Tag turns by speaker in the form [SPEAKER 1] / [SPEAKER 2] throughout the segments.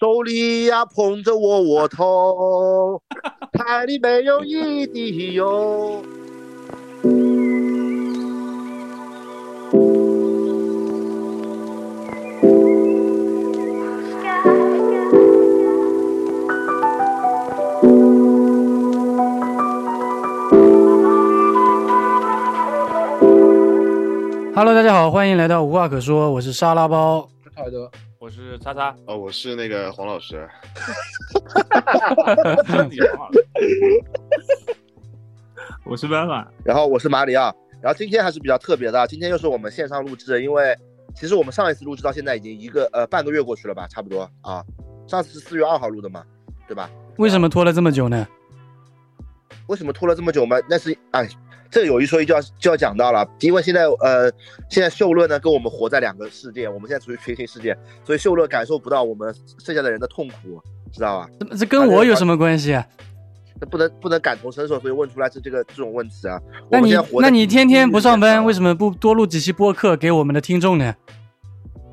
[SPEAKER 1] 手里呀捧着窝窝头，海里没有一滴油。
[SPEAKER 2] Hello，大家好，欢迎来到无话可说，我是沙拉包。
[SPEAKER 3] 好的，
[SPEAKER 4] 我是 叉叉，
[SPEAKER 5] 哦，我是那个黄老师，
[SPEAKER 4] 你忘了
[SPEAKER 3] 我是温婉。
[SPEAKER 1] 然后我是马里亚，然后今天还是比较特别的，今天又是我们线上录制，因为其实我们上一次录制到现在已经一个呃半个月过去了吧，差不多啊。上次是四月二号录的嘛，对吧？
[SPEAKER 2] 为什么拖了这么久呢？
[SPEAKER 1] 为什么拖了这么久嘛？那是哎，这个有一说一就要就要讲到了，因为现在呃，现在秀乐呢跟我们活在两个世界，我们现在处于平行世界，所以秀乐感受不到我们剩下的人的痛苦，知道吧？
[SPEAKER 2] 这这跟我有什么关系啊？
[SPEAKER 1] 那不能不能感同身受，所以问出来这这个这种问题啊。
[SPEAKER 2] 那
[SPEAKER 1] 我们
[SPEAKER 2] 你
[SPEAKER 1] 现在活在
[SPEAKER 2] 那你天天不上班，
[SPEAKER 1] 么？
[SPEAKER 2] 为什么不多录几期播客给我们的听众呢？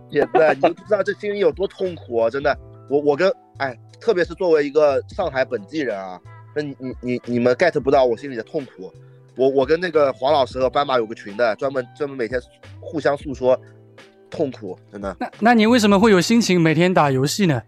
[SPEAKER 1] 也对，你就不知道这心里有多痛苦、啊，真的。我我跟哎，特别是作为一个上海本地人啊，那你你你你们 get 不到我心里的痛苦。我我跟那个黄老师和斑马有个群的，专门专门每天互相诉说痛苦，真的。
[SPEAKER 2] 那那你为什么会有心情每天打游戏呢？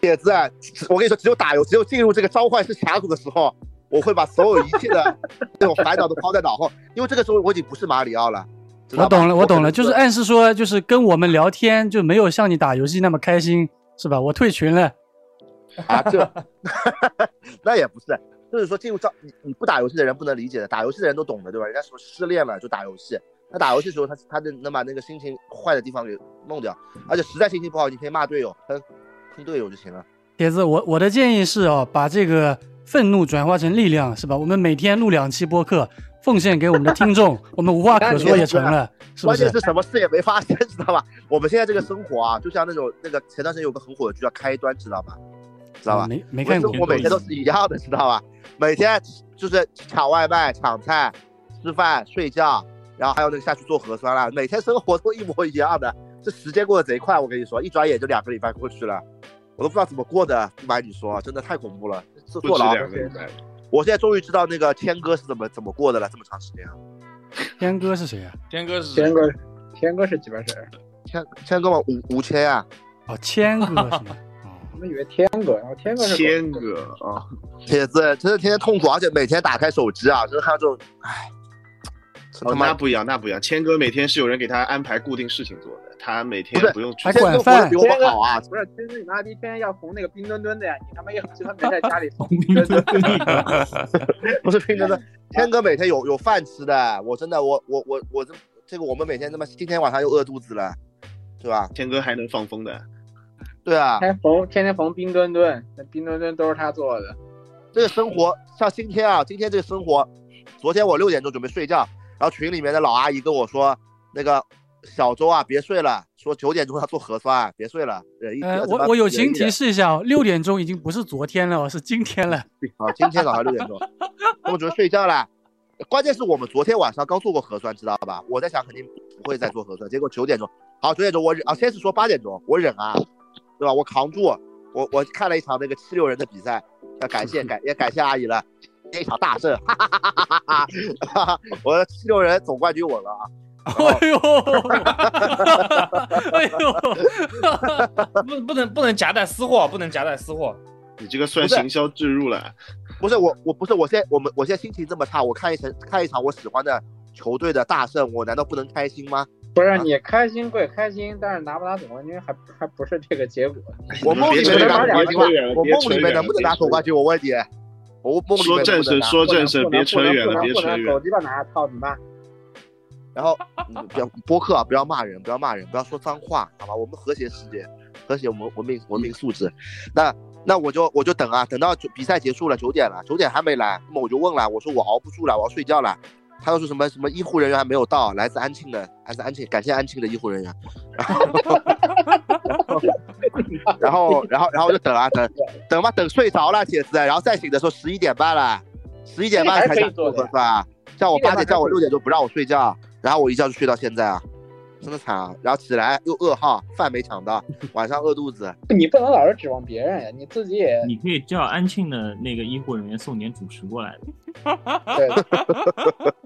[SPEAKER 1] 铁子啊，只我跟你说，只有打游，只有进入这个召唤师峡谷的时候，我会把所有一切的 这种烦恼都抛在脑后，因为这个时候我已经不是马里奥了。知道
[SPEAKER 2] 我
[SPEAKER 1] 吧
[SPEAKER 2] 懂了，我懂了，就是
[SPEAKER 1] 可能
[SPEAKER 2] 暗示说，就是跟我们聊天就没有像你打游戏那么开心，是吧？我退群了。
[SPEAKER 1] 啊， 这那也不是，就是说进入到你你不打游戏的人不能理解的，打游戏的人都懂的，对吧？人家说失恋了就打游戏，他打游戏的时候他他能能把那个心情坏的地方给弄掉，而且实在心情不好，你可以骂队友，喷喷队友就行了。
[SPEAKER 2] 铁子，我我的建议是哦，把这个愤怒转化成力量，是吧？我们每天录两期播客，奉献给我们的听众，我们无 话可说也成了，是不
[SPEAKER 1] 关键
[SPEAKER 2] 是？
[SPEAKER 1] 是什么事也没发生， 知道吧？我们现在这个生活啊，就像那种那个前段时间有个很火的剧叫《开端》，知道吧？知道吧？
[SPEAKER 2] 没没
[SPEAKER 1] 我
[SPEAKER 2] 看
[SPEAKER 1] 们
[SPEAKER 2] 过
[SPEAKER 1] 生。活每天都是一样的，知道吧？每天就是抢外卖、抢菜、吃饭、睡觉，然后还有那个下去做核酸啦，每天生活都一模一样的。这时间过得贼快，我跟你说，一转眼就两个礼拜过去了，我都不知道怎么过的。不瞒你说，真的太恐怖了，这
[SPEAKER 5] 不
[SPEAKER 1] 坐
[SPEAKER 5] 止
[SPEAKER 1] 牢。
[SPEAKER 5] 两个礼拜，
[SPEAKER 1] 我现在终于知道那个天哥是怎么怎么过的了，这么长时间啊。
[SPEAKER 2] 天哥是谁啊？
[SPEAKER 4] 天哥是
[SPEAKER 3] 天哥，天哥是几班神？
[SPEAKER 1] 天天哥嘛，吴吴谦啊，
[SPEAKER 2] 哦，谦 哥是吗？哦
[SPEAKER 3] 我们以为天哥，然后天哥是
[SPEAKER 5] 天哥啊，
[SPEAKER 1] 铁子真的天天痛苦，而且每天打开手机啊，真的看到这种，唉，真
[SPEAKER 5] 哦
[SPEAKER 1] 他，妈
[SPEAKER 5] 那不一样，那不一样。谦哥每天是有人给他安排固定事情做的，他每天
[SPEAKER 1] 不是
[SPEAKER 5] 不用去
[SPEAKER 2] 还
[SPEAKER 1] 天
[SPEAKER 2] 管
[SPEAKER 1] 哥活得
[SPEAKER 2] 饭
[SPEAKER 1] 比我们好啊，
[SPEAKER 3] 不是天哥，你妈逼天天要红那个冰墩墩的呀！你他妈一直他没在家里 红冰墩墩，
[SPEAKER 1] 不是拼真的，天哥每天有有饭吃的，我真的我我我我这这个我们每天他妈今天晚上又饿肚子了，对吧？
[SPEAKER 5] 天哥还能放风的，
[SPEAKER 1] 对啊，
[SPEAKER 3] 天缝天天缝冰墩墩，那冰墩墩都是他做的。
[SPEAKER 1] 这个生活像今天啊，今天这个生活，昨天我六点钟准备睡觉，然后群里面的老阿姨跟我说，那个小周啊别睡了，说九点钟要做核酸啊，别睡了，忍一
[SPEAKER 2] 呃，我我有情提示一下哦，六点钟已经不是昨天了哦，是今天了。
[SPEAKER 1] 啊，今天早上六点钟，他们准备睡觉了。关键是我们昨天晚上刚做过核酸，知道吧？我在想肯定不会再做核酸，结果九点钟，好，九点钟我忍啊，先是说八点钟我忍啊，对吧？我扛住，我我看了一场那个七六人的比赛，要感谢感也感谢阿姨了，那一场大胜，哈哈哈哈哈哈哈哈！我的七六人总冠军我了啊，
[SPEAKER 2] 哎 呦，哎呦，
[SPEAKER 4] 不不能不能夹带私货，不能夹带私货。
[SPEAKER 5] 你这个算
[SPEAKER 1] 不是
[SPEAKER 5] 行销植入了。
[SPEAKER 1] 不是我我不是我现在我们我现在心情这么差，我看一场看一场我喜欢的球队的大胜，我难道不能开心吗？
[SPEAKER 3] 不是你开心归开心，但是拿不拿总冠军还还不是这个结果。
[SPEAKER 1] 我梦里面能拿总冠军吗？我
[SPEAKER 5] 别
[SPEAKER 1] 梦
[SPEAKER 5] 扯
[SPEAKER 1] 里
[SPEAKER 5] 远了别扯远了
[SPEAKER 1] 面能不能拿总冠军？我问你，我梦里面
[SPEAKER 5] 说
[SPEAKER 1] 能
[SPEAKER 5] 正
[SPEAKER 1] 不能
[SPEAKER 5] 事，
[SPEAKER 1] 拿？
[SPEAKER 5] 说正事，别扯远
[SPEAKER 3] 不
[SPEAKER 5] 了，
[SPEAKER 3] 能
[SPEAKER 5] 别
[SPEAKER 3] 不
[SPEAKER 5] 扯
[SPEAKER 3] 能
[SPEAKER 5] 远
[SPEAKER 3] 狗
[SPEAKER 5] 了。
[SPEAKER 3] 鸡巴拿，操你妈！
[SPEAKER 1] 然后嗯不要播客啊，不要骂人，不要骂人，不要说脏话，好吧？我们和谐世界，和谐我们文明文明素质。那那我就我就等啊，等到九比赛结束了，九点了，九点还没来，那么我就问了，我说我熬不住了，我要睡觉了。他又说什么什么医护人员还没有到，来自安庆的，来自安庆，感谢安庆的医护人员。然 后，然后，然后我就等啊等，等吧，等睡着了，铁子，然后再醒的时候十一点半了，十一点半才
[SPEAKER 3] 这个还可
[SPEAKER 1] 想
[SPEAKER 3] 以做
[SPEAKER 1] 做
[SPEAKER 3] 的
[SPEAKER 1] 核酸啊，叫我
[SPEAKER 3] 这个
[SPEAKER 1] 八点，
[SPEAKER 3] 还可以
[SPEAKER 1] 叫我六点钟不让我睡觉，然后我一觉就睡到现在啊，真的惨啊！然后起来又饿哈，饭没抢 到，晚上饿肚子，
[SPEAKER 3] 你不能老是指望别人呀，你自己也
[SPEAKER 6] 你可以叫安庆的那个医护人员送点主食过来的。
[SPEAKER 3] 对。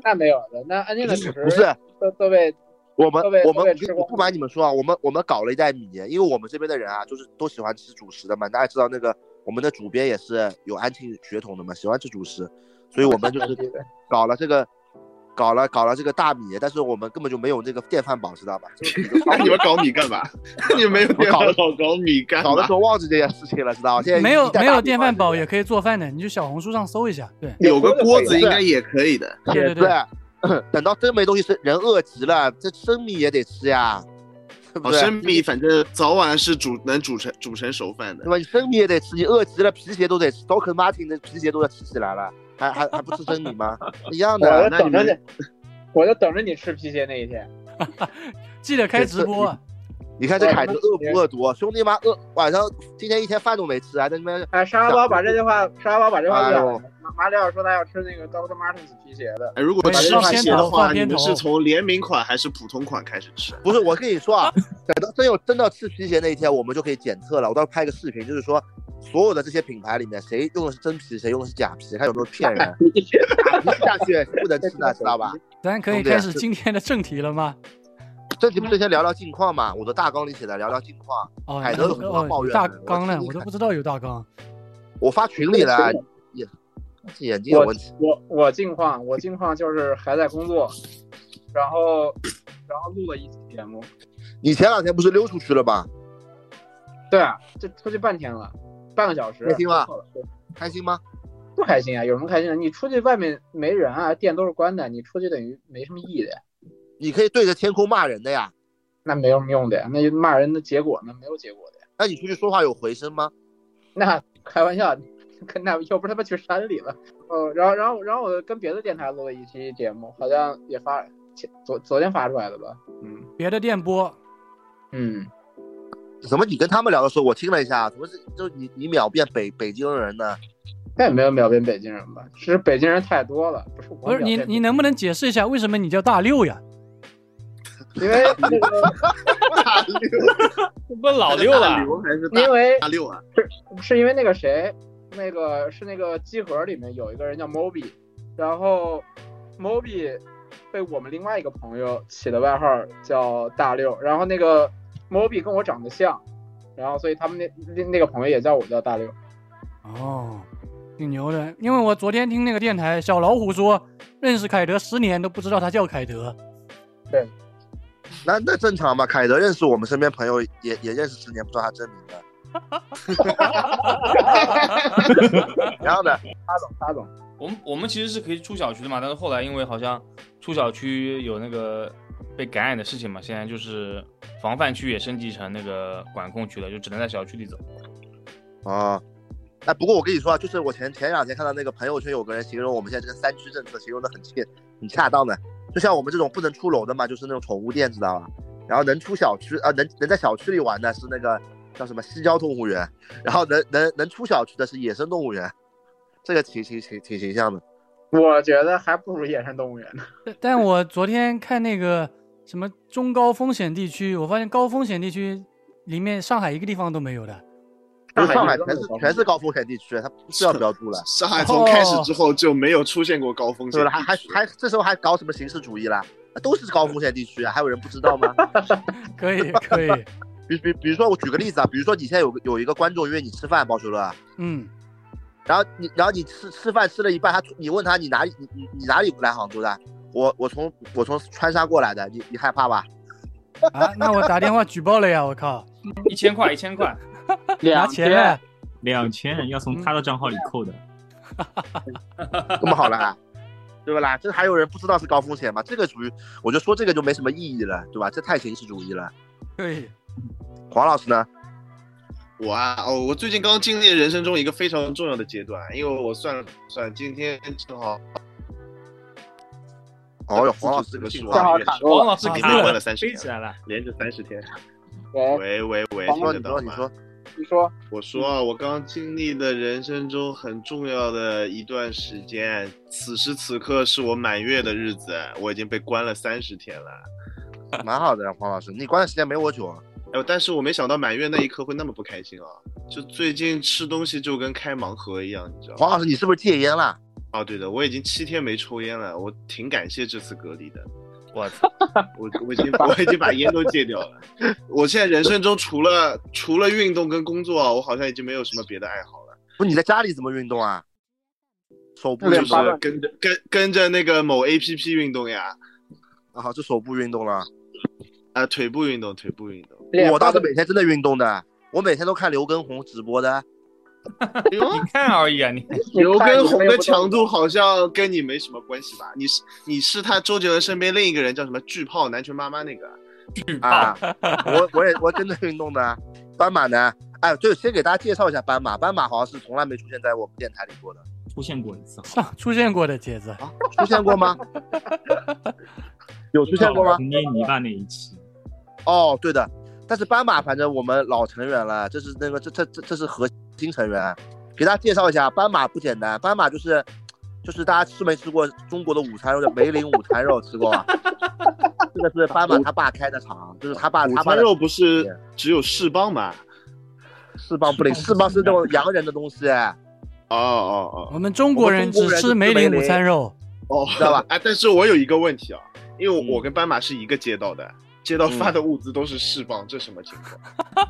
[SPEAKER 3] 那没有的，那安静的主食
[SPEAKER 1] 不是
[SPEAKER 3] 都都被
[SPEAKER 1] 我们
[SPEAKER 3] 都被
[SPEAKER 1] 我
[SPEAKER 3] 都被
[SPEAKER 1] 们
[SPEAKER 3] 吃光
[SPEAKER 1] 不瞒你们说啊，我们我们搞了一袋米，因为我们这边的人啊，就是都喜欢吃主食的嘛。大家知道那个我们的主编也是有安庆血统的嘛，喜欢吃主食，所以我们就是
[SPEAKER 3] 对对
[SPEAKER 1] 搞了这个，搞了搞了这个大米，但是我们根本就没有这个电饭煲，知道吧？这 个米都
[SPEAKER 5] 那你们搞米干嘛？你们没有电饭煲搞米干
[SPEAKER 1] 搞的
[SPEAKER 5] 嘛
[SPEAKER 1] 时？候忘记这件事情了，知道吧？现在
[SPEAKER 2] 没有
[SPEAKER 1] 一袋
[SPEAKER 2] 没
[SPEAKER 1] 大
[SPEAKER 2] 有
[SPEAKER 1] 米
[SPEAKER 2] 电饭煲
[SPEAKER 1] 忘
[SPEAKER 2] 也
[SPEAKER 1] 记
[SPEAKER 2] 可以做饭的，你去小红书上搜一下。对
[SPEAKER 5] 有个锅
[SPEAKER 3] 也可
[SPEAKER 5] 子
[SPEAKER 3] 以
[SPEAKER 5] 应该也可以的。
[SPEAKER 1] 了
[SPEAKER 2] 对
[SPEAKER 1] 也
[SPEAKER 2] 对，
[SPEAKER 1] 对等到真没东西吃，人饿极了，这生米也得吃呀，对不
[SPEAKER 5] 哦，
[SPEAKER 1] 对？
[SPEAKER 5] 生米反正早晚是煮能煮成煮成熟饭的
[SPEAKER 1] 对。吧？你生米也得吃，你饿极了，皮鞋都得吃。Doc Martin 的皮鞋都要吃起来了，还还还不吃生米吗？一样
[SPEAKER 3] 我
[SPEAKER 1] 的
[SPEAKER 3] 就
[SPEAKER 5] 那
[SPEAKER 3] 等着
[SPEAKER 5] 你
[SPEAKER 3] 你，我就等着你吃皮鞋那一天。
[SPEAKER 2] 记得开直播啊。
[SPEAKER 1] 你看这凯子饿不饿多？兄弟妈饿，晚上今天一天饭都没吃，还在那边
[SPEAKER 3] 哎，沙拉包把这句话，沙拉包把这话
[SPEAKER 1] 哎
[SPEAKER 3] 撂
[SPEAKER 1] 呦
[SPEAKER 3] 了。马马里奥说他要吃那个 Doctor Martens 皮鞋的，
[SPEAKER 5] 哎，如果
[SPEAKER 2] 没
[SPEAKER 5] 吃
[SPEAKER 2] 放
[SPEAKER 5] 皮
[SPEAKER 2] 片
[SPEAKER 5] 鞋的
[SPEAKER 2] 头
[SPEAKER 5] 话，
[SPEAKER 2] 放
[SPEAKER 5] 你
[SPEAKER 2] 片
[SPEAKER 5] 们
[SPEAKER 2] 头
[SPEAKER 5] 是从联名款还是普通款开始吃？
[SPEAKER 1] 不是，我跟你说啊，等到真有真到吃皮鞋那一天，我们就可以检测了。我到时候拍个视频，就是说所有的这些品牌里面，谁用的是真皮，谁用的是假皮，看有没有骗人。假皮下去是不能吃的，知道吧？
[SPEAKER 2] 咱可以
[SPEAKER 1] 兄弟啊
[SPEAKER 2] 开始今天的正题了吗？
[SPEAKER 1] 这题不是先聊聊近况嘛？我的大纲里写的聊聊近况，
[SPEAKER 2] 哦，
[SPEAKER 1] 海
[SPEAKER 2] 你
[SPEAKER 1] 德有
[SPEAKER 2] 有
[SPEAKER 1] 很多抱
[SPEAKER 2] 哦
[SPEAKER 1] 怨
[SPEAKER 2] 有大
[SPEAKER 1] 的我
[SPEAKER 2] 纲呢，
[SPEAKER 1] 听
[SPEAKER 2] 我
[SPEAKER 1] 你
[SPEAKER 2] 都
[SPEAKER 1] 看
[SPEAKER 2] 不知道有大纲。
[SPEAKER 1] 我发群里了，眼这眼睛有问题。
[SPEAKER 3] 我我近况，我近况就是还在工作，然后然后录了一期节目。
[SPEAKER 1] 你前两天不是溜出去了吗？
[SPEAKER 3] 对啊，这出去半天了，半个小时。
[SPEAKER 1] 开心吗
[SPEAKER 3] 错了？对
[SPEAKER 1] 开心吗？
[SPEAKER 3] 不开心啊，有什么开心的？你出去外面没人啊，店都是关的，你出去等于没什么意义的呀，
[SPEAKER 1] 你可以对着天空骂人的呀。
[SPEAKER 3] 那没有什么用的呀，那骂人的结果呢？没有结果的呀。
[SPEAKER 1] 那你出去说话有回声吗？
[SPEAKER 3] 那 开玩笑，跟那要不他妈去山里了。哦，然后然后然后我跟别的电台录了一期节目，好像也发前昨昨天发出来的吧？嗯
[SPEAKER 2] 别的电波，
[SPEAKER 3] 嗯，
[SPEAKER 1] 怎么你跟他们聊的时候，我听了一下，怎么是就你你秒变北北京人呢？
[SPEAKER 3] 那也没有秒变北京人吧？只是北京人太多了，不是我
[SPEAKER 2] 不是
[SPEAKER 3] 秒
[SPEAKER 2] 你
[SPEAKER 3] 变
[SPEAKER 2] 你能不能解释一下为什么你叫大六呀？
[SPEAKER 3] 因为那个
[SPEAKER 5] 大六，
[SPEAKER 4] 这不老六了
[SPEAKER 5] 大，刘还是
[SPEAKER 3] 因
[SPEAKER 5] 大
[SPEAKER 3] 为
[SPEAKER 5] 大六啊？
[SPEAKER 3] 是因为那个谁，那个是那个集合里面有一个人叫 Moby，然后 Moby 被我们另外一个朋友起的外号叫大六，然后那个 Moby 跟我长得像，然后所以他们那那那个朋友也叫我叫大六。
[SPEAKER 2] 哦，挺牛的，因为我昨天听那个电台小老虎说，认识凯德十年都不知道他叫凯德。
[SPEAKER 1] 那那正常吧。凯德认识我们身边朋友也也认识十年，不知道他真名的。 然后呢，
[SPEAKER 3] 沙总，沙总，
[SPEAKER 4] 我们我们其实是可以出小区的嘛，但是后来因为好像出小区有那个被感染的事情嘛，现在就是防范区也升级成那个管控区了，就只能在小区里走。
[SPEAKER 1] 啊，哎，不过我跟你说啊，就是我前前两天看到那个朋友圈有个人形容我们现在这个三区政策形容的很切很恰当的，就像我们这种不能出楼的嘛，就是那种宠物店，知道吧？然后能出小区啊、能能在小区里玩的是那个叫什么西郊动物园，然后能能能出小区的是野生动物园，这个挺挺挺挺形象的。
[SPEAKER 3] 我觉得还不如野生动物园呢。
[SPEAKER 2] 但但我昨天看那个什么中高风险地区，我发现高风险地区里面上海一个地方都没有的。
[SPEAKER 1] 不是上海
[SPEAKER 3] 就
[SPEAKER 1] 全
[SPEAKER 3] 没
[SPEAKER 1] 是
[SPEAKER 3] 有高
[SPEAKER 1] 全是高风险地区，啊它不知道标注了，
[SPEAKER 5] 上海从开
[SPEAKER 4] 哦
[SPEAKER 5] 始之后就没有出现过高风
[SPEAKER 1] 对
[SPEAKER 5] 险
[SPEAKER 1] 吧？还还
[SPEAKER 5] 地区
[SPEAKER 1] 还这时候还搞什么形式主义啦？那都是高风险地区啊，还有人不知道吗？
[SPEAKER 2] 可以可以，
[SPEAKER 1] 比比比如说，我举个例子啊，比如说你现在有个有一个观众约你吃饭，包学乐，
[SPEAKER 2] 嗯，
[SPEAKER 1] 啊然后你然后你吃吃饭吃了一半，他突你问他你哪里你你你哪里来杭州的？啊我我从我从川沙过来的，你你害怕吧？
[SPEAKER 2] 啊，那我打电话举报了呀！我靠，
[SPEAKER 4] 一千块，一千块，
[SPEAKER 2] 拿
[SPEAKER 3] 两
[SPEAKER 2] 钱啊
[SPEAKER 3] 天
[SPEAKER 2] 了，
[SPEAKER 6] 两千要
[SPEAKER 5] 嗯
[SPEAKER 6] 从他的账号里扣的，
[SPEAKER 1] 这么好了、啊， 对不啦？这还有人不知道是高风险吗？这个属于我就说这个就没什么意义了，对吧？这太形式主义了。
[SPEAKER 2] 可以，
[SPEAKER 1] 黄老师呢？
[SPEAKER 5] 我啊，哦，我最近刚经历了人生中一个非常重要的阶段，啊因为我算了算，今天正好
[SPEAKER 1] 哦哟，黄老师这
[SPEAKER 5] 这
[SPEAKER 1] 个
[SPEAKER 5] 个
[SPEAKER 1] 是
[SPEAKER 5] 是
[SPEAKER 3] 正
[SPEAKER 1] 吧？
[SPEAKER 3] 好卡住
[SPEAKER 4] 王
[SPEAKER 3] 了。
[SPEAKER 4] 老师
[SPEAKER 5] 已经
[SPEAKER 4] 卡
[SPEAKER 5] 问
[SPEAKER 4] 了
[SPEAKER 5] 了，三十
[SPEAKER 4] 飞
[SPEAKER 5] 天
[SPEAKER 4] 起来
[SPEAKER 5] 了，
[SPEAKER 4] 哦了。
[SPEAKER 5] 连着三十天。
[SPEAKER 3] 喂，
[SPEAKER 5] 喂喂喂，
[SPEAKER 1] 你
[SPEAKER 5] 听
[SPEAKER 1] 说
[SPEAKER 5] 得
[SPEAKER 1] 你
[SPEAKER 5] 到
[SPEAKER 1] 说你
[SPEAKER 5] 吗？
[SPEAKER 1] 说，
[SPEAKER 3] 你说
[SPEAKER 5] 我
[SPEAKER 4] 嗯
[SPEAKER 5] 说啊我刚经历了人生中很重要的一段时间，此时此刻是我满月的日子，我已经被关了三十天了。
[SPEAKER 1] 蛮好的，啊黄老师，你关的时间没我久啊。
[SPEAKER 5] 哎，但是我没想到满月那一刻会那么不开心啊！就最近吃东西就跟开盲盒一样，你知道吗？
[SPEAKER 1] 黄老师，你是不是戒烟了？
[SPEAKER 5] 啊，对的，我已经七天没抽烟了，我挺感谢这次隔离的。
[SPEAKER 4] 我操！
[SPEAKER 5] 我我 已经我已经把烟都戒掉了。 我现在人生中除了除了运动跟工作啊，我好像已经没有什么别的爱好了，
[SPEAKER 1] 不是你在家里怎么运动啊？手部
[SPEAKER 3] 练
[SPEAKER 1] 运
[SPEAKER 5] 就
[SPEAKER 1] 动
[SPEAKER 3] 八段
[SPEAKER 5] 是跟着跟跟着那个某 A P P 运动呀，
[SPEAKER 1] 啊，就手部运动了。
[SPEAKER 5] 啊，腿部运动，腿部运动。
[SPEAKER 3] 练
[SPEAKER 1] 我倒是
[SPEAKER 3] 八段
[SPEAKER 1] 每天真的运动的，我每天都看刘畊宏直播的。
[SPEAKER 5] 哎呦
[SPEAKER 4] 你看而已啊，你
[SPEAKER 5] 刘畊宏
[SPEAKER 3] 红
[SPEAKER 5] 的强度好像跟你没什么关系吧？你是你是他周杰伦身边另一个人叫什么巨炮南拳妈妈那个？
[SPEAKER 1] 啊，我我也我真的运动的。斑马呢？哎，对，先给大家介绍一下斑马。斑马好像是从来没出现在我们电台里过的，
[SPEAKER 6] 出现过一次，
[SPEAKER 2] 上出现过的姐子，
[SPEAKER 1] 出现过吗？有出现过吗？
[SPEAKER 6] 捏泥巴那一期，
[SPEAKER 1] 哦，对的。但是斑马，反正我们老成员了，这是那个这这这这是核心成员。给大家介绍一下，斑马不简单，斑马就是就是大家吃没吃过中国的午餐肉叫梅林午餐肉，吃过吗？这个是斑马他爸开的厂，就是他爸
[SPEAKER 5] 午
[SPEAKER 1] 他爸
[SPEAKER 5] 餐
[SPEAKER 1] 的
[SPEAKER 5] 肉不是只有士邦吗？
[SPEAKER 1] 四棒不灵，四棒是那种洋人的东西，哎
[SPEAKER 5] 哦哦
[SPEAKER 2] 我们中国人只吃梅林午餐 肉，
[SPEAKER 5] 哦哦，
[SPEAKER 1] 知道吧？
[SPEAKER 5] 哎，但是我有一个问题啊，因
[SPEAKER 4] 嗯
[SPEAKER 5] 为我我跟斑马是一个街道的，街道发的物资都是士邦，这什么情况？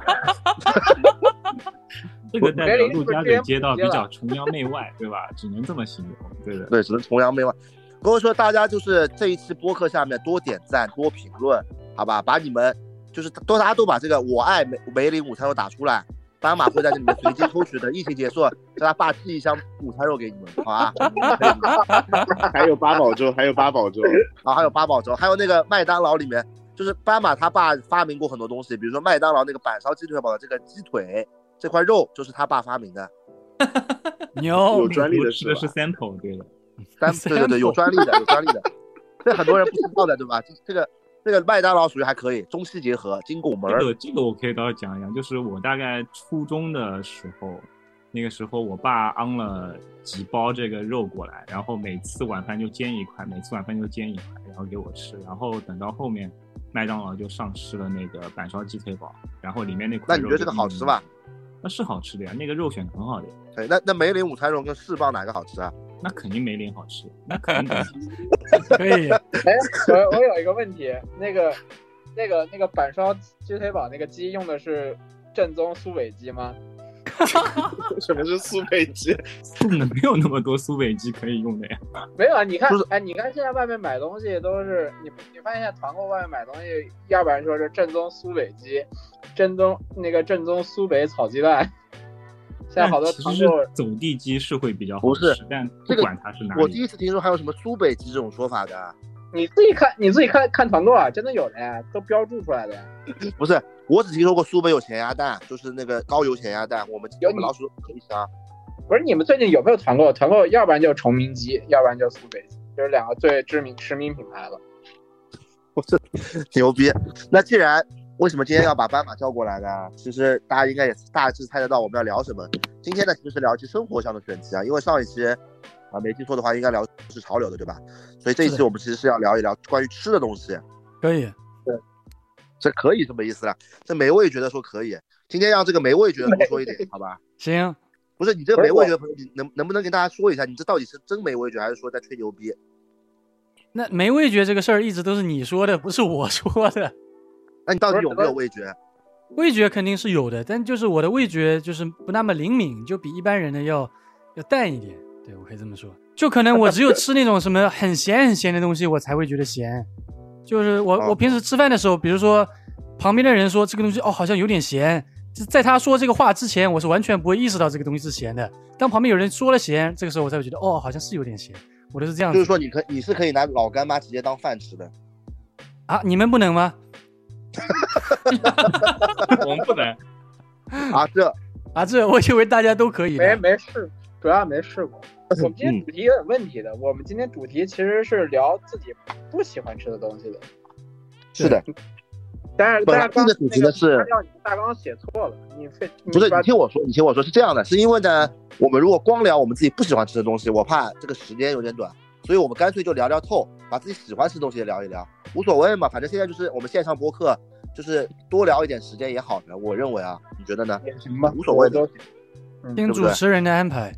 [SPEAKER 6] 这个代表
[SPEAKER 3] 梅林
[SPEAKER 6] 陆
[SPEAKER 3] 不是
[SPEAKER 6] 家
[SPEAKER 3] 之前普
[SPEAKER 6] 嘴街道
[SPEAKER 3] 及
[SPEAKER 6] 比
[SPEAKER 3] 了
[SPEAKER 6] 较崇洋媚外，对吧？只能这么形容，对的。
[SPEAKER 1] 对，只是崇洋媚外。所以说大家就是这一期播客下面多点赞、多评论，好吧？把你们就是多大家都把这个我爱梅梅林午餐肉打出来，斑马会在这里面随机抽取的，疫情结束叫他爸寄一箱午餐肉给你们，好吧？可以吗
[SPEAKER 5] 还有八宝粥， 还有八宝粥，
[SPEAKER 1] 啊，还有八宝粥，还有那个麦当劳里面，就是斑马他爸发明过很多东西，比如说麦当劳那个板烧鸡腿堡的这个鸡腿这块肉就是他爸发明的，
[SPEAKER 2] 牛
[SPEAKER 5] 有专利
[SPEAKER 6] 我
[SPEAKER 5] 的
[SPEAKER 6] 吃
[SPEAKER 5] 是
[SPEAKER 6] 哦的是
[SPEAKER 5] 吧？
[SPEAKER 6] sample，对的。
[SPEAKER 1] 三对对对，有专利的，有专利的，这很多人不知道的，对吧？这这个这个麦当劳属于还可以，中西结合，金拱门
[SPEAKER 6] 这
[SPEAKER 1] 儿。
[SPEAKER 6] 个这个我可以倒是讲一讲，就是我大概初中的时候，那个时候我爸昂了几包这个肉过来，然后每次晚饭就煎一块，每次晚饭就煎一块，然后给我吃。然后等到后面，麦当劳就上市了那个板烧鸡腿堡，然后里面那
[SPEAKER 1] 那
[SPEAKER 6] 块
[SPEAKER 1] 你
[SPEAKER 6] 肉。
[SPEAKER 1] 觉得这个好吃吧？？
[SPEAKER 6] 那是好吃的呀，那个肉选的很好的呀，
[SPEAKER 1] 对，哎那那梅林午餐肉跟四棒哪个好吃啊？
[SPEAKER 6] 那肯定梅林好吃，那肯定得
[SPEAKER 2] 可以，
[SPEAKER 3] 哎，我我有一个问题，那个那个那个板烧鸡腿堡那个鸡用的是正宗苏北鸡吗？
[SPEAKER 5] 什么是苏北鸡？
[SPEAKER 6] 送的没有 那么多苏北鸡可以用的呀。
[SPEAKER 3] 没有啊，你看
[SPEAKER 1] 不是，
[SPEAKER 3] 哎，你看现在外面买东西都是你，你发现现在团购外面买东西，要不然说是正宗苏北鸡，正宗那个正宗苏北炒鸡蛋，现在好多
[SPEAKER 6] 但哎其
[SPEAKER 3] 团
[SPEAKER 6] 实是
[SPEAKER 3] 购
[SPEAKER 6] 走地鸡是会比较好
[SPEAKER 1] 不是
[SPEAKER 6] 吃，但
[SPEAKER 1] 这
[SPEAKER 6] 不
[SPEAKER 1] 个
[SPEAKER 6] 管它是哪里，
[SPEAKER 1] 我第一次听说还有什么苏北鸡这种说法的，啊
[SPEAKER 3] 你自己看，你自己看看团购啊，真的有的呀，都标注出来的呀。
[SPEAKER 1] 不是，我只听说过苏北有咸鸭蛋，就是那个高油咸鸭蛋，我们
[SPEAKER 3] 有
[SPEAKER 1] 我们
[SPEAKER 3] 你
[SPEAKER 1] 老鼠可以吃啊。
[SPEAKER 3] 不是你们最近有没有团购？团购要不然就是崇明鸡，要不然就是苏北鸡，就是两个最知名驰名品牌了。
[SPEAKER 1] 牛逼！那既然为什么今天要把斑马叫过来呢？其实大家应该也大致猜得到我们要聊什么。今天呢，其实是聊一期生活上的选题啊，因为上一期啊没记错的话，应该聊是潮流的，对吧？所以这一
[SPEAKER 2] 是
[SPEAKER 1] 期
[SPEAKER 2] 的
[SPEAKER 1] 我们其实是要聊一聊关于吃的东西，
[SPEAKER 2] 可以，
[SPEAKER 1] 这可以什么意思呢？这没味觉得说可以，今天让这个没味觉的多说一点，好吧？
[SPEAKER 2] 行，
[SPEAKER 1] 不是你这个
[SPEAKER 3] 不
[SPEAKER 1] 没
[SPEAKER 3] 是
[SPEAKER 1] 味觉的朋友，你能能不能跟大家说一下，你这到底是真没味觉，还是说在吹牛逼？
[SPEAKER 2] 那没味觉这个事儿一直都是你说的，不是我说的。
[SPEAKER 1] 那你到底
[SPEAKER 3] 不是
[SPEAKER 1] 有没有
[SPEAKER 3] 我
[SPEAKER 1] 味觉？
[SPEAKER 2] 味觉肯定是有的，但就是我的味觉就是不那么灵敏，就比一般人的要要淡一点。对我可以这么说，就可能我只有吃那种什么很咸很咸的东西，我才会觉得咸。就是我、
[SPEAKER 1] 哦
[SPEAKER 2] 我平时吃饭的时候，比如说旁边的人说这个东西哦好像有点咸，就在他说这个话之前，我是完全不会意识到这个东西是咸的。当旁边有人说了咸，这个时候我才会觉得哦好像是有点咸。我都是这样
[SPEAKER 1] 就
[SPEAKER 2] 子
[SPEAKER 1] 是说，你可你是可以拿老干妈直接当饭吃的。
[SPEAKER 2] 啊，你们不能吗？
[SPEAKER 4] 我们不能。
[SPEAKER 1] 啊，这
[SPEAKER 2] 啊，这我以为大家都可以的。
[SPEAKER 3] 没没试，主要没试过。
[SPEAKER 1] 嗯
[SPEAKER 3] 我们今天主题有点问题的，我们今天主题其实是聊自己不喜欢吃的东西的。
[SPEAKER 1] 是的，
[SPEAKER 3] 但是
[SPEAKER 1] 本
[SPEAKER 3] 大
[SPEAKER 1] 来
[SPEAKER 3] 家刚
[SPEAKER 1] 这个主题
[SPEAKER 3] 那
[SPEAKER 1] 呢是
[SPEAKER 3] 材料你大纲写错了，你非
[SPEAKER 1] 不是，
[SPEAKER 3] 把
[SPEAKER 5] 嗯
[SPEAKER 1] 你听我说，你听我说是这样的，是因为呢，我们如果光聊我们自己不喜欢吃的东西，我怕这个时间有点短，所以我们干脆就聊聊透，把自己喜欢吃的东西也聊一聊。无所谓嘛，反正现在就是我们线上播客，就是多聊一点时间也好的，我认为啊，你觉得呢？
[SPEAKER 3] 也行吧，
[SPEAKER 1] 无所谓的
[SPEAKER 3] 我都行。
[SPEAKER 2] 听主持人的安排。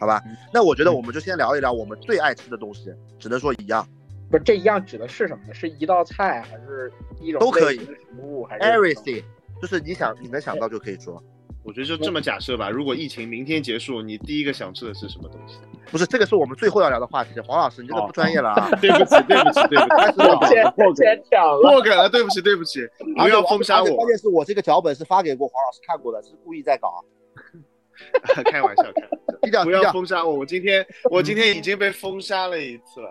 [SPEAKER 1] 好吧，那我觉
[SPEAKER 5] 嗯
[SPEAKER 1] 得我们就先聊一聊我们最爱吃的东西，只能说一样。
[SPEAKER 3] 不是这一样指的是什么呢？是一道菜啊还是一种
[SPEAKER 1] 都可以
[SPEAKER 3] 类型的食物
[SPEAKER 5] 哎
[SPEAKER 3] 还是
[SPEAKER 1] Everything，就是你想你能想到就可以说，
[SPEAKER 5] 我觉得就这么假设吧。如果疫情明天结束，你第一个想吃的是什么东 西？
[SPEAKER 1] 不是这个是我们最后要聊的话题。黄老师，你真
[SPEAKER 5] 哦
[SPEAKER 1] 的不专业了啊！
[SPEAKER 5] 对不起，对不起，对 不 起，
[SPEAKER 3] 先先抢了，
[SPEAKER 5] 破梗了，对不起，对不 起， 不要封杀
[SPEAKER 1] 而且
[SPEAKER 5] 我
[SPEAKER 1] 关，键是我这个脚本是发给过黄老师看过的，是故意在搞。啊
[SPEAKER 5] 开玩笑，开玩笑。
[SPEAKER 1] 低调
[SPEAKER 5] 不
[SPEAKER 1] 低
[SPEAKER 5] 要
[SPEAKER 1] 调。
[SPEAKER 5] 封杀我，我今天我今天已经被封杀了一次了。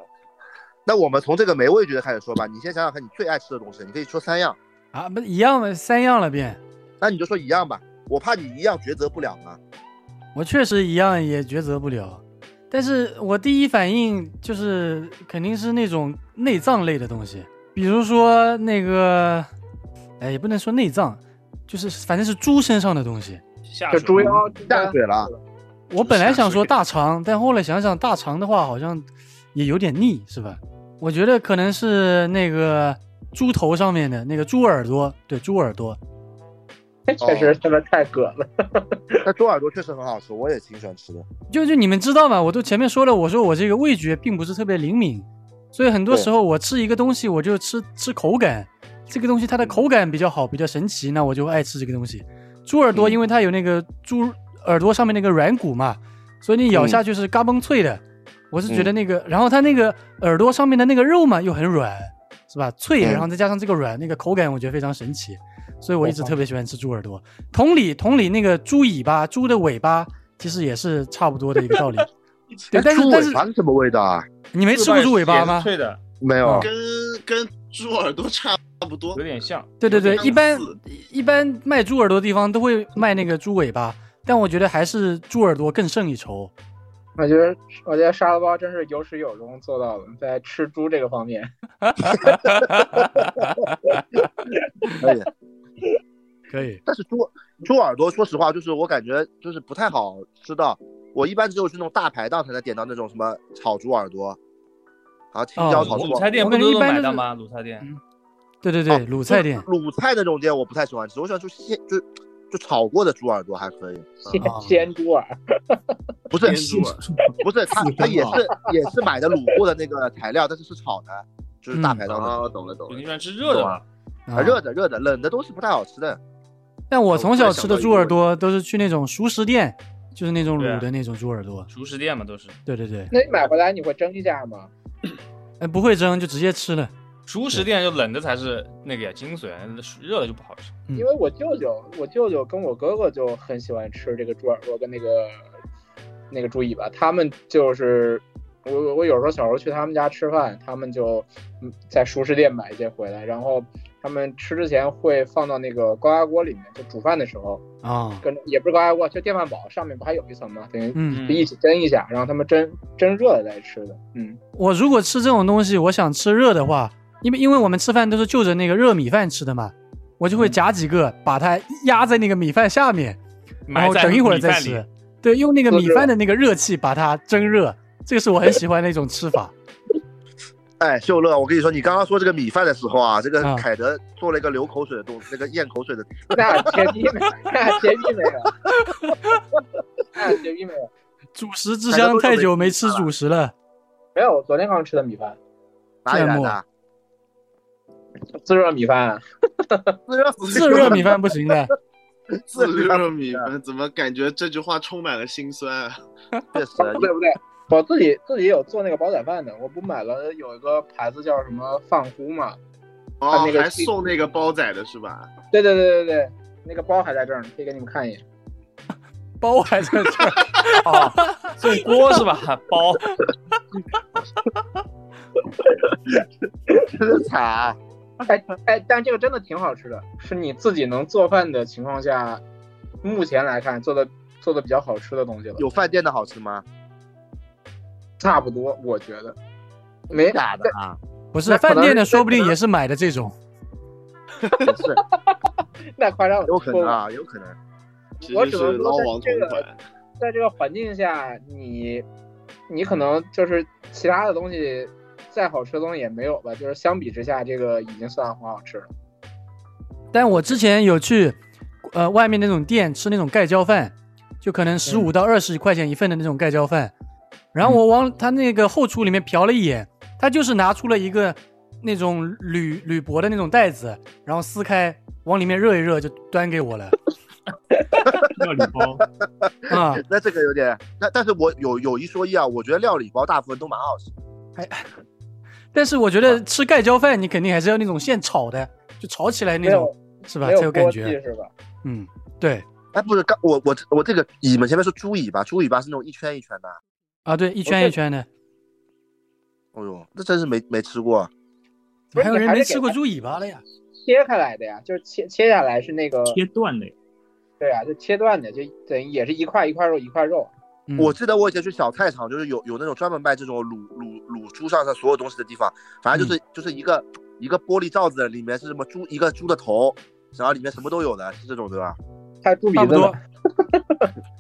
[SPEAKER 1] 那我们从这个没味觉的开始说吧。你先想想看你最爱吃的东西，你可以说三样，
[SPEAKER 2] 啊，不一样吗？三样了变。
[SPEAKER 1] 那你就说一样吧。我怕你一样抉择不了啊。
[SPEAKER 2] 我确实一样也抉择不了，但是我第一反应就是肯定是那种内脏类的东西，比如说那个，哎，也不能说内脏，就是反正是猪身上的东西。
[SPEAKER 4] 下
[SPEAKER 3] 就
[SPEAKER 4] 水
[SPEAKER 3] 猪腰、鸡
[SPEAKER 1] 下
[SPEAKER 3] 蛋
[SPEAKER 1] 水了，啊
[SPEAKER 2] 我本来想说大肠，但后来想想大肠的话好像也有点腻，是吧？我觉得可能是那个猪头上面的那个猪耳朵，对，猪耳朵，
[SPEAKER 3] 确
[SPEAKER 1] 哦
[SPEAKER 3] 实他妈太葛了。
[SPEAKER 1] 那猪耳朵确实很好吃，我也挺喜欢吃的。
[SPEAKER 2] 就就你们知道吗？我都前面说了，我说我这个味觉并不是特别灵敏，所以很多
[SPEAKER 1] 对
[SPEAKER 2] 时候我吃一个东西，我就吃吃口感。这个东西它的口感比较好，比较神奇，那我就爱吃这个东西。猪耳
[SPEAKER 1] 嗯
[SPEAKER 2] 朵，因为它有那个猪耳朵上面那个软骨嘛，所以你咬下去是嘎嘣脆的。我
[SPEAKER 1] 嗯
[SPEAKER 2] 是觉得那个，然后它那个耳朵上面的那个肉嘛又很软，是吧？脆，
[SPEAKER 1] 嗯
[SPEAKER 2] 然后再加上这个软，那个口感我觉得非常神奇，所以我一直特别喜欢吃猪耳朵。同理，同理，那个猪尾巴、猪的尾巴其实也是差不多的一个道理。对，但是
[SPEAKER 1] 猪
[SPEAKER 2] 但
[SPEAKER 1] 尾
[SPEAKER 2] 是
[SPEAKER 1] 哎巴是什么味道啊？嗯
[SPEAKER 2] 你没吃过猪尾巴
[SPEAKER 4] 也
[SPEAKER 2] 吗
[SPEAKER 4] 是？脆的，
[SPEAKER 1] 没有，
[SPEAKER 5] 跟跟猪耳朵差不多
[SPEAKER 3] 啊
[SPEAKER 4] 有，点像。
[SPEAKER 2] 对对对
[SPEAKER 5] 有，点
[SPEAKER 2] 一般
[SPEAKER 5] 刺
[SPEAKER 2] 一般卖猪耳朵的地方都会卖那个猪尾巴，但我觉得还是猪耳朵更胜一筹。
[SPEAKER 3] 我觉得我觉得沙拉包真是有始有终做到了，在吃猪这个方面。
[SPEAKER 1] 哦 可以。
[SPEAKER 2] 可以，
[SPEAKER 1] 但是猪猪耳朵，说实话，就是我感觉就是不太好吃到。我一般只有去那种大排档才能点到那种什么炒猪耳朵，啊，青椒
[SPEAKER 2] 哦
[SPEAKER 1] 炒猪
[SPEAKER 4] 嗯卤
[SPEAKER 1] 耳
[SPEAKER 4] 菜店
[SPEAKER 2] 我
[SPEAKER 4] 不
[SPEAKER 2] 感觉
[SPEAKER 4] 都
[SPEAKER 2] 一
[SPEAKER 4] 能
[SPEAKER 2] 般
[SPEAKER 4] 买
[SPEAKER 2] 都是嗯
[SPEAKER 4] 到吗？卤菜店
[SPEAKER 2] 对对
[SPEAKER 1] 哦
[SPEAKER 2] 对，卤菜店
[SPEAKER 1] 卤菜那种店我不太喜欢吃，我喜欢吃现就就炒过的猪耳朵还可以，嗯
[SPEAKER 3] 鲜鲜猪耳，
[SPEAKER 1] 不是
[SPEAKER 5] 猪
[SPEAKER 2] 啊
[SPEAKER 5] 耳
[SPEAKER 1] 不是，它它也是也是买的卤过的那个材料，但是是炒的，就是
[SPEAKER 2] 嗯
[SPEAKER 1] 大排档的，
[SPEAKER 5] 啊，懂了懂
[SPEAKER 4] 对
[SPEAKER 5] 了
[SPEAKER 4] 你。喜欢吃热的吧？
[SPEAKER 2] 啊，
[SPEAKER 1] 热的热的，冷的都是不太好吃的。
[SPEAKER 2] 但我从小吃的猪耳朵都是去那种熟食店，就是那种卤的那种猪耳朵。
[SPEAKER 4] 熟食店嘛都是。
[SPEAKER 2] 对对对，
[SPEAKER 3] 那你买回来你会蒸一下吗？
[SPEAKER 2] 哎，不会蒸就直接吃了。
[SPEAKER 4] 熟食店就冷的才是那个呀精髓，热的就不好吃。
[SPEAKER 2] 嗯
[SPEAKER 3] 因为我舅舅，我舅舅跟我哥哥就很喜欢吃这个猪耳朵跟那个那个猪尾巴，他们就是我我我有时候小时候去他们家吃饭，他们就嗯在熟食店买一些回来，然后他们吃之前会放到那个高压锅里面，就煮饭的时候
[SPEAKER 2] 啊，
[SPEAKER 3] 跟也不是高压锅，就电饭煲上面不还有一层吗？等于
[SPEAKER 2] 嗯，
[SPEAKER 3] 就一起蒸一下，然后他们蒸蒸热了再吃的，嗯，
[SPEAKER 2] 我如果吃这种东西，我想吃热的话，因为因为我们吃饭都是就着那个热米饭吃的嘛，我就会
[SPEAKER 4] 嗯
[SPEAKER 2] 夹几个，把它压在那个米饭下面，然
[SPEAKER 4] 埋
[SPEAKER 2] 后
[SPEAKER 4] 在
[SPEAKER 2] 等一会儿
[SPEAKER 4] 米
[SPEAKER 2] 再
[SPEAKER 4] 饭
[SPEAKER 2] 吃
[SPEAKER 4] 里。。
[SPEAKER 2] 对，用那个米饭的那个热气把它蒸热，这个是我很喜欢的一种吃 法。
[SPEAKER 1] 哎，秀乐，我跟你说，你刚刚说这个米饭的时候啊，这个
[SPEAKER 2] 啊
[SPEAKER 1] 凯德做了一个流口水的动，那个咽口水的，
[SPEAKER 3] 那绝逼没，那绝逼没有， 那绝逼没有。
[SPEAKER 2] 主食之
[SPEAKER 1] 大家
[SPEAKER 2] 乡
[SPEAKER 1] 都
[SPEAKER 2] 太
[SPEAKER 1] 准备
[SPEAKER 2] 久没
[SPEAKER 1] 米
[SPEAKER 2] 吃
[SPEAKER 1] 饭
[SPEAKER 2] 主食了，
[SPEAKER 3] 没有，我昨天刚吃的米饭，
[SPEAKER 1] 哪里来
[SPEAKER 2] 芥末
[SPEAKER 1] 的啊？
[SPEAKER 3] 自热米饭。
[SPEAKER 1] 自热
[SPEAKER 2] 自热米饭不行的。
[SPEAKER 5] 自热米饭怎么感觉这句话充满了心酸啊？
[SPEAKER 1] 确实，
[SPEAKER 3] 不对不对，我自己自己有做那个煲仔饭的，我不买了有一个牌子叫什么饭糊嘛？
[SPEAKER 5] 哦
[SPEAKER 3] 那，个
[SPEAKER 5] 还送那个煲仔的是吧？
[SPEAKER 3] 对对对对对，那个包还在这儿呢，可以给你们看一眼。
[SPEAKER 2] 包还在 这儿，
[SPEAKER 4] 哦，这锅是吧？包
[SPEAKER 1] 真的惨啊。
[SPEAKER 3] 哎，但这个真的挺好吃的，是你自己能做饭的情况下，目前来看做的做的比较好吃的东西了，
[SPEAKER 1] 有饭店的好吃吗？
[SPEAKER 3] 差不多我觉得。没
[SPEAKER 1] 假的啊，
[SPEAKER 2] 不是
[SPEAKER 3] 那可能
[SPEAKER 2] 饭店的，
[SPEAKER 3] 是
[SPEAKER 2] 说不定也是买的这种。
[SPEAKER 1] 也是
[SPEAKER 3] 那夸张了，
[SPEAKER 1] 有可能
[SPEAKER 3] 我
[SPEAKER 1] 啊，有可能。
[SPEAKER 5] 其
[SPEAKER 3] 我
[SPEAKER 5] 实
[SPEAKER 3] 只
[SPEAKER 5] 是
[SPEAKER 3] 能
[SPEAKER 5] 捞
[SPEAKER 3] 说
[SPEAKER 5] 王同
[SPEAKER 3] 这个
[SPEAKER 5] 款。
[SPEAKER 3] 在这个环境下，你你可能就是其他的东西再好吃的东西也没有吧。就是相比之下，这个已经算很好吃了。
[SPEAKER 2] 但我之前有去，呃，外面那种店吃那种盖浇饭，就可
[SPEAKER 3] 嗯
[SPEAKER 2] 能十五到二十块钱一份的那种盖浇饭。然后我
[SPEAKER 3] 嗯
[SPEAKER 2] 往他那个后厨里面瞟了一眼，他就是拿出了一个那种铝铝箔的那种袋子，然后撕开往里面热一热就端给 我了
[SPEAKER 6] 料理包，
[SPEAKER 2] 啊、
[SPEAKER 1] 那这个有点，那但是我有有一说一啊，我觉得料理包大部分都蛮好吃的。
[SPEAKER 2] 但是我觉得吃盖浇饭你肯定还是要那种现炒的，就炒起来那
[SPEAKER 3] 没有
[SPEAKER 2] 种是吧？
[SPEAKER 3] 没
[SPEAKER 2] 才
[SPEAKER 3] 有
[SPEAKER 2] 有感
[SPEAKER 3] 锅气
[SPEAKER 2] 觉。
[SPEAKER 3] 是吧？
[SPEAKER 2] 嗯，对
[SPEAKER 1] 哎，不是，刚我我我这个你们前面是猪尾巴，猪尾巴是那种一圈一圈的。
[SPEAKER 2] 啊，对，一圈一圈的。
[SPEAKER 1] 哦呦，那真是没没吃过。啊
[SPEAKER 2] 怎么还有人
[SPEAKER 3] 不是你还是
[SPEAKER 2] 没
[SPEAKER 3] 给
[SPEAKER 2] 吃过
[SPEAKER 3] 他
[SPEAKER 2] 猪尾巴了呀？
[SPEAKER 3] 切开来的呀，就是切切下来是那个
[SPEAKER 6] 切 断的，
[SPEAKER 3] 对啊，就切断的，就等于也是一块一块肉一块肉。
[SPEAKER 2] 嗯
[SPEAKER 1] 我记得我以前去小菜场，就是有有那种专门卖这种卤卤卤猪上上所有东西的地方，反正就是、就是一个一个玻璃罩子，里面是什么猪一个猪的头，然后里面什么都有的，是这种对吧？
[SPEAKER 3] 它猪鼻
[SPEAKER 2] 差不
[SPEAKER 3] 子
[SPEAKER 2] 多
[SPEAKER 3] 嘛，。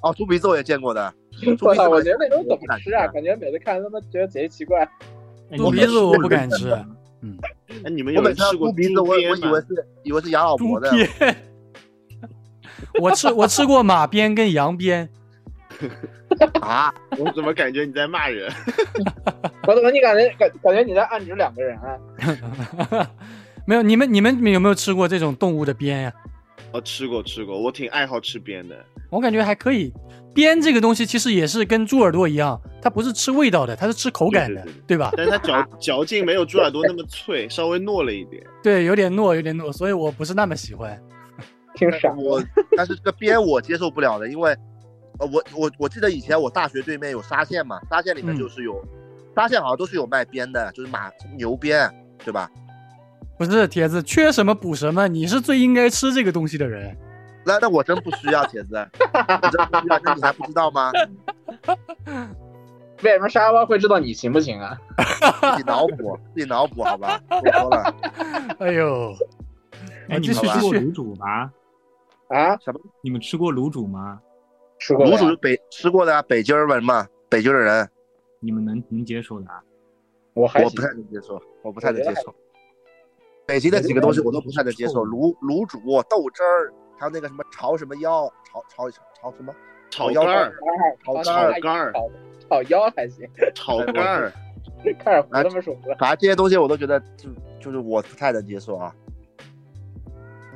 [SPEAKER 1] 哦，猪鼻子我也见过的，猪鼻
[SPEAKER 3] 我
[SPEAKER 1] 子
[SPEAKER 3] 操！我
[SPEAKER 1] 我
[SPEAKER 3] 觉得那种怎么吃啊？
[SPEAKER 1] 我
[SPEAKER 3] 感觉每次看他们觉得贼奇怪。
[SPEAKER 6] 哎
[SPEAKER 2] 猪
[SPEAKER 6] 你
[SPEAKER 2] 鼻
[SPEAKER 6] 们
[SPEAKER 2] 子我不敢吃，
[SPEAKER 3] 嗯
[SPEAKER 5] 哎，你们有
[SPEAKER 1] 每
[SPEAKER 5] 人
[SPEAKER 1] 次看
[SPEAKER 5] 吃
[SPEAKER 1] 猪
[SPEAKER 5] 过
[SPEAKER 1] 鼻子，我我
[SPEAKER 5] 鞭
[SPEAKER 1] 以为
[SPEAKER 5] 吗？
[SPEAKER 1] 是以为是养老
[SPEAKER 2] 猪
[SPEAKER 1] 婆的，
[SPEAKER 2] 鞭。 我吃我吃过马鞭跟羊鞭，
[SPEAKER 1] 啊，
[SPEAKER 5] 我怎么感觉你在骂人？
[SPEAKER 3] 我怎么你感觉感感觉你在暗指两个人啊？
[SPEAKER 2] 没有你们你们有没有吃过这种动物的鞭呀、
[SPEAKER 5] 哦，吃过吃过，我挺爱好吃鞭的。
[SPEAKER 2] 我感觉还可以。鞭这个东西其实也是跟猪耳朵一样，它不是吃味道的，它是吃口感的，
[SPEAKER 5] 对对
[SPEAKER 2] 对吧？
[SPEAKER 5] 但是它嚼嚼劲没有猪耳朵那么脆，稍微糯了一点。
[SPEAKER 2] 对，有点糯，有点糯，所以我不是那么喜欢。
[SPEAKER 3] 挺傻的。
[SPEAKER 1] 我但是这个鞭我接受不了的，因为呃我我我记得以前我大学对面有沙县嘛，沙县里面
[SPEAKER 2] 嗯
[SPEAKER 1] 就是有、沙县好像都是有卖鞭的，就是马牛鞭对吧？
[SPEAKER 2] 不是铁子，缺什么补什么，你是最应该吃这个东西的人。
[SPEAKER 1] 那那我真不需要，铁子，我真不需要，那你还不知道吗？
[SPEAKER 3] 为什么沙包会知道你行不行啊？
[SPEAKER 1] 自己脑补，自己脑补，好吧？我说了
[SPEAKER 2] 哎呦，我
[SPEAKER 6] 哎，你
[SPEAKER 2] 继续
[SPEAKER 6] 们吃
[SPEAKER 2] 继
[SPEAKER 6] 过
[SPEAKER 2] 续
[SPEAKER 6] 卤煮吗？
[SPEAKER 3] 啊，
[SPEAKER 1] 什么
[SPEAKER 6] 你们吃过卤煮吗？
[SPEAKER 3] 吃过
[SPEAKER 1] 卤
[SPEAKER 3] 了
[SPEAKER 1] 煮
[SPEAKER 3] 呀
[SPEAKER 1] 是北吃过的啊北京人嘛，北京的人，
[SPEAKER 6] 你们能能接受的啊？
[SPEAKER 3] 我还
[SPEAKER 1] 我
[SPEAKER 3] 行
[SPEAKER 1] 不太能接受，我不太能接受。北京的几个东西我都不太能接受，卤卤煮、豆汁儿，还有那个什么炒什么腰，炒炒炒什么？
[SPEAKER 5] 炒
[SPEAKER 1] 腰
[SPEAKER 5] 肝儿，
[SPEAKER 1] 炒
[SPEAKER 3] 啊
[SPEAKER 1] 肝
[SPEAKER 5] 炒
[SPEAKER 1] 儿，
[SPEAKER 5] 肝儿，
[SPEAKER 3] 炒炒哦腰还行，
[SPEAKER 5] 炒
[SPEAKER 3] 哎
[SPEAKER 5] 肝儿。
[SPEAKER 3] 开始胡他们说了。
[SPEAKER 1] 反正这些东西我都觉得就就是我不太能接受啊。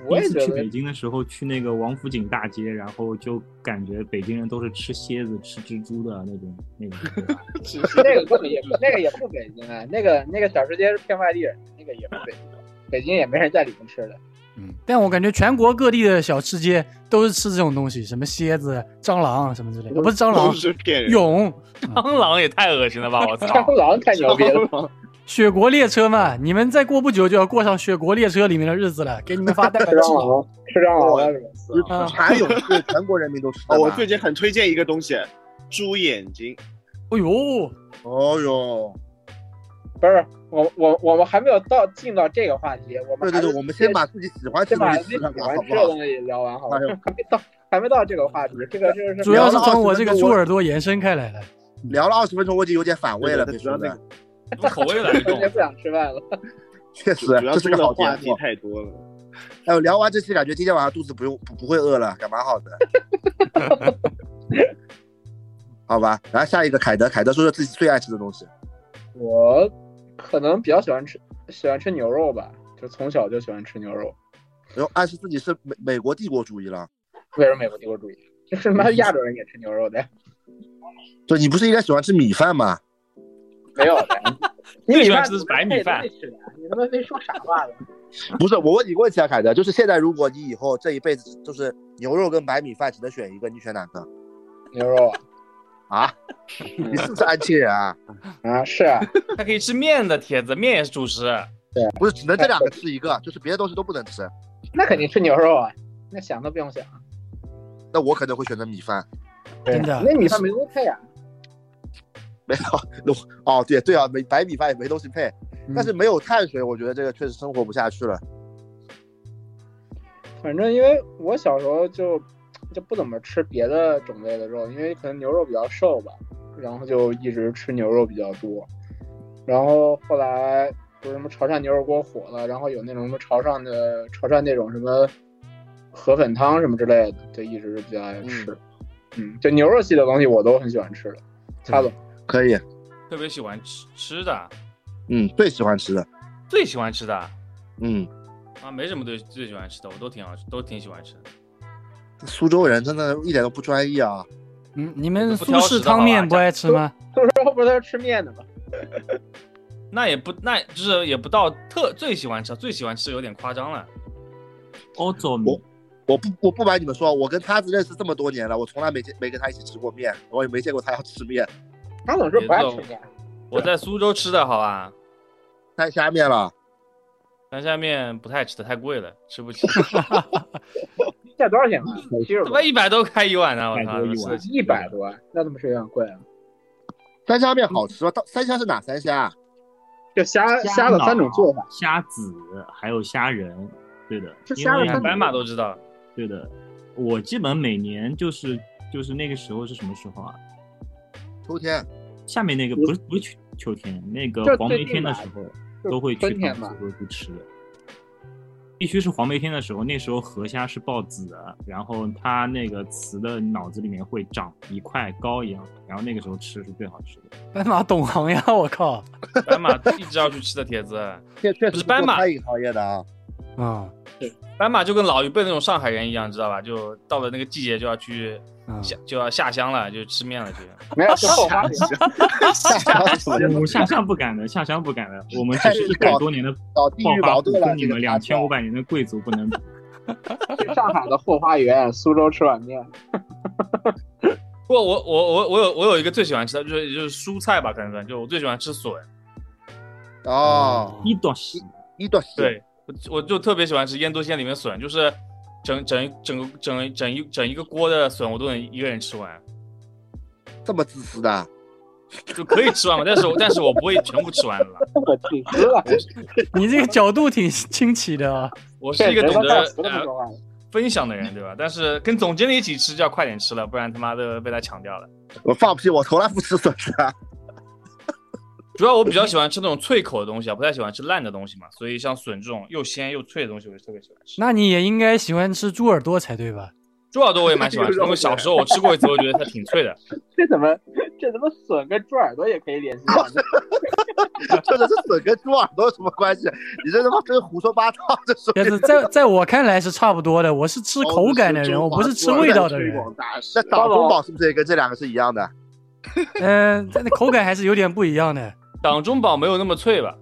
[SPEAKER 6] 第
[SPEAKER 3] 我
[SPEAKER 6] 一
[SPEAKER 3] 也
[SPEAKER 6] 次
[SPEAKER 3] 觉
[SPEAKER 6] 去
[SPEAKER 3] 得
[SPEAKER 6] 北京的时候，去那个王府井大街，然后就感觉北京人都是吃蝎子、吃蜘蛛的那种那种。对吧
[SPEAKER 3] 那个根本也那个也不北京啊，那个那个小吃街是骗外地人，那个也不北京，北京也没人在里面吃
[SPEAKER 1] 哦
[SPEAKER 3] 的。
[SPEAKER 2] 嗯，但我感觉全国各地的小吃街都是吃这种东西，什么蝎子、蟑螂什么之类的，不是蟑螂
[SPEAKER 5] 都，是骗人。
[SPEAKER 2] 蛹、
[SPEAKER 4] 蟑螂也太恶心了吧！我 操！
[SPEAKER 3] 蟑螂太牛逼
[SPEAKER 5] 哦
[SPEAKER 3] 了，
[SPEAKER 2] 雪国列车嘛，你们再过不久就要过上雪国列车里面的日子了，给你们发蛋白
[SPEAKER 3] 吃
[SPEAKER 2] 质。
[SPEAKER 3] 蟑螂，吃蟑螂了是吧？
[SPEAKER 2] 啊
[SPEAKER 1] 还有是全国人民都吃的吧。
[SPEAKER 5] 哦，我最近很推荐一个东西，猪眼睛。
[SPEAKER 2] 哎呦，
[SPEAKER 1] 哦哟，
[SPEAKER 3] 不是，我我我们还没有到进到这个话题，我
[SPEAKER 1] 对对
[SPEAKER 3] 们还
[SPEAKER 1] 对，
[SPEAKER 3] 是
[SPEAKER 1] 我们先把自己喜欢吃的
[SPEAKER 3] 先
[SPEAKER 1] 东
[SPEAKER 3] 把
[SPEAKER 1] 西
[SPEAKER 3] 自己
[SPEAKER 1] 吃
[SPEAKER 3] 喜
[SPEAKER 1] 上，
[SPEAKER 3] 欢
[SPEAKER 1] 好
[SPEAKER 3] 吃
[SPEAKER 1] 不
[SPEAKER 3] 的
[SPEAKER 1] 好？
[SPEAKER 3] 东西聊完好吧
[SPEAKER 1] 哎？呦
[SPEAKER 3] 还没到还没到这个话题，这个就是
[SPEAKER 2] 主要是
[SPEAKER 1] 聊了
[SPEAKER 2] 从我
[SPEAKER 1] 20
[SPEAKER 2] 这个
[SPEAKER 1] 分
[SPEAKER 2] 猪
[SPEAKER 1] 钟
[SPEAKER 2] 耳朵延伸开来了。
[SPEAKER 1] 聊了二十分钟，我已经有点反胃了，
[SPEAKER 5] 对
[SPEAKER 1] 别
[SPEAKER 5] 对主
[SPEAKER 1] 说
[SPEAKER 5] 要
[SPEAKER 1] 了
[SPEAKER 5] 那。
[SPEAKER 4] 我口味来
[SPEAKER 3] 瞬
[SPEAKER 4] 动
[SPEAKER 3] 间，不想吃饭了。
[SPEAKER 1] 确实，
[SPEAKER 5] 主要
[SPEAKER 1] 这是
[SPEAKER 5] 猪
[SPEAKER 1] 个
[SPEAKER 5] 的
[SPEAKER 1] 好节
[SPEAKER 5] 话题
[SPEAKER 1] 目。
[SPEAKER 5] 太多了。
[SPEAKER 1] 哎呦，聊完这期，感觉今天晚上肚子不用不不会饿了，感蛮好的。 好吧，然后下一个凯德，凯德说说自己最爱吃的东西。
[SPEAKER 3] 我可能比较喜欢吃喜欢吃牛肉吧，就从小就喜欢吃牛肉。
[SPEAKER 1] 哎呦，暗示自己是美美国帝国主义了。
[SPEAKER 3] 为什么美国帝国主义？就是
[SPEAKER 1] 嗯
[SPEAKER 3] 妈亚洲人也吃牛肉的呀，
[SPEAKER 1] 对你不是应该喜欢吃米饭吗？
[SPEAKER 3] 没有的。你
[SPEAKER 4] 最
[SPEAKER 3] 米
[SPEAKER 4] 喜欢
[SPEAKER 3] 饭
[SPEAKER 4] 吃的是白米饭
[SPEAKER 3] 配东西吃的，你他妈非说傻话呢？
[SPEAKER 1] 不是，我问你个问题啊，凯德，就是现在如果你以后这一辈子就是牛肉跟白米饭只能选一个，你选哪个？
[SPEAKER 3] 牛肉啊
[SPEAKER 1] 啊？ 你是不是安庆人啊？
[SPEAKER 3] 啊是啊，
[SPEAKER 4] 还可以吃面的帖子，面也是主食。
[SPEAKER 1] 不是，只能这两个吃一个，就是别的东西都不能吃。
[SPEAKER 3] 那肯定吃牛肉啊，那想都不用想。
[SPEAKER 1] 那我可能会选择米饭。
[SPEAKER 3] 对啊
[SPEAKER 2] 真的
[SPEAKER 3] 那米饭没东西配啊。
[SPEAKER 1] 没有，那我哦，对对啊，没白米饭也没东西配，但是没有碳水，我觉得这个确实生活不下去了。
[SPEAKER 3] 反正因为我小时候就就不怎么吃别的种类的肉，因为可能牛肉比较瘦吧，然后就一直吃牛肉比较多。然后后来不是什么潮汕牛肉锅火了，然后有那种什么潮汕的潮汕那种什么河粉汤什么之类的，就一直是比较爱吃。嗯就牛肉系的东西我都很喜欢吃的。擦总，
[SPEAKER 1] 可以，
[SPEAKER 4] 特别喜欢吃吃的，
[SPEAKER 1] 嗯，最喜欢吃的，
[SPEAKER 4] 最喜欢吃的啊，
[SPEAKER 1] 嗯，
[SPEAKER 4] 没什么最最喜欢吃的，我都挺好吃，都挺喜欢吃的。
[SPEAKER 1] 苏州人真的一点都不专一啊。
[SPEAKER 2] 嗯，你们
[SPEAKER 4] 不
[SPEAKER 2] 苏
[SPEAKER 4] 挑
[SPEAKER 2] 式
[SPEAKER 4] 食的
[SPEAKER 2] 汤
[SPEAKER 4] 好吧
[SPEAKER 2] 面不爱吃吗？
[SPEAKER 3] 然后不是他吃面的吗？
[SPEAKER 4] 那也不，那就是也不到特最喜欢吃，最喜欢吃有点夸张了。
[SPEAKER 6] 欧洲
[SPEAKER 1] 我我不我不瞒你们说，我跟他子认识这么多年了，我从来没见没跟他一起吃过面，我也没见过他要吃面，
[SPEAKER 3] 他总是不爱吃面，
[SPEAKER 4] 我在苏州吃的好吧，
[SPEAKER 1] 太下面了。
[SPEAKER 4] 但下面不太吃的，太贵了，吃不起。
[SPEAKER 3] 现在多少钱啊？七十
[SPEAKER 4] 怎么
[SPEAKER 3] 多，
[SPEAKER 4] 一百多开一碗呢？我
[SPEAKER 6] 100
[SPEAKER 4] 操，
[SPEAKER 6] 多一
[SPEAKER 4] 吃
[SPEAKER 6] 碗
[SPEAKER 4] 得起
[SPEAKER 3] 一百多，那怎么是有点贵啊？
[SPEAKER 1] 三虾面好吃吗？到三虾是哪三虾啊？
[SPEAKER 3] 就虾虾的三种做法，
[SPEAKER 6] 虾子还有虾仁，对的，
[SPEAKER 3] 这
[SPEAKER 6] 因
[SPEAKER 3] 虾的
[SPEAKER 6] 为
[SPEAKER 4] 一
[SPEAKER 3] 三
[SPEAKER 4] 般嘛都知道。
[SPEAKER 6] 对的，我基本每年就是就是那个时候是什么时候啊？
[SPEAKER 1] 秋天。
[SPEAKER 6] 下面那个不是不是秋秋天，那个
[SPEAKER 3] 就
[SPEAKER 6] 黄
[SPEAKER 3] 最
[SPEAKER 6] 梅
[SPEAKER 3] 近
[SPEAKER 6] 天的
[SPEAKER 3] 吧
[SPEAKER 6] 时候
[SPEAKER 3] 就
[SPEAKER 6] 都会去
[SPEAKER 3] 春天
[SPEAKER 6] 趟
[SPEAKER 3] 吧
[SPEAKER 6] 苏州去吃的，必须是黄梅天的时候，那时候河虾是爆籽的，然后它那个雌的脑子里面会长一块膏一样的，然后那个时候吃是最好吃的。
[SPEAKER 2] 斑马懂行呀，我 靠！
[SPEAKER 4] 斑马一直要去吃的帖子，
[SPEAKER 1] 确确
[SPEAKER 4] 不
[SPEAKER 1] 实
[SPEAKER 4] 是斑马
[SPEAKER 1] 做餐饮行业的啊。
[SPEAKER 2] 啊
[SPEAKER 4] 斑马就跟老一辈那种上海人一样，知道吧？就到了那个季节就要去
[SPEAKER 6] 嗯
[SPEAKER 2] 啊，
[SPEAKER 4] 下就要下乡了，就吃面了去。
[SPEAKER 3] 没有是 后花园。
[SPEAKER 6] 我下乡不敢的，下乡不敢的，我们只是一百多年的
[SPEAKER 1] 搞地
[SPEAKER 6] 暴
[SPEAKER 1] 域
[SPEAKER 6] 发
[SPEAKER 1] 矛
[SPEAKER 6] 户
[SPEAKER 1] 盾了，
[SPEAKER 6] 跟你们两千五
[SPEAKER 1] 百。
[SPEAKER 6] 百年的贵族 不能比。
[SPEAKER 3] 去上海的后花园，苏州吃碗面，
[SPEAKER 4] 不过我我我我有我有一个最喜欢吃的，就是就是蔬菜吧，可能算，就我最喜欢吃笋。
[SPEAKER 1] 哦，
[SPEAKER 6] 一段时
[SPEAKER 1] 一段时
[SPEAKER 4] 对，我我就特别喜欢吃燕多鲜里面笋，就是整整整个整整一整一个锅的笋，我都能一个人吃完，
[SPEAKER 1] 这么自私的，
[SPEAKER 4] 就可以吃完嘛。但是我但是我不会全部吃完了，
[SPEAKER 3] 我去死了。
[SPEAKER 2] 你这个角度挺新奇的啊。
[SPEAKER 4] 我是
[SPEAKER 3] 这
[SPEAKER 4] 一个
[SPEAKER 3] 人
[SPEAKER 4] 懂
[SPEAKER 3] 都
[SPEAKER 4] 得
[SPEAKER 3] 到死了不
[SPEAKER 4] 呃
[SPEAKER 3] 说话了。
[SPEAKER 4] 分享的人，对吧？但是跟总经理一起吃就要快点吃了，不然他妈的被他抢掉了。
[SPEAKER 1] 我放屁，我从来不吃笋啊的。
[SPEAKER 4] 主要我比较喜欢吃那种脆口的东西啊，不太喜欢吃烂的东西嘛，所以像笋这种又鲜又脆的东西，我就特别喜欢吃。
[SPEAKER 2] 那你也应该喜欢吃猪耳朵才对吧？
[SPEAKER 4] 猪耳朵我也蛮喜 欢吃，
[SPEAKER 3] 又
[SPEAKER 4] 因为小时候我吃过一次，我觉得它挺脆的。
[SPEAKER 3] 这怎么这怎么笋跟猪耳朵也可以联系上？
[SPEAKER 1] 这个这笋跟猪耳朵有什么关系？你这他妈真胡说八道！这 是
[SPEAKER 2] 但是在在我看来是差不多的，我是吃口感
[SPEAKER 1] 哦
[SPEAKER 2] 的哦人，我不是吃味道的人。
[SPEAKER 1] 那党中宝是不是也跟这两个是一样的？
[SPEAKER 2] 嗯，但那口感还是有点不一样的。
[SPEAKER 4] 党中宝没有那么脆吧？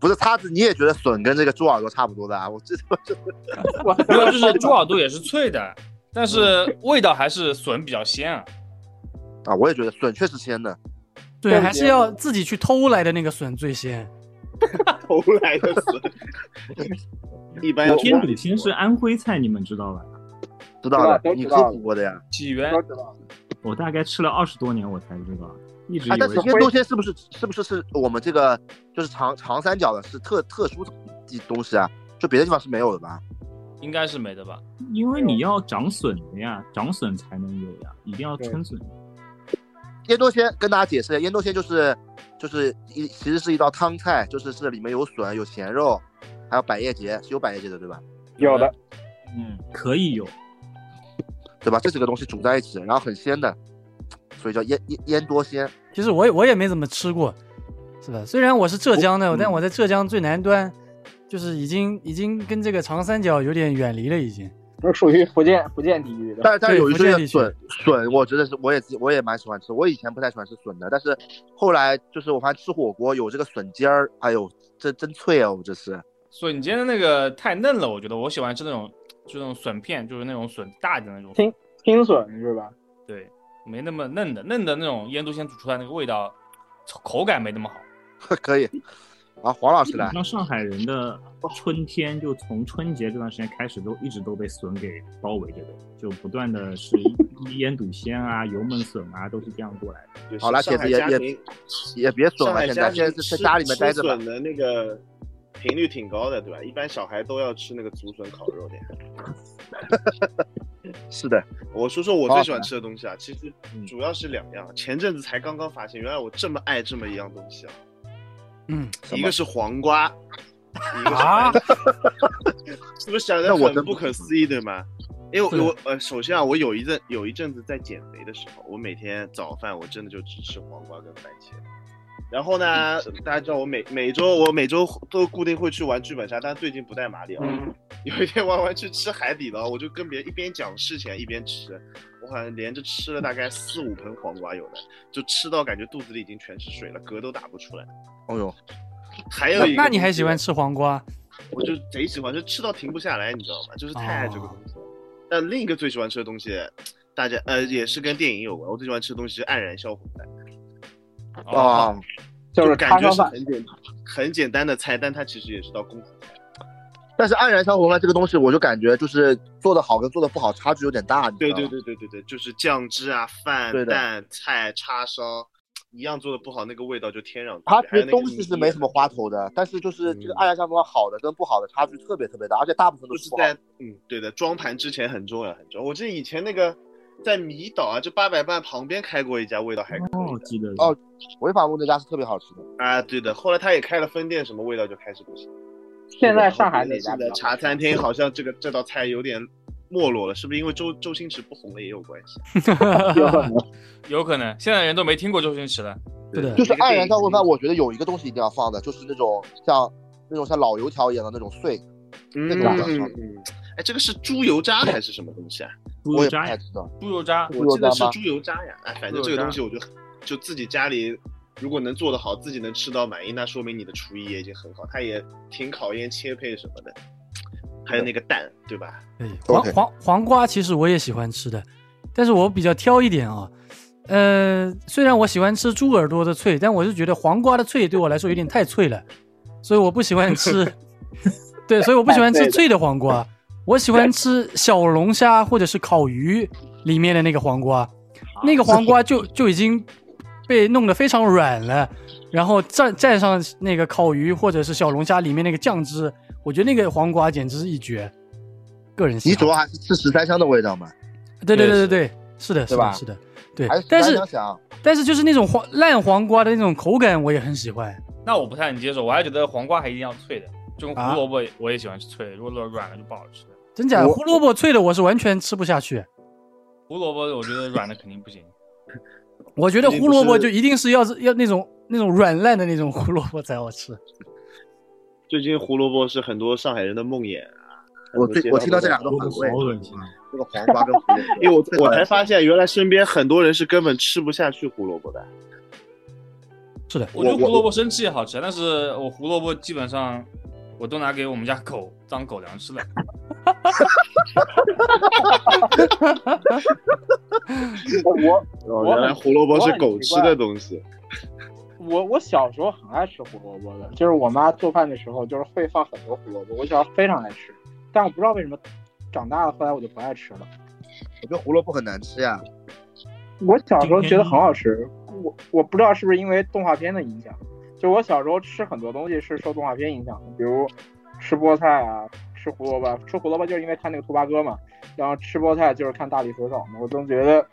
[SPEAKER 1] 不是，叉子，你也觉得笋跟这个猪耳朵差不多的啊？我这他妈这
[SPEAKER 3] 我
[SPEAKER 4] 没有，就是猪耳朵也是脆的，但是味道还是笋比较鲜啊。
[SPEAKER 1] 啊，我也觉得笋确实鲜的。
[SPEAKER 2] 对，还是要自己去偷来的那个笋最鲜。
[SPEAKER 5] 偷来的笋， 一般要
[SPEAKER 6] 间，天
[SPEAKER 5] 去
[SPEAKER 6] 子先是安徽菜，你们知道吧？
[SPEAKER 1] 知道
[SPEAKER 3] 知道
[SPEAKER 1] 的，你
[SPEAKER 3] 知
[SPEAKER 1] 科
[SPEAKER 3] 道
[SPEAKER 1] 普过的呀？
[SPEAKER 4] 起源
[SPEAKER 3] 都知道，
[SPEAKER 6] 我大概吃了二十多年我才知道，一直以
[SPEAKER 1] 啊，但是
[SPEAKER 6] 为
[SPEAKER 1] 燕东鲜是不是是不是是我们这个就是长长三角的是特特殊的东西啊？就别的地方是没有的吧？
[SPEAKER 4] 应该是没的吧？
[SPEAKER 6] 因为你要长笋的呀，长笋才能有呀，一定要春笋。
[SPEAKER 1] 燕多鲜跟大家解释，燕多鲜就是就是一其实是一道汤菜，就是是里面有笋、有咸肉，还有百叶结，是有百叶结的对吧？
[SPEAKER 3] 有的。
[SPEAKER 1] 嗯，
[SPEAKER 6] 可以有，
[SPEAKER 1] 对吧？这几个东西煮在一起，然后很鲜的，所以叫燕燕燕多鲜。
[SPEAKER 2] 其实我也我也没怎么吃过，是吧？虽然我是浙江的，
[SPEAKER 1] 嗯
[SPEAKER 2] 但我在浙江最南端，就是已经已经跟这个长三角有点远离了，已经。
[SPEAKER 3] 都属于福建福建地域的。
[SPEAKER 1] 但是但是
[SPEAKER 2] 对
[SPEAKER 1] 有一
[SPEAKER 2] 福建
[SPEAKER 1] 些
[SPEAKER 2] 地区
[SPEAKER 1] 笋笋，我觉得是我也我也蛮喜欢吃。我以前不太喜欢吃笋的，但是后来就是我发现吃火锅有这个笋尖儿，哎呦，这真脆啊！我这是
[SPEAKER 4] 笋尖的那个太嫩了，我觉得我喜欢吃那种就那种笋片，就是那种笋大的那种，
[SPEAKER 3] 听青笋是吧？
[SPEAKER 4] 对，没那么嫩的，嫩的那种腌笃鲜煮出来那个味道，口感没那么好。
[SPEAKER 1] 可以。啊，黄老师
[SPEAKER 6] 基
[SPEAKER 1] 来
[SPEAKER 6] 本，上上海人的春天就从春节这段时间开始都一直都被笋给包围着的，就不断的是 腌笃鲜啊、油焖笋啊，都是这样过来的。
[SPEAKER 5] 就是
[SPEAKER 1] 好了
[SPEAKER 5] 上海
[SPEAKER 1] 铁子也
[SPEAKER 5] 家
[SPEAKER 1] 也
[SPEAKER 5] 庭
[SPEAKER 1] 也别笋
[SPEAKER 5] 上
[SPEAKER 1] 了，
[SPEAKER 5] 海
[SPEAKER 1] 现
[SPEAKER 5] 家
[SPEAKER 1] 在
[SPEAKER 5] 庭
[SPEAKER 1] 现在是
[SPEAKER 5] 吃
[SPEAKER 1] 在家里面待
[SPEAKER 5] 吃
[SPEAKER 1] 着吧
[SPEAKER 5] 笋。的那个频率挺高的，对吧？一般小孩都要吃那个竹笋烤肉的。
[SPEAKER 1] 是的，
[SPEAKER 5] 我说说我最喜欢吃的东
[SPEAKER 1] 嗯
[SPEAKER 5] 西啊，其实主要是两样。前阵子才刚刚发现，原来我这么爱这么一样东西啊！
[SPEAKER 2] 嗯，
[SPEAKER 5] 一个是 黄瓜，一个是
[SPEAKER 2] 啊，
[SPEAKER 5] 是不是想的
[SPEAKER 1] 那我
[SPEAKER 5] 很
[SPEAKER 1] 真
[SPEAKER 5] 不
[SPEAKER 1] 不
[SPEAKER 5] 可思议，对吗？因为
[SPEAKER 2] 是
[SPEAKER 5] 我呃，首先啊，我有一阵有一阵子在减肥的时候，我每天早饭我真的就只吃黄瓜跟番茄。然后
[SPEAKER 2] 嗯
[SPEAKER 5] 呢，大家知道我每每周我每周都固定会去玩剧本杀，但最近不带马里奥。
[SPEAKER 3] 嗯，
[SPEAKER 5] 有一天玩玩去吃海底捞，我就跟别人一边讲事情一边吃，我好像连着吃了大概四五盆黄瓜有的，就吃到感觉肚子里已经全是水了，嗝都打不出来。
[SPEAKER 1] 哦呦，
[SPEAKER 5] 还有
[SPEAKER 2] 那
[SPEAKER 5] 一个
[SPEAKER 2] 那你还
[SPEAKER 5] 东西
[SPEAKER 2] 喜欢吃黄瓜？
[SPEAKER 5] 我就贼喜欢，就吃到停不下来，你知道吗？就是太爱这个东西了。
[SPEAKER 1] 哦
[SPEAKER 5] 但另一个最喜欢吃的东西，大家呃也是跟电影有关。我最喜欢吃的东西是黯然销魂饭，哦
[SPEAKER 4] 哦
[SPEAKER 1] 啊，
[SPEAKER 3] 就是
[SPEAKER 5] 感
[SPEAKER 3] 叉烧
[SPEAKER 5] 觉是
[SPEAKER 3] 饭，
[SPEAKER 5] 很简很简单的菜，但它其实也是道功夫菜。
[SPEAKER 1] 但是黯然销魂饭这个东西，我就感觉就是做的好跟做的不好差距有点大，你知
[SPEAKER 5] 对
[SPEAKER 1] 道吗
[SPEAKER 5] 对对对对对，啊就是酱汁啊、饭
[SPEAKER 1] 对、的
[SPEAKER 5] 蛋、菜、叉烧，一样做的不好，那个味道就天壤之
[SPEAKER 1] 它
[SPEAKER 5] 别。
[SPEAKER 1] 其实
[SPEAKER 5] 还有那个啊
[SPEAKER 1] 东西是没什么花头的，但是就是这个黯然销魂饭好的跟不好的差距特别特别大，而且大部分都
[SPEAKER 5] 就是嗯是
[SPEAKER 1] 不好。
[SPEAKER 5] 在嗯，对的，装盘之前很重要，很重要。我记得以前那个在迷岛啊，就八佰伴旁边开过一家，味道还可以的。
[SPEAKER 6] 哦，记得
[SPEAKER 1] 哦违法路那家是特别好吃的，
[SPEAKER 5] 啊，对的，后来他也开了分店，什么味道就开始不行。
[SPEAKER 3] 现在上海哪家
[SPEAKER 5] 现
[SPEAKER 3] 比较
[SPEAKER 5] 在
[SPEAKER 3] 好
[SPEAKER 5] 茶餐厅好像这个这道菜有点没落了，是不是因为周周星驰不红了也有关系？啊
[SPEAKER 4] 有可能现在人都没听过周星驰了。
[SPEAKER 2] 对的，
[SPEAKER 1] 就是
[SPEAKER 5] 那个
[SPEAKER 1] 黯
[SPEAKER 5] 电
[SPEAKER 1] 然
[SPEAKER 5] 影
[SPEAKER 1] 销魂
[SPEAKER 5] 里
[SPEAKER 1] 饭，我觉得有一个东西一定要放的，就是那种像那种像老油条一样的那种碎，
[SPEAKER 5] 嗯
[SPEAKER 1] 那个吧
[SPEAKER 5] 嗯，哎，这个是猪油渣还是什么东西啊？
[SPEAKER 6] 猪
[SPEAKER 1] 我
[SPEAKER 6] 油
[SPEAKER 1] 也不
[SPEAKER 6] 渣
[SPEAKER 1] 太
[SPEAKER 6] 呀，
[SPEAKER 1] 知道。
[SPEAKER 4] 猪油渣，
[SPEAKER 1] 猪
[SPEAKER 5] 我
[SPEAKER 1] 油
[SPEAKER 5] 记得
[SPEAKER 1] 渣
[SPEAKER 5] 是
[SPEAKER 1] 吗？
[SPEAKER 5] 猪油渣呀。哎，反
[SPEAKER 4] 猪
[SPEAKER 5] 正这
[SPEAKER 4] 油
[SPEAKER 5] 个
[SPEAKER 4] 渣
[SPEAKER 5] 东西我就就自己家里。如果能做得好，自己能吃到满意，那说明你的厨艺也已经很好。它也挺考验切配什么的，还有那个蛋，对吧？
[SPEAKER 2] 对，黄
[SPEAKER 1] OK
[SPEAKER 2] 黄黄瓜其实我也喜欢吃的，但是我比较挑一点啊。呃，虽然我喜欢吃猪耳朵的脆，但我是觉得黄瓜的脆对我来说有点太脆了，所以我不喜欢吃。对，所以我不喜欢
[SPEAKER 3] 太
[SPEAKER 2] 吃
[SPEAKER 3] 脆了
[SPEAKER 2] 脆的黄瓜，我喜欢吃小龙虾或者是烤鱼里面的那个黄瓜，那个黄瓜就就已经被弄得非常软了，然后蘸蘸上那个烤鱼或者是小龙虾里面那个酱汁，我觉得那个黄瓜简直是一绝。个人喜
[SPEAKER 1] 你
[SPEAKER 2] 好
[SPEAKER 1] 主要还是吃十三香的味道嘛，
[SPEAKER 2] 对对对对
[SPEAKER 4] 确
[SPEAKER 2] 对，是的，是
[SPEAKER 1] 对吧
[SPEAKER 2] 的，是的，对
[SPEAKER 1] 还是。
[SPEAKER 2] 但
[SPEAKER 1] 十三
[SPEAKER 2] 是
[SPEAKER 1] 香啊香？
[SPEAKER 2] 但是就是那种黄烂黄瓜的那种口感，我也很喜欢。
[SPEAKER 4] 那我不太能接受，我还觉得黄瓜还一定要脆的，就跟
[SPEAKER 2] 啊
[SPEAKER 4] 胡萝卜我也喜欢吃脆的，如果软了就不好吃了。
[SPEAKER 2] 真假的
[SPEAKER 1] 我
[SPEAKER 2] 胡萝卜脆的，我是完全吃不下去。
[SPEAKER 4] 胡萝卜我觉得软的肯定不行。
[SPEAKER 2] 我觉得
[SPEAKER 5] 你
[SPEAKER 2] 胡
[SPEAKER 5] 不
[SPEAKER 2] 萝卜
[SPEAKER 5] 是
[SPEAKER 2] 就一定是要要那种那种软烂的那种胡萝卜才好吃。
[SPEAKER 5] 最近胡萝卜是很多上海人的梦魇啊。
[SPEAKER 1] 我最我听到这两个
[SPEAKER 6] 好
[SPEAKER 1] 都反馈，
[SPEAKER 6] 恶心啊！
[SPEAKER 1] 这个黄瓜跟胡萝卜，
[SPEAKER 5] 因为 我
[SPEAKER 1] 最讨
[SPEAKER 5] 我才
[SPEAKER 1] 厌
[SPEAKER 5] 发现，原来身边很多人是根本吃不下去胡萝卜的。
[SPEAKER 2] 是的，
[SPEAKER 4] 我觉得胡萝卜生吃也好吃，啊但是我胡萝卜基本上我都拿给我们家狗当狗粮 吃了。
[SPEAKER 3] 我
[SPEAKER 5] 哦，原来胡萝卜是狗吃的东西。
[SPEAKER 3] 我我小时候很爱吃胡萝卜的，就是我妈做饭的时候就是会放很多胡萝卜，我小时候非常爱吃，但我不知道为什么长大了后来我就不爱吃了。
[SPEAKER 1] 我觉得胡萝卜很难吃呀。
[SPEAKER 3] 我小时候觉得很好吃，我我不知道是不是因为动画片的影响，就我小时候吃很多东西是受动画片影响的，比如吃菠菜啊，吃胡萝卜，吃胡萝卜就是因为看那个兔八哥嘛，然后吃菠菜就是看大力水手嘛，我总觉得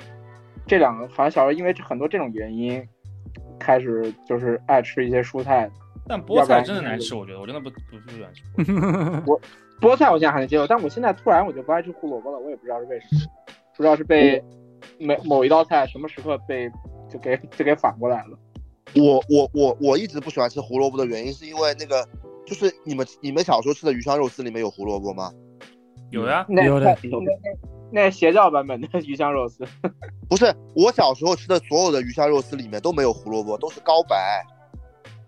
[SPEAKER 3] 这两个好像小时候因为很多这种原因，开始就是爱吃一些蔬菜，
[SPEAKER 4] 但菠菜真的难吃，我觉得我真的不不不喜欢吃菠 菜。
[SPEAKER 3] 菠菜我现在还能接受，但我现在突然我就不爱吃胡萝卜了，我也不知道是为什么，不知道是被某某一道菜什么时刻被就给就给反过来了。
[SPEAKER 1] 我我我我一直不喜欢吃胡萝卜的原因，是因为那个就是你们你们小时候吃的鱼香肉丝里面有胡萝卜吗？
[SPEAKER 4] 有啊呀，
[SPEAKER 3] 那
[SPEAKER 2] 有的
[SPEAKER 3] 那那那邪教版本的鱼香肉丝，
[SPEAKER 1] 不是，我小时候吃的所有的鱼香肉丝里面都没有胡萝卜，都是高白。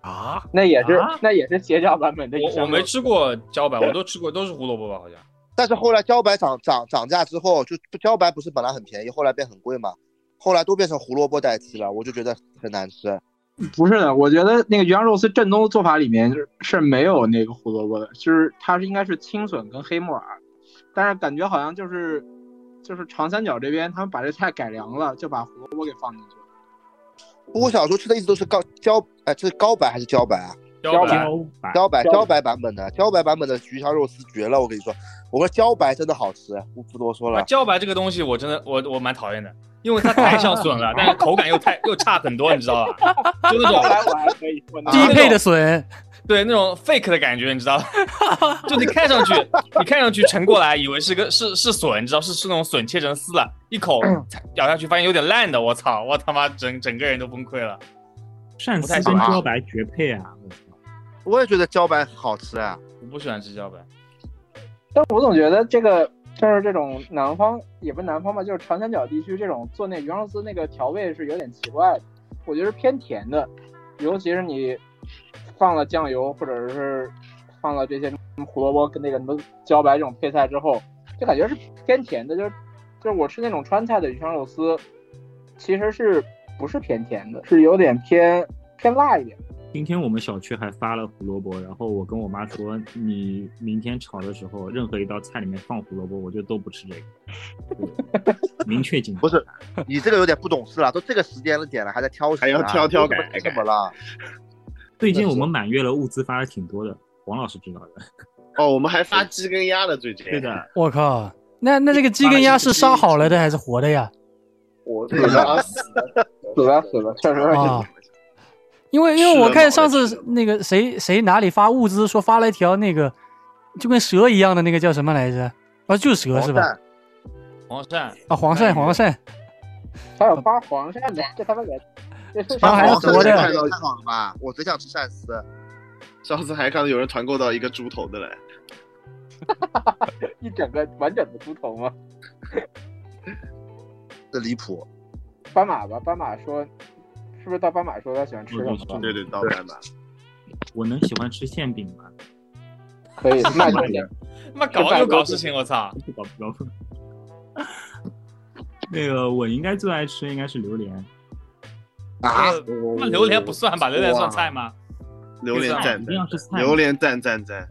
[SPEAKER 6] 啊，
[SPEAKER 3] 那也是、
[SPEAKER 6] 啊
[SPEAKER 3] 那也是邪教版本的鱼
[SPEAKER 4] 我我
[SPEAKER 3] 香
[SPEAKER 4] 没
[SPEAKER 3] 肉丝。
[SPEAKER 4] 吃过茭白，我都吃过都是胡萝卜吧，好像。
[SPEAKER 1] 但是后来茭白涨涨涨价之后，就茭白不是本来很便宜，后来变很贵嘛，后来都变成胡萝卜代替了，我就觉得很难吃。
[SPEAKER 3] 不是的，我觉得那个鱼香肉丝正宗的做法里面是是没有那个胡萝卜的，就是它是应该是青笋跟黑木耳，但是感觉好像就是就是长三角这边他们把这菜改良了，就把胡萝卜给放进去 了。
[SPEAKER 1] 不
[SPEAKER 5] 嗯
[SPEAKER 1] 过小时候吃的一直都是高茭，哎，这是高白还是茭白啊？
[SPEAKER 4] 茭白，
[SPEAKER 6] 茭
[SPEAKER 1] 茭白
[SPEAKER 3] 茭
[SPEAKER 6] 白
[SPEAKER 3] 白
[SPEAKER 1] 茭白版本的，茭白版本的鱼香肉丝绝了，我跟你说，我说茭白真的好吃，不不多说
[SPEAKER 4] 那
[SPEAKER 1] 了。
[SPEAKER 4] 茭白这个东西我真的我我蛮讨厌的，因为它太像笋了，但是口感又太又差很多，你知道吧？就那种
[SPEAKER 3] 后来我还可以，我
[SPEAKER 1] 啊
[SPEAKER 3] 拿
[SPEAKER 2] 低配的笋，
[SPEAKER 4] 对那种 fake 的感觉，你知道吧？ 就你看上去，你看上去盛过来，以为是个是是笋，你知道是是那种笋切成丝了，一口咬下去发现有点烂的，我操！我他妈整整个人都崩溃了。
[SPEAKER 6] 鳝
[SPEAKER 4] 不
[SPEAKER 6] 丝
[SPEAKER 4] 太
[SPEAKER 6] 跟
[SPEAKER 4] 喜欢
[SPEAKER 6] 茭白绝配啊！我操，
[SPEAKER 1] 我也觉得茭白好吃 啊，
[SPEAKER 4] 我不喜欢吃茭白，
[SPEAKER 3] 但我总觉得这个就是这种南方，也不是南方吧，就是长三角地区这种做那鱼香肉丝那个调味是有点奇怪的，我觉得是偏甜的，尤其是你放了酱油或者是放了这些胡萝卜跟那个什么茭白这种配菜之后，就感觉是偏甜的，就是就是我吃那种川菜的鱼香肉丝，其实是不是偏甜的，是有点偏偏辣一点。
[SPEAKER 6] 今天我们小区还发了胡萝卜，然后我跟我妈说，你明天炒的时候，任何一道菜里面放胡萝卜，我就都不吃这个。对明确警 告。
[SPEAKER 1] 不是你这个有点不懂事了，都这个时间了点了还在挑食、啊，
[SPEAKER 5] 还要挑挑改
[SPEAKER 1] 怎么了？
[SPEAKER 6] 最近我们满月了，物资发的挺多的，黄老师知道的。
[SPEAKER 5] 哦，我们还发鸡跟鸭了，最近。
[SPEAKER 6] 对， 的，
[SPEAKER 2] 我靠，那那这个鸡跟鸭是杀好了的还是活的呀？
[SPEAKER 5] 我这个死的
[SPEAKER 3] 死了死了，确实有点
[SPEAKER 2] 啊因为因为
[SPEAKER 5] 吃
[SPEAKER 2] 我
[SPEAKER 5] 了
[SPEAKER 2] 看
[SPEAKER 5] 嘛
[SPEAKER 2] 上
[SPEAKER 5] 我也
[SPEAKER 2] 次
[SPEAKER 5] 吃了
[SPEAKER 2] 那个谁谁哪里发物资说发了一条那个就跟蛇一样的那个叫什么来着？啊，就是蛇是吧？
[SPEAKER 1] 黄鳝哎
[SPEAKER 4] 黄鳝
[SPEAKER 2] 啊，黄鳝黄鳝，
[SPEAKER 3] 还有发黄鳝的，这他妈也，这是
[SPEAKER 2] 然后还
[SPEAKER 3] 啥
[SPEAKER 2] 要
[SPEAKER 1] 黄
[SPEAKER 3] 黄
[SPEAKER 1] 鳝
[SPEAKER 2] 活着
[SPEAKER 1] 这个太好了吧？我最想吃鳝丝，
[SPEAKER 5] 上次还看到有人团购到一个猪头的来，
[SPEAKER 3] 一整个完整的猪头吗？
[SPEAKER 1] 这离谱。
[SPEAKER 3] 斑马吧，斑马说，是不是到斑马说他喜欢吃什么吧？
[SPEAKER 5] 对对，刀斑马。
[SPEAKER 6] 我能喜欢吃馅饼吗？
[SPEAKER 3] 可以，那就
[SPEAKER 6] 妈呀
[SPEAKER 3] 是
[SPEAKER 4] 他妈搞又搞事情，我操！
[SPEAKER 6] 不搞不搞。那个我应该最爱吃应该是榴莲，
[SPEAKER 1] 啊，
[SPEAKER 4] 这个那榴莲不算吧？榴莲算菜吗？
[SPEAKER 5] 榴莲
[SPEAKER 6] 一
[SPEAKER 5] 赞
[SPEAKER 6] 定
[SPEAKER 5] 赞，
[SPEAKER 6] 要是菜吗，
[SPEAKER 5] 榴莲赞赞赞。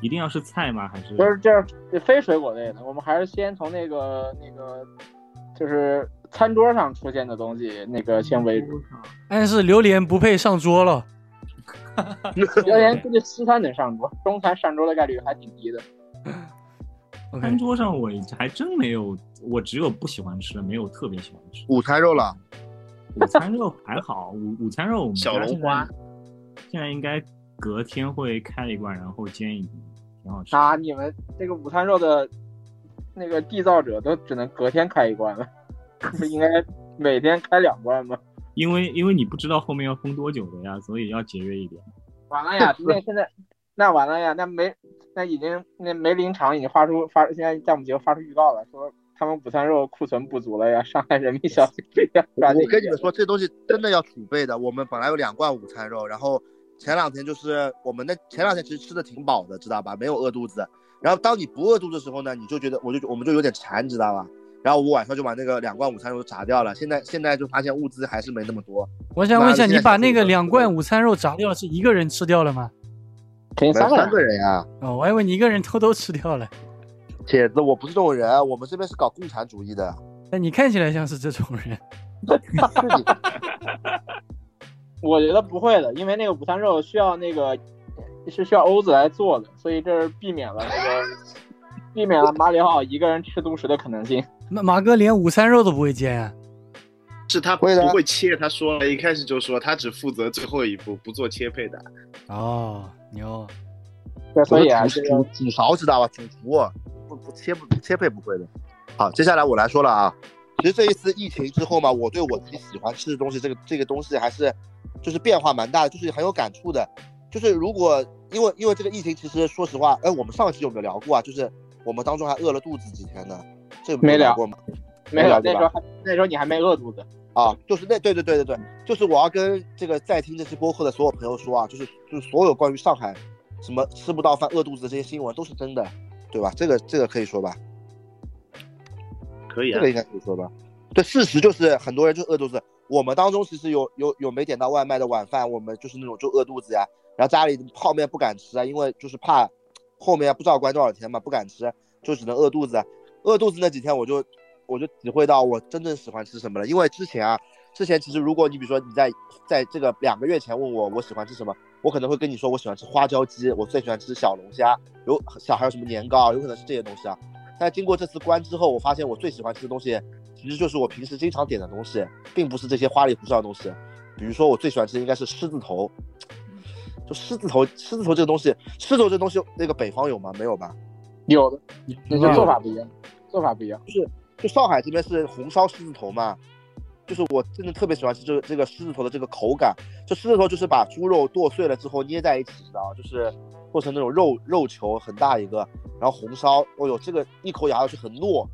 [SPEAKER 6] 一定要是菜吗？还是
[SPEAKER 3] 不是这样非水果类的，我们还是先从那个那个，就是餐桌上出现的东西那个先为
[SPEAKER 6] 嗯
[SPEAKER 3] 主。
[SPEAKER 2] 但是榴莲不配上桌了。
[SPEAKER 3] 榴莲这个西餐能上桌，中餐上桌的概率还挺低的。
[SPEAKER 2] OK，
[SPEAKER 6] 餐桌上我还真没有，我只有不喜欢吃的，没有特别喜欢吃。
[SPEAKER 1] 午餐肉了，
[SPEAKER 6] 午餐肉还好，午午餐肉我们家
[SPEAKER 5] 小龙
[SPEAKER 6] 现在
[SPEAKER 5] 花
[SPEAKER 6] 现在应该隔天会开一罐，然后煎一锅，挺好吃。
[SPEAKER 3] 啊，你们这个午餐肉的那个缔造者都只能隔天开一罐了， 不应该每天开两罐吗？
[SPEAKER 6] 因为因为你不知道后面要封多久的呀，所以要节约一点。
[SPEAKER 3] 完了呀，那现在那完了呀，那梅那已经那梅林厂已经发出发，现在在我们节目发出预告了，说他们午餐肉库存不足了呀，上海人民小区 要抓紧。
[SPEAKER 1] 我跟你们，说，这东西真的要储备的。我们本来有两罐午餐肉，然后前两天就是我们那前两天其实吃的挺饱的，知道吧？没有饿肚子。然后当你不饿肚子的时候呢，你就觉得我就我们就有点馋，知道吧？然后我晚上就把那个两罐午餐肉炸掉了。现在现在就发现物资还是没那么多，
[SPEAKER 2] 我想问一下，
[SPEAKER 1] 妈的
[SPEAKER 2] 你把
[SPEAKER 1] 现在
[SPEAKER 2] 那个
[SPEAKER 1] 是
[SPEAKER 2] 两罐午餐肉炸掉是一个人吃掉了吗？
[SPEAKER 3] 肯定
[SPEAKER 1] 我们
[SPEAKER 3] 三个
[SPEAKER 1] 三
[SPEAKER 3] 人。
[SPEAKER 1] 个人呀、
[SPEAKER 2] 哦，我还以为你一个人偷偷吃掉了。
[SPEAKER 1] 铁子，我不是这种人，我们这边是搞共产主义的。
[SPEAKER 2] 但你看起来像是这种人。
[SPEAKER 1] 是你
[SPEAKER 3] 我觉得不会的，因为那个午餐肉需要那个是需要欧子来做的，所以这是避免了那个避免了马里奥一个人吃独食的可能性。
[SPEAKER 2] 马马哥连午餐肉都不会煎啊？
[SPEAKER 5] 是他不
[SPEAKER 1] 会的
[SPEAKER 5] 会切，他说了一开始就说他只负责最后一步，不做切配的。
[SPEAKER 2] 哦，牛！
[SPEAKER 3] 对，所以啊，
[SPEAKER 1] 我
[SPEAKER 3] 这
[SPEAKER 1] 是
[SPEAKER 3] 个
[SPEAKER 1] 主主主勺知道吧？主厨不不切不切配不会的。好，接下来我来说了啊。其实这一次疫情之后嘛，我对我自己喜欢吃的东西，这个这个东西还是就是变化蛮大的，就是很有感触的。就是如果因为因为这个疫情，其实说实话，哎，我们上一期有没有聊过啊？就是我们当中还饿了肚子几天呢，这个
[SPEAKER 3] 没聊
[SPEAKER 1] 过吗？
[SPEAKER 3] 没有
[SPEAKER 1] 了
[SPEAKER 3] 那
[SPEAKER 1] 解
[SPEAKER 3] 时
[SPEAKER 1] 吧
[SPEAKER 3] 候还那时候你还没饿肚子，
[SPEAKER 1] 啊，就是那对对对对对，就是我要跟这个在听这期播客的所有朋友说啊，就是就是所有关于上海什么吃不到饭、饿肚子的这些新闻都是真的，对吧？这个这个可以说吧，
[SPEAKER 5] 可以
[SPEAKER 1] 这
[SPEAKER 5] 啊
[SPEAKER 1] 个，应该可以说吧。对，事实就是很多人就饿肚子。我们当中其实有有有没点到外卖的晚饭，我们就是那种就饿肚子呀，然后家里泡面不敢吃啊，因为就是怕后面不知道关多少天嘛，不敢吃，就只能饿肚子。啊饿肚子那几天，我就我就体会到我真正喜欢吃什么了。因为之前啊，之前其实如果你比如说你在在这个两个月前问我我喜欢吃什么，我可能会跟你说我喜欢吃花椒鸡，我最喜欢吃小龙虾，有小还有什么年糕，有可能是这些东西啊。但经过这次关之后，我发现我最喜欢吃的东西，其实就是我平时经常点的东西，并不是这些花里胡哨的东西。比如说，我最喜欢吃的应该是狮子头，就狮子头，狮子头这个东西，狮子头这个东西，那个北方有吗？没有吧？
[SPEAKER 3] 有的，你这做法不一样，做法不一样。
[SPEAKER 1] 就上海这边是红烧狮子头嘛，就是我真的特别喜欢吃这个这个狮子头的这个口感。这狮子头就是把猪肉剁碎了之后捏在一起，知道吗就是做成那种肉肉球，很大一个，然后红烧。哦呦，这个一口咬下去很糯，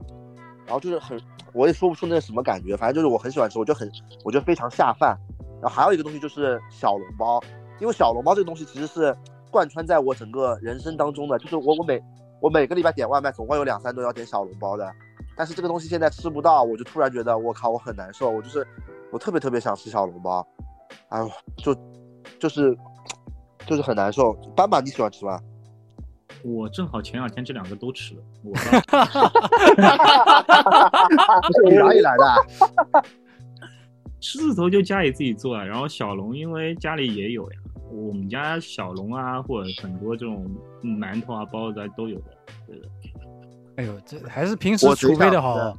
[SPEAKER 1] 然后就是很，我也说不出那是什么感觉，反正就是我很喜欢吃，我觉得很，我觉得非常下饭。然后还有一个东西就是小笼包，因为小笼包这个东西其实是贯穿在我整个人生当中的，就是我我每我每个礼拜点外卖，总共有两三顿要点小笼包的。但是这个东西现在吃不到，我就突然觉得我靠，我很难受，我就是我特别特别想吃小笼包，哎呦，就就是就是很难受。斑马你喜欢吃吗？
[SPEAKER 6] 我正好前两天这两个都吃了，我
[SPEAKER 1] 你哪里来的？
[SPEAKER 6] 狮子头就家里自己做啊，然后小龙因为家里也有呀，我们家小龙啊，或者很多这种馒头啊、包子啊都有的。对的，
[SPEAKER 2] 哎呦，这还是平时
[SPEAKER 1] 我只
[SPEAKER 2] 储备的
[SPEAKER 1] 想
[SPEAKER 2] 好。哦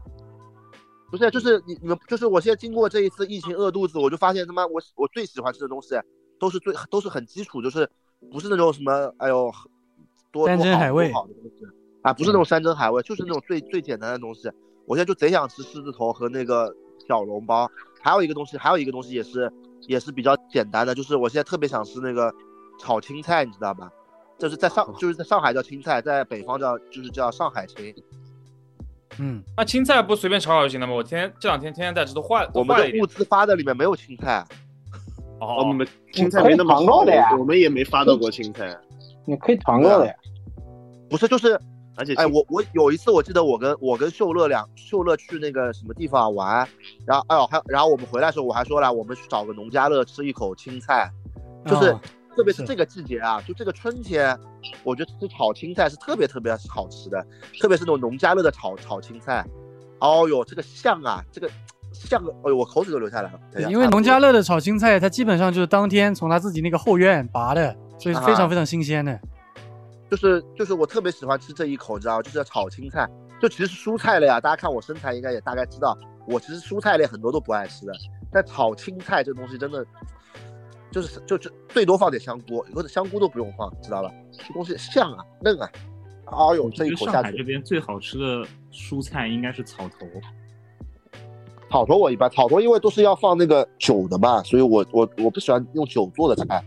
[SPEAKER 1] 不是，啊
[SPEAKER 4] 嗯
[SPEAKER 1] 就是你你们，就是我现在经过这一次疫情饿肚子，我就发现他妈我我最喜欢吃的东西都是最都是很基础，就是不是那种什么哎呦多
[SPEAKER 2] 山珍
[SPEAKER 1] 多好
[SPEAKER 2] 海味嗯
[SPEAKER 1] 多好的东西啊，不是那种山珍海味，就是那种最最简单的东西。我现在就贼想吃狮子头和那个小笼包，还有一个东西，还有一个东西也是也是比较简单的，就是我现在特别想吃那个炒青菜，你知道吧？就是在
[SPEAKER 4] 哦
[SPEAKER 1] 上就是在上海叫青菜，在北方叫就是叫上海青。
[SPEAKER 2] 嗯，
[SPEAKER 4] 那青菜不随便炒炒就行了吗？我天天这两天天天在吃，都坏都
[SPEAKER 1] 我们
[SPEAKER 4] 坏了一
[SPEAKER 1] 的
[SPEAKER 4] 点
[SPEAKER 1] 物。资发的里面没有青菜。
[SPEAKER 5] 我
[SPEAKER 4] 哦，
[SPEAKER 5] 们青菜没那么
[SPEAKER 3] 可以团
[SPEAKER 5] 好
[SPEAKER 3] 购的呀，
[SPEAKER 5] 我们也没发到过青菜，
[SPEAKER 3] 你可以团购的呀。
[SPEAKER 1] 不是，就是，
[SPEAKER 5] 而且
[SPEAKER 1] 哎，
[SPEAKER 5] 青
[SPEAKER 1] 我我有一次我记得我跟我跟秀乐两秀乐去那个什么地方玩，然后哎呦还然后我们回来的时候我还说了，我们去找个农家乐吃一口青菜，就是、
[SPEAKER 2] 哦
[SPEAKER 1] 特别是
[SPEAKER 2] 是
[SPEAKER 1] 这个季节啊，就这个春天，我觉得吃炒青菜是特别特别好吃的，特别是那种农家乐的炒炒青菜，哦呦这个香啊，这个香，哎呦我口水都流下来了，等一下啊
[SPEAKER 2] 因为农家乐的炒青菜，它基本上就是当天从他自己那个后院拔的，所以是非常
[SPEAKER 1] 啊
[SPEAKER 2] 非常新 鲜的。
[SPEAKER 1] 就是就是我特别喜欢吃这一口，你知道吗？就是炒青菜，就其实蔬菜类啊，大家看我身材应该也大概知道，我其实蔬菜类很多都不爱吃的，但炒青菜这东西真的，就是就就最多放点香菇，有的香菇都不用放，知道吧？这东西香啊嫩啊，哎呦这
[SPEAKER 6] 觉
[SPEAKER 1] 一
[SPEAKER 6] 得
[SPEAKER 1] 口
[SPEAKER 6] 上
[SPEAKER 1] 下
[SPEAKER 6] 海这
[SPEAKER 1] 去，
[SPEAKER 6] 边最好吃的蔬菜应该是草头，
[SPEAKER 1] 草头我一般草头因为都是要放那个酒的嘛，所以我我我不喜欢用酒做的菜。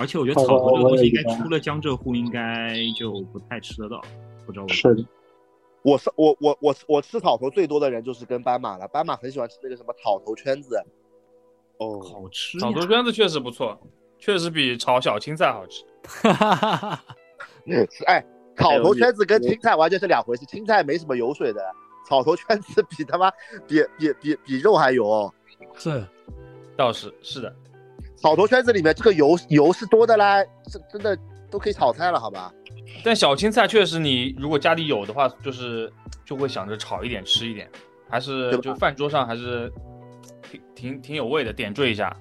[SPEAKER 6] 而且我觉得
[SPEAKER 3] 草
[SPEAKER 6] 草
[SPEAKER 3] 头
[SPEAKER 6] 头这个
[SPEAKER 3] 我
[SPEAKER 6] 东
[SPEAKER 3] 也
[SPEAKER 6] 西应
[SPEAKER 3] 觉
[SPEAKER 6] 该
[SPEAKER 3] 得
[SPEAKER 6] 出了江浙沪应该就不太吃得到，不知道为什么。
[SPEAKER 3] 是的，
[SPEAKER 1] 我是我我我我吃草头最多的人就是跟斑马了，斑马很喜欢吃那个什么草头圈子，
[SPEAKER 5] 哦，
[SPEAKER 6] 好吃呀
[SPEAKER 4] 炒头圈子确实不错，确实比炒小青菜好吃。
[SPEAKER 2] 哈哈哈哈
[SPEAKER 1] 是 哎，
[SPEAKER 5] 还
[SPEAKER 1] 草
[SPEAKER 5] 有
[SPEAKER 1] 头
[SPEAKER 5] 你
[SPEAKER 1] 圈子跟
[SPEAKER 5] 你
[SPEAKER 1] 青菜完全是两回事，青菜没什么油水的，草头圈子比他妈比比比比肉还油。
[SPEAKER 2] 是
[SPEAKER 4] 倒是是的，
[SPEAKER 1] 草头圈子里面这个油油是多的啦，这真的都可以炒菜了，好吧？
[SPEAKER 4] 但小青菜确实你如果家里有的话，就是就会想着炒一点吃一点，还是
[SPEAKER 1] 对吧
[SPEAKER 4] 就饭桌上还是挺挺挺有味的，点缀一下。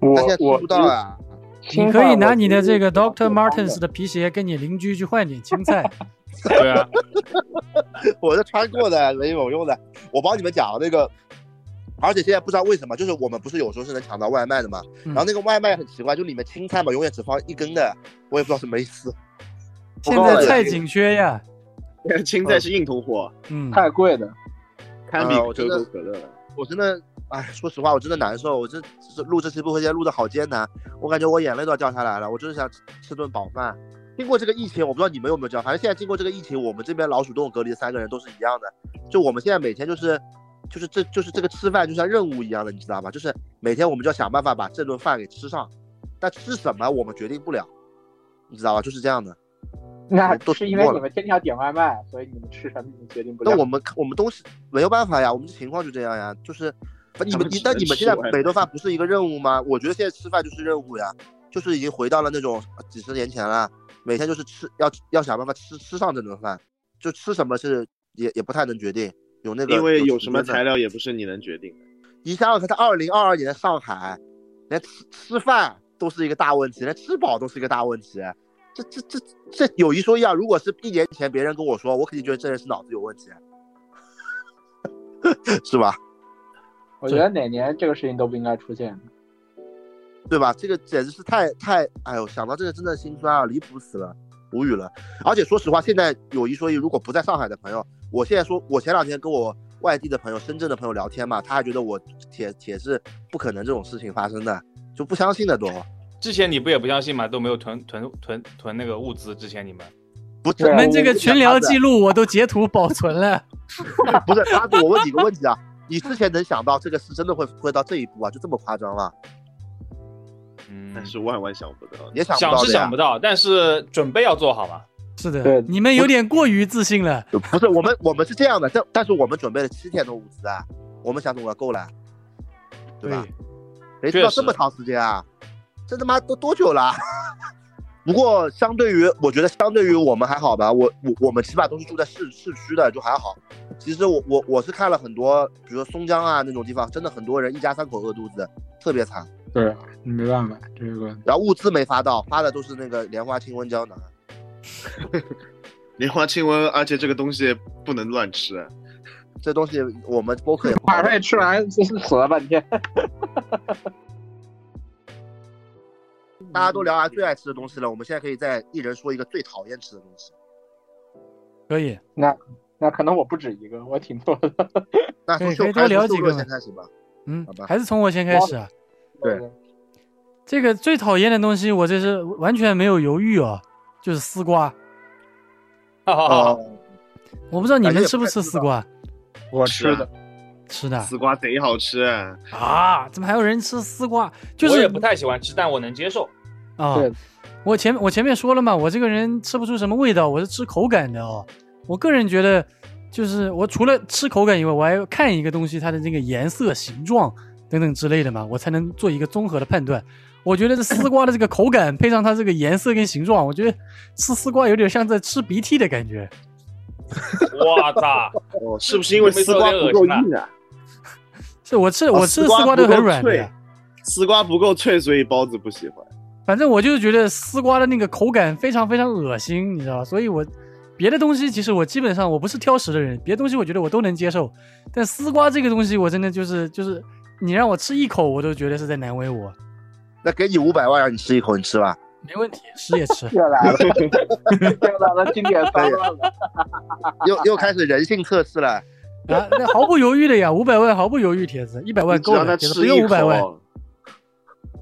[SPEAKER 3] 我
[SPEAKER 1] 他现在吃
[SPEAKER 3] 我
[SPEAKER 1] 不到啊，
[SPEAKER 2] 你可以拿你的这个 Doctor Martens 的皮鞋跟你邻居去换点青菜。
[SPEAKER 4] 对啊，
[SPEAKER 1] 我这穿过的没有用的。我帮你们讲那个，而且现在不知道为什么，就是我们不是有时候是能抢到外卖的嘛，
[SPEAKER 2] 嗯
[SPEAKER 1] 然后那个外卖很奇怪，就里面青菜嘛，永远只放一根的，我也不知道什么意思。
[SPEAKER 2] 现
[SPEAKER 5] 高
[SPEAKER 2] 在
[SPEAKER 5] 了
[SPEAKER 2] 菜紧缺呀，
[SPEAKER 5] 青菜是硬通货，
[SPEAKER 2] 嗯，
[SPEAKER 3] 太贵 的，
[SPEAKER 5] 堪比
[SPEAKER 1] 啊我
[SPEAKER 5] 可
[SPEAKER 1] 真的
[SPEAKER 5] 口可乐了。
[SPEAKER 1] 我真的，哎，说实话，我真的难受。我这这录这期播客现在录的好艰难，我感觉我眼泪都要掉下来了。我就是想吃吃顿饱饭。经过这个疫情，我不知道你们有没有这样，反正现在经过这个疫情，我们这边老鼠洞隔离的三个人都是一样的。就我们现在每天就是，就是这就是这个吃饭就像任务一样的，你知道吧？就是每天我们就要想办法把这顿饭给吃上，但吃什么我们决定不了，你知道吧？就是这样的。
[SPEAKER 3] 那
[SPEAKER 1] 都
[SPEAKER 3] 是因为
[SPEAKER 1] 过了
[SPEAKER 3] 你们天天要点外卖，所以你们吃什么你决定不了。
[SPEAKER 1] 那我们我们东西没有办法呀，我们情况就这样呀，就是不你
[SPEAKER 5] 他
[SPEAKER 1] 们
[SPEAKER 5] 们
[SPEAKER 1] 你
[SPEAKER 5] 只
[SPEAKER 1] 但
[SPEAKER 5] 能
[SPEAKER 1] 你们
[SPEAKER 5] 吃
[SPEAKER 1] 现在
[SPEAKER 5] 外卖
[SPEAKER 1] 每顿饭不是一个任务吗？我觉得现在吃饭就是任务呀，就是已经回到了那种呃几十年前了，每天就是吃要要想办法吃吃上这顿饭，就吃什么是也也不太能决定，有那个
[SPEAKER 5] 因为有
[SPEAKER 1] 时
[SPEAKER 5] 什么
[SPEAKER 1] 间的
[SPEAKER 5] 材料也不是你能决定的。
[SPEAKER 1] 你想想看，在二零二二年的上海，连吃吃饭都是一个大问题，连吃饱都是一个大问题。这这这这有一说一啊，如果是一年前别人跟我说，我肯定觉得这人是脑子有问题， 是吧？
[SPEAKER 3] 我觉得哪年这个事情都不应该出现。
[SPEAKER 1] 对吧？这个简直是太太，哎呦，想到这个真的心酸啊，离谱死了，无语了。而且说实话，现在有一说一，如果不在上海的朋友，我现在说，我前两天跟我外地的朋友、深圳的朋友聊天嘛，他还觉得我铁铁是不可能这种事情发生的，就不相信的都。
[SPEAKER 4] 之前你不也不相信嘛，都没有囤囤囤囤那个物资。之前你们
[SPEAKER 1] 不是
[SPEAKER 3] 对
[SPEAKER 2] 我们这个
[SPEAKER 1] 不是
[SPEAKER 2] 群聊
[SPEAKER 1] 他的
[SPEAKER 2] 记录我都截图保存了。
[SPEAKER 1] 不是他，我问你个问题啊，你之前能想到这个事真的会会到这一步啊？就这么夸张吗？
[SPEAKER 4] 嗯
[SPEAKER 5] 但，是万万想不到，
[SPEAKER 1] 也想不
[SPEAKER 4] 想
[SPEAKER 1] 到
[SPEAKER 4] 是
[SPEAKER 1] 的呀
[SPEAKER 4] 想不到，但是准备要做好嘛。
[SPEAKER 2] 是的
[SPEAKER 3] 对，
[SPEAKER 2] 你们有点过于自信了。
[SPEAKER 1] 不是我们，我们是这样的，但但是我们准备了七天的物资啊，我们想总要够了，对吧？谁知道
[SPEAKER 4] 确实
[SPEAKER 1] 这么长时间啊？这他妈都多久了？啊 不过相对于，我觉得相对于我们还好吧，我我我们起码都是住在市市区的，就还好。其实我我我是看了很多，比如说松江啊那种地方，真的很多人一家三口饿肚子，特别惨。
[SPEAKER 3] 对啊，没办法，这个
[SPEAKER 1] 然后物资没发到，发的都是那个莲花清瘟胶囊。啊
[SPEAKER 5] 莲花清瘟，而且这个东西不能乱吃。
[SPEAKER 1] 这东西我们播 客也不
[SPEAKER 3] 晚上也吃完， 真是死了半天。
[SPEAKER 1] 大家都聊完最爱吃的东西了，我们现在可以再一人说一个最讨厌吃的东西。
[SPEAKER 2] 可以，
[SPEAKER 3] 那可能我不止一个，我挺多的。
[SPEAKER 1] 那从
[SPEAKER 2] 对
[SPEAKER 1] 秀
[SPEAKER 2] 可以
[SPEAKER 1] 还
[SPEAKER 2] 多
[SPEAKER 1] 是
[SPEAKER 2] 聊
[SPEAKER 1] 从秀
[SPEAKER 2] 几个
[SPEAKER 1] 若
[SPEAKER 2] 嘛
[SPEAKER 1] 先开始吧。
[SPEAKER 2] 嗯
[SPEAKER 1] 好吧，
[SPEAKER 2] 还是从我先开始啊。
[SPEAKER 1] 对，
[SPEAKER 2] 这个最讨厌的东西，我这是完全没有犹豫哦，就是丝瓜。
[SPEAKER 4] 哈哈哈
[SPEAKER 1] 哦
[SPEAKER 4] 哈，，
[SPEAKER 2] 我不知道你
[SPEAKER 1] 感觉
[SPEAKER 2] 们
[SPEAKER 1] 也
[SPEAKER 2] 吃
[SPEAKER 1] 不
[SPEAKER 2] 不
[SPEAKER 1] 太
[SPEAKER 2] 吃
[SPEAKER 1] 知
[SPEAKER 2] 丝
[SPEAKER 1] 道
[SPEAKER 2] 瓜？
[SPEAKER 3] 我
[SPEAKER 5] 吃
[SPEAKER 3] 吃
[SPEAKER 5] 的
[SPEAKER 3] 的，
[SPEAKER 2] 吃
[SPEAKER 1] 哎
[SPEAKER 2] 的
[SPEAKER 5] 丝瓜贼好吃，
[SPEAKER 2] 啊？怎么还有人吃丝瓜？就
[SPEAKER 4] 我也
[SPEAKER 2] 是
[SPEAKER 4] 不太喜欢吃，但我能 接受。
[SPEAKER 2] 啊
[SPEAKER 3] 对，。
[SPEAKER 2] 我前我前面说了嘛，我这个人吃不出什么味道，我是吃口感的哦。我个人觉得，就是我除了吃口感以外，我还要看一个东西它的这个颜色、形状等等之类的嘛，我才能做一个综合的判断。我觉得这丝瓜的这个口感配上它这个颜色跟形状，我觉得吃丝瓜有点像在吃鼻涕的感觉。
[SPEAKER 4] 我操，
[SPEAKER 5] 哦，是不是因为丝瓜不够硬啊？哦
[SPEAKER 2] 是我吃我吃
[SPEAKER 5] 丝
[SPEAKER 2] 的
[SPEAKER 5] 瓜
[SPEAKER 2] 丝瓜都
[SPEAKER 5] 不够
[SPEAKER 2] 很软的
[SPEAKER 5] 脆，丝瓜不够脆，所以包子不喜欢。
[SPEAKER 2] 反正我就是觉得丝瓜的那个口感非常非常恶心，你知道吧？所以我别的东西其实我基本上我不是挑食的人，别的东西我觉得我都能接受，但丝瓜这个东西我真的就是 就是你让我吃一口我都觉得是在难为我。
[SPEAKER 1] 那给你五百万让你吃一口，你吃吧。
[SPEAKER 2] 没问题，吃也吃
[SPEAKER 1] 啊
[SPEAKER 3] 又来了，又来了，经典三段了。
[SPEAKER 1] 又又开始人性测试了。
[SPEAKER 2] 啊，那毫不犹豫 的呀，五百万毫不犹豫，铁子一百万
[SPEAKER 5] 你只
[SPEAKER 2] 够
[SPEAKER 5] 让
[SPEAKER 2] 了，
[SPEAKER 5] 他
[SPEAKER 2] 铁子
[SPEAKER 5] 吃
[SPEAKER 2] 不用
[SPEAKER 5] 一
[SPEAKER 2] 五百万。
[SPEAKER 5] 口，哦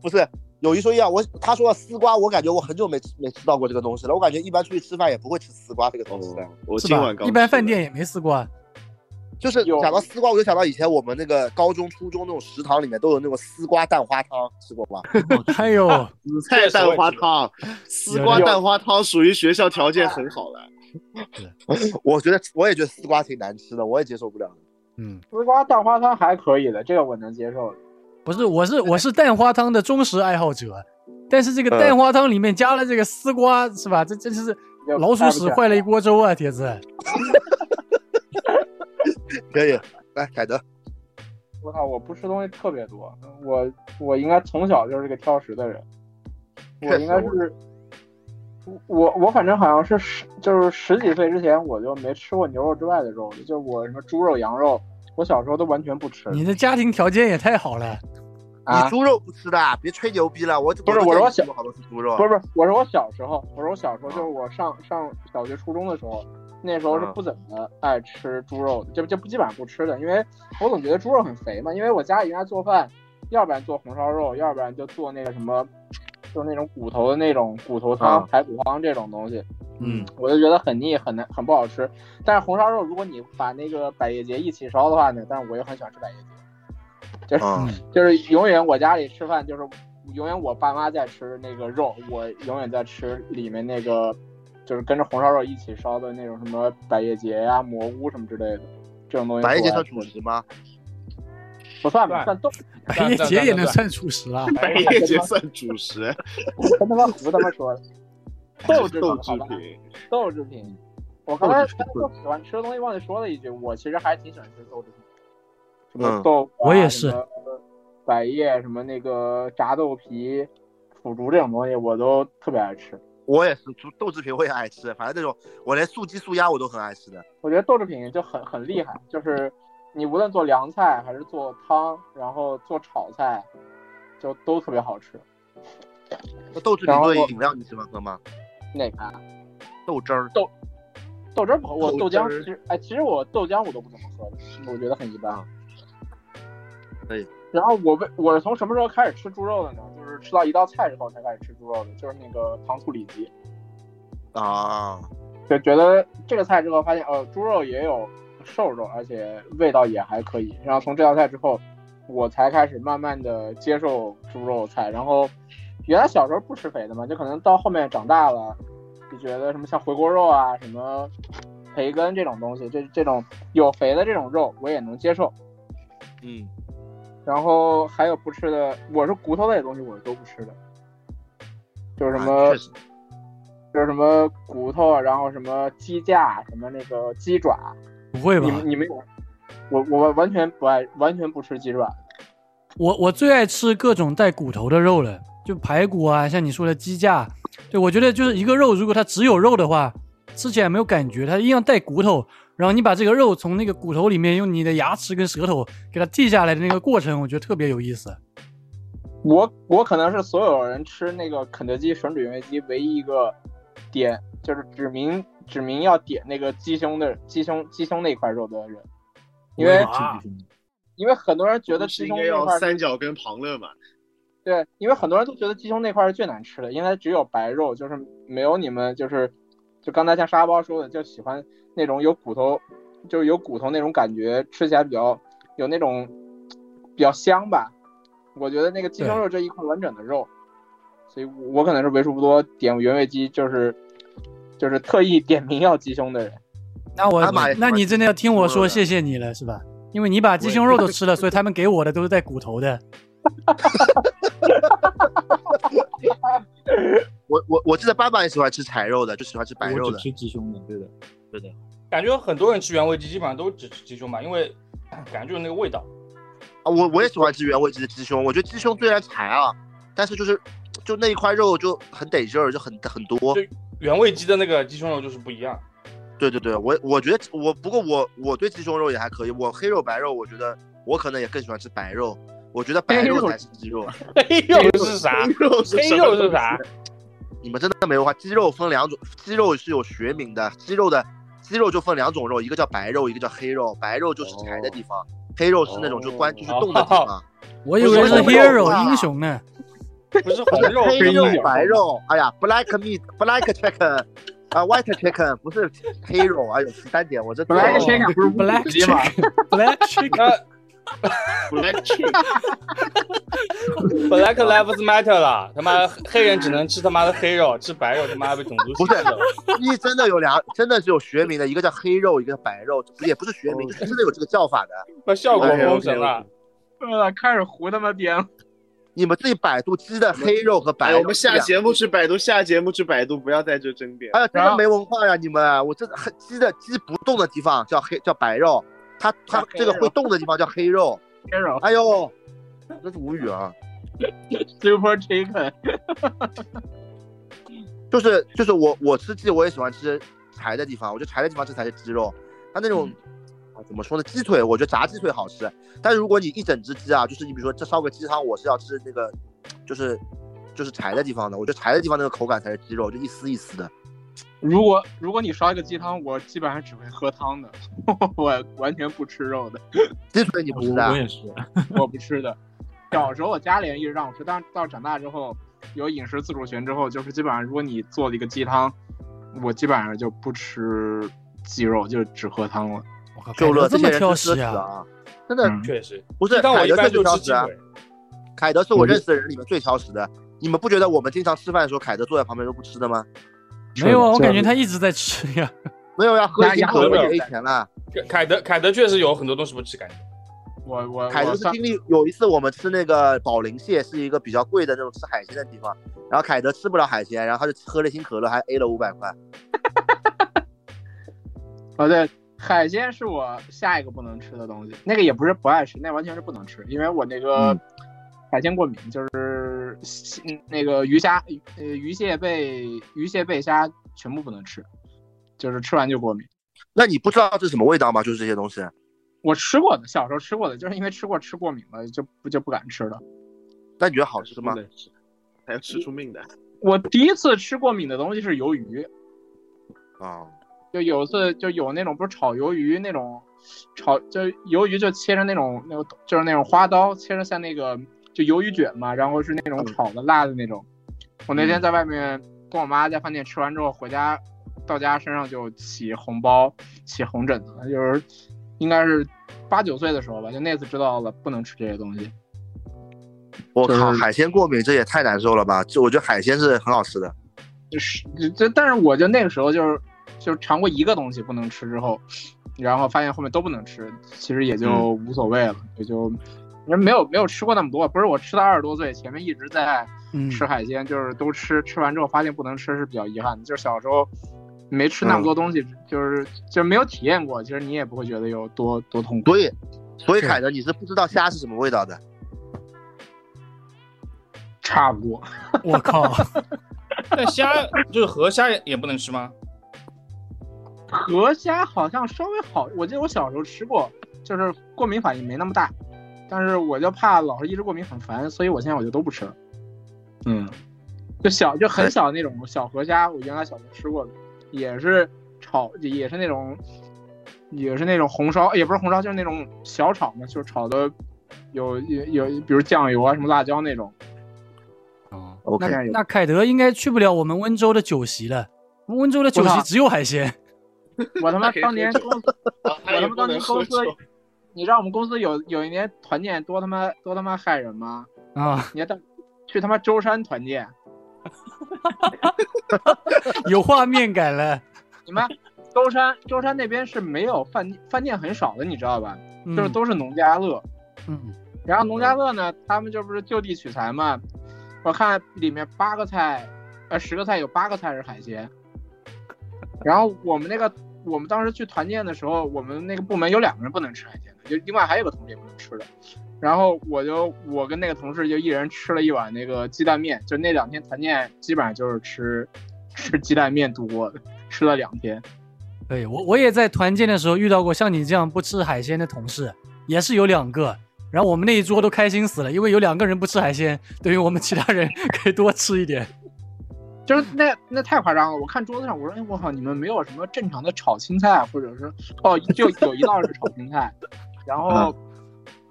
[SPEAKER 1] 不是有一说一啊，我他说到丝瓜，我感觉我很久没吃没吃到过这个东西了。我感觉一般出去吃饭也不会吃丝瓜这个东西的。
[SPEAKER 5] 哦，我
[SPEAKER 2] 是
[SPEAKER 5] 今
[SPEAKER 2] 吧
[SPEAKER 5] 晚？刚
[SPEAKER 2] 一般
[SPEAKER 5] 吃的
[SPEAKER 2] 饭店也没丝 瓜，
[SPEAKER 1] 就是
[SPEAKER 3] 有
[SPEAKER 1] 想到丝瓜，我就想到以前我们那个高中、初中那种食堂里面都有那种丝瓜蛋花汤，吃过吗？
[SPEAKER 2] 哎呦，
[SPEAKER 5] 紫菜蛋花汤， 丝瓜蛋花汤属于学校条件很好了。
[SPEAKER 1] 我觉得我也觉得丝瓜挺难吃的，我也接受不了的。
[SPEAKER 2] 嗯，
[SPEAKER 3] 丝瓜蛋花汤还可以的，这个我能接受。
[SPEAKER 2] 不是，我是我是蛋花汤的忠实爱好者，但是这个蛋花汤里面加了这个丝瓜，是吧？这这就是老鼠屎坏了一锅粥啊，铁子。
[SPEAKER 1] 可以，来凯德，
[SPEAKER 3] 我靠，我不吃东西特别多，我我应该从小就是个挑食的人，我应该是，我我反正好像是十就是十几岁之前我就没吃过牛肉之外的肉，就是我什么猪肉、羊肉，我小时候都完全不吃
[SPEAKER 2] 你的家庭条件也太好了，
[SPEAKER 3] 啊
[SPEAKER 1] 你。猪肉不吃的啊，别吹牛逼了。我
[SPEAKER 3] 不是我说
[SPEAKER 1] 想好多吃猪肉，
[SPEAKER 3] 不是啊不是，我说我小时候，我说我小时候就是我上上小学、初中的时候，那时候是
[SPEAKER 5] 嗯
[SPEAKER 3] 不怎么爱吃猪肉的，就就不基本上不吃的，因为我总觉得猪肉很肥嘛，因为我家里人爱做饭，要不然做红烧肉，要不然就做那个什么，就是那种骨头的那种骨头汤、
[SPEAKER 5] 嗯
[SPEAKER 3] 排骨汤这种东西，
[SPEAKER 2] 嗯，
[SPEAKER 3] 我就觉得很腻，很难，很不好吃。但是红烧肉，如果你把那个百叶结一起烧的话呢，但是我又很喜欢吃百叶结。嗯
[SPEAKER 1] 啊，
[SPEAKER 2] 嗯
[SPEAKER 3] 就是永远我家里吃饭就是永远我爸妈在吃那个肉，我永远在吃里面那个就是跟着红烧肉一起烧的那种什么百叶结呀、蘑菇什么之类的这种东西。
[SPEAKER 1] 白叶算主食吗？
[SPEAKER 3] 不算吧，算豆，
[SPEAKER 2] 百叶结也能算啊主食了。
[SPEAKER 3] 哎
[SPEAKER 5] 白叶结算主食，
[SPEAKER 3] 跟他妈胡他妈说的，豆制
[SPEAKER 5] 豆
[SPEAKER 3] 品，
[SPEAKER 5] 制
[SPEAKER 3] 好吧
[SPEAKER 5] 品。
[SPEAKER 3] 豆制品。我刚才刚才说喜欢吃的东西忘记说了一句，我其实还挺喜欢吃豆制品，什么
[SPEAKER 1] 嗯
[SPEAKER 3] 豆、啊，
[SPEAKER 2] 我也是
[SPEAKER 3] 什么百叶什么那个炸豆皮、腐竹这种东西我都特别爱吃。
[SPEAKER 1] 我也是，豆豆制品我也爱吃，反正这种我连素鸡素鸭我都很爱吃的。
[SPEAKER 3] 我觉得豆制品就很很厉害，就是你无论做凉菜还是做汤，然后做炒菜，就都特别好吃。
[SPEAKER 1] 那豆制品
[SPEAKER 3] 然后
[SPEAKER 1] 作为
[SPEAKER 3] 我
[SPEAKER 1] 饮料你喜欢喝吗？
[SPEAKER 3] 哪个啊？
[SPEAKER 1] 豆汁儿，
[SPEAKER 3] 豆汁儿不喝，我
[SPEAKER 1] 豆
[SPEAKER 3] 豆
[SPEAKER 1] 汁
[SPEAKER 3] 浆
[SPEAKER 1] 儿
[SPEAKER 3] 其实哎，其实我豆浆我都不怎么喝的，我觉得很一般。啊
[SPEAKER 1] 可以。
[SPEAKER 3] 然后我为我是从什么时候开始吃猪肉的呢？就是吃到一道菜之后才开始吃猪肉的，就是那个糖醋里脊。
[SPEAKER 1] 啊，
[SPEAKER 3] 就觉得这个菜之后发现，哦，猪肉也有瘦肉，而且味道也还可以。然后从这道菜之后，我才开始慢慢的接受猪肉菜。然后原来小时候不吃肥的嘛，就可能到后面长大了，就觉得什么像回锅肉啊、什么培根这种东西，这这种有肥的这种肉我也能接受。
[SPEAKER 1] 嗯，
[SPEAKER 3] 然后还有不吃的，我是骨头类的东西我都不吃的，就是什么、
[SPEAKER 1] 啊确实
[SPEAKER 3] 就是什么骨头啊，然后什么鸡架，什么那个鸡爪，
[SPEAKER 2] 不会吧
[SPEAKER 3] 你？们你们有？我我完全不爱，完全不吃鸡爪。
[SPEAKER 2] 我我最爱吃各种带骨头的肉了，就排骨啊，像你说的鸡架。对，我觉得就是一个肉，如果它只有肉的话，吃起来没有感觉，它一样带骨头。然后你把这个肉从那个骨头里面用你的牙齿跟舌头给它剔下来的那个过程，我觉得特别有意思。
[SPEAKER 3] 我我可能是所有人吃那个肯德基吮指原味鸡唯一一个点，就是指明指明要点那个鸡胸的鸡胸鸡胸那块肉的人，因为
[SPEAKER 5] 啊
[SPEAKER 3] 因为很多人觉
[SPEAKER 5] 觉
[SPEAKER 3] 得
[SPEAKER 5] 得
[SPEAKER 3] 鸡
[SPEAKER 5] 是
[SPEAKER 3] 胸
[SPEAKER 5] 应该
[SPEAKER 3] 那
[SPEAKER 5] 要
[SPEAKER 3] 块
[SPEAKER 5] 三角跟旁乐嘛？
[SPEAKER 3] 对，因为很多人都觉得鸡胸那块是最难吃的，因为它只有白肉，就是没有你们就是，就刚才像沙包说的，就喜欢那种有骨头，就是有骨头那种感觉，吃起来比较有那种比较香吧。我觉得那个鸡胸
[SPEAKER 2] 对
[SPEAKER 3] 肉这一块完整的肉， 所以我可能是为数不多点原味鸡，就是就是特意点名要鸡胸的 人。
[SPEAKER 2] 那我
[SPEAKER 1] 他妈也，
[SPEAKER 2] 那你真的要听我说
[SPEAKER 1] 鸡胸肉
[SPEAKER 2] 谢谢你了，是吧？因为你把鸡胸肉都吃了，所以他们给我的都是带骨头的。
[SPEAKER 1] 我我我记得爸爸也喜欢吃柴肉的，就喜欢吃白肉
[SPEAKER 6] 我只
[SPEAKER 1] 的。
[SPEAKER 6] 吃鸡胸的，对的。
[SPEAKER 4] 感觉很多人吃原味鸡基本上都只吃鸡胸吧，因为 感觉就是那个味道。
[SPEAKER 1] 啊，我我也喜欢吃原味鸡的鸡胸，我觉得鸡胸虽然柴啊，但是就是就那一块肉就很得劲儿，就很很多。
[SPEAKER 4] 对原味鸡的那个鸡胸肉就是不 一样。
[SPEAKER 1] 对对对，我我觉得我不过我我对鸡胸肉也还可以，我黑肉白肉，我觉得我可能也更喜欢吃白肉，我觉得白肉才是鸡 肉。
[SPEAKER 4] 黑肉 是啥？
[SPEAKER 5] 肉是
[SPEAKER 4] 黑
[SPEAKER 5] 什么
[SPEAKER 4] 肉
[SPEAKER 5] 东
[SPEAKER 4] 是
[SPEAKER 5] 西
[SPEAKER 4] 啥？
[SPEAKER 1] 你们真的没文化，鸡肉分两种，鸡肉是有学名的，鸡肉的鸡肉就分两种肉，一个叫白肉，一个叫黑肉。白肉就是柴的地方，
[SPEAKER 4] 哦
[SPEAKER 1] 黑肉是那种就关、就是动的地方。
[SPEAKER 2] 我以为
[SPEAKER 1] 不
[SPEAKER 2] 是
[SPEAKER 1] 是我
[SPEAKER 2] hero 英雄呢。
[SPEAKER 4] 不是红 肉，
[SPEAKER 1] 黑
[SPEAKER 4] 是
[SPEAKER 1] 肉
[SPEAKER 4] 白、
[SPEAKER 1] 白肉，哎呀，black meat black chicken 啊，white chicken 不是黑肉，哎呦，十三点，我这哦
[SPEAKER 3] 本来
[SPEAKER 4] 这
[SPEAKER 3] 这
[SPEAKER 4] 谁
[SPEAKER 3] 谁敢不是
[SPEAKER 2] Black chicken，Black chicken，
[SPEAKER 5] ？Black chicken
[SPEAKER 4] 本来可 lives matter 了，他妈黑人只能吃他妈的黑肉，吃白肉他妈被种族歧视了。
[SPEAKER 1] 一真的有两， 真的是有学名的，一个叫黑肉，一个叫白肉，不也不是学名，就是真的有这个叫法的。
[SPEAKER 4] 把效果封
[SPEAKER 1] 哎
[SPEAKER 4] 神了。
[SPEAKER 3] 对了，呃开始胡他妈编了。
[SPEAKER 1] 你们自己百度鸡的黑肉和白
[SPEAKER 5] 哎，
[SPEAKER 1] 肉，
[SPEAKER 5] 我们下节目去百度，下节目去百度，不要在这争辩。
[SPEAKER 1] 哎呀，真
[SPEAKER 3] 然
[SPEAKER 1] 的
[SPEAKER 3] 后
[SPEAKER 1] 没文化呀！你们，啊我这黑鸡的鸡不动的地方叫黑叫白肉，它它
[SPEAKER 3] 叫黑
[SPEAKER 1] 这个
[SPEAKER 3] 肉
[SPEAKER 1] 会动的地方叫黑肉。
[SPEAKER 3] 黑肉
[SPEAKER 1] 哎呦，真是无语啊！
[SPEAKER 3] Super Chicken，
[SPEAKER 1] 就是就是我我吃鸡我也喜欢吃柴的地方，我觉得柴的地方这才是鸡肉。它那种、啊怎么说呢？鸡腿我觉得炸鸡腿好吃，但是如果你一整只鸡啊，就是你比如说这烧个鸡汤，我是要吃那个就是就是柴的地方的，我觉得柴的地方那个口感才是鸡肉，就一丝一丝的。
[SPEAKER 3] 如果如果你烧一个鸡汤，我基本上只会喝汤的， 我完全不吃肉的。
[SPEAKER 1] 鸡腿你不吃的
[SPEAKER 6] 我我
[SPEAKER 1] 啊？
[SPEAKER 6] 也是，
[SPEAKER 3] 我不吃的。小时候我家里人一直让我吃，但到长大之后有饮食自主权之后，就是基本上如果你做了一个鸡汤，我基本上就不吃鸡肉，就只喝汤了。
[SPEAKER 2] 我靠，
[SPEAKER 1] 就乐
[SPEAKER 2] 这
[SPEAKER 1] 这
[SPEAKER 2] 么
[SPEAKER 1] 些人
[SPEAKER 2] 挑
[SPEAKER 1] 真是
[SPEAKER 2] 食
[SPEAKER 1] 奢侈
[SPEAKER 2] 啊！
[SPEAKER 1] 啊！真的
[SPEAKER 6] 嗯
[SPEAKER 4] 确实，
[SPEAKER 1] 不是，
[SPEAKER 4] 但我
[SPEAKER 1] 凯
[SPEAKER 4] 一
[SPEAKER 1] 德
[SPEAKER 4] 般
[SPEAKER 1] 最
[SPEAKER 4] 就
[SPEAKER 1] 挑
[SPEAKER 4] 吃
[SPEAKER 1] 食
[SPEAKER 4] 鸡
[SPEAKER 1] 啊！
[SPEAKER 4] 腿。
[SPEAKER 1] 凯德是我认识的人里面最挑食的。你们不觉得我们经常吃饭的时候，凯德坐在旁边都不吃的吗？
[SPEAKER 2] 没有啊，我
[SPEAKER 3] 这
[SPEAKER 2] 感觉他一直在吃呀。
[SPEAKER 1] 没有呀，喝一
[SPEAKER 3] 那
[SPEAKER 1] 斤
[SPEAKER 3] 丫
[SPEAKER 1] 口
[SPEAKER 4] 头
[SPEAKER 1] 我也
[SPEAKER 4] 呢
[SPEAKER 1] 给钱了。
[SPEAKER 4] 凯凯德凯德确实有很多东西不吃，感觉
[SPEAKER 3] 我我
[SPEAKER 1] 凯德
[SPEAKER 3] 我
[SPEAKER 1] 是
[SPEAKER 3] 算
[SPEAKER 1] 经历有一次我们吃那个宝林蟹，是一个比较贵的那种吃海鲜的地方，然后凯德吃不了海鲜，然后他就喝了一瓶可乐，还 A 了五百块。
[SPEAKER 3] 哦对，海鲜是我下一个不能吃的东西，那个也不是不爱吃，那完全是不能吃，因为我那个、海鲜过敏，就是西那个鱼虾、呃鱼蟹贝、鱼蟹贝虾全部不能吃，就是吃完就过敏。
[SPEAKER 1] 那你不知道这是什么味道吗？就是这些东西。
[SPEAKER 3] 我吃过的，小时候吃过的，就是因为吃过吃过敏了，就不就不敢吃了。
[SPEAKER 1] 那你觉得好吃吗？？
[SPEAKER 5] 还要吃出命的，
[SPEAKER 3] 我第一次吃过敏的东西是鱿鱼，
[SPEAKER 1] 啊，
[SPEAKER 3] 就有一次就有那种不是炒鱿鱼那种，炒就鱿鱼就切成那种那种就是那种花刀切成像那个就鱿鱼卷嘛，然后是那种炒的辣的那种。我那天在外面跟我妈在饭店吃完之后回家，到家身上就起红包起红疹子了，就是应该是八九岁的时候吧，就那次知道了不能吃这些东西。
[SPEAKER 1] 我
[SPEAKER 3] 就是
[SPEAKER 1] 靠，海鲜过敏这也太难受了吧！这我觉得海鲜是很好吃的，
[SPEAKER 3] 就是这，但是我就那个时候就是就是尝过一个东西不能吃之后，然后发现后面都不能吃，其实也就无所谓了，也就人没有没有吃过那么多。不是我吃到二十多岁，前面一直在
[SPEAKER 2] 嗯，
[SPEAKER 3] 吃海鲜，就是啊都吃，吃完之后发现不能吃是比较遗憾的。就是小时候没吃那么多东西，就是就是没有体验过，其实你也不会觉得有多多痛苦。
[SPEAKER 1] 所以，所以
[SPEAKER 2] 是
[SPEAKER 1] 凯德你是不知道虾是什么味道的。
[SPEAKER 3] 差不多，
[SPEAKER 2] 我靠，
[SPEAKER 4] 但虾就是河虾也不能吃吗？
[SPEAKER 3] 河虾好像稍微好，我记得我小时候吃过，就是过敏反应没那么大，但是我就怕老是一直过敏很烦，所以我现在我就都不吃了。嗯，就小就很小那种小河虾，我原来小时候吃过的，也是炒，也是那种，也是那种红烧，也不是红烧，就是那种小炒嘛，就是炒的有有有，比如酱油啊什么辣椒那种。
[SPEAKER 2] 哦
[SPEAKER 1] OK
[SPEAKER 2] 那那凯德应该去不了我们温州的酒席了，我们温州的酒
[SPEAKER 3] 我
[SPEAKER 2] 席
[SPEAKER 3] 操
[SPEAKER 2] 只有海鲜。
[SPEAKER 3] 我他妈
[SPEAKER 5] 那可以
[SPEAKER 3] 当年
[SPEAKER 5] 喝
[SPEAKER 3] 公司 我他妈当年公司，你知道我们公司有有一年团建多他妈多他妈害人吗？
[SPEAKER 2] 啊，
[SPEAKER 3] 你还到去他妈舟山团建，
[SPEAKER 2] 有画面感了，
[SPEAKER 3] 你妈舟山舟山那边是没有饭店饭店很少的，你知道吧？
[SPEAKER 2] 嗯
[SPEAKER 3] 就是都是农家乐。
[SPEAKER 2] 嗯
[SPEAKER 3] 然后农家乐呢，他们这不是就地取材嘛？我看里面八个菜，呃，十个菜有八个菜是海鲜。然后我们那个我们当时去团建的时候，我们那个部门有两个人不能吃海鲜的，就另外还有个同事也不能吃的。然后我就我跟那个同事就一人吃了一碗那个鸡蛋面，就那两天团建基本上就是吃吃鸡蛋面度过的，吃了两天。
[SPEAKER 2] 对我我也在团建的时候遇到过像你这样不吃海鲜的同事，也是有两个。然后我们那一桌都开心死了，因为有两个人不吃海鲜，等于我们其他人 可以多吃一点。
[SPEAKER 3] 就是那那太夸张了，我看桌子上，我说哎我靠，你们没有什么正常的炒青菜，或者是哦，就有一道是炒青菜，然后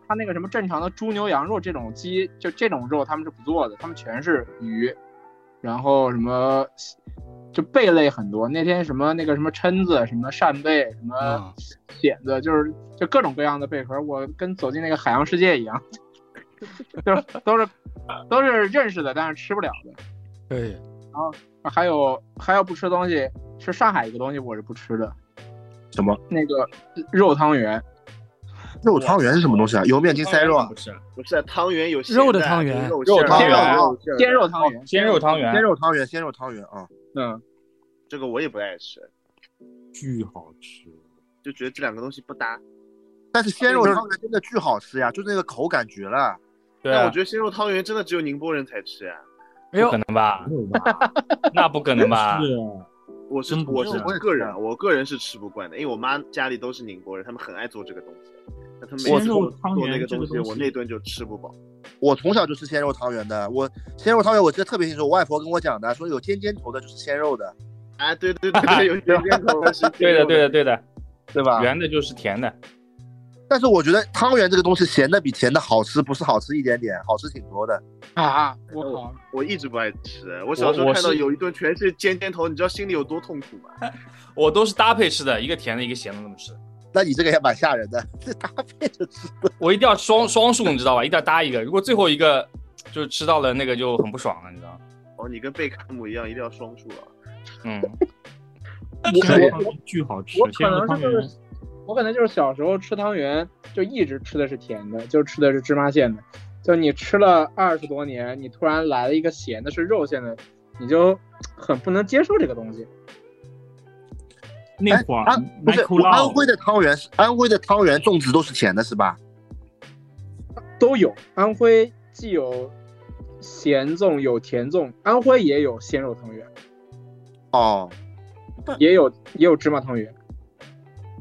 [SPEAKER 3] 他那个什么正常的猪牛羊肉这种鸡，就这种肉他们是不做的，他们全是鱼，然后什么就贝类很多，那天什么那个什么蛏子，什么扇贝，什么
[SPEAKER 2] 嗯
[SPEAKER 3] 蚬子，就是就各种各样的贝壳，我跟走进那个海洋世界一样， 就是都是都是认识的，但是吃不了的。
[SPEAKER 2] 对，
[SPEAKER 3] 还有还有不吃的东西，是上海一个东西我是不吃的，
[SPEAKER 1] 什么
[SPEAKER 3] 那个肉汤圆，
[SPEAKER 1] 肉汤圆是什么东西啊？油面筋塞肉啊
[SPEAKER 4] 不？是，
[SPEAKER 5] 不是汤圆有
[SPEAKER 2] 肉的汤圆
[SPEAKER 5] 肉
[SPEAKER 1] 汤
[SPEAKER 3] 圆
[SPEAKER 5] 馅儿
[SPEAKER 3] 鲜肉汤
[SPEAKER 1] 哦
[SPEAKER 3] 圆，
[SPEAKER 4] 鲜肉汤圆
[SPEAKER 1] 鲜。肉汤圆，鲜肉汤圆啊！
[SPEAKER 3] 嗯，
[SPEAKER 5] 这个我也不爱吃，
[SPEAKER 6] 巨好吃。
[SPEAKER 5] 就觉得这两个东西不搭。
[SPEAKER 1] 但是鲜肉汤圆真的巨好吃呀，就是那个口感绝了。
[SPEAKER 4] 对
[SPEAKER 5] 但
[SPEAKER 4] 啊，
[SPEAKER 5] 我觉得鲜肉汤圆真的只有宁波人才吃啊！
[SPEAKER 2] 哎呦
[SPEAKER 4] 不可，能吧？
[SPEAKER 6] 没有吧？
[SPEAKER 4] 那不可能吧？
[SPEAKER 6] 是
[SPEAKER 5] 我是
[SPEAKER 6] 真不
[SPEAKER 5] 我
[SPEAKER 6] 是
[SPEAKER 5] 是
[SPEAKER 1] 我也
[SPEAKER 5] 个
[SPEAKER 1] 是
[SPEAKER 5] 人啊，我个人是吃不惯的，因为我妈家里都是宁波人，他们很爱做这个东西。那他们
[SPEAKER 6] 鲜
[SPEAKER 5] 每次
[SPEAKER 6] 肉
[SPEAKER 5] 做
[SPEAKER 6] 汤
[SPEAKER 5] 做
[SPEAKER 6] 圆
[SPEAKER 5] 那个
[SPEAKER 6] 这个
[SPEAKER 5] 东西，
[SPEAKER 6] 东
[SPEAKER 5] 我
[SPEAKER 6] 西
[SPEAKER 5] 那顿就吃不饱。
[SPEAKER 1] 我从小就吃鲜肉汤圆的，我鲜肉汤圆我记得特别清楚，我外婆跟我讲的，说有尖尖头的就是鲜肉的，
[SPEAKER 5] 啊，对对对对，有有点口味是
[SPEAKER 4] 对的，对的，对的，
[SPEAKER 1] 对吧？
[SPEAKER 4] 圆的就是甜的。
[SPEAKER 1] 但是我觉得汤圆这个东西咸的比甜的好吃，不是好吃一点点，好吃挺多的。
[SPEAKER 3] 啊，我靠，
[SPEAKER 5] 我一直不爱吃。我小时候
[SPEAKER 4] 我
[SPEAKER 5] 看到
[SPEAKER 4] 是
[SPEAKER 5] 有一顿全是尖尖头，你知道心里有多痛苦吗？
[SPEAKER 4] 我都是搭配吃的，一个甜的，一个咸的，那么吃。
[SPEAKER 1] 那你这个也蛮吓人的，这搭配着吃。
[SPEAKER 4] 我一定要双双数，你知道吧？一定要搭一个。如果最后一个就是吃到了那个就很不爽了，你知道吗？
[SPEAKER 5] 哦，你跟贝克汉姆一样，一定要双数 啊！
[SPEAKER 4] 嗯，
[SPEAKER 6] 鲜肉
[SPEAKER 3] 我
[SPEAKER 6] 汤圆巨好吃
[SPEAKER 3] 我，
[SPEAKER 6] 鲜
[SPEAKER 3] 可
[SPEAKER 6] 肉
[SPEAKER 3] 能
[SPEAKER 6] 汤
[SPEAKER 3] 是就
[SPEAKER 6] 圆
[SPEAKER 3] 是。我可能就是小时候吃汤圆，就一直吃的是甜的，就吃的是芝麻馅的。就你吃了二十多年，你突然来了一个咸的，是肉馅的，你就很不能接受这个东西。
[SPEAKER 6] 那会儿
[SPEAKER 1] 哎安不是
[SPEAKER 6] Michael
[SPEAKER 1] 安
[SPEAKER 6] Lau
[SPEAKER 1] 徽的汤圆是安徽的汤圆种植都是甜的是吧？
[SPEAKER 3] 都有，安徽既有咸粽有甜粽，安徽也有鲜肉汤圆，
[SPEAKER 1] 哦，
[SPEAKER 3] 也有也有芝麻汤圆，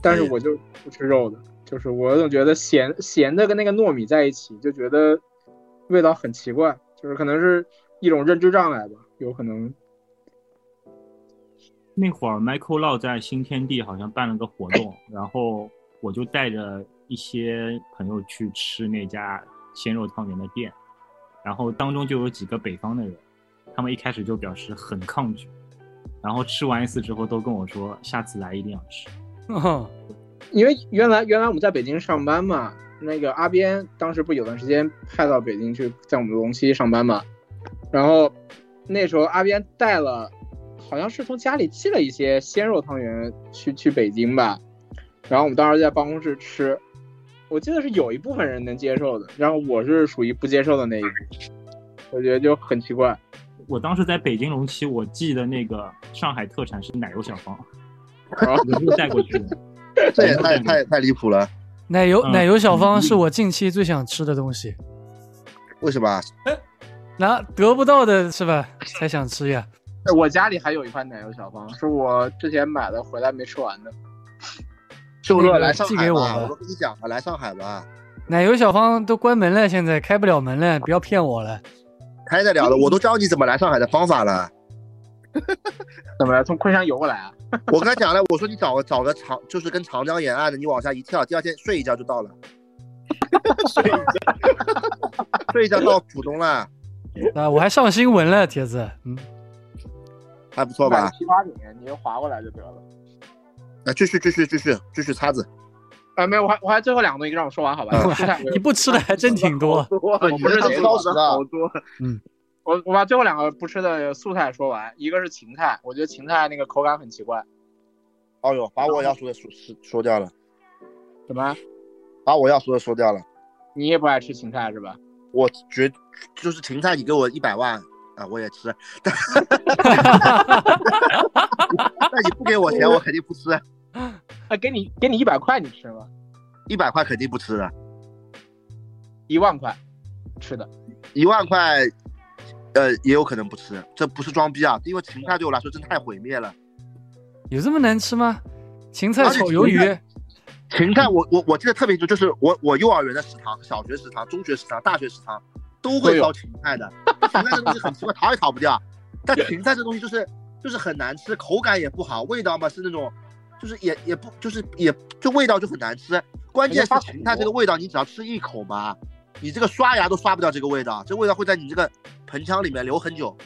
[SPEAKER 3] 但是我就不吃肉的，就是我总觉得咸咸的跟那个糯米在一起，就觉得味道很奇怪，就是可能是一种认知障碍吧，有可能。
[SPEAKER 6] 那会儿 Michael Lau 在新天地好像办了个活动，然后我就带着一些朋友去吃那家鲜肉汤圆的店，然后当中就有几个北方的人，他们一开始就表示很抗拒，然后吃完一次之后都跟我说下次来一定要吃。
[SPEAKER 2] 哦，
[SPEAKER 3] 因为原来原来我们在北京上班嘛，那个阿边当时不有段时间派到北京去，在我们龙溪上班嘛，然后那时候阿边带了，好像是从家里寄了一些鲜肉汤圆去去北京吧，然后我们当时在办公室吃，我记得是有一部分人能接受的，然后我是属于不接受的那一部分，我觉得就很奇怪。
[SPEAKER 6] 我当时在北京龙溪，我记得那个上海特产是奶油小方，
[SPEAKER 3] 然后
[SPEAKER 6] 我就带过去的。
[SPEAKER 1] 这也
[SPEAKER 2] 哎
[SPEAKER 1] 太太太离谱了，
[SPEAKER 2] 奶油
[SPEAKER 6] 嗯
[SPEAKER 2] 奶油小方是我近期最想吃的东西，
[SPEAKER 1] 为什么？啊
[SPEAKER 2] 拿得不到的是吧？才想吃呀。
[SPEAKER 3] 我家里还有一块奶油小方，是我之前买的回来没吃完的。
[SPEAKER 1] 秀
[SPEAKER 2] 那
[SPEAKER 1] 乐
[SPEAKER 2] 个
[SPEAKER 1] 来上
[SPEAKER 2] 寄
[SPEAKER 1] 海
[SPEAKER 2] 给我
[SPEAKER 1] 吧，
[SPEAKER 2] 吧
[SPEAKER 1] 我都跟你讲了，来上海吧，
[SPEAKER 2] 奶油小方都关门了，现在开不了门了，不要骗我了。
[SPEAKER 1] 开得了的，我都教你怎么来上海的方法了。
[SPEAKER 3] 怎么了？从昆山游过来啊？
[SPEAKER 1] 我跟他讲了，我说你找个找个长，就是跟长江沿岸的，你往下一跳，第二天睡一觉就到了。睡一觉，睡一觉到浦东了，
[SPEAKER 2] 啊，我还上新闻了，铁子。嗯，
[SPEAKER 1] 还不错吧？
[SPEAKER 3] 批发饼，你就划过来就得了。
[SPEAKER 1] 啊，继续继续继续继续擦子，
[SPEAKER 3] 哎，没有，我还我还最后两个东西让我说完好吧？
[SPEAKER 1] 嗯
[SPEAKER 3] 剩下一个
[SPEAKER 2] 你不吃的还真挺多。
[SPEAKER 5] 我
[SPEAKER 1] 你
[SPEAKER 5] 不是
[SPEAKER 1] 这
[SPEAKER 5] 谁
[SPEAKER 1] 超时的
[SPEAKER 5] 好多，
[SPEAKER 3] 我我把最后两个不吃的素菜说完，一个是芹菜，我觉得芹菜那个口感很奇怪。
[SPEAKER 1] 哦呦，把我要说的说说说掉了，
[SPEAKER 3] 什么？
[SPEAKER 1] 把我要说的说掉了。
[SPEAKER 3] 你也不爱吃芹菜是吧？
[SPEAKER 1] 我绝就是芹菜，你给我一百万啊，我也吃。但那你不给我钱，我肯定不吃，
[SPEAKER 3] 哎，给你给你一百块，你吃吗？
[SPEAKER 1] 一百块肯定不吃的，
[SPEAKER 3] 一万块，吃的。
[SPEAKER 1] 一万块，呃，也有可能不吃。这不是装逼啊，因为芹菜对我来说真太毁灭了。
[SPEAKER 2] 有这么难吃吗？芹菜
[SPEAKER 1] 而且
[SPEAKER 2] 炒鱿
[SPEAKER 1] 芹
[SPEAKER 2] 鱼，
[SPEAKER 1] 芹菜我，我我记得特别清楚，就是我我幼儿园的食堂、小学食堂、中学食堂、大学食堂都
[SPEAKER 3] 都
[SPEAKER 1] 会
[SPEAKER 3] 有
[SPEAKER 1] 烧芹菜的。芹菜这东西很奇怪， 逃也逃不掉。但芹菜这东西就是就是很难吃，口感也不好，味道嘛是那种，就是也也不就是也就味道就很难吃。关键是芹菜这个味道，你只要吃一口嘛，你这个刷牙都刷不掉这个味道，这味道会在你这个盆腔里面留很久。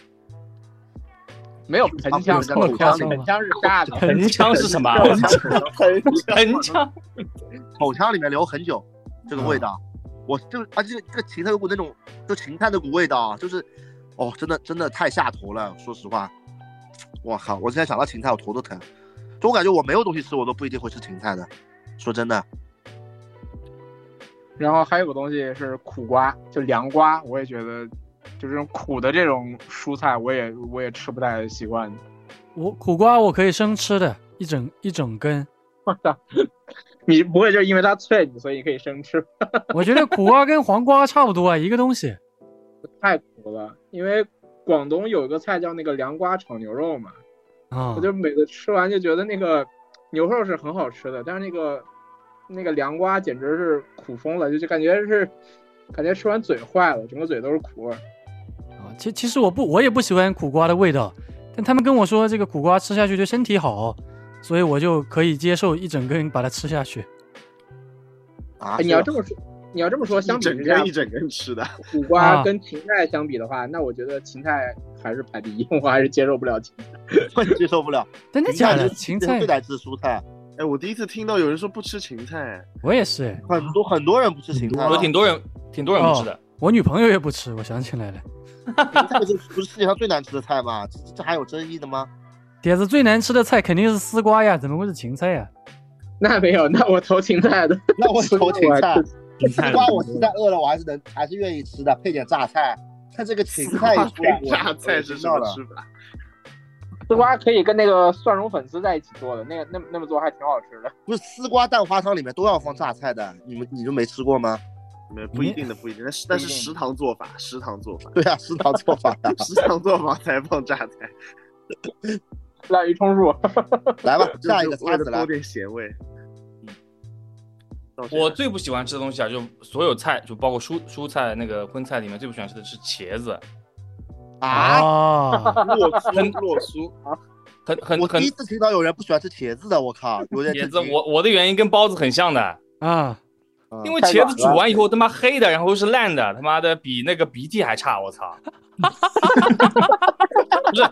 [SPEAKER 3] 没有盆腔，
[SPEAKER 1] 这么
[SPEAKER 3] 盆
[SPEAKER 2] 夸
[SPEAKER 3] 腔
[SPEAKER 2] 张吗
[SPEAKER 3] 盆腔是炸的。
[SPEAKER 4] 盆腔是 什 么？啊
[SPEAKER 5] 很
[SPEAKER 4] 盆腔
[SPEAKER 1] 口腔里面留很久，这个味道，我就而且这个这个芹菜有股那种就芹菜那股味道啊，就是，哦，真的真的太下头了，说实话，我靠，我现在想到芹菜我头都疼，就我感觉我没有东西吃我都不一定会吃芹菜的，说真的，
[SPEAKER 3] 然后还有个东西是苦瓜，就凉瓜，我也觉得，就这种苦的这种蔬菜，我也我也吃不太习惯。
[SPEAKER 2] 我苦瓜我可以生吃的，一整一整根。
[SPEAKER 3] 我操，你不会就是因为它脆你，所以你可以生吃？
[SPEAKER 2] 我觉得苦瓜跟黄瓜差不多啊，一个东西。
[SPEAKER 3] 太苦了，因为广东有一个菜叫那个凉瓜炒牛肉嘛，
[SPEAKER 5] 嗯
[SPEAKER 2] 啊
[SPEAKER 3] 我，就每次吃完就觉得那个牛肉是很好吃的，但是那个那个凉瓜简直是苦疯了，就就感觉是感觉吃完嘴坏了，整个嘴都是苦味儿。
[SPEAKER 2] 啊其其实我不我也不喜欢苦瓜的味道，但他们跟我说这个苦瓜吃下去对身体好，所以我就可以接受一整根把它吃下去。
[SPEAKER 1] 啊，
[SPEAKER 3] 哎，你要
[SPEAKER 1] 是啊
[SPEAKER 3] 这么说，你要这么说，相
[SPEAKER 5] 一
[SPEAKER 3] 比
[SPEAKER 5] 整
[SPEAKER 3] 之下
[SPEAKER 5] 根，一整啊 根吃的，
[SPEAKER 3] 苦瓜跟芹菜相比的话，那我觉得芹菜还是排第一，我还是接受不了芹菜。
[SPEAKER 1] 吧接受不了，
[SPEAKER 2] 真的
[SPEAKER 1] 芹
[SPEAKER 2] 假
[SPEAKER 1] 菜
[SPEAKER 2] 的？
[SPEAKER 1] 是
[SPEAKER 2] 芹
[SPEAKER 1] 这是
[SPEAKER 2] 菜
[SPEAKER 1] 最难吃的蔬菜，
[SPEAKER 5] 哎，我第一次听到有人说不吃芹 菜，
[SPEAKER 2] 我也是哎，
[SPEAKER 1] 很多很多人不吃芹菜
[SPEAKER 4] 有
[SPEAKER 1] 的，
[SPEAKER 4] 挺多人，挺多人不吃的。
[SPEAKER 2] 我女朋友也不吃，我想起来了。
[SPEAKER 1] 芹菜是不是世界上最难吃的菜吗？这这还有争议的 吗？
[SPEAKER 2] 碟子最难吃的菜肯定是丝瓜呀，怎么会是芹菜呀？
[SPEAKER 3] 那没有，那我投芹菜的。
[SPEAKER 1] 那我投芹菜。
[SPEAKER 6] 芹
[SPEAKER 1] 丝
[SPEAKER 6] 菜
[SPEAKER 1] 瓜我现在饿了，我还是能还是愿意吃的，配点榨菜。看这个芹菜一出来，我
[SPEAKER 5] 榨菜是什
[SPEAKER 1] 我
[SPEAKER 5] 么
[SPEAKER 1] 就知
[SPEAKER 5] 吃法？
[SPEAKER 3] 丝瓜可以跟那个蒜蓉粉丝在一起做的，那个那那么做还挺好吃的。
[SPEAKER 1] 道了不是丝瓜蛋花汤里面都要放榨菜的，你们你就没吃过吗？
[SPEAKER 5] 没不一定的，不一定。但是但是食堂做法，食堂 做法，，
[SPEAKER 1] 对啊，食堂做法的
[SPEAKER 5] 食堂做法才放 榨菜，
[SPEAKER 3] 滥竽充数。
[SPEAKER 1] 来吧，
[SPEAKER 5] 就是
[SPEAKER 1] 下一个
[SPEAKER 5] 为
[SPEAKER 1] 叉
[SPEAKER 5] 了
[SPEAKER 1] 子来嗯
[SPEAKER 5] 多，点咸味。到谁了
[SPEAKER 4] 我最不喜欢吃的东西啊，就所有菜，就包括蔬蔬菜那个荤菜里面最不喜欢吃的是茄子，
[SPEAKER 1] 啊！
[SPEAKER 2] 哦
[SPEAKER 5] 洛酥洛酥，
[SPEAKER 4] 很很
[SPEAKER 1] 我
[SPEAKER 4] 很
[SPEAKER 1] 第一次听到有人不喜欢吃茄子的，我靠，有点
[SPEAKER 4] 茄子，
[SPEAKER 1] 震惊
[SPEAKER 4] 我我的原因跟包子很像的，
[SPEAKER 2] 啊，
[SPEAKER 1] 嗯
[SPEAKER 4] 因为
[SPEAKER 3] 太
[SPEAKER 4] 茄
[SPEAKER 3] 软
[SPEAKER 4] 子
[SPEAKER 3] 了
[SPEAKER 4] 煮完以后他妈黑的，然后又是烂的，他妈的比那个鼻涕还差，我操！ 不是，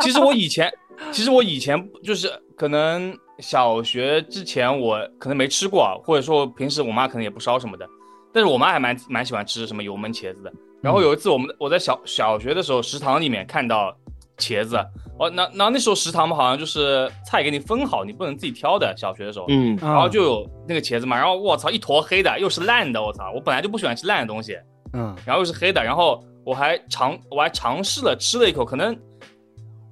[SPEAKER 4] 其实我以前，其实我以前就是可能小学之前我可能没吃过啊，或者说平时我妈可能也不烧什么的，但是我妈还蛮蛮喜欢吃什么油焖茄子的。然后有一次我们我在小小学的时候食堂里面看到茄子，哦，那那那时候食堂嘛好像就是菜给你分好，你不能自己挑的，小学的时候，
[SPEAKER 5] 嗯，
[SPEAKER 2] 然
[SPEAKER 4] 然后就有那个茄子嘛，然后我操，一坨黑的，又是烂的，我操，我本来就不喜欢吃烂的东西，
[SPEAKER 2] 嗯
[SPEAKER 4] 然后又是黑的，然后我还尝我还尝试了吃了一口，可能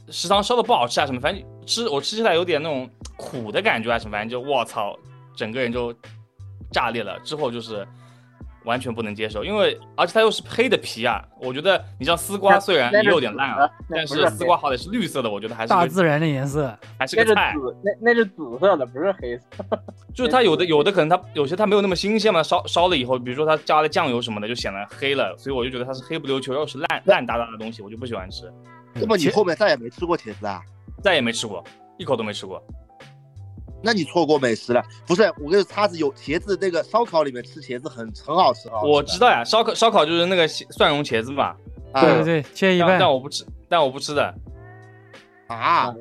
[SPEAKER 4] 食堂烧的不好吃啊什么，反正吃我吃起来有点那种苦的感觉啊什么，反正就我操，整个人就炸裂了，之后就是完全不能接受，因为而且它又是黑的皮啊，我觉得你像丝瓜
[SPEAKER 3] 那
[SPEAKER 4] 虽然
[SPEAKER 3] 那
[SPEAKER 4] 也
[SPEAKER 3] 是
[SPEAKER 4] 有点烂
[SPEAKER 3] 紫
[SPEAKER 4] 啊
[SPEAKER 3] 的，那
[SPEAKER 4] 但
[SPEAKER 3] 不
[SPEAKER 4] 是
[SPEAKER 3] 是
[SPEAKER 4] 丝瓜好歹是绿色的，我觉得还是
[SPEAKER 2] 大
[SPEAKER 4] 个
[SPEAKER 2] 自然的颜色，
[SPEAKER 4] 还是
[SPEAKER 3] 那
[SPEAKER 4] 个
[SPEAKER 3] 是
[SPEAKER 4] 菜。啊
[SPEAKER 3] 紫，那那是紫色的，不是黑色。
[SPEAKER 4] 就是它有的有的可能它有些它没有那么新鲜嘛，烧烧了以后，比如说它加了酱油什么的，就显得黑了，所以我就觉得它是黑不溜秋，要是烂烂哒哒的东西，我就不喜欢吃，
[SPEAKER 1] 那么你后面再也没吃过茄子啊？
[SPEAKER 4] 再也没吃过，一口都没吃过。
[SPEAKER 1] 那你错过美食了。不是，我跟你说叉子有茄子，那个烧烤里面吃茄子很很好吃，很好哦吃的
[SPEAKER 4] 我知道呀，烧烤烧烤就是那个茄蒜蓉茄子嘛，
[SPEAKER 2] 对对
[SPEAKER 1] 啊
[SPEAKER 2] 对，切一
[SPEAKER 4] 但
[SPEAKER 2] 半
[SPEAKER 4] 但，我不吃，但我不吃的。
[SPEAKER 1] 啊！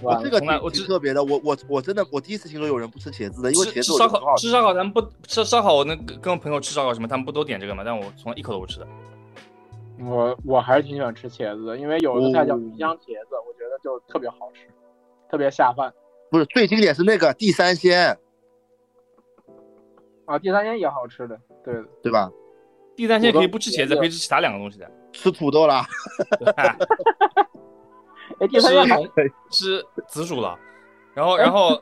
[SPEAKER 1] 我
[SPEAKER 3] 完
[SPEAKER 1] 这
[SPEAKER 3] 了
[SPEAKER 1] 个
[SPEAKER 4] 从来
[SPEAKER 1] 挺
[SPEAKER 4] 我
[SPEAKER 1] 挺
[SPEAKER 4] 知
[SPEAKER 1] 特别的，我我我真的我第一次听说有人不吃茄子的，因为
[SPEAKER 4] 吃
[SPEAKER 1] 茄
[SPEAKER 4] 吃
[SPEAKER 1] 子我
[SPEAKER 4] 烧
[SPEAKER 1] 觉得很
[SPEAKER 4] 烤
[SPEAKER 1] 好吃。
[SPEAKER 4] 吃烧烤，咱们不吃烧烤，我那个跟我朋友吃烧烤什么，他们不都点这个嘛？但我从来一口都不吃的。
[SPEAKER 3] 我我还是挺喜欢吃茄子的，因为有一个菜叫鱼香茄子，我觉得就特别好吃，特别下饭
[SPEAKER 1] 不是最经典是那个地三鲜，
[SPEAKER 3] 啊。第三天也好吃的，对的。
[SPEAKER 1] 对吧？
[SPEAKER 4] 地三鲜
[SPEAKER 3] 土豆
[SPEAKER 4] 可以不吃茄子，
[SPEAKER 3] 茄子
[SPEAKER 4] 可以吃其他两个东 西的。
[SPEAKER 1] 吃土豆 啦，
[SPEAKER 3] 哎，第三
[SPEAKER 4] 吃
[SPEAKER 3] 天还
[SPEAKER 4] 红 吃紫薯了，然后然后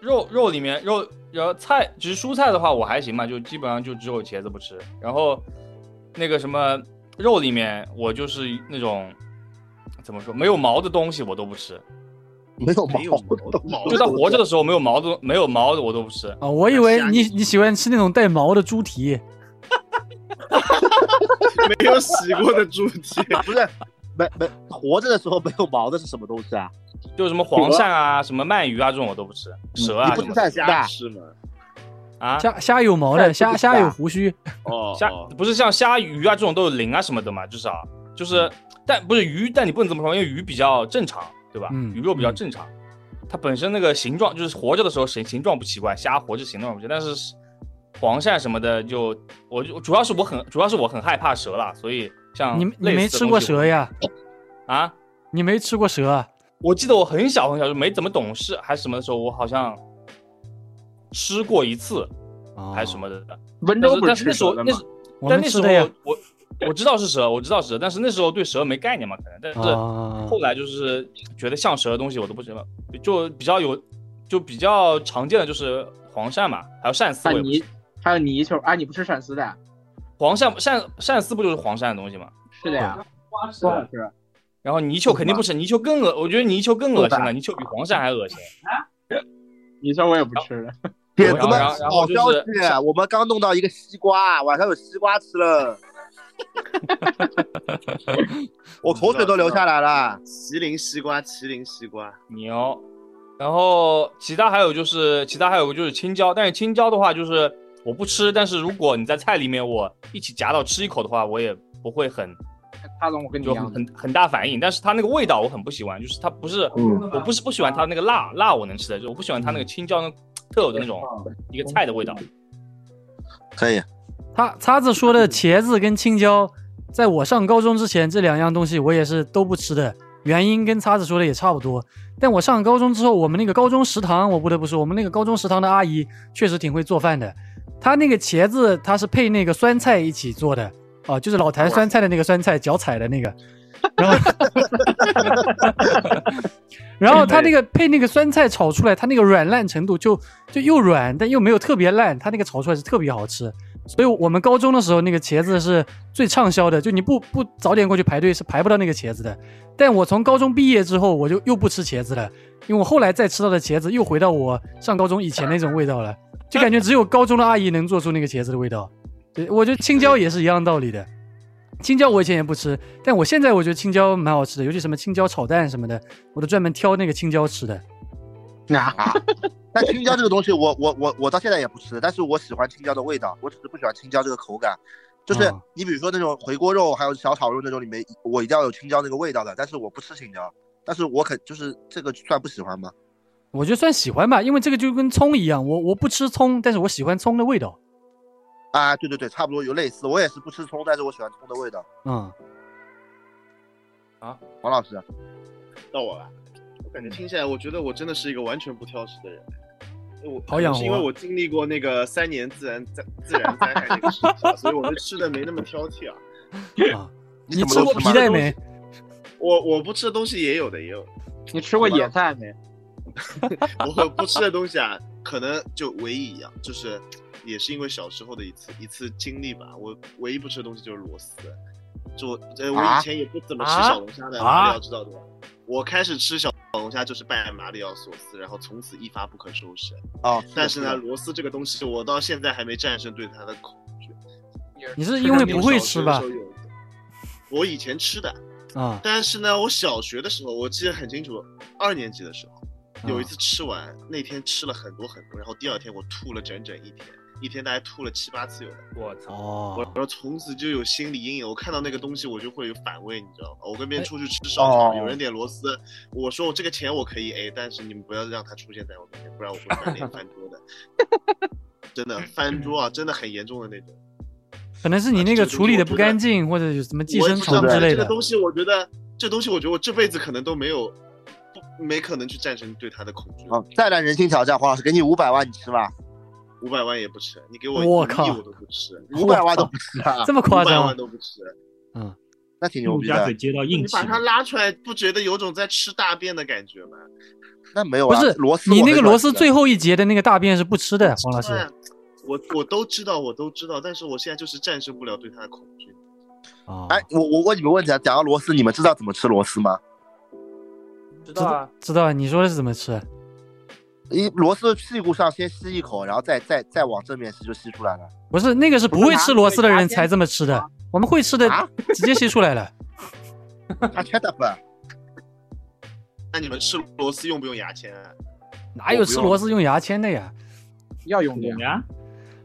[SPEAKER 4] 肉肉里面肉然后菜，其实蔬菜的话我还行吧，就基本上就只有茄子不吃，然后那个什么肉里面我就是那种怎么说没有毛的东西我都不吃，
[SPEAKER 1] 没有毛
[SPEAKER 5] 没有毛的毛
[SPEAKER 4] 就
[SPEAKER 5] 的
[SPEAKER 4] 它活着的时候没有毛的没有毛的我都不吃，
[SPEAKER 2] 哦，我以为
[SPEAKER 5] 虾
[SPEAKER 2] 你
[SPEAKER 5] 米
[SPEAKER 2] 你喜欢吃那种带毛的猪蹄，
[SPEAKER 5] 没有洗过的猪蹄，
[SPEAKER 1] 不是没没活着的时候没有毛的是什么东西啊？
[SPEAKER 4] 就是什么黄鳝啊、什么鳗鱼啊这种我都不吃，蛇啊
[SPEAKER 1] 你不
[SPEAKER 4] 什
[SPEAKER 1] 吃
[SPEAKER 4] 么
[SPEAKER 1] 鳝
[SPEAKER 4] 的
[SPEAKER 1] 丝的
[SPEAKER 5] 虾？是吗？
[SPEAKER 4] 啊。
[SPEAKER 2] 虾虾有毛的，虾虾有胡须，
[SPEAKER 5] 哦，
[SPEAKER 4] 虾
[SPEAKER 5] 哦
[SPEAKER 4] 不是像虾鱼啊这种都有鳞啊什么的嘛，至少就是，
[SPEAKER 2] 嗯
[SPEAKER 4] 但不是鱼，但你不能这么说，因为鱼比较正常，对吧？
[SPEAKER 2] 嗯
[SPEAKER 4] 鱼肉比较正常，它本身那个形状就是活着的时候形形状不奇怪，虾活着形状不奇怪，但是黄鳝什么的就我就主要是我很主要是我很害怕蛇啦，所以像
[SPEAKER 2] 你
[SPEAKER 4] 啊类
[SPEAKER 2] 你没
[SPEAKER 4] 似的
[SPEAKER 2] 吃过
[SPEAKER 4] 东西我
[SPEAKER 2] 蛇呀？
[SPEAKER 4] 啊？
[SPEAKER 2] 你没吃过蛇啊？
[SPEAKER 4] 我记得我很小很小就没怎么懂事还是什么的时候，我好像吃过一次
[SPEAKER 2] 哦
[SPEAKER 4] 还是什么的，
[SPEAKER 3] 温
[SPEAKER 4] 但
[SPEAKER 3] 州
[SPEAKER 4] 是
[SPEAKER 3] 不
[SPEAKER 4] 但是
[SPEAKER 3] 吃
[SPEAKER 4] 那时
[SPEAKER 3] 蛇
[SPEAKER 4] 候
[SPEAKER 3] 的
[SPEAKER 4] 那
[SPEAKER 3] 吗
[SPEAKER 4] 时？
[SPEAKER 2] 我
[SPEAKER 4] 但
[SPEAKER 2] 们
[SPEAKER 4] 那时
[SPEAKER 2] 吃
[SPEAKER 4] 候
[SPEAKER 2] 的呀。
[SPEAKER 4] 我我知道是蛇，我知道蛇，但是那时候对蛇没概念嘛，可能，但是
[SPEAKER 2] 啊，
[SPEAKER 4] 后来就是觉得像蛇的东西我都不知道，就比较有，就比较常见的就是黄鳝嘛，还有鳝丝
[SPEAKER 3] 还
[SPEAKER 4] 我
[SPEAKER 3] 有
[SPEAKER 4] 也不
[SPEAKER 3] 泥
[SPEAKER 4] 吃。，
[SPEAKER 3] 还有泥鳅啊！你不吃陕丝的？
[SPEAKER 4] 黄鳝鳝鳝丝不就是黄鳝的东西嘛？
[SPEAKER 3] 是的
[SPEAKER 4] 啊
[SPEAKER 3] 呀，不好吃。
[SPEAKER 4] 然后泥鳅肯定不吃，泥鳅更恶，我觉得泥鳅更恶心
[SPEAKER 3] 是
[SPEAKER 4] 了，泥鳅比黄鳝还恶心。
[SPEAKER 3] 泥鳅我也不吃的。
[SPEAKER 1] 铁
[SPEAKER 4] 然
[SPEAKER 1] 子
[SPEAKER 4] 后
[SPEAKER 1] 们
[SPEAKER 4] 然后然后
[SPEAKER 1] 好
[SPEAKER 4] 就
[SPEAKER 1] 消息
[SPEAKER 4] 是，
[SPEAKER 1] 我们刚弄到一个西瓜，晚上有西瓜吃了。我口水都流下来了。
[SPEAKER 5] 麒麟西瓜，麒麟西瓜，
[SPEAKER 4] 牛，然后其他还有就是其他还有个就是青椒，但是青椒的话就是我不吃，但是如果你在菜里面我一起夹到吃一口的话，我也不会很
[SPEAKER 3] 大总，我跟你一
[SPEAKER 4] 就
[SPEAKER 3] 样
[SPEAKER 4] 很，很很大反应，但是它那个味道我很不喜欢，就是它不是，
[SPEAKER 5] 嗯
[SPEAKER 4] 我不是不喜欢它那个辣辣我能吃的，就我不喜欢它那个青椒那特有的那种一个菜的味道。
[SPEAKER 1] 可以，
[SPEAKER 2] 他叉子说的茄子跟青椒，在我上高中之前，这两样东西我也是都不吃的，原因跟叉子说的也差不多。但我上高中之后，我们那个高中食堂，我不得不说，我们那个高中食堂的阿姨确实挺会做饭的。她那个茄子，她是配那个酸菜一起做的，啊，就是老坛酸菜的那个酸菜，脚踩的那个。然后， 然后它那个配那个酸菜炒出来，它那个软烂程度就就又软，但又没有特别烂，它那个炒出来是特别好吃。所以我们高中的时候那个茄子是最畅销的，就你不不早点过去排队是排不到那个茄子的。但我从高中毕业之后，我就又不吃茄子了，因为我后来再吃到的茄子又回到我上高中以前那种味道了，就感觉只有高中的阿姨能做出那个茄子的味道。对，我觉得青椒也是一样道理的。青椒我以前也不吃，但我现在我觉得青椒蛮好吃的，尤其什么青椒炒蛋什么的，我都专门挑那个青椒吃的。
[SPEAKER 1] 啊，但青椒这个东西我，我我我到现在也不吃，但是我喜欢青椒的味道，我只是不喜欢青椒这个口感。就是
[SPEAKER 2] 嗯
[SPEAKER 1] 你比如说那种回锅肉，还有小炒肉那种里面，我一定要有青椒那个味道的，但是我不吃青椒，但是我肯就是这个算不喜欢吗？
[SPEAKER 2] 我觉得算喜欢吧，因为这个就跟葱一样，我我不吃葱，但是我喜欢葱的味道。
[SPEAKER 1] 啊，对对对，差不多有类似，我也是不吃葱，但是我喜欢葱的味道。
[SPEAKER 2] 嗯，
[SPEAKER 1] 王老师，啊
[SPEAKER 5] 到我了。我感觉
[SPEAKER 2] 嗯
[SPEAKER 5] 听起来，我觉得我真的是一个完全不挑食的人。我
[SPEAKER 2] 好养活
[SPEAKER 5] 是因为我经历过那个三年自然灾自然灾害那个事情，啊所以我对吃的没那么挑剔啊。
[SPEAKER 2] 啊，
[SPEAKER 1] 你什
[SPEAKER 2] 你
[SPEAKER 1] 么
[SPEAKER 2] 吃
[SPEAKER 1] 都
[SPEAKER 2] 过
[SPEAKER 1] 吃
[SPEAKER 2] 皮
[SPEAKER 1] 吗
[SPEAKER 2] 带梅？
[SPEAKER 5] 我我不吃的东西也有的，也有的。
[SPEAKER 3] 你吃过野菜没？
[SPEAKER 5] 我不吃的东西啊，可能就唯一一样，就是也是因为小时候的一次一次经历吧。我唯一不吃的东西就是螺丝，就我呃我
[SPEAKER 1] 啊
[SPEAKER 5] 以前也不怎么吃小龙虾的，
[SPEAKER 2] 啊
[SPEAKER 5] 马里奥知道的吧？我开始吃小龙虾就是拜马里奥索斯，然后从此一发不可收拾。
[SPEAKER 1] 哦，
[SPEAKER 5] 但是呢，
[SPEAKER 1] 的
[SPEAKER 5] 螺丝这个东西我到现在还没战胜对它的恐惧。
[SPEAKER 2] 你是因为不会吃吧
[SPEAKER 5] 小学的时候？有的？我以前吃的，
[SPEAKER 2] 啊，
[SPEAKER 5] 但是呢，我小学的时候我记得很清楚，二年级的时候。
[SPEAKER 1] 嗯
[SPEAKER 5] 有一次吃完，那天吃了很多很多，然后第二天我吐了整整一天，一天大概吐了七八次有的。
[SPEAKER 4] 我操！
[SPEAKER 2] 哦
[SPEAKER 5] 我，然后从此就有心理阴影，我看到那个东西我就会有反胃，你知道吗？我跟别人
[SPEAKER 2] 哎
[SPEAKER 5] 出去吃烧烤，
[SPEAKER 1] 哦
[SPEAKER 5] 有人点螺丝，我说我这个钱我可以 A，但是你们不要让它出现在我面前，不然我会翻 脸翻桌的。真的翻桌啊，真的很严重的那种。
[SPEAKER 2] 可能是
[SPEAKER 5] 啊
[SPEAKER 2] 你那个处理的不干净，或者有什么寄生虫之
[SPEAKER 5] 我也不知道
[SPEAKER 2] 类
[SPEAKER 5] 这个
[SPEAKER 2] 的。
[SPEAKER 5] 东西，我觉得这东西，我觉得我这辈子可能都没有，不没可能去战胜对它的恐惧。
[SPEAKER 1] 好，嗯再来人性挑战，黄老师给你五百万，你吃吧，
[SPEAKER 5] 五百万也不吃，你给我
[SPEAKER 2] 我
[SPEAKER 5] 一个
[SPEAKER 2] 靠
[SPEAKER 5] 亿我都不吃，
[SPEAKER 1] 五百万都不吃啊，
[SPEAKER 2] 这么
[SPEAKER 5] 五
[SPEAKER 2] 夸
[SPEAKER 5] 百
[SPEAKER 2] 张
[SPEAKER 5] 万
[SPEAKER 2] 啊？
[SPEAKER 5] 都不吃。
[SPEAKER 1] 那挺牛
[SPEAKER 6] 陆
[SPEAKER 1] 逼
[SPEAKER 6] 家
[SPEAKER 1] 的
[SPEAKER 6] 嘴。街道
[SPEAKER 5] 你
[SPEAKER 6] 硬气
[SPEAKER 5] 把。它拉出来，不觉得有种在吃大便的感觉吗？
[SPEAKER 1] 那没有
[SPEAKER 2] 不
[SPEAKER 1] 啊，
[SPEAKER 2] 是
[SPEAKER 1] 螺丝我
[SPEAKER 2] 你
[SPEAKER 1] 很喜欢吃的，
[SPEAKER 2] 那个螺丝最后一节的那个大便是不吃的，黄老师
[SPEAKER 5] 对。哎我我都知道，我都知道，但是我现在就是战胜不了对它的恐惧。
[SPEAKER 2] 啊，
[SPEAKER 1] 哎，我我问你们问题啊，讲到螺丝，你们知道怎么吃螺丝吗？
[SPEAKER 4] 知道啊，
[SPEAKER 2] 知道你说的是怎么吃？
[SPEAKER 1] 一螺丝屁股上先吸一口，然后再再再往正面吸就吸出来了。
[SPEAKER 2] 不是那个是不会吃螺丝的人才这么吃的，我们会吃的
[SPEAKER 1] 啊
[SPEAKER 2] 直接吸出 来了。
[SPEAKER 1] 他缺的粉，
[SPEAKER 5] 那你们吃螺丝用不用牙签、啊？
[SPEAKER 2] 哪有吃螺丝用牙签的呀？
[SPEAKER 3] 要用的呀。
[SPEAKER 6] 呀，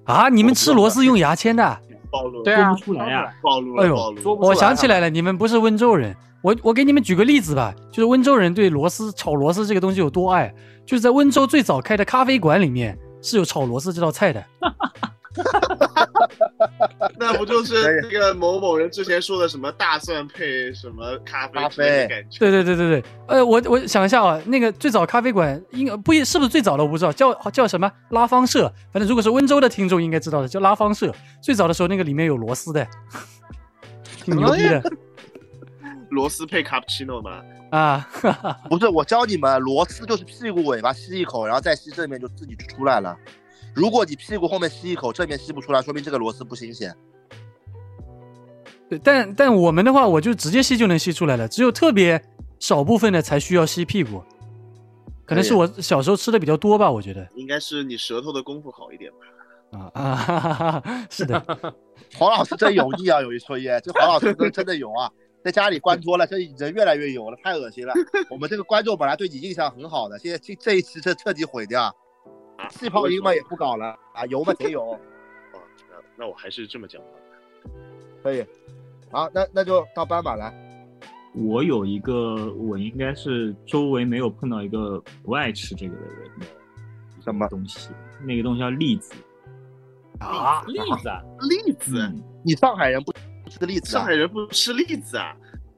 [SPEAKER 2] 啊，你们吃螺丝用牙签的？
[SPEAKER 5] 暴露了，
[SPEAKER 3] 对啊，
[SPEAKER 6] 说不出来呀
[SPEAKER 5] 暴露
[SPEAKER 2] 哎
[SPEAKER 5] 了，
[SPEAKER 2] 呦
[SPEAKER 5] 暴露
[SPEAKER 4] 说
[SPEAKER 5] 了。
[SPEAKER 4] 不出
[SPEAKER 2] 我想起来了，你们不是温州人。我我给你们举个例子吧，就是温州人对螺丝炒螺丝这个东西有多爱，就是在温州最早开的咖啡馆里面是有炒螺丝这道菜的。
[SPEAKER 5] 那不就是那个某某人之前说的什么大蒜配什么咖啡之类的感觉？
[SPEAKER 2] 对对对对对，呃，我我想一下啊，那个最早咖啡馆应不一是不是最早的我不知道，叫叫什么拉芳社，反正如果是温州的听众应该知道的，叫拉芳社。最早的时候那个里面有螺丝的，挺牛逼的
[SPEAKER 5] 螺丝配卡布奇诺嘛？
[SPEAKER 2] 啊！
[SPEAKER 1] 不是我教你们，螺丝就是屁股尾巴吸一口，然后再吸正面就自己出来了。如果你屁股后面吸一口，正面吸不出来，说明这个螺丝不新鲜。
[SPEAKER 2] 对，但但我们的话，我就直接吸就能吸出来了，只有特别少部分的才需要吸屁股，可能是我小时候吃的比较多吧，我觉得
[SPEAKER 5] 应该是你舌头的功夫好一点吧？
[SPEAKER 2] 啊啊， 哈哈哈，是 的，
[SPEAKER 1] 黄老师真油腻啊，有一 说一，这黄老师真真的油啊，在家里关脱了，这人越来越油了，太恶 心了。我们这个观众本来对你印象很好的，现在这这一期这彻底毁掉，气泡音嘛也不搞了啊，油嘛贼油。
[SPEAKER 5] 哦，那那我还是这么讲吧。
[SPEAKER 1] 可以。 好，那那就到斑马来。
[SPEAKER 6] 我有一个，我应该是周围没有碰到一个不爱吃这个的人的一个
[SPEAKER 1] 什么
[SPEAKER 6] 东西？那个东西叫栗子。
[SPEAKER 2] 啊，
[SPEAKER 4] 栗子啊，
[SPEAKER 5] 栗子，
[SPEAKER 6] 嗯
[SPEAKER 1] 你上海人不吃栗子
[SPEAKER 5] 上
[SPEAKER 1] 啊
[SPEAKER 5] 海？人不吃栗子啊？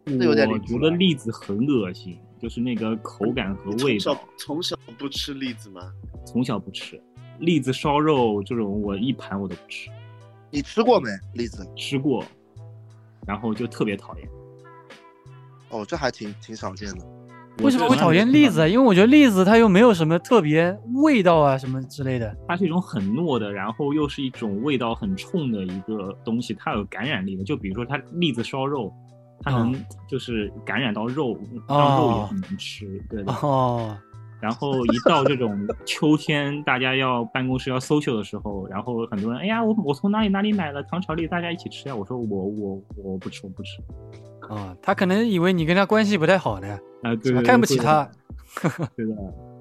[SPEAKER 1] 这有点
[SPEAKER 6] 嗯我
[SPEAKER 1] 离谱
[SPEAKER 6] 觉
[SPEAKER 1] 了
[SPEAKER 6] 得栗子很恶心，就是那个口感和
[SPEAKER 5] 你
[SPEAKER 6] 味
[SPEAKER 5] 从
[SPEAKER 6] 道，
[SPEAKER 5] 小从小不吃栗子吗？
[SPEAKER 6] 从小不吃。栗子烧肉这种我一盘我都不吃，
[SPEAKER 1] 你吃过没栗子？
[SPEAKER 6] 吃过，然后就特别讨厌。
[SPEAKER 1] 哦，这还挺挺少见的。
[SPEAKER 2] 为什么会讨厌栗子啊？因为我觉得栗子它又没有什么特别味道啊，什么之类的。
[SPEAKER 6] 它是一种很糯的，然后又是一种味道很冲的一个东西，它有感染力的。就比如说它栗子烧肉，它能
[SPEAKER 2] 嗯
[SPEAKER 6] 就是感染到肉，让肉也很难吃。对的。
[SPEAKER 2] 哦，
[SPEAKER 6] 然后一到这种秋天，大家要办公室要 social 的时候，然后很多人，哎呀，我我从哪里哪里买了糖炒栗，大家一起吃呀、我说我我我不吃，我不吃。
[SPEAKER 2] 啊，他可能以为你跟他关系不太好呢，
[SPEAKER 6] 啊，对
[SPEAKER 2] 是吧
[SPEAKER 6] 对，
[SPEAKER 2] 看不起
[SPEAKER 6] 会
[SPEAKER 2] 他。
[SPEAKER 6] 对的，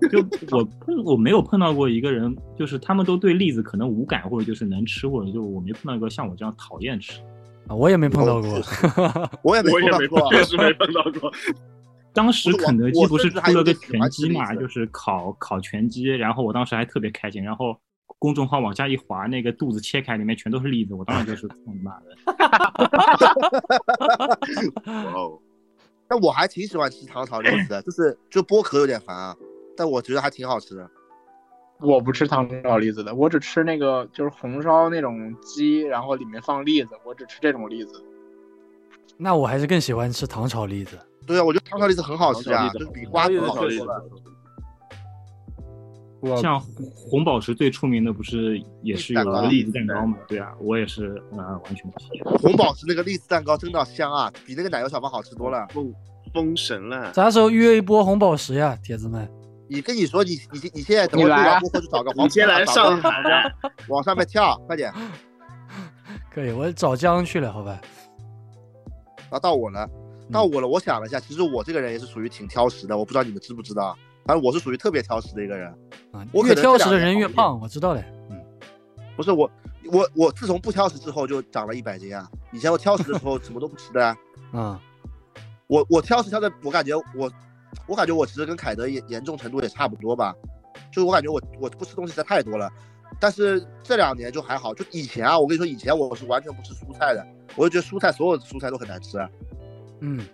[SPEAKER 6] 就我碰我没有碰到过一个人，就是他们都对栗子可能无感，或者就是能吃，或者就我没碰到一个像我这样讨厌吃。
[SPEAKER 2] 啊我也没碰到过。
[SPEAKER 1] 我也没啊
[SPEAKER 5] 我也没
[SPEAKER 1] 碰到过。
[SPEAKER 5] 确实没碰到过。
[SPEAKER 6] 当时
[SPEAKER 1] 不是我
[SPEAKER 6] 肯德基
[SPEAKER 1] 我
[SPEAKER 6] 不是
[SPEAKER 1] 甚至还
[SPEAKER 6] 出了
[SPEAKER 1] 有
[SPEAKER 6] 个
[SPEAKER 1] 点喜欢
[SPEAKER 6] 全
[SPEAKER 1] 吃
[SPEAKER 6] 鸡
[SPEAKER 1] 栗
[SPEAKER 6] 嘛，
[SPEAKER 1] 子
[SPEAKER 6] 就是烤烤全鸡，然后我当时还特别开心，然后公众号往下一滑，那个肚子切开，里面全都是栗子，我当时就是他妈
[SPEAKER 1] 哦
[SPEAKER 6] 的，
[SPEAKER 5] 哇哦，
[SPEAKER 1] 但我还挺喜欢吃糖炒栗子的，就是就剥壳有点烦啊，但我觉得还挺好吃的。
[SPEAKER 3] 我不吃糖炒栗子的，我只吃那个就是红烧那种鸡，然后里面放栗子，我只吃这种栗子。
[SPEAKER 2] 那我还是更喜欢吃糖炒栗子。
[SPEAKER 1] 对啊，我觉得糖炒栗子很好吃啊，
[SPEAKER 5] 糖炒栗子
[SPEAKER 1] 就
[SPEAKER 5] 好
[SPEAKER 1] 是比瓜子
[SPEAKER 5] 糖
[SPEAKER 1] 好
[SPEAKER 5] 炒栗
[SPEAKER 1] 吃
[SPEAKER 5] 子。
[SPEAKER 3] 我
[SPEAKER 6] 像红红宝石最出名的不是也是
[SPEAKER 1] 蛋糕
[SPEAKER 6] 有栗子蛋糕嘛？对啊，我也是呃完全不行。
[SPEAKER 1] 红宝石那个栗子蛋糕真的香啊，比那个奶油小包好吃多了。
[SPEAKER 5] 封封神了，
[SPEAKER 2] 啥时候约一波红宝石呀，铁子们？
[SPEAKER 1] 你跟你说你你你现在等
[SPEAKER 3] 你
[SPEAKER 1] 会录
[SPEAKER 3] 来啊
[SPEAKER 1] 完过后去找 个黄
[SPEAKER 5] 你先来
[SPEAKER 1] 找个
[SPEAKER 5] 上海，啊
[SPEAKER 1] 往上面跳，快点，
[SPEAKER 2] 可以，我找江去了，好吧？
[SPEAKER 1] 然后到我了，
[SPEAKER 5] 嗯
[SPEAKER 1] 到我了。我想了一下，其实我这个人也是属于挺挑食的，我不知道你们知不知道，反正我是属于特别挑食的一个人。
[SPEAKER 2] 啊，
[SPEAKER 1] 我
[SPEAKER 2] 越
[SPEAKER 1] 可能
[SPEAKER 2] 挑
[SPEAKER 1] 这
[SPEAKER 2] 食的
[SPEAKER 1] 两
[SPEAKER 2] 人
[SPEAKER 1] 年
[SPEAKER 2] 越
[SPEAKER 1] 好一点
[SPEAKER 2] 胖，我知道的。嗯，
[SPEAKER 1] 不是我，我我自从不挑食之后就长了一百斤啊！以前我挑食的时候什么都不吃的、啊，
[SPEAKER 2] 啊，
[SPEAKER 1] 我我挑食挑的，我感觉我，我感觉我其实跟凯德严严重程度也差不多吧，就是我感觉我我不吃东西实在太多了，但是这两年就还好，就以前啊，我跟你说以前我是完全不吃蔬菜的，我就觉得蔬菜所有的蔬菜都很难吃啊，
[SPEAKER 2] 嗯，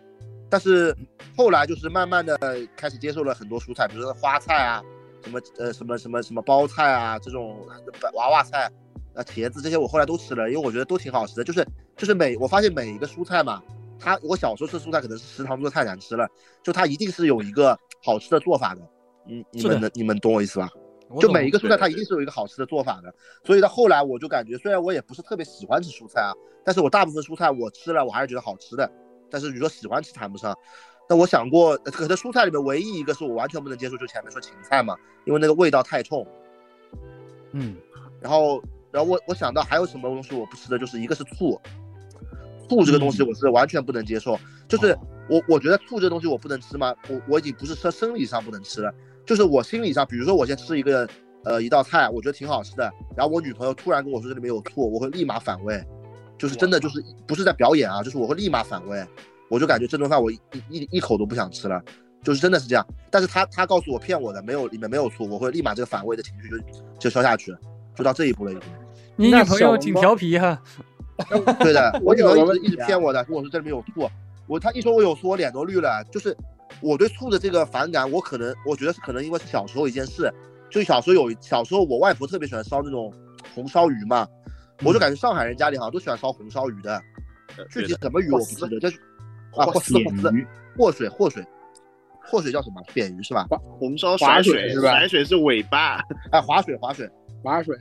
[SPEAKER 1] 但是后来就是慢慢的开始接受了很多蔬菜，比如说花菜啊，什么呃什么什么什么包菜啊，这种呃娃娃菜啊、茄子这些我后来都吃了，因为我觉得都挺好吃的。就是就是每我发现每一个蔬菜嘛，它我小时候吃蔬菜可能是食堂做的太难吃了，就它一定是有一个好吃的做法的。你你
[SPEAKER 2] 是的
[SPEAKER 1] 们能你们懂我意思吧？
[SPEAKER 2] 我
[SPEAKER 1] 就
[SPEAKER 2] 懂
[SPEAKER 1] 每一个蔬菜它
[SPEAKER 5] 对对
[SPEAKER 1] 一定是有一个好吃的做法的。所以到后来我就感觉，虽然我也不是特别喜欢吃蔬菜啊，但是我大部分蔬菜我吃了，我还是觉得好吃的。但是你说喜欢吃谈不上。那我想过，呃可能蔬菜里面唯一一个是我完全不能接受，就前面说芹菜嘛，因为那个味道太冲。
[SPEAKER 2] 嗯，
[SPEAKER 1] 然后，然后我我想到还有什么东西我不吃的，就是一个是醋，醋这个东西我是完全不能接受。就是我我觉得醋这个东西我不能吃嘛，我我已经不是说生理上不能吃了，就是我心理上，比如说我先吃一个呃一道菜，我觉得挺好吃的，然后我女朋友突然跟我说这里面有醋，我会立马反胃，就是真的就是不是在表演啊，就是我会立马反胃，我就感觉这顿饭我一一一一口都不想吃了。就是真的是这样，但是他他告诉我骗我的，没有里面没有醋，我会立马这个反胃的情绪就就消下去了，就到这一步了已经。
[SPEAKER 2] 你
[SPEAKER 3] 那
[SPEAKER 2] 女朋
[SPEAKER 3] 小
[SPEAKER 2] 友
[SPEAKER 3] 笼
[SPEAKER 2] 挺
[SPEAKER 3] 包
[SPEAKER 2] 调皮哈。
[SPEAKER 1] 对的，
[SPEAKER 3] 我
[SPEAKER 1] 我女朋
[SPEAKER 3] 有个
[SPEAKER 1] 友
[SPEAKER 3] 问
[SPEAKER 1] 一直一
[SPEAKER 3] 题
[SPEAKER 1] 直
[SPEAKER 3] 啊
[SPEAKER 1] 骗我的，跟我说这里面有醋，我她一说我有醋，我脸都绿了。就是我对醋的这个反感，我可能我觉得是可能因为是小时候一件事，就小时候有一小时候我外婆特别喜欢烧那种红烧鱼嘛，我就感觉上海人家里好像都喜欢烧红烧鱼嗯呃的，具体什么鱼我不记得，但是啊或丝或
[SPEAKER 6] 扁
[SPEAKER 1] 丝
[SPEAKER 6] 鱼，
[SPEAKER 1] 或水或水。或水叫什么？扁鱼是吧？
[SPEAKER 5] 红烧
[SPEAKER 3] 划
[SPEAKER 5] 甩
[SPEAKER 3] 水
[SPEAKER 5] 水
[SPEAKER 3] 是吧
[SPEAKER 5] 甩水是尾巴，
[SPEAKER 1] 哎，划水划水，
[SPEAKER 3] 麻水，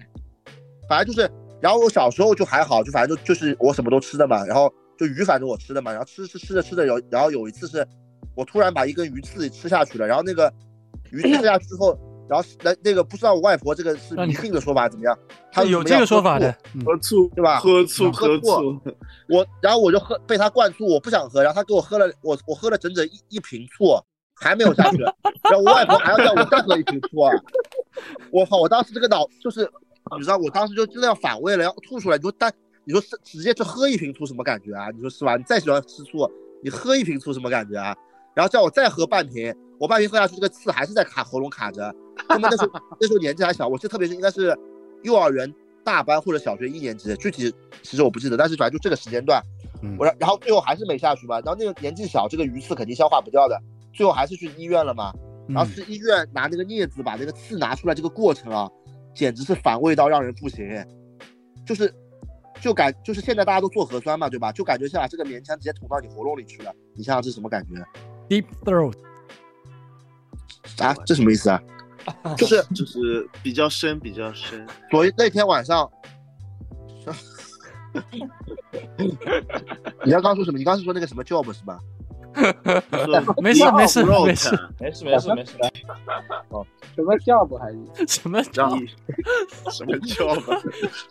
[SPEAKER 1] 反正就是，然后我小时候就还好，就反正就就是我什么都吃的嘛，然后就鱼反正我吃的嘛，然后吃吃吃着吃着有，然后有一次是，我突然把一根鱼刺吃下去了，然后那个鱼刺下去之后，然后那那个不知道我外婆这个是
[SPEAKER 2] 让你
[SPEAKER 1] 迷信的说法怎么样，她
[SPEAKER 2] 有
[SPEAKER 1] 说
[SPEAKER 2] 这
[SPEAKER 1] 要
[SPEAKER 2] 个说
[SPEAKER 1] 喝
[SPEAKER 2] 法
[SPEAKER 1] 醋
[SPEAKER 2] 的，嗯，
[SPEAKER 5] 喝醋
[SPEAKER 1] 对吧
[SPEAKER 5] 喝醋
[SPEAKER 1] 喝
[SPEAKER 5] 喝
[SPEAKER 1] 醋
[SPEAKER 5] 醋，
[SPEAKER 1] 我然后我就喝被他灌醋，我不想喝，然后他给我喝了，我我喝了整整一一瓶醋，还没有下去， 然后我外婆还要叫我再喝一瓶醋啊！我靠，我当时这个脑就是，你知道，我当时就真的要反胃了，要吐出来。你说单，你说是直接就喝一瓶醋什么感觉啊？你说是吧？你再喜欢吃醋，你喝一瓶醋什么感觉啊？然后叫我再喝半瓶，我半瓶喝下去，这个刺还是在卡喉咙卡着。那么那时候那时候年纪还小，我记得特别是应该是幼儿园大班或者小学一年级，具体其实我不记得，但是反正就这个时间段，
[SPEAKER 2] 嗯
[SPEAKER 1] 我然然后最后还是没下去嘛。然后那个年纪小，这个鱼刺肯定消化不掉的，最后还是去医院了嘛。然后
[SPEAKER 2] 嗯
[SPEAKER 1] 去医院拿那个镊子把那个刺拿出来，这个过程啊，简直是反胃到让人不行，就是。就感就是现在大家都做核酸嘛，对吧？就感觉像把这个棉签直接捅到你喉咙里去了，你想想这是什么感觉？
[SPEAKER 2] deep throat，
[SPEAKER 1] 啊，这什么意思啊？就是
[SPEAKER 5] 就是比较深，比较深。
[SPEAKER 1] 昨那天晚上，你要刚说什么？你刚是说那个什么 job 是吧？
[SPEAKER 5] 说
[SPEAKER 2] 没事
[SPEAKER 5] deep
[SPEAKER 2] 没事
[SPEAKER 5] throat
[SPEAKER 2] 没事
[SPEAKER 4] 没事没事没事，
[SPEAKER 3] 什么 job 还是
[SPEAKER 2] 什么
[SPEAKER 5] 让你 什么叫吧？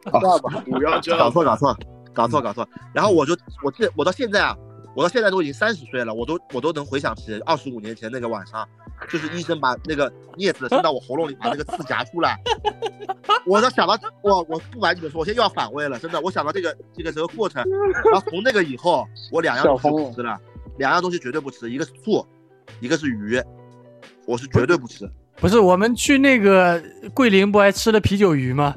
[SPEAKER 3] job？
[SPEAKER 5] 不要
[SPEAKER 1] 搞
[SPEAKER 5] 叫
[SPEAKER 1] 错搞错搞错搞错。然后我就我这我到现在啊，我到现在都已经三十岁了，我都我都能回想起二十五年前那个晚上，就是医生把那个镊子伸到我喉咙里，把那个刺夹出来。 我都想到我我不瞒你们说，我现在又要反胃了，真的，我想到这个这个整个过程，然后从那个以后，我两样东西不吃了，两样东西绝对不吃，一个是醋，一个是鱼，我是绝对不吃。
[SPEAKER 2] 不是我们去那个桂林不还吃了啤酒鱼吗？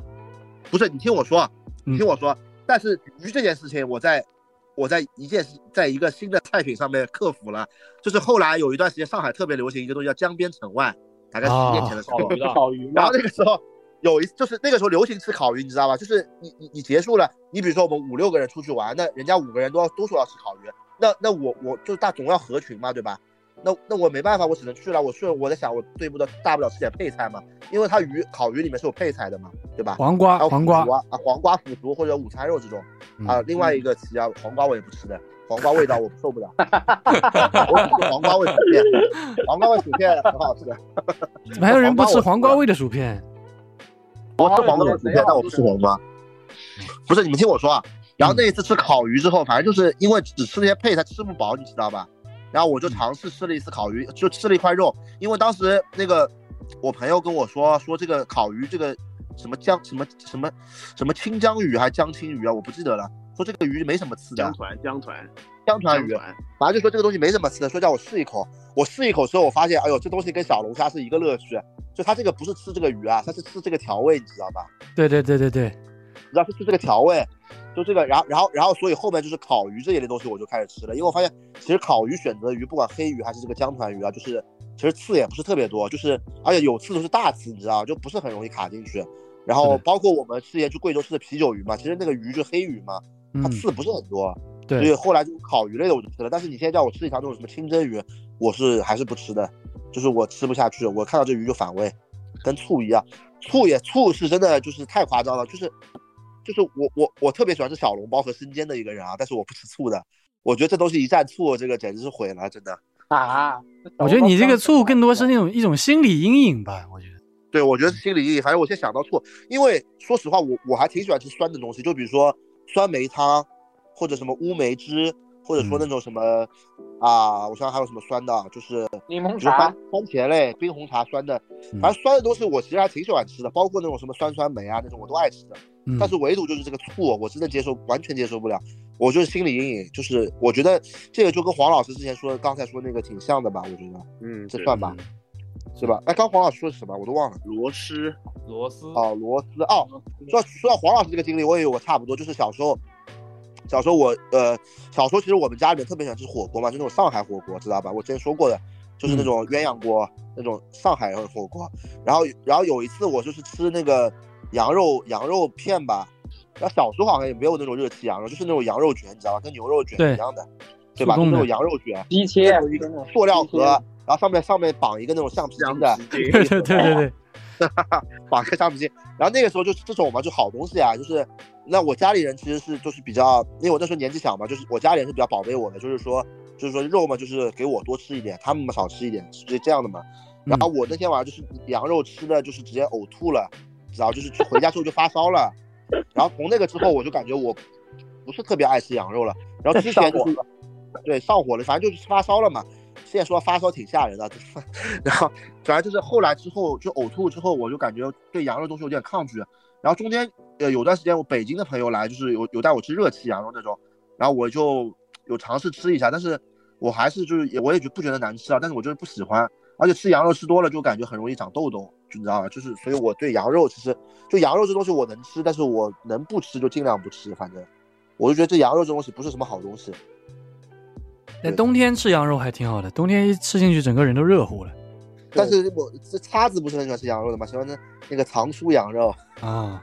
[SPEAKER 1] 不是，你听我说，啊你
[SPEAKER 2] 嗯
[SPEAKER 1] 听我说。但是鱼这件事情，我在我在一件事，在一个新的菜品上面克服了。就是后来有一段时间，上海特别流行一个东西叫江边城外，大概十年前的时候。
[SPEAKER 4] 烤 鱼的，
[SPEAKER 3] 烤鱼
[SPEAKER 1] 然
[SPEAKER 3] 嘛
[SPEAKER 1] 后，那个时候有一就是那个时候流行吃烤鱼，你知道吧？就是你你你结束了，你比如说我们五六个人出去玩，那人家五个人都要都说要吃烤鱼，那那我我就大总要合群嘛，对吧？那那我没办法，我只能去了。我去了，我在想，我对不得大不了吃点配菜嘛，因为它鱼烤鱼里面是有配菜的嘛，对吧？
[SPEAKER 2] 黄瓜
[SPEAKER 1] 还有
[SPEAKER 2] 黄瓜嗯
[SPEAKER 1] 腐竹，啊，啊黄瓜、腐竹或者午餐肉这种啊。另外一个词啊，黄瓜我也不吃的，黄瓜味道我受不了。 我只吃黄瓜味薯片，黄瓜味薯片很好吃的。
[SPEAKER 2] 怎么还有人不吃黄瓜
[SPEAKER 1] 味？
[SPEAKER 2] 味的薯片？
[SPEAKER 1] 我吃黄瓜味薯片，但我不吃黄瓜。不是，你们听我说啊。然后那一次吃烤鱼之后，反正就是因为只吃那些配菜吃不饱，你知道吧？然后我就尝试吃了一次烤鱼，就吃了一块肉，因为当时那个我朋友跟我说说这个烤鱼这个什么江什么什么什么清江鱼还是江青鱼啊，我不记得了。说这个鱼没什么刺的
[SPEAKER 5] 江，团，江团，
[SPEAKER 1] 江船
[SPEAKER 5] 江
[SPEAKER 1] 鱼，
[SPEAKER 5] 团，
[SPEAKER 1] 反正就说这个东西没什么吃的，说叫我试一口。我试一口之后，我发现，哎呦，这东西跟小龙虾是一个乐趣。就它这个不是吃这个鱼啊，它是吃这个调味，你知道吧？
[SPEAKER 2] 对对对对对，
[SPEAKER 1] 然后就这个调味，就这个，然后然后然后，所以后面就是烤鱼这一类东西我就开始吃了，因为我发现其实烤鱼选择鱼，不管黑鱼还是这个江团鱼啊，就是其实刺也不是特别多，啊就是而且有刺都是大刺，你知道，就不是很容易卡进去。然后
[SPEAKER 2] 对
[SPEAKER 1] 包括我们之前去贵州吃的啤酒鱼嘛，其实那个鱼就是黑鱼嘛，它
[SPEAKER 2] 嗯，
[SPEAKER 1] 刺不是很多，所以
[SPEAKER 2] 对，
[SPEAKER 1] 后来就是烤鱼类的我就吃了。但是你现在叫我吃一条那种什么清蒸鱼，我是还是不吃的，就是我吃不下去，我看到这鱼就反胃，跟醋一样，醋也醋是真的就是太夸张了，就是就是我我我特别喜欢吃小笼包和生煎的一个人啊，但是我不吃醋的，我觉得这东西一蘸醋，这个简直是毁了，真的。
[SPEAKER 3] 啊，
[SPEAKER 2] 我觉得你这个醋更多是那种一种心理阴影吧，我觉得。
[SPEAKER 1] 对，我觉得是心理阴影。反正我先想到醋，因为说实话，我我还挺喜欢吃酸的东西，就比如说酸梅汤，或者什么乌梅汁，或者说那种什么、啊，我想想还有什么酸的，就是
[SPEAKER 3] 柠檬
[SPEAKER 1] 比如番
[SPEAKER 3] 茶，
[SPEAKER 1] 番茄类、冰红茶酸的，反正酸的东西我其实还挺喜欢吃的，包括那种什么酸酸梅啊那种我都爱吃的。
[SPEAKER 2] 嗯
[SPEAKER 1] 但是唯独就是这个醋，我真的接受完全接受不了，我就是心理阴影，就是我觉得这个就跟黄老师之前说的刚才说那个挺像的吧，我觉得
[SPEAKER 5] 嗯，
[SPEAKER 1] 这
[SPEAKER 5] 对
[SPEAKER 1] 算吧，是吧？哎，刚黄老师说是什么我都忘了。
[SPEAKER 5] 螺蛳，
[SPEAKER 4] 螺丝
[SPEAKER 1] 哦，螺丝哦，说说到黄老师这个经历，我也有我差不多，就是小时候，小时候我呃，小时候其实我们家里面特别喜欢吃火锅嘛，就那种上海火锅，知道吧？我之前说过的，就是
[SPEAKER 2] 嗯
[SPEAKER 1] 那种鸳鸯锅，那种上海人火锅。然后然后有一次我就是吃那个羊肉羊肉片吧，然后小时候好像也没有那种热气羊肉，就是那种羊肉卷，你知道吧？跟牛肉卷
[SPEAKER 2] 对
[SPEAKER 1] 一样的，对吧？就
[SPEAKER 2] 速
[SPEAKER 1] 那
[SPEAKER 2] 冻的
[SPEAKER 1] 种羊肉卷，
[SPEAKER 3] 鸡切啊
[SPEAKER 1] 有一个塑料盒，然后上面上面绑一个那种橡皮筋的。
[SPEAKER 5] 皮 筋
[SPEAKER 2] 对对对对对，
[SPEAKER 1] 绑个橡皮筋。然后那个时候就是这种嘛，就好东西啊，就是那我家里人其实是就是比较，因为我那时候年纪小嘛，就是我家里人是比较宝贝我的，就是说就是说肉嘛，就是给我多吃一点，他们嘛少吃一点，是这样的嘛。然后我那天晚上就是羊肉吃的，就是直接呕吐了，然后就是回家之后就发烧了。然后从那个之后，我就感觉我不是特别爱吃羊肉了。然后之前就是对上火了，反正就是发烧了嘛。现在说发烧挺吓人的， 然后反正就是后来之后就呕吐之后，我就感觉对羊肉东西有点抗拒。然后中间呃有段时间我北京的朋友来，就是有有带我吃热气羊肉那种，然后我就有尝试吃一下，但是我还是就是也我也觉不觉得难吃啊，但是我就是不喜欢，而且吃羊肉吃多了就感觉很容易长痘痘，就你知道吧？就是所以我对羊肉其实就羊肉这东西我能吃，但是我能不吃就尽量不吃，反正我就觉得这羊肉这东西不是什么好东西。
[SPEAKER 2] 但冬天吃羊肉还乎挺好的，冬天一吃进去整个人都热乎了
[SPEAKER 1] 但是我这叉子不是很喜欢吃羊肉的嘛，喜欢那那个藏书羊肉，
[SPEAKER 2] 啊。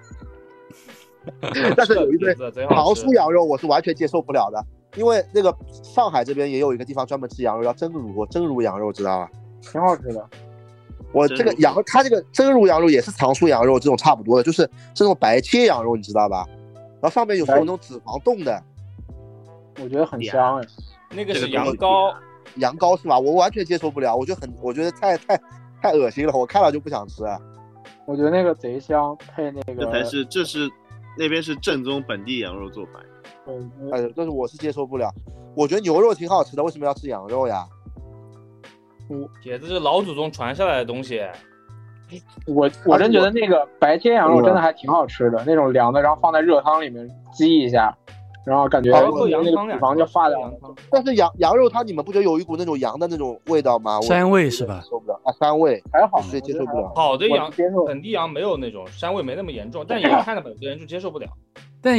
[SPEAKER 1] 但是有一堆
[SPEAKER 4] 对，贼好
[SPEAKER 1] 糖
[SPEAKER 4] 吃
[SPEAKER 1] 醋。羊肉我是完全接受不了的，因为那个上海这边也有一个地方专门吃羊肉，叫蒸乳，蒸乳羊肉知道吧？
[SPEAKER 3] 挺好吃的。
[SPEAKER 1] 我这个羊，它这个蒸乳羊肉也是糖醋羊肉这种差不多的，就是这种白切羊肉，你知道吧？然后上面有时候那种脂肪冻的
[SPEAKER 3] 我觉得很香哎。
[SPEAKER 4] 那个
[SPEAKER 5] 这
[SPEAKER 4] 是
[SPEAKER 5] 个
[SPEAKER 4] 羊
[SPEAKER 5] 东西
[SPEAKER 4] 羔，
[SPEAKER 1] 羊羔是吧？我完全接受不了，我就很我觉得太太太恶心了，我看了就不想吃。啊
[SPEAKER 3] 我觉得那个贼香，配那个
[SPEAKER 5] 这才是这是那边是正宗本地羊肉做法。
[SPEAKER 3] 嗯
[SPEAKER 1] 哎，但是我是接受不了。我觉得牛肉挺好吃的，为什么要吃羊肉呀？
[SPEAKER 4] 铁子是老祖宗传下来的东西。
[SPEAKER 3] 我我真觉得那个白切羊肉真的还挺好吃的，那种凉的，然后放在热汤里面激一下，然后感觉
[SPEAKER 1] 哦
[SPEAKER 3] 那
[SPEAKER 4] 做
[SPEAKER 3] 个
[SPEAKER 4] 羊
[SPEAKER 3] 脂
[SPEAKER 4] 汤呀，
[SPEAKER 3] 肪就化掉
[SPEAKER 4] 羊
[SPEAKER 3] 了。
[SPEAKER 4] 汤
[SPEAKER 1] 但是羊羊肉它你们不觉得有一股那种羊的那种味道吗？我
[SPEAKER 2] 膻味是吧
[SPEAKER 1] 接？受不了啊，膻味，
[SPEAKER 3] 还好，
[SPEAKER 1] 我是接受不
[SPEAKER 3] 哦我
[SPEAKER 1] 了。
[SPEAKER 3] 觉得还好
[SPEAKER 4] 好的
[SPEAKER 3] 我
[SPEAKER 4] 羊，
[SPEAKER 3] 接受
[SPEAKER 4] 本地羊没有那种膻味，没那么严重，但也看到有的人就接受不了。
[SPEAKER 2] 但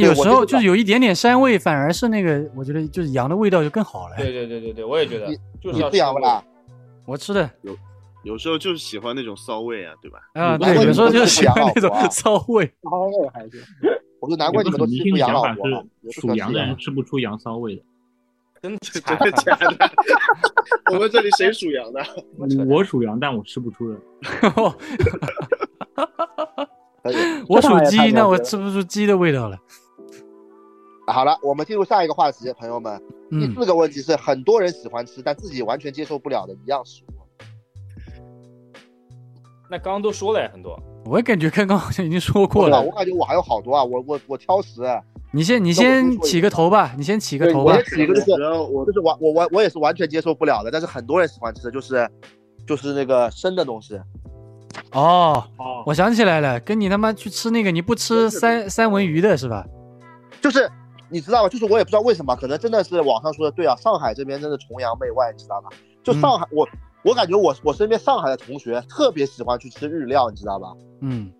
[SPEAKER 1] 对
[SPEAKER 2] 有
[SPEAKER 1] 我
[SPEAKER 2] 时
[SPEAKER 1] 接
[SPEAKER 2] 候
[SPEAKER 1] 受不
[SPEAKER 2] 就是
[SPEAKER 1] 了
[SPEAKER 2] 有一点点膻味，反而是那个，我觉得就是羊的味道就更好了。
[SPEAKER 4] 对对对对对，我也觉得
[SPEAKER 1] 你，
[SPEAKER 4] 就是
[SPEAKER 1] 你
[SPEAKER 4] 要
[SPEAKER 1] 吃羊
[SPEAKER 4] 吃
[SPEAKER 1] 不
[SPEAKER 4] 那个
[SPEAKER 1] 啦？
[SPEAKER 2] 我吃的
[SPEAKER 5] 有时候就是喜欢那种骚味啊，对吧？
[SPEAKER 2] 啊，
[SPEAKER 1] 你不是
[SPEAKER 2] 对，
[SPEAKER 1] 说你不
[SPEAKER 2] 有时候就是
[SPEAKER 1] 吃
[SPEAKER 2] 喜
[SPEAKER 1] 羊
[SPEAKER 2] 欢那
[SPEAKER 1] 老婆啊
[SPEAKER 2] 种骚味。
[SPEAKER 3] 稍微还行。
[SPEAKER 1] 我说难怪你们都吃出羊老婆了，也
[SPEAKER 6] 是
[SPEAKER 1] 不
[SPEAKER 6] 属
[SPEAKER 1] 喜
[SPEAKER 6] 羊
[SPEAKER 1] 欢吃
[SPEAKER 6] 的人
[SPEAKER 1] 羊。
[SPEAKER 6] 吃不出羊骚味的。
[SPEAKER 4] 真的
[SPEAKER 5] 真的假的？我们这里谁属羊的？
[SPEAKER 6] 我属羊，但我吃不出的。
[SPEAKER 1] 可以。
[SPEAKER 2] 我属
[SPEAKER 3] 这玩意儿太
[SPEAKER 2] 鸡，那
[SPEAKER 3] 牛
[SPEAKER 2] 我
[SPEAKER 3] 逼了
[SPEAKER 2] 吃不出鸡的味道了。
[SPEAKER 1] 好了，我们进入下一个话题，朋友们。第
[SPEAKER 2] 嗯，
[SPEAKER 1] 四个问题是，很多人喜欢吃，但自己完全接受不了的一样食物。
[SPEAKER 4] 那刚刚都说了很多，
[SPEAKER 2] 我感觉刚刚好像已经说过
[SPEAKER 1] 吧？
[SPEAKER 2] 了。
[SPEAKER 1] 我感觉我还有好多啊，我我我挑食，
[SPEAKER 2] 你先，你
[SPEAKER 1] 那我
[SPEAKER 2] 先
[SPEAKER 1] 多说一
[SPEAKER 2] 起个头吧，你先起个
[SPEAKER 3] 对
[SPEAKER 2] 头
[SPEAKER 1] 我
[SPEAKER 2] 吧
[SPEAKER 1] 也。起一个就是
[SPEAKER 5] 然后我
[SPEAKER 1] 就是完我我我也是完全接受不了的，但是很多人喜欢吃的就是就是那个生的东西。
[SPEAKER 2] 哦，
[SPEAKER 6] 哦，
[SPEAKER 2] 我想起来了，跟你他妈去吃那个你不吃三三文鱼的是吧？
[SPEAKER 1] 就是你知道吧？就是我也不知道为什么，可能真的是网上说的对啊，上海这边真的崇洋媚外，你知道吧？就上海，我我感觉我我身边上海的同学特别喜欢去吃日料，你知道吧？
[SPEAKER 2] 嗯，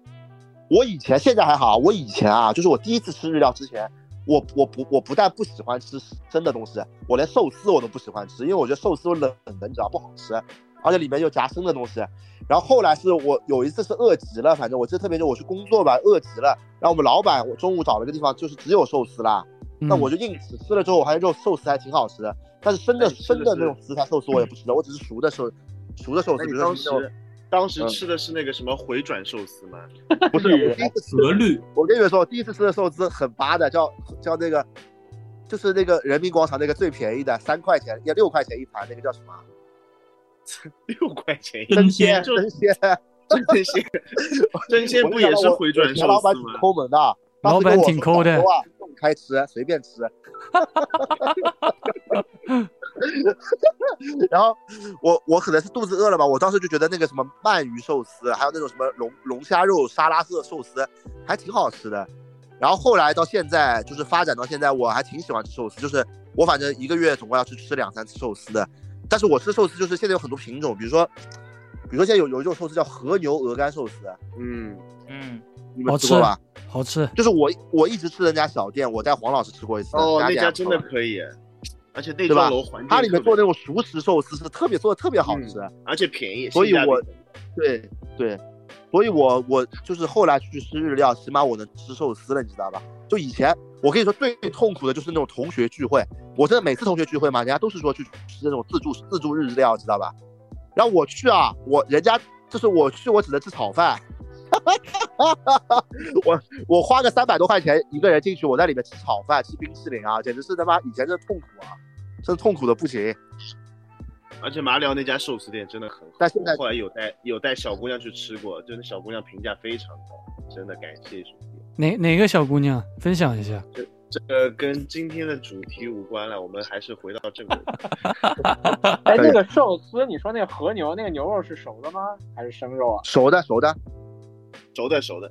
[SPEAKER 1] 我以前现在还好，我以前啊，就是我第一次吃日料之前，我我不我不但不喜欢吃生的东西，我连寿司我都不喜欢吃，因为我觉得寿司冷的，你知道不好吃，而且里面又夹生的东西。然后后来是我有一次是饿极了，反正我记得特别清，我去工作吧，饿极了，然后我们老板我中午找了个地方就是只有寿司啦，那
[SPEAKER 2] 嗯
[SPEAKER 1] 我就硬吃，吃了之后我还肉寿司还挺好吃的，但是生的
[SPEAKER 5] 哎吃的
[SPEAKER 1] 生的那
[SPEAKER 5] 是
[SPEAKER 1] 种食材寿司我也不吃的，我只是熟的寿熟的寿司，
[SPEAKER 5] 那
[SPEAKER 1] 比
[SPEAKER 5] 你
[SPEAKER 1] 如
[SPEAKER 5] 当
[SPEAKER 1] 说是那种
[SPEAKER 5] 时当时
[SPEAKER 1] 嗯
[SPEAKER 5] 吃的是那个什么回转寿司吗？
[SPEAKER 1] 不是我第一次吃
[SPEAKER 6] 鹅绿
[SPEAKER 1] 我跟你们说，我第一次吃的寿司很巴的，叫叫那个，就是那个人民广场那个最便宜的，三块钱要六块钱一盘，那个叫什么？啊
[SPEAKER 5] 六块钱一
[SPEAKER 6] 真
[SPEAKER 1] 鲜
[SPEAKER 6] 鲜
[SPEAKER 1] 真鲜，
[SPEAKER 5] 真 鲜，真鲜不也是回转寿
[SPEAKER 1] 老板
[SPEAKER 5] 司
[SPEAKER 1] 挺
[SPEAKER 5] 吗？
[SPEAKER 1] 抠门的，
[SPEAKER 2] 老板挺抠的
[SPEAKER 1] 当时跟我说放牛啊，开吃随便吃。 然后我我可能是肚子饿了吧，我当时就觉得那个什么鳗鱼寿司，还有那种什么龙龙虾肉沙拉色寿司，还挺好吃的。然后后来到现在，就是发展到现在，我还挺喜欢吃寿司，就是我反正一个月总共要去吃两三次寿司的。但是我吃寿司就是现在有很多品种，比如说，比如说现在有有一种寿司叫和牛鹅肝寿司，
[SPEAKER 5] 嗯，
[SPEAKER 4] 嗯，
[SPEAKER 1] 你
[SPEAKER 2] 好
[SPEAKER 1] 们吃
[SPEAKER 2] 吃
[SPEAKER 1] 过吧？
[SPEAKER 2] 好吃。
[SPEAKER 1] 就是我我一直吃人家小店，我带黄老师吃过一次。
[SPEAKER 5] 哦，那
[SPEAKER 1] 店
[SPEAKER 5] 家
[SPEAKER 1] 还
[SPEAKER 5] 真
[SPEAKER 1] 不
[SPEAKER 5] 的
[SPEAKER 1] 错
[SPEAKER 5] 可以，而且那
[SPEAKER 1] 对吧
[SPEAKER 5] 幢楼环境
[SPEAKER 1] 它里面做
[SPEAKER 5] 特嗯
[SPEAKER 1] 那种熟食寿司是特别做的特别好吃。
[SPEAKER 5] 别，而且便宜，
[SPEAKER 1] 所以
[SPEAKER 5] 性价比
[SPEAKER 1] 我对对，所以我我就是后来去吃日料，起码我能吃寿司了，你知道吧？就以前我跟你说最痛苦的就是那种同学聚会，我真的每次同学聚会嘛，人家都是说去吃那种自助自助日料，知道吧？然后我去啊，我人家就是我去，我只能吃炒饭。 我我花个三百多块钱一个人进去，我在里面吃炒饭、吃冰淇淋啊，简直是他妈以前真的痛苦啊，真的痛苦的不行。
[SPEAKER 5] 而且麻寮那家寿司店真的很好。
[SPEAKER 1] 但现在
[SPEAKER 5] 后来有带有带小姑娘去吃过，就那小姑娘评价非常高，真的感谢兄弟。
[SPEAKER 2] 哪哪个小姑娘分享一下？
[SPEAKER 5] 这个跟今天的主题无关了，我们还是回到正 轨。
[SPEAKER 3] 哎，
[SPEAKER 1] 对
[SPEAKER 3] 那个寿司，你说那个和牛那个牛肉是熟的吗？还是生肉啊？
[SPEAKER 1] 熟的熟的，
[SPEAKER 5] 熟的熟的，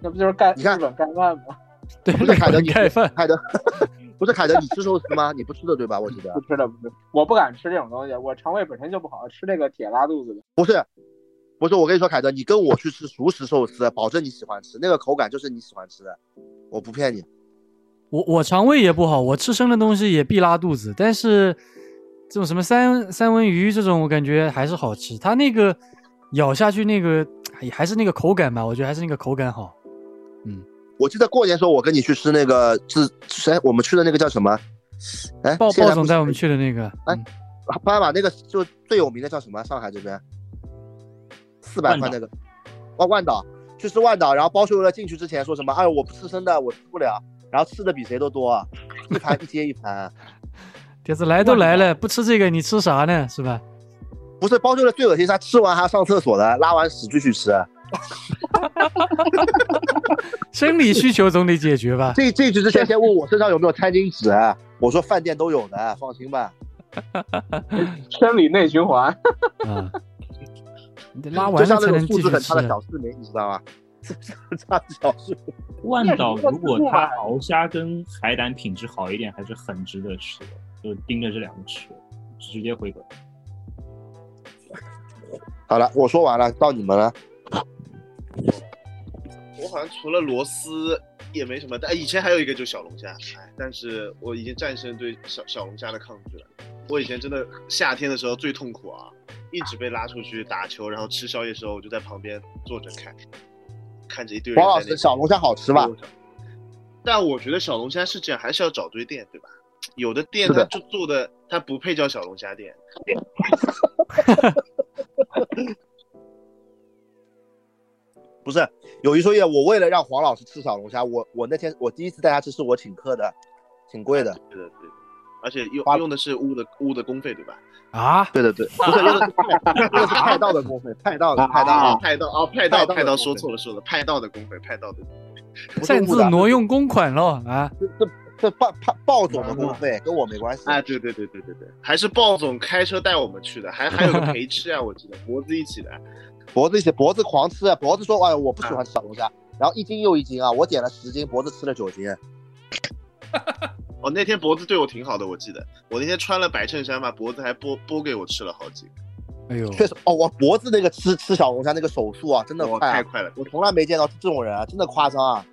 [SPEAKER 3] 那不就是盖
[SPEAKER 1] 你
[SPEAKER 3] 日
[SPEAKER 1] 看
[SPEAKER 3] 本盖饭吗？
[SPEAKER 2] 对，
[SPEAKER 1] 不是凯德，你
[SPEAKER 2] 盖饭。
[SPEAKER 1] 凯德， 不是凯德，你吃寿司吗？你不吃的对吧？我记得
[SPEAKER 3] 不吃的，不吃，我不敢吃这种东西，我肠胃本身就不好，吃这个铁拉肚子的。
[SPEAKER 1] 不是，不是。我跟你说，凯德，你跟我去吃熟食寿司，保证你喜欢吃，那个口感就是你喜欢吃的，我不骗你。
[SPEAKER 2] 我我肠胃也不好，我吃生的东西也必拉肚子。但是这种什么三三文鱼这种，我感觉还是好吃。它那个咬下去那个哎还是那个口感吧，我觉得还是那个口感好。
[SPEAKER 1] 我记得过年时候，我跟你去吃那个自谁，我们去的那个叫什么？哎，
[SPEAKER 2] 鲍
[SPEAKER 1] 现
[SPEAKER 2] 鲍
[SPEAKER 1] 在
[SPEAKER 2] 总
[SPEAKER 1] 不
[SPEAKER 2] 带
[SPEAKER 1] 是
[SPEAKER 2] 我们去的那个，
[SPEAKER 1] 哎
[SPEAKER 2] 嗯
[SPEAKER 1] 爸爸那个就最有名的叫什么？上海这边四百块那个，哦，万岛去吃万岛，然后包秀为了进去之前说什么，哎，我不吃生的，我吃不了，然后吃的比谁都多，啊一盘一接一盘，啊
[SPEAKER 2] 铁子来都来了，不吃这个你吃啥呢？是吧？
[SPEAKER 1] 不是包秀的最恶心是他吃完还要上厕所的，拉完屎继续吃，
[SPEAKER 2] 生理需求总得解决吧？
[SPEAKER 1] 这这局之前先问我身上有没有餐巾纸，啊我说饭店都有的，放心吧。
[SPEAKER 3] 生理内循环，
[SPEAKER 2] 啊，你得拉
[SPEAKER 1] 就
[SPEAKER 2] 完了
[SPEAKER 1] 像那
[SPEAKER 2] 才
[SPEAKER 1] 种
[SPEAKER 2] 能
[SPEAKER 1] 素质
[SPEAKER 2] 继续
[SPEAKER 1] 很
[SPEAKER 2] 吃
[SPEAKER 1] 差。的小市民，你知道吗？ 素质很差的小市民，
[SPEAKER 6] 万岛如果它鳌虾跟海胆品质好一点，还是很值得吃的，就盯着这两个吃，直接回本。
[SPEAKER 1] 好了，我说完了，到你们了。
[SPEAKER 5] 我好像除了螺丝也没什么，但以前还有一个就是小龙虾，哎，但是我已经战胜对小小龙虾的抗拒了。我以前真的夏天的时候最痛苦啊，一直被拉出去打球，然后吃宵夜的时候我就在旁边坐着看，看着一堆人
[SPEAKER 1] 王老
[SPEAKER 5] 在
[SPEAKER 1] 师，
[SPEAKER 5] 那
[SPEAKER 1] 小龙虾好吃吧？
[SPEAKER 5] 但我觉得小龙虾是这样，还是要找对店，对吧？有的店
[SPEAKER 1] 是
[SPEAKER 5] 它
[SPEAKER 1] 的
[SPEAKER 5] 就做的，它不配叫小龙虾店。
[SPEAKER 1] 不是，有一说一，我为了让黄老师吃小龙虾，我我那天我第一次带他吃是我请客的，挺贵的。
[SPEAKER 5] 对的，对的。而且用
[SPEAKER 1] 花
[SPEAKER 5] 用的是屋的屋的公费，对吧？
[SPEAKER 2] 啊，
[SPEAKER 1] 对的对，不是，那个是派，那个是派到的公费，派到的派到
[SPEAKER 2] 啊
[SPEAKER 1] 的，
[SPEAKER 5] 派到哦，派到
[SPEAKER 1] 派到的
[SPEAKER 5] 派到，
[SPEAKER 1] 公费
[SPEAKER 5] 说错了说错了，派到的公费，派到的。
[SPEAKER 1] 不是
[SPEAKER 2] 擅
[SPEAKER 1] 误
[SPEAKER 2] 自
[SPEAKER 1] 的，
[SPEAKER 2] 挪用公款喽啊！
[SPEAKER 1] 这鲍鲍鲍总的公费跟我没关系。
[SPEAKER 5] 啊，对对对对对对，还是鲍总开车带我们去的，还还 有个陪吃啊，我记得脖子一起的。
[SPEAKER 1] 脖子一起，脖子狂吃啊，脖子说，哎，我不喜欢吃小龙虾，然后一斤又一斤啊，我点了十斤，脖子吃了九斤。
[SPEAKER 5] 哦，那天脖子对我挺好的，我记得我那天穿了白衬衫嘛，脖子还剥剥给我吃了好几个，
[SPEAKER 2] 哎呦，
[SPEAKER 1] 确实，哦，我脖子那个吃吃小龙虾那个手速啊，真的
[SPEAKER 5] 我
[SPEAKER 1] 快、
[SPEAKER 5] 太
[SPEAKER 1] 啊，
[SPEAKER 5] 快了。
[SPEAKER 1] 我从来没见到这种人啊，真的夸张啊！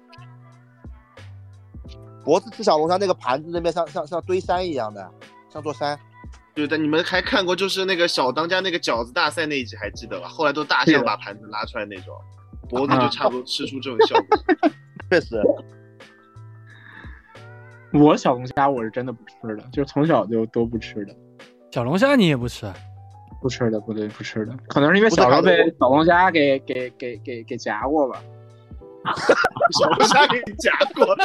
[SPEAKER 1] 脖子吃小龙虾那个盘子那边像像像堆山一样的，像座山。
[SPEAKER 5] 对的，你们还看过就是那个小当家那个饺子大赛那一集还记得吧？后来都大象把盘子拉出来那种，脖子就差不多吃出这种效 果。
[SPEAKER 1] 确实，
[SPEAKER 3] 我小龙虾我是真的不吃的，就从小就都不吃的，
[SPEAKER 2] 小龙虾你也不吃啊？
[SPEAKER 3] 不吃的，不对，不吃的，可能是因为小时候被小龙虾给给给给给夹过吧。
[SPEAKER 5] 小龙虾给你夹过，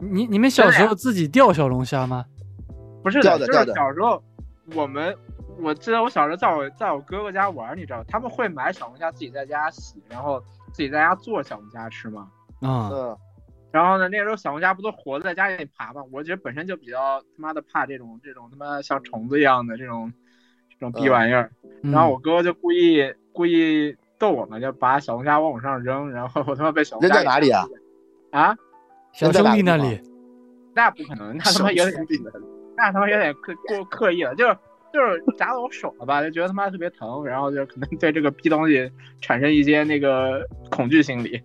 [SPEAKER 2] 你你们小时候自己钓小龙虾吗？
[SPEAKER 3] 不是
[SPEAKER 1] 掉的
[SPEAKER 3] 就
[SPEAKER 1] 掉
[SPEAKER 3] 是
[SPEAKER 1] 的
[SPEAKER 3] 小时候我们，我记得我小时候在我在我哥哥家玩，你知道，他们会买小龙虾自己在家洗，然后自己在家做小龙虾吃嘛。
[SPEAKER 2] 啊、
[SPEAKER 1] 嗯，
[SPEAKER 3] 然后呢，那时候小龙虾不都活在家里爬吗？我觉得本身就比较他妈的怕这种这种他妈像虫子一样的这种这种逼玩意儿。
[SPEAKER 2] 嗯
[SPEAKER 3] 然后我哥就故意故意逗我们，就把小龙虾往我上扔，然后我他妈被小龙虾
[SPEAKER 1] 扔在哪里啊
[SPEAKER 3] 给夹住了？啊，
[SPEAKER 2] 小兄弟那里，
[SPEAKER 3] 那不可 能，那他妈有点
[SPEAKER 5] 小兄弟呢
[SPEAKER 3] 那他妈有点刻过刻意了，就是就是夹到我手了吧，就觉得他妈特别疼，然后就可能对这个逼东西产生一些那个恐惧心理。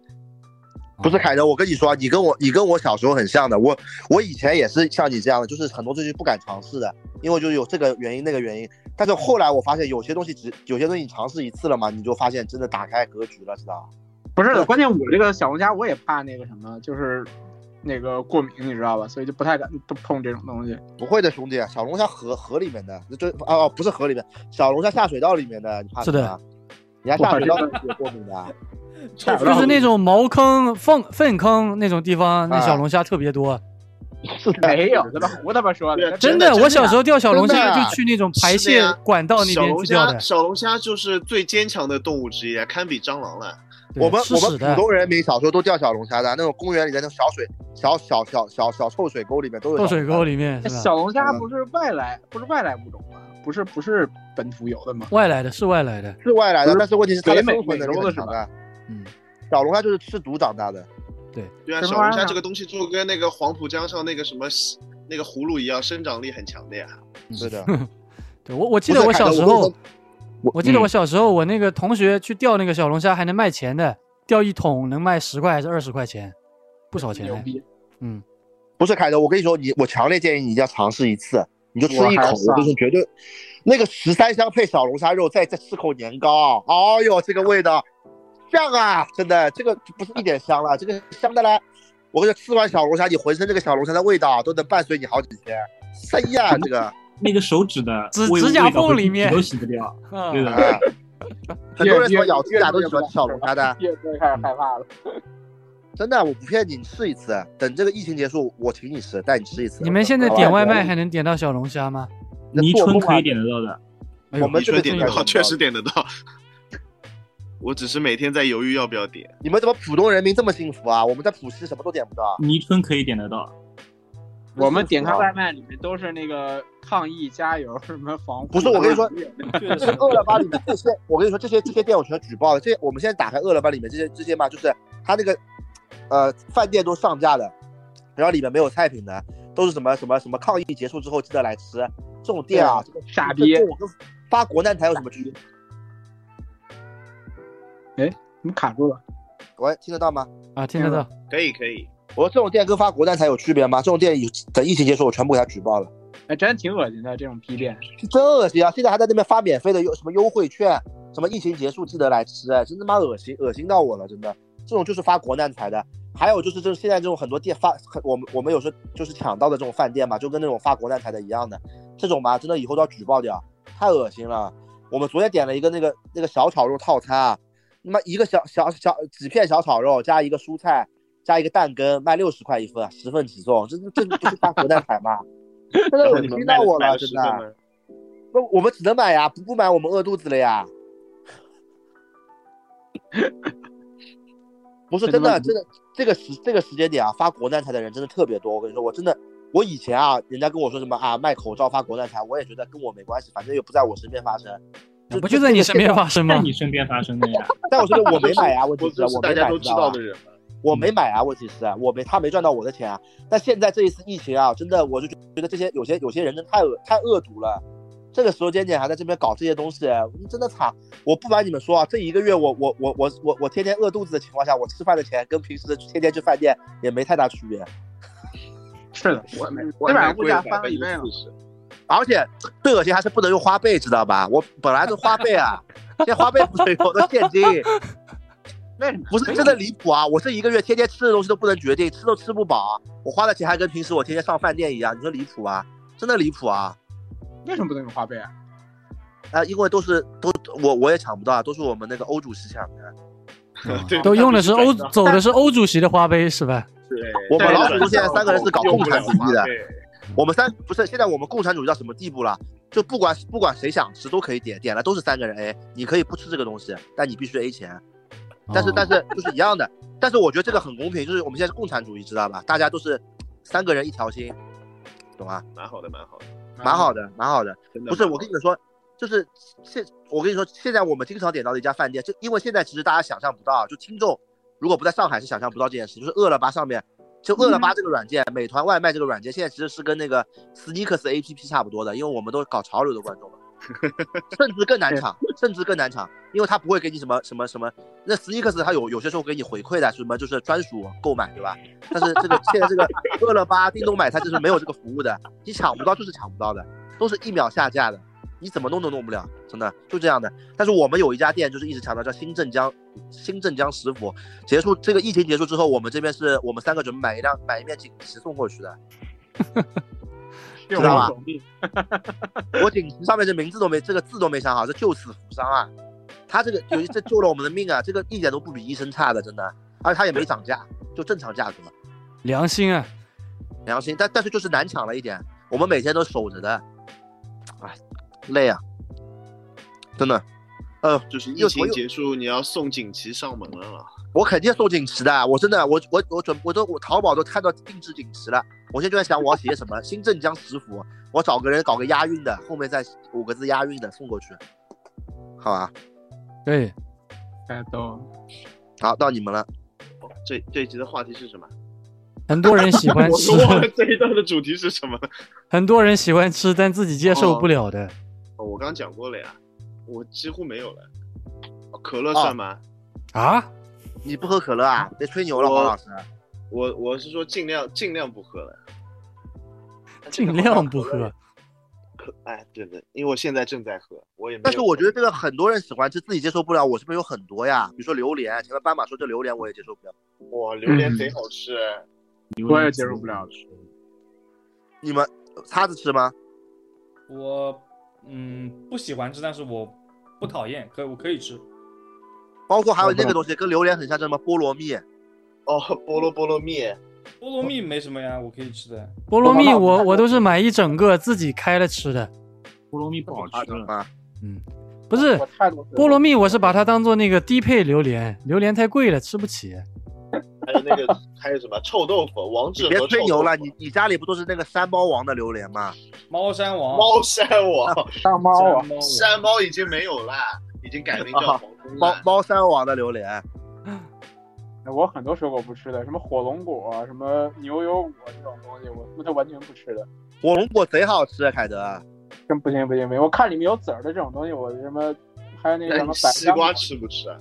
[SPEAKER 1] 不是
[SPEAKER 2] 啊
[SPEAKER 1] 凯德，我跟你说，你跟我你跟我小时候很像的，我我以前也是像你这样的，就是很多东西不敢尝试的，因为就是有这个原因那个原因。但是后来我发现有些东西只有些东西你尝试一次了嘛，你就发现真的打开格局了，知道吧？
[SPEAKER 3] 不是的，
[SPEAKER 1] 对
[SPEAKER 3] 关键我这个小龙虾我也怕那个什么，就是那个过敏，你知道吧？所以就不太敢不碰这种东西。
[SPEAKER 1] 不会的，兄弟，小龙虾河河里面的，就哦、不是河里面，小龙虾下水道里面的，你怕什
[SPEAKER 2] 是的
[SPEAKER 1] 么？啊你还下水道里也过敏的啊？
[SPEAKER 4] 臭
[SPEAKER 3] 然
[SPEAKER 2] 就
[SPEAKER 3] 后
[SPEAKER 2] 是那种茅坑、粪粪坑那种地方，那小龙虾特别多。
[SPEAKER 1] 是的，
[SPEAKER 3] 没有，他妈胡他妈说
[SPEAKER 5] 对
[SPEAKER 3] 的，
[SPEAKER 5] 真的
[SPEAKER 2] 的，我小时候钓小龙
[SPEAKER 1] 真的
[SPEAKER 2] 虾
[SPEAKER 1] 啊
[SPEAKER 2] 就去那种排
[SPEAKER 5] 是的
[SPEAKER 2] 泄
[SPEAKER 5] 呀
[SPEAKER 2] 管道那
[SPEAKER 5] 小
[SPEAKER 2] 边
[SPEAKER 5] 龙
[SPEAKER 2] 去钓
[SPEAKER 5] 虾，
[SPEAKER 2] 的，
[SPEAKER 5] 小龙虾就是最坚强的动物之一，啊，堪比蟑螂了。
[SPEAKER 2] 对
[SPEAKER 1] 我们
[SPEAKER 2] 吃
[SPEAKER 1] 我们
[SPEAKER 2] 屎
[SPEAKER 1] 普
[SPEAKER 2] 的。
[SPEAKER 1] 通人民小时候都钓小龙虾的，那种公园里的那种小水小小小小小臭水沟里面都有
[SPEAKER 2] 臭
[SPEAKER 1] 小
[SPEAKER 2] 水
[SPEAKER 1] 龙虾
[SPEAKER 2] 沟里面是吧？
[SPEAKER 3] 小龙
[SPEAKER 1] 嗯
[SPEAKER 3] 虾不是外来，不是外来物种吗？不是不是本土有的吗？
[SPEAKER 2] 外来的是外来的，
[SPEAKER 1] 是外来
[SPEAKER 3] 不
[SPEAKER 1] 的，
[SPEAKER 3] 是
[SPEAKER 1] 但是问题是它的
[SPEAKER 3] 北美
[SPEAKER 1] 生存能力
[SPEAKER 3] 美洲的
[SPEAKER 1] 很
[SPEAKER 3] 是吧
[SPEAKER 1] 强的。
[SPEAKER 2] 嗯，
[SPEAKER 1] 小龙虾就是吃毒长大的，
[SPEAKER 5] 对
[SPEAKER 3] 什么
[SPEAKER 5] 啊，小龙
[SPEAKER 3] 玩意儿
[SPEAKER 5] 虾
[SPEAKER 3] 啊
[SPEAKER 5] 这个东西就跟那个黄浦江上那个什么西那个葫芦一样，生长力很强的呀。
[SPEAKER 2] 嗯
[SPEAKER 1] 是 的。
[SPEAKER 2] 对我我记得我小时
[SPEAKER 1] 不是
[SPEAKER 2] 候
[SPEAKER 1] 凯，
[SPEAKER 2] 我记得我小时候我那个同学去钓那个小龙虾还能卖钱的，钓一桶能卖十块还是二十块钱，不少钱
[SPEAKER 3] 牛
[SPEAKER 1] 哎
[SPEAKER 2] 嘞。
[SPEAKER 3] 逼！
[SPEAKER 2] 嗯，
[SPEAKER 1] 不是凯德，我跟你说，你我强烈建议你一定要尝试一次，你就吃一
[SPEAKER 3] 我还
[SPEAKER 1] 口，
[SPEAKER 3] 算
[SPEAKER 1] 就是绝对。那个十三香配小龙虾肉，再再吃口年糕，哎呦，这个味道香啊！真的，这个不是一点香了，这个香的嘞。我跟你说，吃完小龙虾，你浑身这个小龙虾的味道都能伴随你好几天。谁呀、这个
[SPEAKER 6] 那个手指的
[SPEAKER 2] 指
[SPEAKER 6] 味
[SPEAKER 2] 指甲
[SPEAKER 6] 味道
[SPEAKER 2] 缝
[SPEAKER 6] 会
[SPEAKER 2] 里面
[SPEAKER 6] 洗都洗不 掉。对
[SPEAKER 2] 嗯，
[SPEAKER 6] 的，
[SPEAKER 1] 啊，很多人说咬指甲都喜欢吃小龙虾的，
[SPEAKER 3] 越说越开始害怕了。
[SPEAKER 1] 真的，我不骗你，你试一次，等这个疫情结束，我请你吃，带你吃一次。
[SPEAKER 2] 你们现在
[SPEAKER 1] 好吧
[SPEAKER 2] 点外卖还能点到小龙虾吗？
[SPEAKER 6] 泥
[SPEAKER 1] 啊
[SPEAKER 6] 春可以，点得到的。
[SPEAKER 2] 哎呦
[SPEAKER 1] 我们
[SPEAKER 5] 你
[SPEAKER 1] 这
[SPEAKER 5] 说
[SPEAKER 1] 个
[SPEAKER 5] 点
[SPEAKER 1] 真
[SPEAKER 5] 得
[SPEAKER 1] 的
[SPEAKER 5] 到，确实点得到。我只是每天在犹豫要不要点。
[SPEAKER 1] 你们怎么普通人民这么幸福啊？我们在浦西什么都点不到，
[SPEAKER 6] 泥春可以点得到，
[SPEAKER 3] 我们点
[SPEAKER 1] 啊
[SPEAKER 3] 开外卖里面都是那个抗疫加油什么防护。
[SPEAKER 1] 不是我跟你说，
[SPEAKER 4] 确
[SPEAKER 1] 这
[SPEAKER 4] 实
[SPEAKER 1] 饿了么里面这些，我跟你说，这些这些店我全举报了。这我们现在打开饿了么里面这些这些嘛，就是它那个呃饭店都上架的，然后里面没有菜品的，都是什么什么什么抗疫结束之后记得来吃。这种店啊，这个
[SPEAKER 3] 傻逼
[SPEAKER 1] 这，种跟发国难财有什么区别？
[SPEAKER 3] 你卡住了。
[SPEAKER 1] 喂，听得到吗？
[SPEAKER 2] 啊，听得到。
[SPEAKER 5] 可以可以，
[SPEAKER 1] 我说这种店跟发国难财有区别吗？这种店有等疫情结束，我全部给他举报了。
[SPEAKER 3] 哎，真挺恶心的这种逼店。
[SPEAKER 1] 真恶心啊！现在还在那边发免费的优什么优惠券，什么疫情结束记得来吃，啊真他妈恶心，恶心到我了，真的。这种就是发国难财的，还有就是这现在这种很多店发，很我们我们有时候就是抢到的这种饭店嘛，就跟那种发国难财的一样的，这种嘛，真的以后都要举报掉，太恶心了。我们昨天点了一个那个那个小炒肉套餐啊，那么一个小小小几片小炒肉加一个蔬菜加一个蛋羹，卖六十块一份，啊十份起送，这这这不是发国难财吗？真的
[SPEAKER 5] 然后
[SPEAKER 1] 恶
[SPEAKER 5] 你们
[SPEAKER 1] 心
[SPEAKER 5] 卖
[SPEAKER 1] 到我
[SPEAKER 5] 了卖
[SPEAKER 1] 了，
[SPEAKER 5] 了
[SPEAKER 1] 真
[SPEAKER 5] 十
[SPEAKER 1] 的。
[SPEAKER 5] 份吗？
[SPEAKER 1] 那我们只能买呀，不不买我们饿肚子了 呀。不是真的，真的，这个时这个时间点啊，发国难财的人真的特别多。我跟你说，我真的，我以前啊，人家跟我说什么啊，卖口罩发国难财，我也觉得跟我没关系，反正也不在我身边发生。
[SPEAKER 2] 啊不就在你身边
[SPEAKER 1] 发？
[SPEAKER 2] 发生
[SPEAKER 6] 在
[SPEAKER 2] 吗？
[SPEAKER 6] 你身边发生的呀。
[SPEAKER 1] 在我身边我没买呀，问
[SPEAKER 5] 我
[SPEAKER 1] 题是
[SPEAKER 5] 就是
[SPEAKER 1] 我
[SPEAKER 5] 大
[SPEAKER 1] 没
[SPEAKER 5] 家
[SPEAKER 1] 买，
[SPEAKER 5] 都
[SPEAKER 1] 知
[SPEAKER 5] 知
[SPEAKER 1] 道
[SPEAKER 5] 道
[SPEAKER 1] 吧
[SPEAKER 5] 的人嘛。
[SPEAKER 1] 我没买啊，问题是我没他没赚到我的钱啊。但现在这一次疫情啊，真的我就觉得这些有些有些人真的太恶太恶毒了。这个时间点还在这边搞这些东西，真的惨！我不瞒你们说啊，这一个月我我我我我我天天饿肚子的情况下，我吃饭的钱跟平时天天去饭店也没太大区别。
[SPEAKER 3] 是的，我没，基
[SPEAKER 5] 外
[SPEAKER 3] 本
[SPEAKER 5] 卖
[SPEAKER 3] 上物
[SPEAKER 5] 贵
[SPEAKER 3] 价
[SPEAKER 5] 了
[SPEAKER 3] 翻了一倍了。
[SPEAKER 5] 40%
[SPEAKER 1] 而且最恶心还是不能用花呗，知道吧？我本来是花呗啊，现在花呗不能用，都现金。
[SPEAKER 3] 为什么？
[SPEAKER 1] 不是真的离谱啊！我这一个月天天吃的东西都不能决定，吃都吃不饱，啊我花的钱还跟平时我天天上饭店一样，你说离谱吗？真的离谱啊！
[SPEAKER 3] 为什么不能用花呗啊？
[SPEAKER 1] 啊、因为都是都我我也抢不到啊，都是我们那个欧主席抢的。
[SPEAKER 2] 啊
[SPEAKER 5] 对
[SPEAKER 2] 都用的是欧
[SPEAKER 5] 他
[SPEAKER 2] 走的是欧主席的花呗是吧？
[SPEAKER 5] 对，
[SPEAKER 1] 我们
[SPEAKER 5] 但是
[SPEAKER 1] 老祖宗
[SPEAKER 5] 转
[SPEAKER 1] 现在
[SPEAKER 5] 账
[SPEAKER 1] 三个人是搞
[SPEAKER 5] 用
[SPEAKER 1] 共
[SPEAKER 5] 不
[SPEAKER 1] 产
[SPEAKER 5] 了
[SPEAKER 1] 主义的
[SPEAKER 5] 花呗
[SPEAKER 1] 我们三不是现在我们共产主义到什么地步了？就不管不管谁想吃都可以点，点了都是三个人 A，你可以不吃这个东西，但你必须 A 钱。但是
[SPEAKER 2] 哦
[SPEAKER 1] 但是就是一样的，但是我觉得这个很公平，就是我们现在是共产主义，知道吧？大家都是三个人一条心，懂吗？
[SPEAKER 5] 蛮好的，蛮好的，
[SPEAKER 1] 蛮
[SPEAKER 3] 哎
[SPEAKER 1] 好的，蛮好的。
[SPEAKER 5] 真的
[SPEAKER 1] 不是，
[SPEAKER 5] 蛮好
[SPEAKER 1] 我跟你们说，就是现我跟你说，现在我们经常点到的一家饭店，就因为现在其实大家想象不到啊，就听众如果不在上海是想象不到这件事，就是饿了么上面，就饿了
[SPEAKER 5] 嗯
[SPEAKER 1] 么这个软件，美团外卖这个软件，现在其实是跟那个 Sneakers APP 差不多的，因为我们都是搞潮流的观众 嘛，甚至更难抢，甚至更难抢，因为它不会给你什么什么什么，那 Sneakers 它有有些时候给你回馈的什么就是专属购买，对吧？但是这个现在这个 饿了么、叮咚买菜就是没有这个服务的，你抢不到就是抢不到的，都是一秒下架的，你怎么弄都弄不了，真的就这样的。但是我们有一家店就是一直强调叫新镇江，新镇江食府。结束这个疫情结束之后，我们这边是我们三个准备买一辆买一面锦旗送过去的，
[SPEAKER 3] 这
[SPEAKER 1] 知道吧
[SPEAKER 3] 种狗币
[SPEAKER 1] 我锦旗上面这名字都没这个字都没想好，是救死扶伤啊！他这个有一这救了我们的命啊，这个一点都不比医生差的，真的，而且他也没涨价，就正常价格。
[SPEAKER 2] 良心啊，
[SPEAKER 1] 良心，但但是就是难抢了一点，我们每天都守着的，哎，累啊，真的，呃，
[SPEAKER 5] 就是疫
[SPEAKER 1] 又我
[SPEAKER 5] 情
[SPEAKER 1] 又
[SPEAKER 5] 结束，你要送锦旗上门了啦。
[SPEAKER 1] 我肯定送锦旗的，我真的，我我我准我都我淘宝都看到定制锦旗了，我现在就在想我要写什 么新镇江食府，我找个人搞个押韵的，后面再五个字押韵的送过去，好啊，
[SPEAKER 2] 可以，
[SPEAKER 3] 哎都
[SPEAKER 1] 好到你们了，
[SPEAKER 5] 这这一集的话题是什么？
[SPEAKER 2] 很多人喜欢
[SPEAKER 5] 我
[SPEAKER 2] 吃
[SPEAKER 5] 都，忘了这一段的主题是什么了。
[SPEAKER 2] 很多人喜欢吃，但自己接受不了的。
[SPEAKER 5] 哦，我刚讲过了呀，我几乎没有了。哦可乐算吗？
[SPEAKER 2] 啊，
[SPEAKER 1] 你不喝可乐啊？别吹牛了，
[SPEAKER 5] 我
[SPEAKER 1] 黄老师，
[SPEAKER 5] 我我是说尽量尽量不喝了。
[SPEAKER 2] 尽量不喝。
[SPEAKER 5] 可哎，对对，因为我现在正在喝，我也没有。
[SPEAKER 1] 但是我觉得这个很多人喜欢吃，自己接受不了，我这边有很多呀，比如说榴莲，前面斑马说这榴莲我也接受不了，
[SPEAKER 5] 哇，榴莲贼好吃，
[SPEAKER 3] 我也接受不了。
[SPEAKER 1] 你们呃叉子吃吗？
[SPEAKER 4] 我嗯不喜欢吃，但是我不讨厌，可以我可以吃。
[SPEAKER 1] 包括还有那个东西跟榴莲很像，叫什么菠萝蜜，
[SPEAKER 5] 哦，菠萝菠萝蜜，
[SPEAKER 4] 菠萝蜜没什么呀，我可以吃的。
[SPEAKER 2] 菠萝蜜我我都是买一整个自己开了吃的，
[SPEAKER 6] 菠萝蜜不好吃了，
[SPEAKER 1] 啊，
[SPEAKER 2] 嗯，不是
[SPEAKER 3] 我太多次
[SPEAKER 2] 菠萝蜜，我是把它当做那个低配榴莲，榴莲太贵了吃不起。
[SPEAKER 5] 还有那个还有什么臭豆腐，王
[SPEAKER 1] 你
[SPEAKER 5] 致
[SPEAKER 1] 别
[SPEAKER 5] 和臭
[SPEAKER 1] 吹牛
[SPEAKER 5] 豆
[SPEAKER 1] 了，
[SPEAKER 5] 腐
[SPEAKER 1] 你你家里不都是那个山猫王的榴莲吗？
[SPEAKER 4] 猫山王，
[SPEAKER 5] 猫山王，
[SPEAKER 3] 上猫
[SPEAKER 4] 山
[SPEAKER 3] 啊，
[SPEAKER 4] 猫王
[SPEAKER 5] 山猫已经没有啦，已经改名叫
[SPEAKER 1] 啊
[SPEAKER 5] 黄蜂
[SPEAKER 1] 猫
[SPEAKER 5] 啦。
[SPEAKER 1] 猫山王的榴莲，
[SPEAKER 3] 我很多水果不吃的，什么火龙果啊、什么牛油果啊这种东西，我他妈的完全不吃的。
[SPEAKER 1] 火龙果贼好吃，啊凯德。
[SPEAKER 3] 真不行不行不行！我看里面有籽儿的这种东西，我什么还有那个
[SPEAKER 5] 那
[SPEAKER 3] 什么
[SPEAKER 5] 你
[SPEAKER 3] 百
[SPEAKER 5] 西
[SPEAKER 3] 香
[SPEAKER 5] 瓜
[SPEAKER 3] 果，
[SPEAKER 5] 吃不吃啊？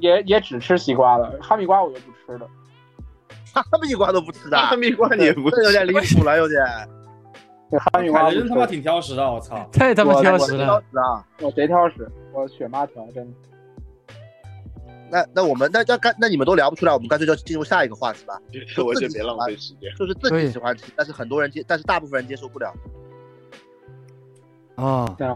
[SPEAKER 3] 也也只吃西瓜了，哈密瓜我就不吃了。
[SPEAKER 1] 哈密瓜都不吃的，啊
[SPEAKER 5] 哈密瓜你也不
[SPEAKER 1] 这有点离谱了， 有点。
[SPEAKER 3] 对哈密瓜
[SPEAKER 4] 凯
[SPEAKER 3] 我
[SPEAKER 4] 德真他
[SPEAKER 3] 不
[SPEAKER 4] 妈
[SPEAKER 3] 吃，
[SPEAKER 4] 挺挑食的，我操！
[SPEAKER 2] 太他妈挑食
[SPEAKER 1] 我
[SPEAKER 2] 了。
[SPEAKER 1] 知道
[SPEAKER 3] 我贼挑食，我血妈挑，真的。
[SPEAKER 1] 那那我们那那干那你们都聊不出来，我们干脆就进入下一个话题吧，
[SPEAKER 5] 我就别浪费时间。
[SPEAKER 1] 就是自己
[SPEAKER 2] 对
[SPEAKER 1] 喜欢吃，但是很多人接，但是大部分人接受不了。
[SPEAKER 2] 哦，
[SPEAKER 3] 这样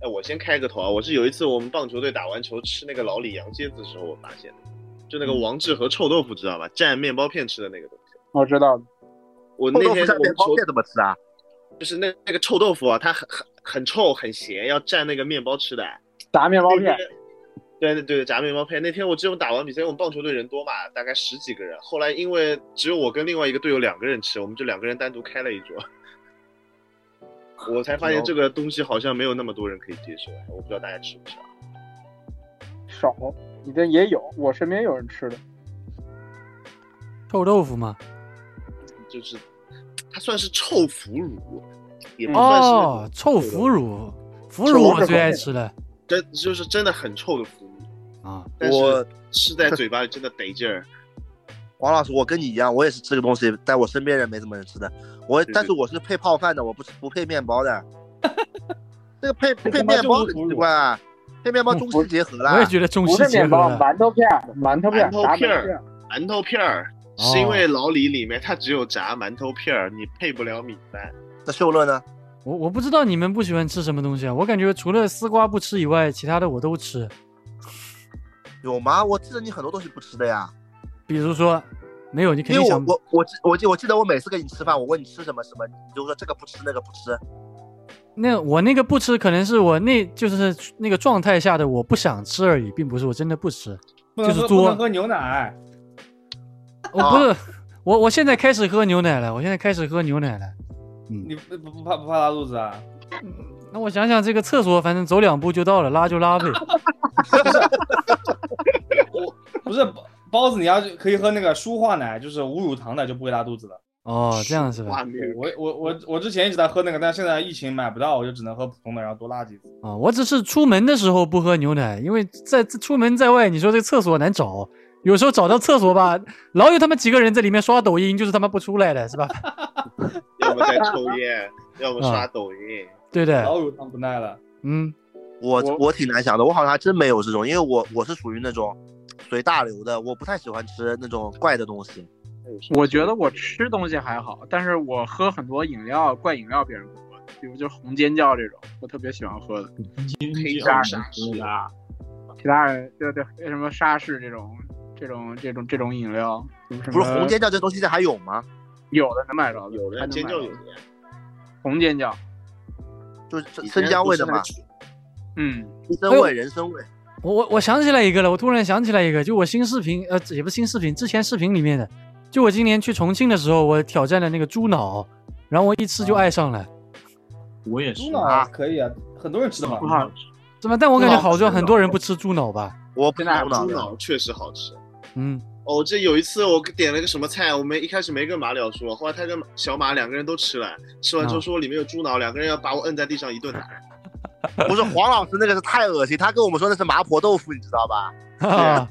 [SPEAKER 5] 哎，我先开个头啊！我是有一次我们棒球队打完球吃那个老李洋蝎子的时候，我发现的，就
[SPEAKER 1] 嗯
[SPEAKER 5] 那个王致和臭豆腐，知道吧？蘸面包片吃的那个东西。
[SPEAKER 3] 我知道了，
[SPEAKER 5] 我
[SPEAKER 1] 臭
[SPEAKER 5] 那
[SPEAKER 1] 豆腐
[SPEAKER 5] 天
[SPEAKER 1] 蘸
[SPEAKER 5] 我
[SPEAKER 1] 面
[SPEAKER 5] 们
[SPEAKER 1] 包
[SPEAKER 5] 球
[SPEAKER 1] 片怎么吃啊？
[SPEAKER 5] 就是那那个臭豆腐啊，它很很很臭很咸，要蘸那个面包吃的。
[SPEAKER 3] 炸面包片，
[SPEAKER 5] 对对对，炸面包片。那天我记得我打完比赛，因为我们棒球队人多嘛，大概十几个人。后来因为只有我跟另外一个队友两个人吃，我们就两个人单独开了一桌。 我才发现这个东西好像没有那么多人可以接受，我不知道大家吃不吃啊。
[SPEAKER 3] 少，你这也有，我身边有人吃的。
[SPEAKER 2] 臭豆腐嘛。
[SPEAKER 5] 就是它算是臭腐乳，也
[SPEAKER 3] 嗯
[SPEAKER 5] 不嗯算是那种
[SPEAKER 2] 哦，臭腐乳，腐乳我最爱吃了
[SPEAKER 5] 真就是真的很臭的腐乳，
[SPEAKER 2] 啊。
[SPEAKER 5] 但
[SPEAKER 1] 我
[SPEAKER 5] 是吃在嘴巴里真的得劲儿。
[SPEAKER 1] 黄老师，我跟你一样，我也是这个东西，但我身边人没什么人吃的。我
[SPEAKER 5] 对
[SPEAKER 1] 但是我是配泡饭的，我不是不配面包 的。这个配配
[SPEAKER 4] 他妈
[SPEAKER 1] 面包
[SPEAKER 4] 就是
[SPEAKER 1] 很
[SPEAKER 4] 侮辱
[SPEAKER 1] 奇怪啊，配面包
[SPEAKER 2] 嗯
[SPEAKER 1] 中
[SPEAKER 3] 我
[SPEAKER 1] 西结合
[SPEAKER 2] 我也
[SPEAKER 1] 啦。
[SPEAKER 2] 觉得中
[SPEAKER 3] 不
[SPEAKER 2] 西
[SPEAKER 3] 是
[SPEAKER 2] 结
[SPEAKER 3] 面
[SPEAKER 2] 合
[SPEAKER 3] 包，
[SPEAKER 2] 了。
[SPEAKER 3] 馒头片儿，馒头片儿，
[SPEAKER 5] 馒头
[SPEAKER 3] 炸
[SPEAKER 5] 片
[SPEAKER 3] 馒
[SPEAKER 5] 儿
[SPEAKER 3] 头片儿。
[SPEAKER 5] 馒头片儿
[SPEAKER 2] 哦
[SPEAKER 5] 是因为老李里面它只有炸馒头片儿，你配不了米饭。
[SPEAKER 1] 那秀乐呢？
[SPEAKER 2] 我我不知道你们不喜欢吃什么东西啊，我感觉除了丝瓜不吃以外，其他的我都吃。
[SPEAKER 1] 有吗？我记得你很多东西不吃的呀。
[SPEAKER 2] 比如说，没有你肯
[SPEAKER 1] 因
[SPEAKER 2] 定
[SPEAKER 1] 为
[SPEAKER 2] 想
[SPEAKER 1] 我我我记我记我记得我每次跟你吃饭，我问你吃什么什么，你就说这个不吃那个不吃。
[SPEAKER 2] 那我那个不吃，可能是我那就是那个状态下的我不想吃而已，并不是我真的不吃。
[SPEAKER 4] 不能
[SPEAKER 2] 就是
[SPEAKER 4] 喝
[SPEAKER 2] 作
[SPEAKER 4] 不能喝牛奶，
[SPEAKER 2] 我不是，我我现在开始喝牛奶了，我现在开始喝牛奶了。
[SPEAKER 1] 嗯
[SPEAKER 2] 嗯
[SPEAKER 4] 你不不不怕不怕拉肚子啊？
[SPEAKER 2] 那我想想，这个厕所反正走两步就到了，拉就拉呗。
[SPEAKER 4] 我不是包子，你要可以喝那个舒化奶，就是无乳糖的，就不会拉肚子了。
[SPEAKER 2] 哦，这样是吧？
[SPEAKER 5] 哇，没有
[SPEAKER 4] 我我我我之前一直在喝那个，但现在疫情买不到，我就只能喝普通的，然后多拉几次。
[SPEAKER 2] 啊、我只是出门的时候不喝牛奶，因为在出门在外，你说这个厕所难找，有时候找到厕所吧，老有他们几个人在里面刷抖音，就是他妈不出来的，是吧？
[SPEAKER 5] 要么在抽烟，要么刷抖音。
[SPEAKER 2] 对的，
[SPEAKER 4] 老乳糖不耐了，
[SPEAKER 2] 嗯，
[SPEAKER 1] 我
[SPEAKER 3] 我
[SPEAKER 1] 我挺难想的，我好像还真没有这种，因为我我是属于那种随大流的，我不太喜欢吃那种怪的东西。
[SPEAKER 3] 我觉得我吃东西还好，但是我喝很多饮料，怪饮料别人不喝，比如就是红尖叫这种，我特别喜欢喝的。
[SPEAKER 2] 嗯
[SPEAKER 6] 经
[SPEAKER 5] 黑
[SPEAKER 6] 济
[SPEAKER 5] 加
[SPEAKER 6] 二
[SPEAKER 2] 哦
[SPEAKER 5] 沙
[SPEAKER 6] 十的啊，
[SPEAKER 3] 其他人对对什么沙士这种这种这种这种饮料，什么
[SPEAKER 1] 不是红尖叫这东西现在还有吗？
[SPEAKER 3] 有的能买着的，
[SPEAKER 5] 有
[SPEAKER 3] 还
[SPEAKER 5] 的
[SPEAKER 3] 能
[SPEAKER 5] 尖
[SPEAKER 3] 买
[SPEAKER 5] 叫
[SPEAKER 3] 着
[SPEAKER 5] 有
[SPEAKER 3] 的
[SPEAKER 5] 的呀，
[SPEAKER 3] 红尖叫，
[SPEAKER 1] 就是
[SPEAKER 5] 以前
[SPEAKER 1] 生姜味的嘛
[SPEAKER 5] 不，是
[SPEAKER 3] 嗯，
[SPEAKER 1] 人参味、人参味。
[SPEAKER 2] 我我我想起来一个了，我突然想起来一个，就我新视频，呃，也不是新视频，之前视频里面的，就我今年去重庆的时候，我挑战了那个猪脑，然后我一吃就爱上了，
[SPEAKER 6] 我也
[SPEAKER 4] 猪
[SPEAKER 6] 是啊，
[SPEAKER 4] 脑可以啊，很多人吃的嘛
[SPEAKER 3] 不。好，
[SPEAKER 2] 是吧？但我感觉好
[SPEAKER 5] 猪脑
[SPEAKER 2] 像很多人不吃猪脑吧，
[SPEAKER 1] 我不
[SPEAKER 3] 现
[SPEAKER 1] 知
[SPEAKER 3] 在
[SPEAKER 1] 道
[SPEAKER 3] 还
[SPEAKER 5] 那
[SPEAKER 1] 呢
[SPEAKER 5] 猪脑确实好吃。
[SPEAKER 2] 嗯，
[SPEAKER 5] 哦，这有一次我点了个什么菜，我们一开始没跟马聊说，后来他跟小马两个人都吃了，吃完之后
[SPEAKER 2] 嗯
[SPEAKER 5] 说里面有猪脑，两个人要把我摁在地上一顿打。
[SPEAKER 1] 不是黄老师那个是太恶心，他跟我们说那是麻婆豆腐，你知道吧？
[SPEAKER 2] 哈哈，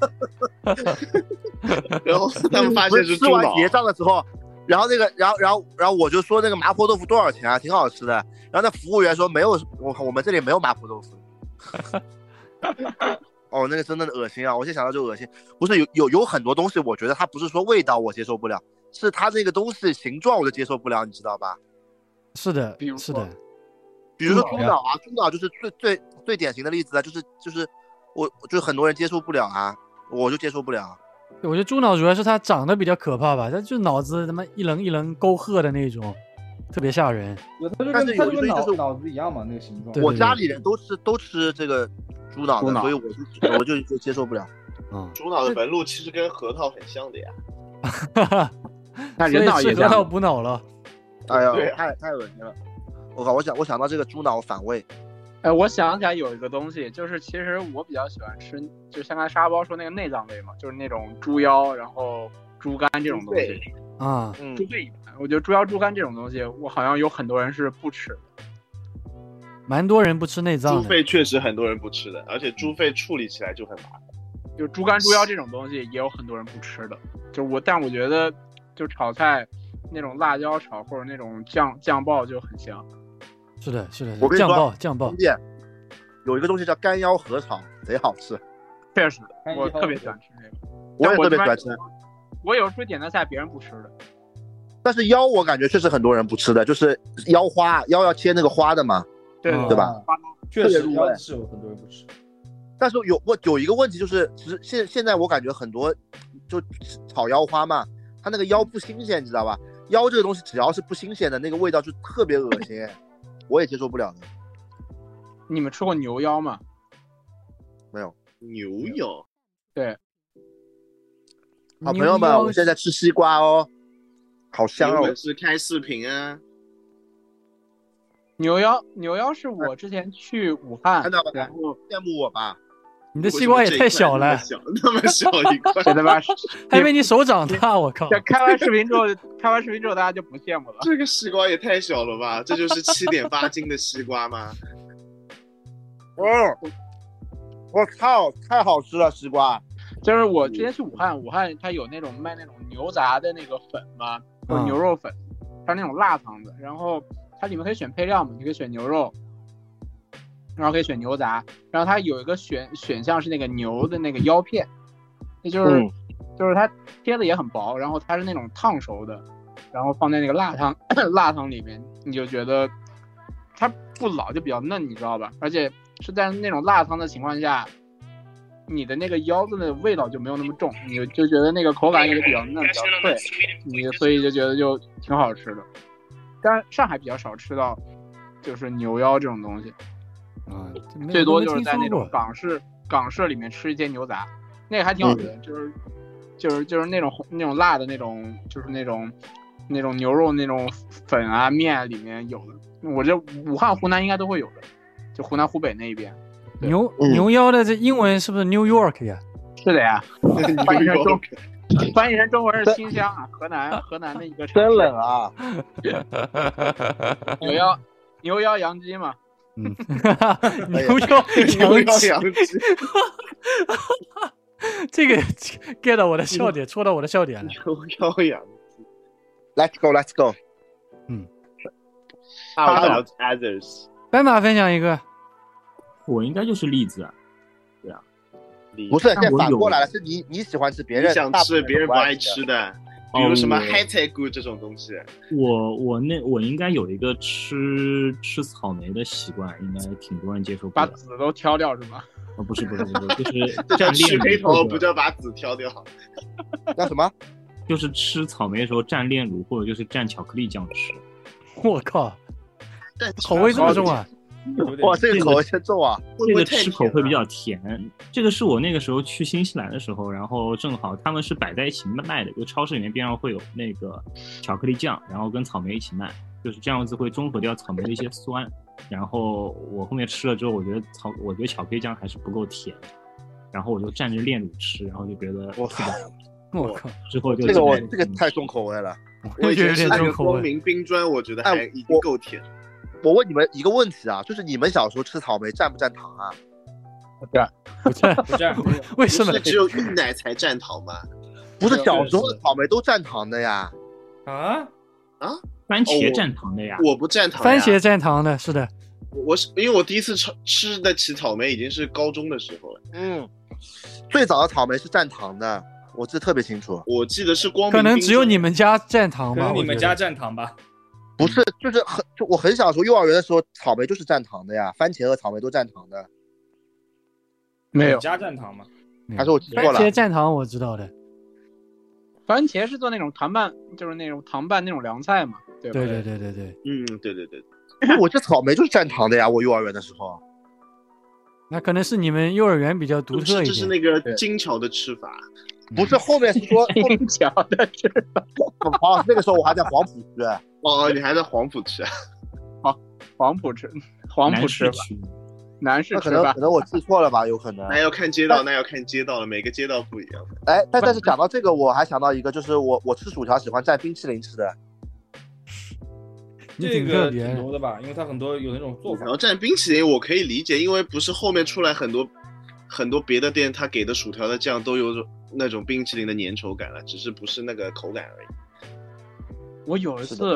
[SPEAKER 5] 然后他们发
[SPEAKER 1] 嗯不
[SPEAKER 5] 现
[SPEAKER 1] 是
[SPEAKER 5] 是
[SPEAKER 1] 吃
[SPEAKER 5] 猪
[SPEAKER 1] 完
[SPEAKER 5] 脑，
[SPEAKER 1] 结账的时候，然后那个，然后然后然后我就说那个麻婆豆腐多少钱啊？挺好吃的。然后那服务员说没有，我我们这里没有麻婆豆腐。 哦，那个真的恶心啊！我现在想到就恶心。不是有有有很多东西，我觉得它不是说味道我接受不了，是它这个东西形状我就接受不了，你知道吧？
[SPEAKER 2] 是的
[SPEAKER 3] 比如，
[SPEAKER 2] 是
[SPEAKER 3] 说
[SPEAKER 2] 的，
[SPEAKER 1] 比如说中岛啊，中岛就是最最最典型的例子啊，就是就是我就是很多人接受不了啊，我就接受不了。啊
[SPEAKER 2] 对我觉得猪脑主要是他长得比较可怕吧，他就脑子他妈一棱一棱沟壑的那种，特别吓人。
[SPEAKER 7] 有他就
[SPEAKER 1] 但
[SPEAKER 7] 跟
[SPEAKER 1] 是
[SPEAKER 7] 他
[SPEAKER 1] 有一
[SPEAKER 7] 跟
[SPEAKER 1] 堆就
[SPEAKER 7] 脑
[SPEAKER 1] 是
[SPEAKER 7] 脑子一样嘛，那个形状。
[SPEAKER 2] 对
[SPEAKER 1] 我家里人都吃都吃这个猪脑
[SPEAKER 7] 猪
[SPEAKER 1] 的，
[SPEAKER 7] 脑
[SPEAKER 1] 所以我就我就就接受不了。
[SPEAKER 2] 嗯，
[SPEAKER 5] 猪脑的纹路其实跟核桃很像的呀。
[SPEAKER 2] 哈哈，
[SPEAKER 7] 那
[SPEAKER 2] 所
[SPEAKER 7] 人脑
[SPEAKER 2] 以
[SPEAKER 7] 也
[SPEAKER 2] 吃
[SPEAKER 7] 这
[SPEAKER 2] 核桃
[SPEAKER 7] 样。
[SPEAKER 2] 补脑了。
[SPEAKER 1] 哎呀
[SPEAKER 5] 对，啊
[SPEAKER 1] 太太恶心了！我靠，我想我想到这个猪脑反胃，
[SPEAKER 3] 哎，我想起来有一个东西，就是其实我比较喜欢吃，就像刚才沙包说那个内脏类嘛，就是那种猪腰，然后猪肝这种东西，
[SPEAKER 2] 啊，
[SPEAKER 5] 嗯
[SPEAKER 3] 猪，肺一般。我觉得猪腰、猪肝这种东西，我好像有很多人是不吃的。
[SPEAKER 2] 蛮多人不吃内脏
[SPEAKER 5] 猪
[SPEAKER 2] 的。
[SPEAKER 5] 肺确实很多人不吃的，而且猪肺处理起来就很麻烦。
[SPEAKER 3] 就猪肝、猪腰这种东西，也有很多人不吃的。就我，但我觉得，就炒菜那种辣椒炒或者那种酱酱爆就很香。
[SPEAKER 2] 是的，是的，是
[SPEAKER 1] 我
[SPEAKER 2] 的
[SPEAKER 1] 跟你
[SPEAKER 2] 酱
[SPEAKER 1] 说
[SPEAKER 2] 爆酱爆
[SPEAKER 1] 兄。弟，有一个东西叫干腰合炒，贼好吃，
[SPEAKER 3] 确实，
[SPEAKER 7] 哎
[SPEAKER 3] 我
[SPEAKER 7] 以后
[SPEAKER 3] 特别喜欢吃这个。
[SPEAKER 1] 我也
[SPEAKER 3] 但我
[SPEAKER 1] 特别
[SPEAKER 3] 他
[SPEAKER 1] 喜
[SPEAKER 3] 妈
[SPEAKER 1] 欢吃。
[SPEAKER 3] 我有时候点的菜别人不吃的，
[SPEAKER 1] 但是腰我感觉确实很多人不吃的，就是腰花，腰要切那个花的嘛。
[SPEAKER 3] 对
[SPEAKER 2] 嗯
[SPEAKER 1] 对吧
[SPEAKER 7] 啊
[SPEAKER 3] 花
[SPEAKER 7] 确
[SPEAKER 1] 特别
[SPEAKER 7] 实
[SPEAKER 1] 入，味
[SPEAKER 7] 腰
[SPEAKER 5] 哎
[SPEAKER 7] 子是有很多人不吃。
[SPEAKER 1] 但是有我有一个问题就是，其实现现在我感觉很多就炒腰花嘛，它那个腰不新鲜，你知道吧？腰这个东西只要是不新鲜的，那个味道就特别恶心，我也接受不了的。
[SPEAKER 3] 你们吃过牛腰吗？
[SPEAKER 1] 没有，
[SPEAKER 5] 牛腰，
[SPEAKER 1] 好朋友们，我们现在吃西瓜哦，好香
[SPEAKER 5] 你
[SPEAKER 1] 哦
[SPEAKER 5] 们！是看视频啊？
[SPEAKER 3] 牛腰，牛腰是我之前去武 汉
[SPEAKER 1] 看到吧，
[SPEAKER 3] 然后
[SPEAKER 1] 羡慕我吧？
[SPEAKER 2] 你的西瓜也太小了，
[SPEAKER 5] 那么小一块，
[SPEAKER 3] 对吧？
[SPEAKER 2] 还以为你手掌大，我靠！
[SPEAKER 3] 这 开完视频之后，开完视频之后大家就不羡慕了。
[SPEAKER 5] 这个西瓜也太小了吧？这就是七点八斤的西瓜吗？
[SPEAKER 1] 哦，我靠，哦太好吃了，西瓜！
[SPEAKER 3] 就是我之前去武汉，武汉它有那种卖那种牛杂的那个粉嘛，有
[SPEAKER 2] 嗯
[SPEAKER 3] 牛肉粉，它是那种辣汤的，然后它里面可以选配料嘛，你可以选牛肉，然后可以选牛杂，然后它有一个选选项是那个牛的那个腰片，那就是、
[SPEAKER 6] 嗯
[SPEAKER 3] 就是它贴的也很薄，然后它是那种烫熟的，然后放在那个辣汤 辣汤里面，你就觉得它不老就比较嫩，你知道吧？而且是在那种辣汤的情况下，你的那个腰子的味道就没有那么重，你就就觉得那个口感也比较嫩，比较脆，你所以就觉得就挺好吃的。但是上海比较少吃到就是牛腰这种东西，
[SPEAKER 2] 嗯，这没有
[SPEAKER 3] 最多
[SPEAKER 2] 没
[SPEAKER 3] 就是在那
[SPEAKER 2] 听说
[SPEAKER 3] 种
[SPEAKER 2] 过
[SPEAKER 3] 港式港式里面吃一些牛杂，那个还挺好吃的，就是就是就是那种红那种辣的那种，就是那种那种牛肉那种粉啊面啊里面有的，我这武汉湖南应该都会有的，就湖南湖北那一边。
[SPEAKER 2] 牛牛腰的这英文是不是 New York 呀？
[SPEAKER 3] 是的呀，翻译
[SPEAKER 5] 牛
[SPEAKER 3] 成
[SPEAKER 5] 腰
[SPEAKER 3] 中， 翻译成中文是新乡啊，河南河南的一个城
[SPEAKER 1] 真
[SPEAKER 3] 市
[SPEAKER 1] 冷啊！
[SPEAKER 3] 牛腰牛腰羊鸡嘛，
[SPEAKER 2] 嗯，牛腰
[SPEAKER 5] 牛
[SPEAKER 2] 羊
[SPEAKER 5] 腰
[SPEAKER 2] 鸡，
[SPEAKER 5] 羊鸡，
[SPEAKER 2] 这个 get 到我的笑点，戳到我的笑点了。
[SPEAKER 5] 牛腰羊。
[SPEAKER 1] Let's go, let's go。
[SPEAKER 3] 啊，我
[SPEAKER 5] about others？
[SPEAKER 2] 斑马分享一个，
[SPEAKER 6] 我应该就是栗子啊，
[SPEAKER 5] 你
[SPEAKER 1] 不是，现在
[SPEAKER 6] 但我
[SPEAKER 1] 反
[SPEAKER 6] 有
[SPEAKER 1] 过来了，是你你喜欢吃别
[SPEAKER 5] 你
[SPEAKER 1] 人
[SPEAKER 5] 想
[SPEAKER 1] 大部
[SPEAKER 5] 吃
[SPEAKER 1] 分
[SPEAKER 5] 别人
[SPEAKER 1] 不
[SPEAKER 5] 不
[SPEAKER 1] 爱
[SPEAKER 5] 爱
[SPEAKER 1] 吃
[SPEAKER 5] 吃的，
[SPEAKER 6] 哦
[SPEAKER 5] 比如什么
[SPEAKER 6] 我
[SPEAKER 5] high tech good 这种东西，
[SPEAKER 6] 我我那我应该有一个吃吃草莓的习惯，应该挺多人接受不
[SPEAKER 3] 把
[SPEAKER 6] 了。
[SPEAKER 3] 籽都挑掉是吗？
[SPEAKER 6] 哦，不是不是不是，就是
[SPEAKER 5] 这叫
[SPEAKER 6] 蘸
[SPEAKER 5] 去黑
[SPEAKER 6] 炼乳
[SPEAKER 5] 头，
[SPEAKER 6] 或
[SPEAKER 5] 不
[SPEAKER 6] 者
[SPEAKER 5] 叫把籽挑掉。
[SPEAKER 1] 的。叫什么？
[SPEAKER 6] 就是吃草莓的时候蘸炼乳或者就是蘸巧克力酱吃。
[SPEAKER 2] 我靠，
[SPEAKER 5] 但
[SPEAKER 2] 口味这么重啊！
[SPEAKER 6] 有点
[SPEAKER 1] 哇，这个口味真重啊！
[SPEAKER 5] 会
[SPEAKER 6] 这
[SPEAKER 5] 不
[SPEAKER 6] 个
[SPEAKER 5] 会太
[SPEAKER 6] 吃
[SPEAKER 5] 甜啊
[SPEAKER 6] 口会比
[SPEAKER 5] 了
[SPEAKER 6] 较甜。这个是我那个时候去新西兰的时候，然后正好他们是摆在一起卖的，就超市里面边上会有那个巧克力酱，然后跟草莓一起卖，就是这样子会中和掉草莓的一些酸。然后我后面吃了之后，我觉得草，我觉得巧克力酱还是不够甜，然后我就蘸着炼乳吃，然后就觉得
[SPEAKER 1] 我
[SPEAKER 6] 特别好
[SPEAKER 2] 我靠，
[SPEAKER 6] 之 后就嗯
[SPEAKER 1] 这个我
[SPEAKER 6] 基本
[SPEAKER 1] 这个
[SPEAKER 6] 上
[SPEAKER 1] 太重口味了。
[SPEAKER 5] 我
[SPEAKER 2] 我
[SPEAKER 5] 以
[SPEAKER 2] 觉得
[SPEAKER 5] 前
[SPEAKER 2] 有点
[SPEAKER 5] 吃那
[SPEAKER 2] 重
[SPEAKER 5] 个
[SPEAKER 2] 口
[SPEAKER 5] 光
[SPEAKER 2] 味。
[SPEAKER 5] 明冰砖，我觉得
[SPEAKER 1] 哎
[SPEAKER 5] 还已经
[SPEAKER 1] 我
[SPEAKER 5] 够甜。
[SPEAKER 1] 我问你们一个问题啊，就是你们小时候吃草莓蘸不蘸糖啊？
[SPEAKER 2] 不蘸，
[SPEAKER 4] 不这样，
[SPEAKER 2] 为
[SPEAKER 5] 不
[SPEAKER 2] 什么
[SPEAKER 5] 是？只有芋奶才蘸糖吗？
[SPEAKER 1] 不是小时候的草莓都蘸糖的呀。
[SPEAKER 4] 啊，
[SPEAKER 6] 番
[SPEAKER 5] 哦
[SPEAKER 6] 茄
[SPEAKER 5] 我
[SPEAKER 6] 蘸糖的呀。
[SPEAKER 5] 我不蘸糖呀。
[SPEAKER 2] 番茄蘸糖的，是的，
[SPEAKER 5] 我，我是因为我第一次吃吃得起草莓已经是高中的时候了，
[SPEAKER 1] 嗯，最早的草莓是蘸糖的，我记得特别清楚。
[SPEAKER 5] 我记得是光明
[SPEAKER 2] 可能只有
[SPEAKER 5] 冰
[SPEAKER 2] 你们家蘸糖
[SPEAKER 4] 可
[SPEAKER 2] 吧。
[SPEAKER 4] 能你
[SPEAKER 2] 我
[SPEAKER 4] 们
[SPEAKER 2] 觉得
[SPEAKER 4] 家蘸糖吧。
[SPEAKER 1] 不是，就是很，就我很小时候幼儿园的时候，草莓就是蘸糖的呀，番茄和草莓都蘸糖的。
[SPEAKER 3] 没有，
[SPEAKER 4] 加蘸糖吗？
[SPEAKER 1] 还是我记
[SPEAKER 2] 番
[SPEAKER 1] 错了？
[SPEAKER 2] 茄蘸糖我知道的，
[SPEAKER 3] 番茄是做那种糖拌，就是那种糖拌那种凉菜嘛，对吧？
[SPEAKER 2] 对对 对对对，
[SPEAKER 5] 嗯，对对对，
[SPEAKER 1] 我这草莓就是蘸糖的呀，我幼儿园的时候。
[SPEAKER 2] 那可能是你们幼儿园比较独
[SPEAKER 5] 这
[SPEAKER 2] 特一
[SPEAKER 5] 这是
[SPEAKER 2] 点。
[SPEAKER 5] 那个
[SPEAKER 3] 对
[SPEAKER 5] 精巧的吃法，
[SPEAKER 1] 不是后面是说，后面
[SPEAKER 3] 挺巧的，这
[SPEAKER 1] 哦，那个时候我还在黄埔区，
[SPEAKER 5] 哦，你还在黄浦吃啊？
[SPEAKER 3] 黄浦吃，黄
[SPEAKER 6] 南
[SPEAKER 3] 浦
[SPEAKER 6] 市
[SPEAKER 3] 吃法，
[SPEAKER 6] 区，
[SPEAKER 3] 南市
[SPEAKER 1] 那可
[SPEAKER 3] 吃
[SPEAKER 1] 能
[SPEAKER 3] 法
[SPEAKER 1] 可，能我记错了吧，有可
[SPEAKER 2] 啊
[SPEAKER 1] 能。
[SPEAKER 5] 那要看街道，那要看街道了，每个街道不一样。
[SPEAKER 1] 哎，但但是讲到这个，我还想到一个，就是我我吃薯条喜欢蘸冰淇淋吃的，
[SPEAKER 2] 你
[SPEAKER 4] 这
[SPEAKER 2] 挺特
[SPEAKER 4] 个
[SPEAKER 2] 别
[SPEAKER 4] 挺多的吧？因为它很多有那种做法
[SPEAKER 5] 然。后蘸冰淇淋我可以理解，因为不是后面出来很多很多别的店，它给的薯条的酱都有种那种冰淇淋的粘稠感了，只是不是那个口感而已。
[SPEAKER 3] 我有一
[SPEAKER 1] 是
[SPEAKER 3] 次，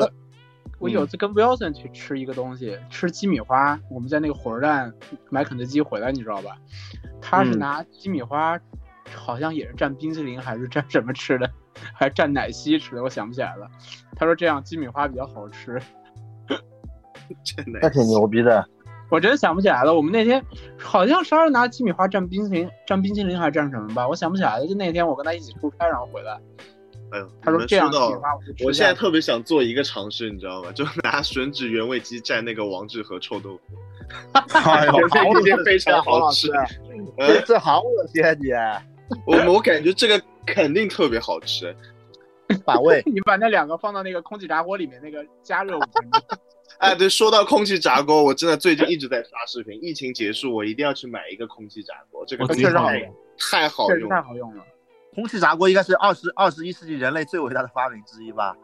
[SPEAKER 3] 我
[SPEAKER 5] 嗯
[SPEAKER 3] 有一次跟 Wilson 去吃一个东西，吃鸡米花。我们在那个火车站买肯德基回来，你知道吧？他是
[SPEAKER 1] 嗯
[SPEAKER 3] 拿鸡米花，好像也是蘸冰淇淋还是蘸什么吃的，还是蘸奶昔吃的，我想不起来了。他说这样鸡米花比较好吃，
[SPEAKER 5] 真的
[SPEAKER 1] 那，挺牛逼的。
[SPEAKER 3] 我真想不起来了。我们那天好像是拿鸡米花蘸冰淇淋，蘸冰淇淋还是蘸什么吧，我想不起来了。就那天我跟他一起出差，然后回来，
[SPEAKER 5] 哎呦，
[SPEAKER 3] 他说
[SPEAKER 5] 你们
[SPEAKER 3] 这样鸡
[SPEAKER 5] 到
[SPEAKER 3] 米花我就吃
[SPEAKER 5] 我现
[SPEAKER 3] 下
[SPEAKER 5] 在
[SPEAKER 3] 了。，
[SPEAKER 5] 特别想做一个尝试，你知道吗？就拿吮指原味鸡蘸那个王致和臭豆腐，
[SPEAKER 1] 哎 呦，好啊恶
[SPEAKER 5] 这
[SPEAKER 1] 心
[SPEAKER 5] 件非常好吃。呃
[SPEAKER 1] 这这好恶心啊！
[SPEAKER 5] 我 我感觉这个肯定特别好吃。
[SPEAKER 1] 你反胃
[SPEAKER 3] 你把那两个放到那个空气炸锅里面，那个加热五分钟。
[SPEAKER 5] 哎，对，说到空气炸锅，我真的最近一直在刷视频。疫情结束，我一定要去买一个空气炸锅，这个
[SPEAKER 6] 我
[SPEAKER 5] 东西
[SPEAKER 3] 确
[SPEAKER 6] 最
[SPEAKER 3] 实好
[SPEAKER 6] 好
[SPEAKER 5] 太太好
[SPEAKER 3] 确实
[SPEAKER 5] 用
[SPEAKER 3] 太
[SPEAKER 5] 了。
[SPEAKER 3] 好用了，
[SPEAKER 1] 空气炸锅应该是二十二十一世纪人类最伟大的发明之一吧？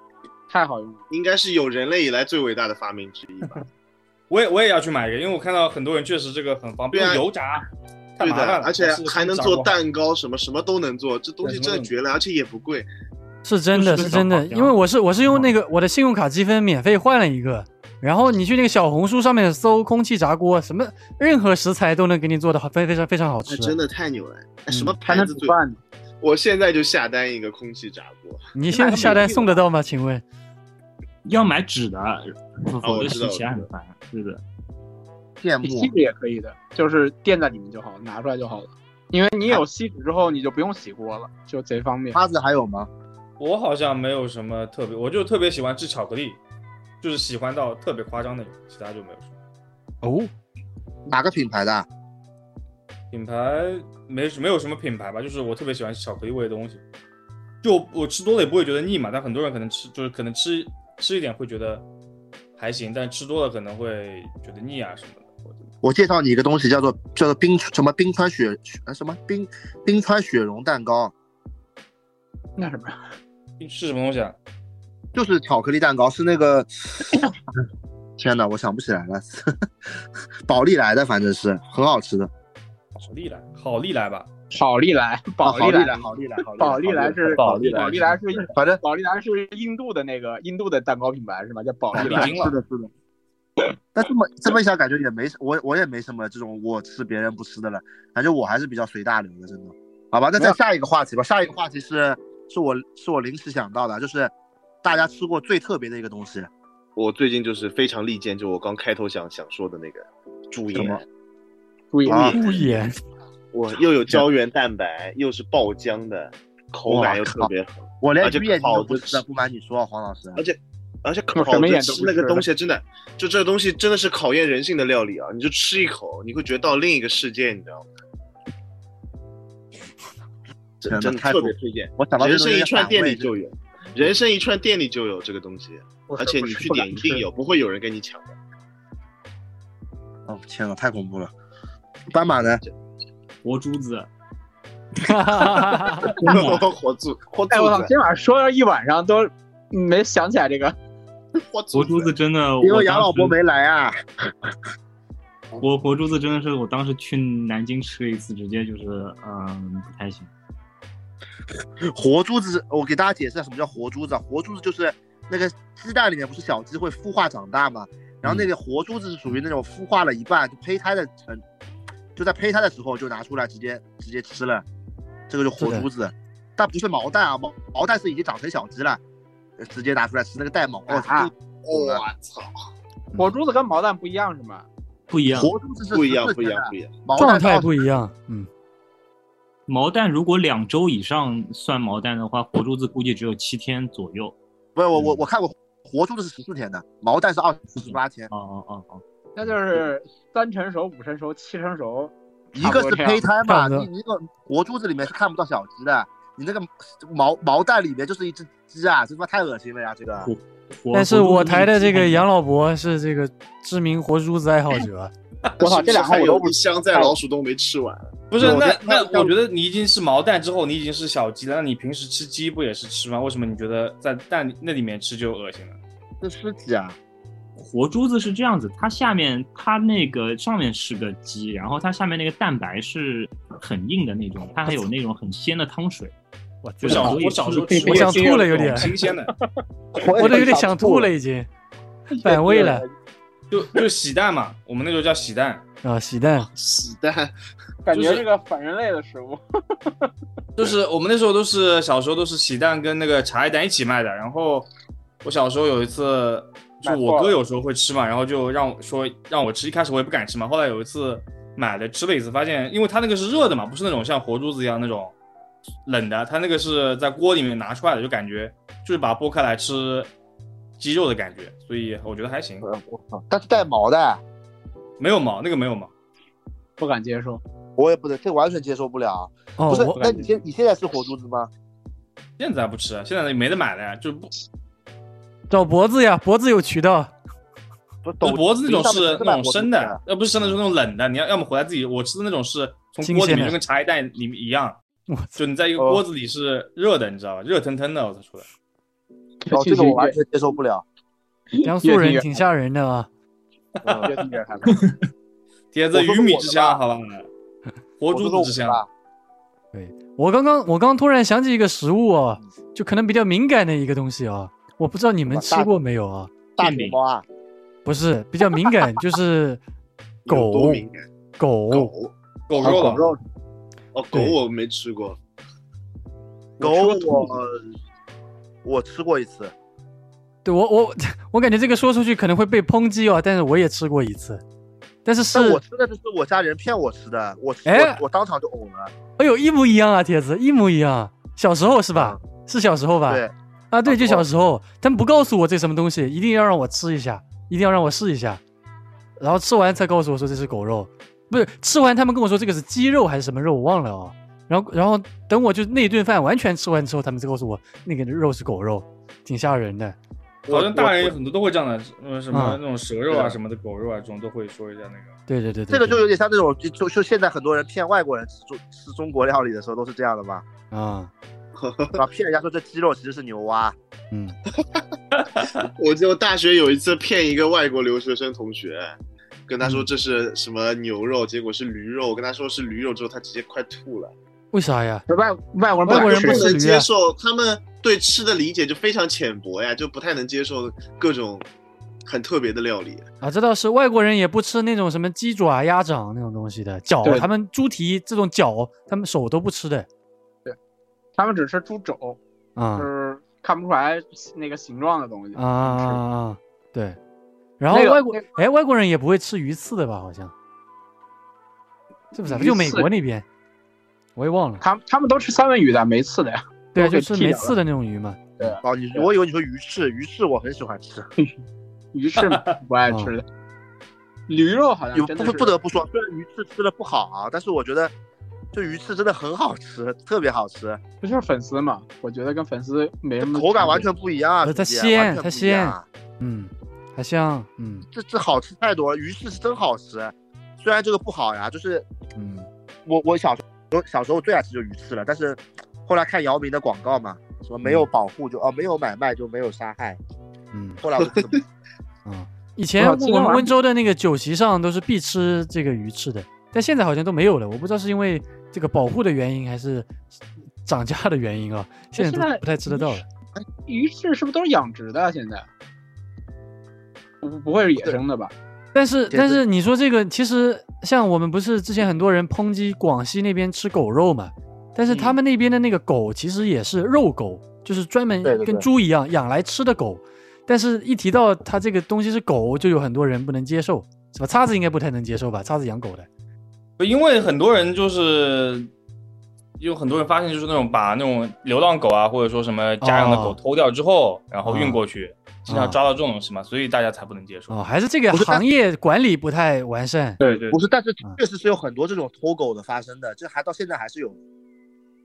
[SPEAKER 3] 太好用了。
[SPEAKER 5] 应该是有人类以来最伟大的发明之一吧？
[SPEAKER 4] 我也我也要去买一个，因为我看到很多人确实这个很方便，
[SPEAKER 5] 对啊
[SPEAKER 4] 油炸太
[SPEAKER 5] 对
[SPEAKER 4] 麻
[SPEAKER 5] 的
[SPEAKER 4] 烦，了，
[SPEAKER 5] 而且
[SPEAKER 4] 但是
[SPEAKER 5] 还能
[SPEAKER 4] 炸锅
[SPEAKER 5] 做蛋糕，什么什么都能做，这东西
[SPEAKER 4] 对
[SPEAKER 5] 真
[SPEAKER 4] 什么都
[SPEAKER 5] 的绝了，而且也不贵。
[SPEAKER 2] 是真的，
[SPEAKER 6] 就是是那
[SPEAKER 2] 真
[SPEAKER 6] 种
[SPEAKER 2] 的，
[SPEAKER 6] 烤条
[SPEAKER 2] 因为我是我是用那个我的信用卡积分免费换了一个，然后你去那个小红书上面搜空气炸锅，什么任何食材都能给你做的好，非非常非常好
[SPEAKER 5] 哎
[SPEAKER 2] 吃。
[SPEAKER 5] 真的太牛了！哎什么
[SPEAKER 2] 嗯
[SPEAKER 3] 还
[SPEAKER 5] 牌
[SPEAKER 3] 能
[SPEAKER 5] 子
[SPEAKER 3] 煮
[SPEAKER 5] 最？
[SPEAKER 3] 饭呢，
[SPEAKER 5] 我现在就下单一个空气炸锅。
[SPEAKER 2] 你现在下单送得到吗？请问？
[SPEAKER 6] 要买纸的，
[SPEAKER 1] 哦
[SPEAKER 6] 否
[SPEAKER 5] 我
[SPEAKER 6] 否则
[SPEAKER 5] 知道
[SPEAKER 6] 洗起来
[SPEAKER 5] 我知
[SPEAKER 6] 很烦。是的，
[SPEAKER 1] 羡
[SPEAKER 3] 你
[SPEAKER 1] 慕
[SPEAKER 3] 锡纸也可以的，就是垫在里面就好，拿出来就好了。因为你有锡纸之后，你就不用洗锅了，就贼方便。
[SPEAKER 1] 叉子还有吗？
[SPEAKER 4] 我好像没有什么特别，我就特别喜欢吃巧克力，就是喜欢到特别夸张那种，其他就没有什么。
[SPEAKER 2] 哦，
[SPEAKER 1] 哪个品牌的？啊
[SPEAKER 4] 品牌没没有什么品牌吧，就是我特别喜欢吃巧克力味的东西，就我我吃多了也不会觉得腻嘛。但很多人可能吃就是可能吃吃一点会觉得还行，但吃多了可能会觉得腻啊什么的。我觉得
[SPEAKER 1] 我介绍你一个东西，叫做叫做冰什么冰川雪雪呃什么冰冰川雪绒蛋糕，
[SPEAKER 3] 那什么呀？
[SPEAKER 4] 是什么东西啊？
[SPEAKER 1] 就是巧克力蛋糕，是那个。 天哪，我想不起来了， 宝丽来的，反正是很好吃的。
[SPEAKER 4] 好利来，好利来吧，
[SPEAKER 3] 宝丽来，宝
[SPEAKER 1] 丽
[SPEAKER 3] 丽
[SPEAKER 1] 来，
[SPEAKER 3] 啊来，
[SPEAKER 1] 好啊利来，
[SPEAKER 3] 宝丽来是
[SPEAKER 4] 宝丽来
[SPEAKER 3] 宝丽来是
[SPEAKER 1] 反正
[SPEAKER 3] 宝丽来是印度的那个印度的蛋糕品啊牌是吧？叫宝丽
[SPEAKER 4] 宝
[SPEAKER 3] 来
[SPEAKER 4] 丽。
[SPEAKER 1] 是的，是的。但这么这么一想，感觉也没什我我也没什么这种我吃别人不吃的了，感觉我还是比较随大流的，真的。好吧，那
[SPEAKER 3] 没
[SPEAKER 1] 再
[SPEAKER 3] 有
[SPEAKER 1] 下一个话题吧。下一个话题是是我是我临时想到的，啊就是大家吃过最特别的一个东西，
[SPEAKER 5] 我最近就是非常利剑，就我刚开头想想说的那个猪
[SPEAKER 1] 什么
[SPEAKER 5] 眼，
[SPEAKER 3] 注意，
[SPEAKER 1] 啊
[SPEAKER 2] 不也
[SPEAKER 5] 我又有胶原蛋白，又是爆浆的，口感又
[SPEAKER 1] 哇靠
[SPEAKER 5] 特别好，
[SPEAKER 1] 我连
[SPEAKER 5] 啊就呃
[SPEAKER 1] 鱼眼睛
[SPEAKER 5] 烤
[SPEAKER 1] 都不
[SPEAKER 5] 着
[SPEAKER 1] 吃的，
[SPEAKER 5] 吃
[SPEAKER 1] 不瞒你说，啊黄老师。
[SPEAKER 5] 而且而且烤
[SPEAKER 3] 我什么
[SPEAKER 5] 着
[SPEAKER 3] 眼都
[SPEAKER 5] 吃
[SPEAKER 3] 不
[SPEAKER 5] 那个
[SPEAKER 3] 吃
[SPEAKER 5] 东西真的，就这个东西真的是考验人性的料理啊！你就吃一口，你会觉得到另一个世界，你知道吗？
[SPEAKER 1] 天哪
[SPEAKER 5] 真真的
[SPEAKER 1] 太
[SPEAKER 5] 特别
[SPEAKER 1] 酷
[SPEAKER 5] 推荐，
[SPEAKER 1] 我想到这
[SPEAKER 5] 人
[SPEAKER 1] 个东
[SPEAKER 5] 生
[SPEAKER 1] 西
[SPEAKER 5] 一串店
[SPEAKER 1] 反
[SPEAKER 5] 里
[SPEAKER 1] 胃
[SPEAKER 5] 就有，人生一串店里就有这个东西，
[SPEAKER 3] 我
[SPEAKER 5] 而且你去点一定有，不会有人跟你抢的。
[SPEAKER 1] 哦天哪，太恐怖了。斑马呢？
[SPEAKER 6] 活珠子，
[SPEAKER 5] 活柱活
[SPEAKER 3] 哎，我操！
[SPEAKER 5] 柱子，
[SPEAKER 3] 今晚说了一晚上都没想起来这
[SPEAKER 5] 嗯
[SPEAKER 3] 个，
[SPEAKER 5] 活柱
[SPEAKER 6] 活珠子
[SPEAKER 5] 子，
[SPEAKER 6] 真的，
[SPEAKER 1] 因
[SPEAKER 6] 我
[SPEAKER 1] 为杨
[SPEAKER 6] 当
[SPEAKER 1] 老伯
[SPEAKER 6] 时
[SPEAKER 1] 没来啊。
[SPEAKER 6] 活活珠子真的是我当时去南京吃了一次，直接就是嗯不开心。
[SPEAKER 1] 活珠子，我给大家解释一下什么叫活珠子啊。活珠子就是那个鸡蛋里面不是小鸡会孵化长大嘛，然
[SPEAKER 5] 嗯
[SPEAKER 1] 后那个活珠子是属于那种孵化了一半就胚胎的，嗯，就在胚胎的时候就拿出来直接直接吃了，这个就活珠子，但不是毛蛋啊，毛毛蛋是已经长成小鸡了，呃直接拿出来吃那个带毛，哦
[SPEAKER 3] 啊
[SPEAKER 1] 苦了。
[SPEAKER 5] 操，
[SPEAKER 3] 火珠子跟毛蛋不一样是吗？
[SPEAKER 6] 不一样。
[SPEAKER 1] 活珠子是
[SPEAKER 5] 不一样，
[SPEAKER 1] 14
[SPEAKER 5] 不一样
[SPEAKER 1] 天的，
[SPEAKER 5] 不一样。
[SPEAKER 1] 毛蛋
[SPEAKER 2] 状态
[SPEAKER 1] 到
[SPEAKER 2] 不一样，嗯，
[SPEAKER 6] 毛蛋如果两周以上算毛蛋的话，活珠子估计只有七天左右。
[SPEAKER 1] 不是我我我看过，活珠子是十四天的，毛蛋是二十八天，
[SPEAKER 6] 哦哦哦哦，
[SPEAKER 3] 那就是三成熟、五成熟、七成熟，
[SPEAKER 1] 一个是胚胎
[SPEAKER 2] 差
[SPEAKER 1] 嘛，
[SPEAKER 2] 不多
[SPEAKER 1] 你你那个活珠子里面是看不到小鸡的，你那个毛毛蛋里面就是一只鸡啊，这他妈太恶心了呀！这个
[SPEAKER 6] 活
[SPEAKER 2] 但是我台的这个杨
[SPEAKER 6] 老
[SPEAKER 2] 老伯是这个知名活珠子爱好 者，
[SPEAKER 3] 我操，这两个我都
[SPEAKER 5] 是不
[SPEAKER 3] 不
[SPEAKER 5] 是还有一箱在老鼠洞没吃完，
[SPEAKER 4] 不是，
[SPEAKER 1] 对我
[SPEAKER 4] 那
[SPEAKER 1] 觉得
[SPEAKER 4] 那
[SPEAKER 1] 像
[SPEAKER 4] 我觉得你已经是毛蛋之后，你已经是小鸡了。那你平时吃鸡不也是吃吗？为什么你觉得在蛋里那里面吃就恶心了？
[SPEAKER 1] 这尸体啊，
[SPEAKER 6] 活珠子是这样子，它下面它那个上面是个鸡，然后它下面那个蛋白是很硬的那种，它还有那种很鲜的汤水。
[SPEAKER 2] 我
[SPEAKER 4] 我小我小时候吃，
[SPEAKER 2] 我想
[SPEAKER 4] 也是
[SPEAKER 2] 吐了有
[SPEAKER 4] 那 种
[SPEAKER 2] 点
[SPEAKER 4] 新鲜的，
[SPEAKER 2] 我都有点想吐了，已 经，反胃 了
[SPEAKER 4] 就就洗蛋嘛，我们那时候叫洗蛋。
[SPEAKER 2] 啊！喜蛋，
[SPEAKER 5] 屎蛋。
[SPEAKER 3] 感
[SPEAKER 4] 就
[SPEAKER 3] 觉
[SPEAKER 4] 是
[SPEAKER 3] 是个反人类的食物。
[SPEAKER 4] 就是我们那时候都是小时候都是喜蛋跟那个茶叶蛋一起卖的。然后我小时候有一次，就
[SPEAKER 3] 买
[SPEAKER 4] 我
[SPEAKER 3] 错
[SPEAKER 4] 哥
[SPEAKER 3] 了
[SPEAKER 4] 有时候会吃嘛，然后就让我说让我吃，一开始我也不敢吃嘛。后来有一次买了吃了一次，发现因为它那个是热的嘛，不是那种像活珠子一样那种冷的，它那个是在锅里面拿出来的，就感觉就是把它剥开来吃鸡肉的感觉，所以我觉得还行，
[SPEAKER 1] 呃我操，它是带毛的，
[SPEAKER 4] 没有毛，那个没有毛。
[SPEAKER 3] 不敢接受。
[SPEAKER 1] 我也不能，这完全接受不了。
[SPEAKER 2] 哦，
[SPEAKER 1] 不是
[SPEAKER 2] 我，
[SPEAKER 1] 那你现你现在吃活珠子吗？
[SPEAKER 4] 现在不吃，啊现在没得买了呀，就是不
[SPEAKER 2] 找脖子呀，脖子有渠道，
[SPEAKER 1] 不是
[SPEAKER 4] 我
[SPEAKER 1] 抖
[SPEAKER 4] 呃脖子那种是那种生
[SPEAKER 1] 抖
[SPEAKER 4] 的，呃要不是生的，是那种冷的。你要要么回来自己，我吃的那种是从
[SPEAKER 2] 新
[SPEAKER 4] 锅里
[SPEAKER 2] 鲜
[SPEAKER 4] 面
[SPEAKER 2] 的
[SPEAKER 4] 就跟茶叶蛋里面一样，
[SPEAKER 2] 我操，
[SPEAKER 4] 就你在一个
[SPEAKER 1] 哦
[SPEAKER 4] 锅子里是热的，你知道吧？热腾腾的，我操出来。
[SPEAKER 1] 哦，这个我完全接受不了。
[SPEAKER 2] 江苏人挺吓人的啊！
[SPEAKER 3] 越听越害怕。
[SPEAKER 4] 铁子
[SPEAKER 1] 我说
[SPEAKER 4] 鱼
[SPEAKER 1] 是
[SPEAKER 4] 米
[SPEAKER 1] 我
[SPEAKER 4] 之
[SPEAKER 1] 的
[SPEAKER 4] 乡，
[SPEAKER 1] 吧
[SPEAKER 4] 好吧，活珠子之乡。
[SPEAKER 2] 我刚刚我刚突然想起一个食物哦，就可能比较敏感的一个东西哦，我不知道你们吃过没有啊？
[SPEAKER 1] 大熊猫啊，
[SPEAKER 2] 不是，比较敏感 就是
[SPEAKER 5] 有
[SPEAKER 2] 狗
[SPEAKER 5] 多敏感？
[SPEAKER 2] 狗
[SPEAKER 5] 狗
[SPEAKER 4] 狗
[SPEAKER 1] 啊
[SPEAKER 4] 肉
[SPEAKER 1] 狗
[SPEAKER 4] 了，
[SPEAKER 1] 肉，
[SPEAKER 5] 哦，狗
[SPEAKER 2] 对
[SPEAKER 5] 我没吃过，
[SPEAKER 1] 狗
[SPEAKER 5] 我吃过
[SPEAKER 1] 我
[SPEAKER 5] 兔子
[SPEAKER 1] 我吃过一次，
[SPEAKER 2] 对我我 我感觉这个说出去可能会被抨击哦，但是我也吃过一次，但是是
[SPEAKER 1] 但我吃的这是我家人骗我吃的，我吃
[SPEAKER 2] 哎
[SPEAKER 1] 我我当场就呕了。
[SPEAKER 2] 哎呦一模一样啊，铁子一模一样，小时候是吧？是小时候吧？
[SPEAKER 1] 嗯对，
[SPEAKER 2] 啊，对，就
[SPEAKER 1] 小时
[SPEAKER 2] 小
[SPEAKER 1] 候
[SPEAKER 2] 时候，他们不告诉我这什么东西，一定要让我吃一下，一定要让我试一下，然后吃完才告诉我说这是狗肉，不是吃完他们跟我说这个是鸡肉还是什么肉，我忘了哦。然后，然后等我就那顿饭完全吃完之后，他们才告诉我那个肉是狗肉，挺吓人的。
[SPEAKER 4] 好像大人有
[SPEAKER 1] 我
[SPEAKER 4] 很多都会这样的，呃，什么
[SPEAKER 2] 啊
[SPEAKER 4] 那种蛇肉啊
[SPEAKER 1] 对
[SPEAKER 4] 什么的，狗肉啊这种都会说一下那个。
[SPEAKER 2] 对对对对，
[SPEAKER 1] 这个就
[SPEAKER 2] 对
[SPEAKER 1] 有点像那种，就就就现在很多人骗外国人吃中吃中国料理的时候都是这样的 嘛，
[SPEAKER 2] 啊，
[SPEAKER 1] 对吧？骗人家说这鸡肉其实是牛蛙，
[SPEAKER 2] 嗯，
[SPEAKER 5] 我就大学有一次骗一个外国留学生同学，跟他说这是什么牛肉，结果是驴肉。我跟他说是驴肉之后，他直接快吐了。
[SPEAKER 2] 为啥呀？
[SPEAKER 3] 外外国人不
[SPEAKER 2] 外
[SPEAKER 3] 敢
[SPEAKER 2] 国人
[SPEAKER 3] 吃
[SPEAKER 2] 不
[SPEAKER 5] 不
[SPEAKER 2] 吃
[SPEAKER 5] 能
[SPEAKER 2] 驴啊
[SPEAKER 5] 接受，他们对吃的理解就非常浅薄呀，就不太能接受各种很特别的料理。
[SPEAKER 2] 啊，这倒是，外国人也不吃那种什么鸡爪、鸭掌那种东西的，脚
[SPEAKER 3] 对
[SPEAKER 2] 他们猪蹄这种脚，他们手都不吃的
[SPEAKER 3] 他们只吃猪肘，
[SPEAKER 2] 啊。
[SPEAKER 3] 就是看不出来那个形状的东西
[SPEAKER 2] 啊啊啊！啊对。然后
[SPEAKER 3] 那个
[SPEAKER 2] 外国
[SPEAKER 3] 那个
[SPEAKER 2] 哎，外国人也不会吃鱼刺的吧？好像是不是啊？
[SPEAKER 3] 鱼
[SPEAKER 2] 就美
[SPEAKER 3] 刺
[SPEAKER 2] 国那边，我也忘了。
[SPEAKER 3] 他他们都吃三文鱼的，没刺的呀。
[SPEAKER 2] 对，就
[SPEAKER 3] 都给
[SPEAKER 2] 吃
[SPEAKER 3] 剃
[SPEAKER 2] 没
[SPEAKER 3] 掉了
[SPEAKER 2] 刺的那种鱼嘛。
[SPEAKER 1] 哦，你我以为你说鱼翅，鱼翅我很喜欢吃。
[SPEAKER 3] 鱼翅不爱吃的，驴肉好
[SPEAKER 1] 哦
[SPEAKER 2] 嗯
[SPEAKER 1] 有
[SPEAKER 3] 像真的
[SPEAKER 1] 不
[SPEAKER 3] 是
[SPEAKER 1] 不得不说，虽然鱼翅吃的不好啊，但是我觉得这鱼翅真的很好吃，特别好吃，
[SPEAKER 3] 不就是粉丝嘛？我觉得跟粉丝没什么
[SPEAKER 1] 口感完
[SPEAKER 3] 差
[SPEAKER 1] 全不一样啊，
[SPEAKER 2] 呃它
[SPEAKER 1] 直接
[SPEAKER 2] 鲜
[SPEAKER 1] 完全
[SPEAKER 2] 它
[SPEAKER 1] 不一样啊
[SPEAKER 2] 嗯，还香。嗯
[SPEAKER 1] 这这好吃太多了，鱼翅是真好吃。哎虽然这个不好呀，就是
[SPEAKER 2] 嗯，
[SPEAKER 1] 我我小时候小时候最爱吃就鱼翅了，但是后来看姚明的广告嘛，什么没有保护就哦没有买卖就没有杀害，
[SPEAKER 2] 嗯
[SPEAKER 1] 后来我就这么
[SPEAKER 2] 啊，以前
[SPEAKER 3] 好
[SPEAKER 2] 我
[SPEAKER 3] 今天
[SPEAKER 2] 们
[SPEAKER 3] 晚
[SPEAKER 2] 温
[SPEAKER 3] 上
[SPEAKER 2] 州的那个酒席上都是必吃这个鱼翅的，但现在好像都没有了。我不知道是因为这个保护的原因，还是涨价的原 因啊。现在
[SPEAKER 3] 现
[SPEAKER 2] 都
[SPEAKER 3] 在
[SPEAKER 2] 不太吃得到了。
[SPEAKER 3] 别。哎鱼翅是不是都是养殖的啊？现在不不会是野生的吧？
[SPEAKER 2] 但是
[SPEAKER 1] 对
[SPEAKER 2] 但
[SPEAKER 1] 对
[SPEAKER 2] 是你说这个，其实像我们不是之前很多人抨击广西那边吃狗肉嘛，
[SPEAKER 1] 嗯
[SPEAKER 2] 但是他们那边的那个狗其实也是肉狗，就是专门
[SPEAKER 1] 对对对
[SPEAKER 2] 跟猪一样养来吃的狗。但是一提到它这个东西是狗，就有很多人不能接受，是吧？叉子应该不太能接受吧？叉子养狗的，
[SPEAKER 4] 因为很多人就是有很多人发现，就是那种把那种流浪狗啊，或者说什么家养的狗
[SPEAKER 2] 哦
[SPEAKER 4] 偷掉之后，然后运
[SPEAKER 2] 哦
[SPEAKER 4] 过去，经常抓到这种东西嘛，所以大家才不能接受。
[SPEAKER 2] 哦，还是这个行业管理不太完善。
[SPEAKER 4] 对对
[SPEAKER 1] 不是，但是
[SPEAKER 2] 嗯
[SPEAKER 1] 确实是有很多这种偷狗的发生的，这还到现在还是有。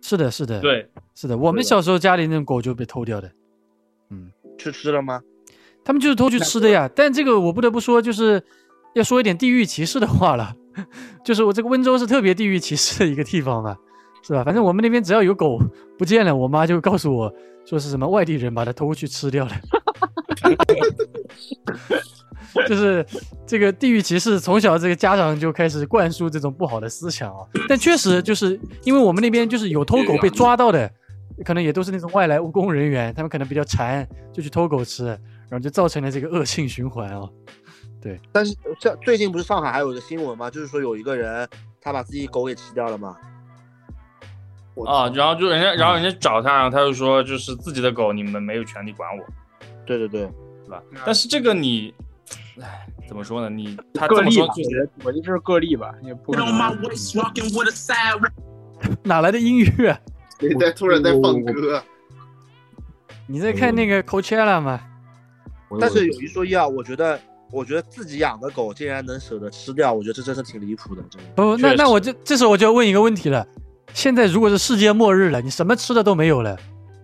[SPEAKER 2] 是的，是的，，
[SPEAKER 4] 对，
[SPEAKER 2] 是的。我
[SPEAKER 1] 对
[SPEAKER 2] 们
[SPEAKER 1] 的
[SPEAKER 2] 小时候家里那种狗就被偷掉的，嗯，
[SPEAKER 1] 去吃了吗？
[SPEAKER 2] 他们就是偷去吃的呀。但这个我不得不说，就是要说一点地域歧视的话了， 就是我这个温州是特别地域歧视的一个地方嘛，是吧？反正我们那边只要有狗不见了，我妈就告诉我说是什么外地人把它偷去吃掉了。 就是这个地域歧视，从小这个家长就开始灌输这种不好的思想啊。但确实就是因为我们那边就是有偷狗被抓到的，可能也都是那种外来务工人员，他们可能比较馋，就去偷狗吃，然后就造成了这个恶性循环啊。
[SPEAKER 1] 但是像最近不是上海还有一个新闻吗？就是说有一个人他把自己狗给吃掉了嘛。
[SPEAKER 4] 啊，然后就人
[SPEAKER 2] 嗯
[SPEAKER 4] 家，然后人家找他，然后他就说，就是自己的狗，你们没有权利管我，
[SPEAKER 1] 对对对，
[SPEAKER 4] 对吧？但是这个你，唉，怎么说呢？你他
[SPEAKER 3] 个
[SPEAKER 4] 这么
[SPEAKER 3] 例
[SPEAKER 4] 说
[SPEAKER 3] 吧，
[SPEAKER 4] 就
[SPEAKER 3] 我觉
[SPEAKER 4] 是
[SPEAKER 3] 得我觉得这是个例吧，也不
[SPEAKER 8] on my waist, walking with a side.
[SPEAKER 2] 哪来的音乐啊？
[SPEAKER 5] 谁 在突然在放歌？
[SPEAKER 2] 你在
[SPEAKER 1] 嗯
[SPEAKER 2] 看那个 Coachella 吗？
[SPEAKER 6] 我
[SPEAKER 1] 但是有一说一啊，我觉得我觉得自己养的狗竟然能舍得吃掉，我觉得这真是挺离谱的，真的。
[SPEAKER 2] 不，哦那
[SPEAKER 4] 确
[SPEAKER 2] 那
[SPEAKER 4] 实
[SPEAKER 2] 我这这时候我就要问一个问题了：现在如果是世界末日了，你什么吃的都没有了，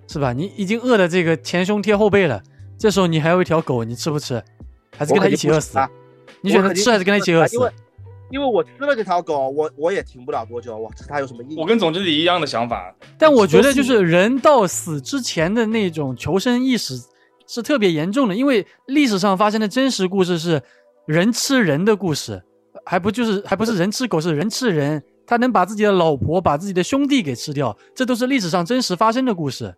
[SPEAKER 2] 是吧？你已经饿的这个前胸贴后背了，这时候你还有一条狗，你吃不吃？还是跟它一起饿死
[SPEAKER 1] 我肯定不吃啊？
[SPEAKER 2] 你选择吃还是跟它一起饿死啊
[SPEAKER 1] 因？为因为我吃了这条狗，我我也挺不了多久，我吃它有什么意义？
[SPEAKER 4] 我跟总经理一样的想 法，
[SPEAKER 2] 但我觉得就是人到死之前的那种求生意识是特别严重的，因为历史上发生的真实故事是人吃人的故事，还不就是还不是人吃狗，是人吃人，他能把自己的老婆、把自己的兄弟给吃掉，这都是历史上真实发生的故事，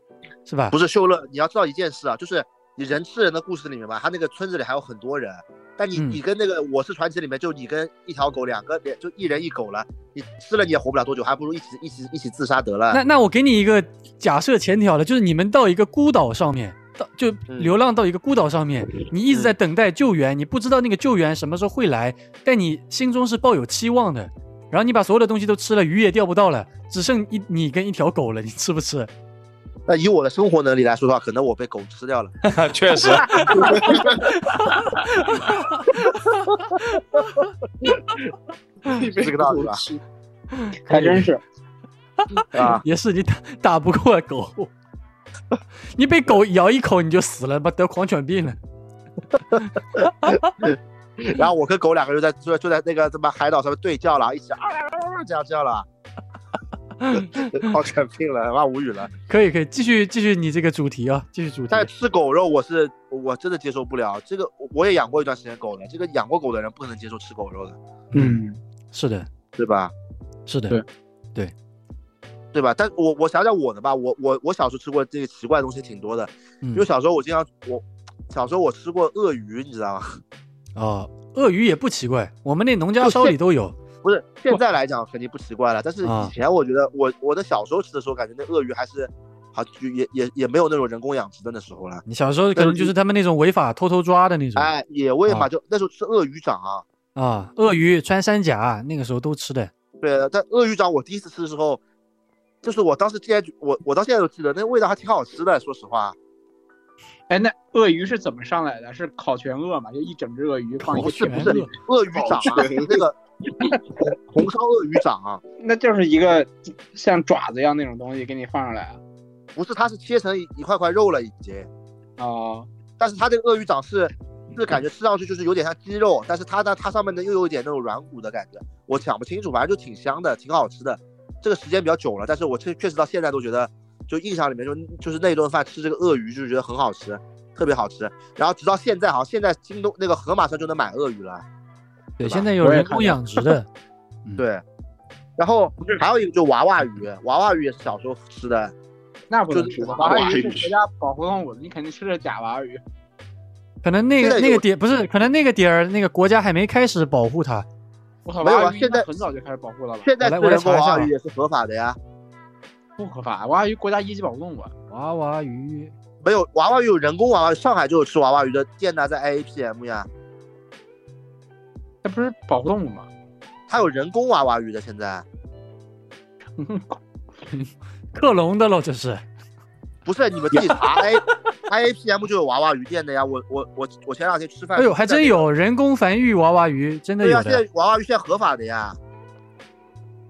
[SPEAKER 2] 是吧？
[SPEAKER 1] 不是秀乐，你要知道一件事啊，就是你人吃人的故事里面吧，他那个村子里还有很多人，但你、
[SPEAKER 2] 嗯
[SPEAKER 1] 你跟那个《我是传奇》里面，就你跟一条狗两个，就一人一狗了，你吃了你也活不了多久，还不如一起一起一起自杀得了。
[SPEAKER 2] 那那我给你一个假设前条了，就是你们到一个孤岛上面，到就
[SPEAKER 1] 嗯
[SPEAKER 2] 流浪到一个孤岛上面，你一直在等待救援，你不知道那个救援什么时候会来，但你心中是抱有期望的。然后你把所有的东西都吃了，鱼也钓不到了，只剩一你跟一条狗了，你吃不吃？
[SPEAKER 1] 那以我的生活能力来说的话，可能我被狗吃 掉了。
[SPEAKER 4] 确实，
[SPEAKER 1] 这个道理吧
[SPEAKER 3] 还真 是。
[SPEAKER 1] 啊，
[SPEAKER 2] 也是你打打不过狗，你被狗咬一口你就死了，妈得狂犬病了。
[SPEAKER 1] 然后我跟狗两个人就在就在就在那个什么海岛上面对叫了，一起啊啊啊啊这样叫 了， 好犬病了，他妈无语了。
[SPEAKER 2] 可以可以，继续继续你这个主题啊，继续主题。
[SPEAKER 1] 但是吃狗肉，我是我真的接受不了。这个我我也养过一段时间狗的，这个养过狗的人不可能接受吃狗肉的，
[SPEAKER 3] 嗯，
[SPEAKER 2] 是的，
[SPEAKER 1] 对吧？
[SPEAKER 2] 是的，
[SPEAKER 3] 对
[SPEAKER 1] 对吧？但我我想想我的吧，我我我小时候吃过这个奇怪的东西挺多的，
[SPEAKER 2] 嗯
[SPEAKER 1] 因为小时候我经常我小时候我吃过鳄鱼，你知道吗？
[SPEAKER 2] 哦，鳄鱼也不奇怪，我们那农家烧里都有。
[SPEAKER 1] 不是现在来讲肯定不奇怪了，但是
[SPEAKER 2] 啊
[SPEAKER 1] 以前我觉得我我的小时候吃的时候，感觉那鳄鱼还是好就也也也没有那种人工养殖的那时候了。
[SPEAKER 2] 你小时候可能就是他们那种违法偷偷抓的那种，
[SPEAKER 1] 哎，野味嘛，
[SPEAKER 2] 啊
[SPEAKER 1] 就那时候吃鳄鱼掌啊，
[SPEAKER 2] 啊，鳄鱼穿山甲那个时候都吃的，
[SPEAKER 1] 对，但鳄鱼掌我第一次吃的时候，就是我当时竟然觉我我到现在都记得那味道还挺好吃的，说实话，
[SPEAKER 3] 哎，那鳄鱼是怎么上来的？是烤全鳄嘛？就一整只鳄鱼放一
[SPEAKER 1] 不
[SPEAKER 3] 个
[SPEAKER 1] 是
[SPEAKER 3] 全
[SPEAKER 1] 不
[SPEAKER 3] 鳄
[SPEAKER 1] 是
[SPEAKER 3] 鱼，
[SPEAKER 1] 鳄鱼掌啊，那个红烧鳄鱼掌啊，
[SPEAKER 3] 那就是一个像爪子一样那种东西给你放上来啊。
[SPEAKER 1] 不是它是切成一一块块肉了已经，
[SPEAKER 3] 哦，
[SPEAKER 1] 但是它这个鳄鱼掌是是感觉吃上去就是有点像鸡肉，但是它呢它上面呢又有一点那种软骨的感觉，我讲不清楚，反正就挺香的，挺好吃的。这个时间比较久了，但是我确确实到现在都觉得，就印象里面就就是那顿饭吃这个鳄鱼就是觉得很好吃，特别好吃。然后直到现在好像现在京东那个盒马上就能买鳄鱼了，
[SPEAKER 2] 对，
[SPEAKER 1] 吧
[SPEAKER 2] 现在有
[SPEAKER 3] 我也
[SPEAKER 2] 人
[SPEAKER 3] 看
[SPEAKER 2] 工养殖的，
[SPEAKER 1] 对。然后
[SPEAKER 2] 嗯
[SPEAKER 1] 还有一个就娃娃鱼，娃娃鱼也是小时候吃的，
[SPEAKER 3] 那不能
[SPEAKER 1] 就是
[SPEAKER 3] 吃。
[SPEAKER 1] 娃
[SPEAKER 3] 娃
[SPEAKER 5] 娃
[SPEAKER 3] 娃鱼
[SPEAKER 5] 鱼
[SPEAKER 3] 是国家保护动物，你肯定吃的假娃娃鱼。
[SPEAKER 2] 可能那个
[SPEAKER 1] 现在
[SPEAKER 2] 那
[SPEAKER 1] 有
[SPEAKER 2] 个点不是，可能那个点儿那个国家还没开始保护它，
[SPEAKER 3] 我靠，
[SPEAKER 1] 没
[SPEAKER 3] 娃
[SPEAKER 1] 有啊
[SPEAKER 3] 娃鱼
[SPEAKER 1] 现在
[SPEAKER 3] 应该很早就开始保护了吧？
[SPEAKER 1] 现在
[SPEAKER 2] 我来
[SPEAKER 1] 吃人
[SPEAKER 2] 我
[SPEAKER 1] 工
[SPEAKER 2] 来查一
[SPEAKER 1] 娃
[SPEAKER 2] 下
[SPEAKER 1] 娃鱼也是合法的呀。
[SPEAKER 3] 不合法，娃娃鱼国家一级保护动物啊。
[SPEAKER 2] 娃娃鱼
[SPEAKER 1] 没有娃娃鱼有人工娃娃鱼，上海就有吃娃娃鱼的店呐，在 IAPM 呀，
[SPEAKER 3] 那不是保护动物吗？
[SPEAKER 1] 它有人工娃娃鱼的现在。
[SPEAKER 2] 克隆的喽，这是。
[SPEAKER 1] 不是你们自己 查，I I A P M 就有娃娃鱼店的呀。我我我我前两天吃饭，
[SPEAKER 2] 哎呦，还真。有人工繁育娃娃鱼，真的
[SPEAKER 1] 对呀、啊
[SPEAKER 2] 有
[SPEAKER 1] 现在
[SPEAKER 2] 的
[SPEAKER 1] 娃娃鱼现在合法的呀。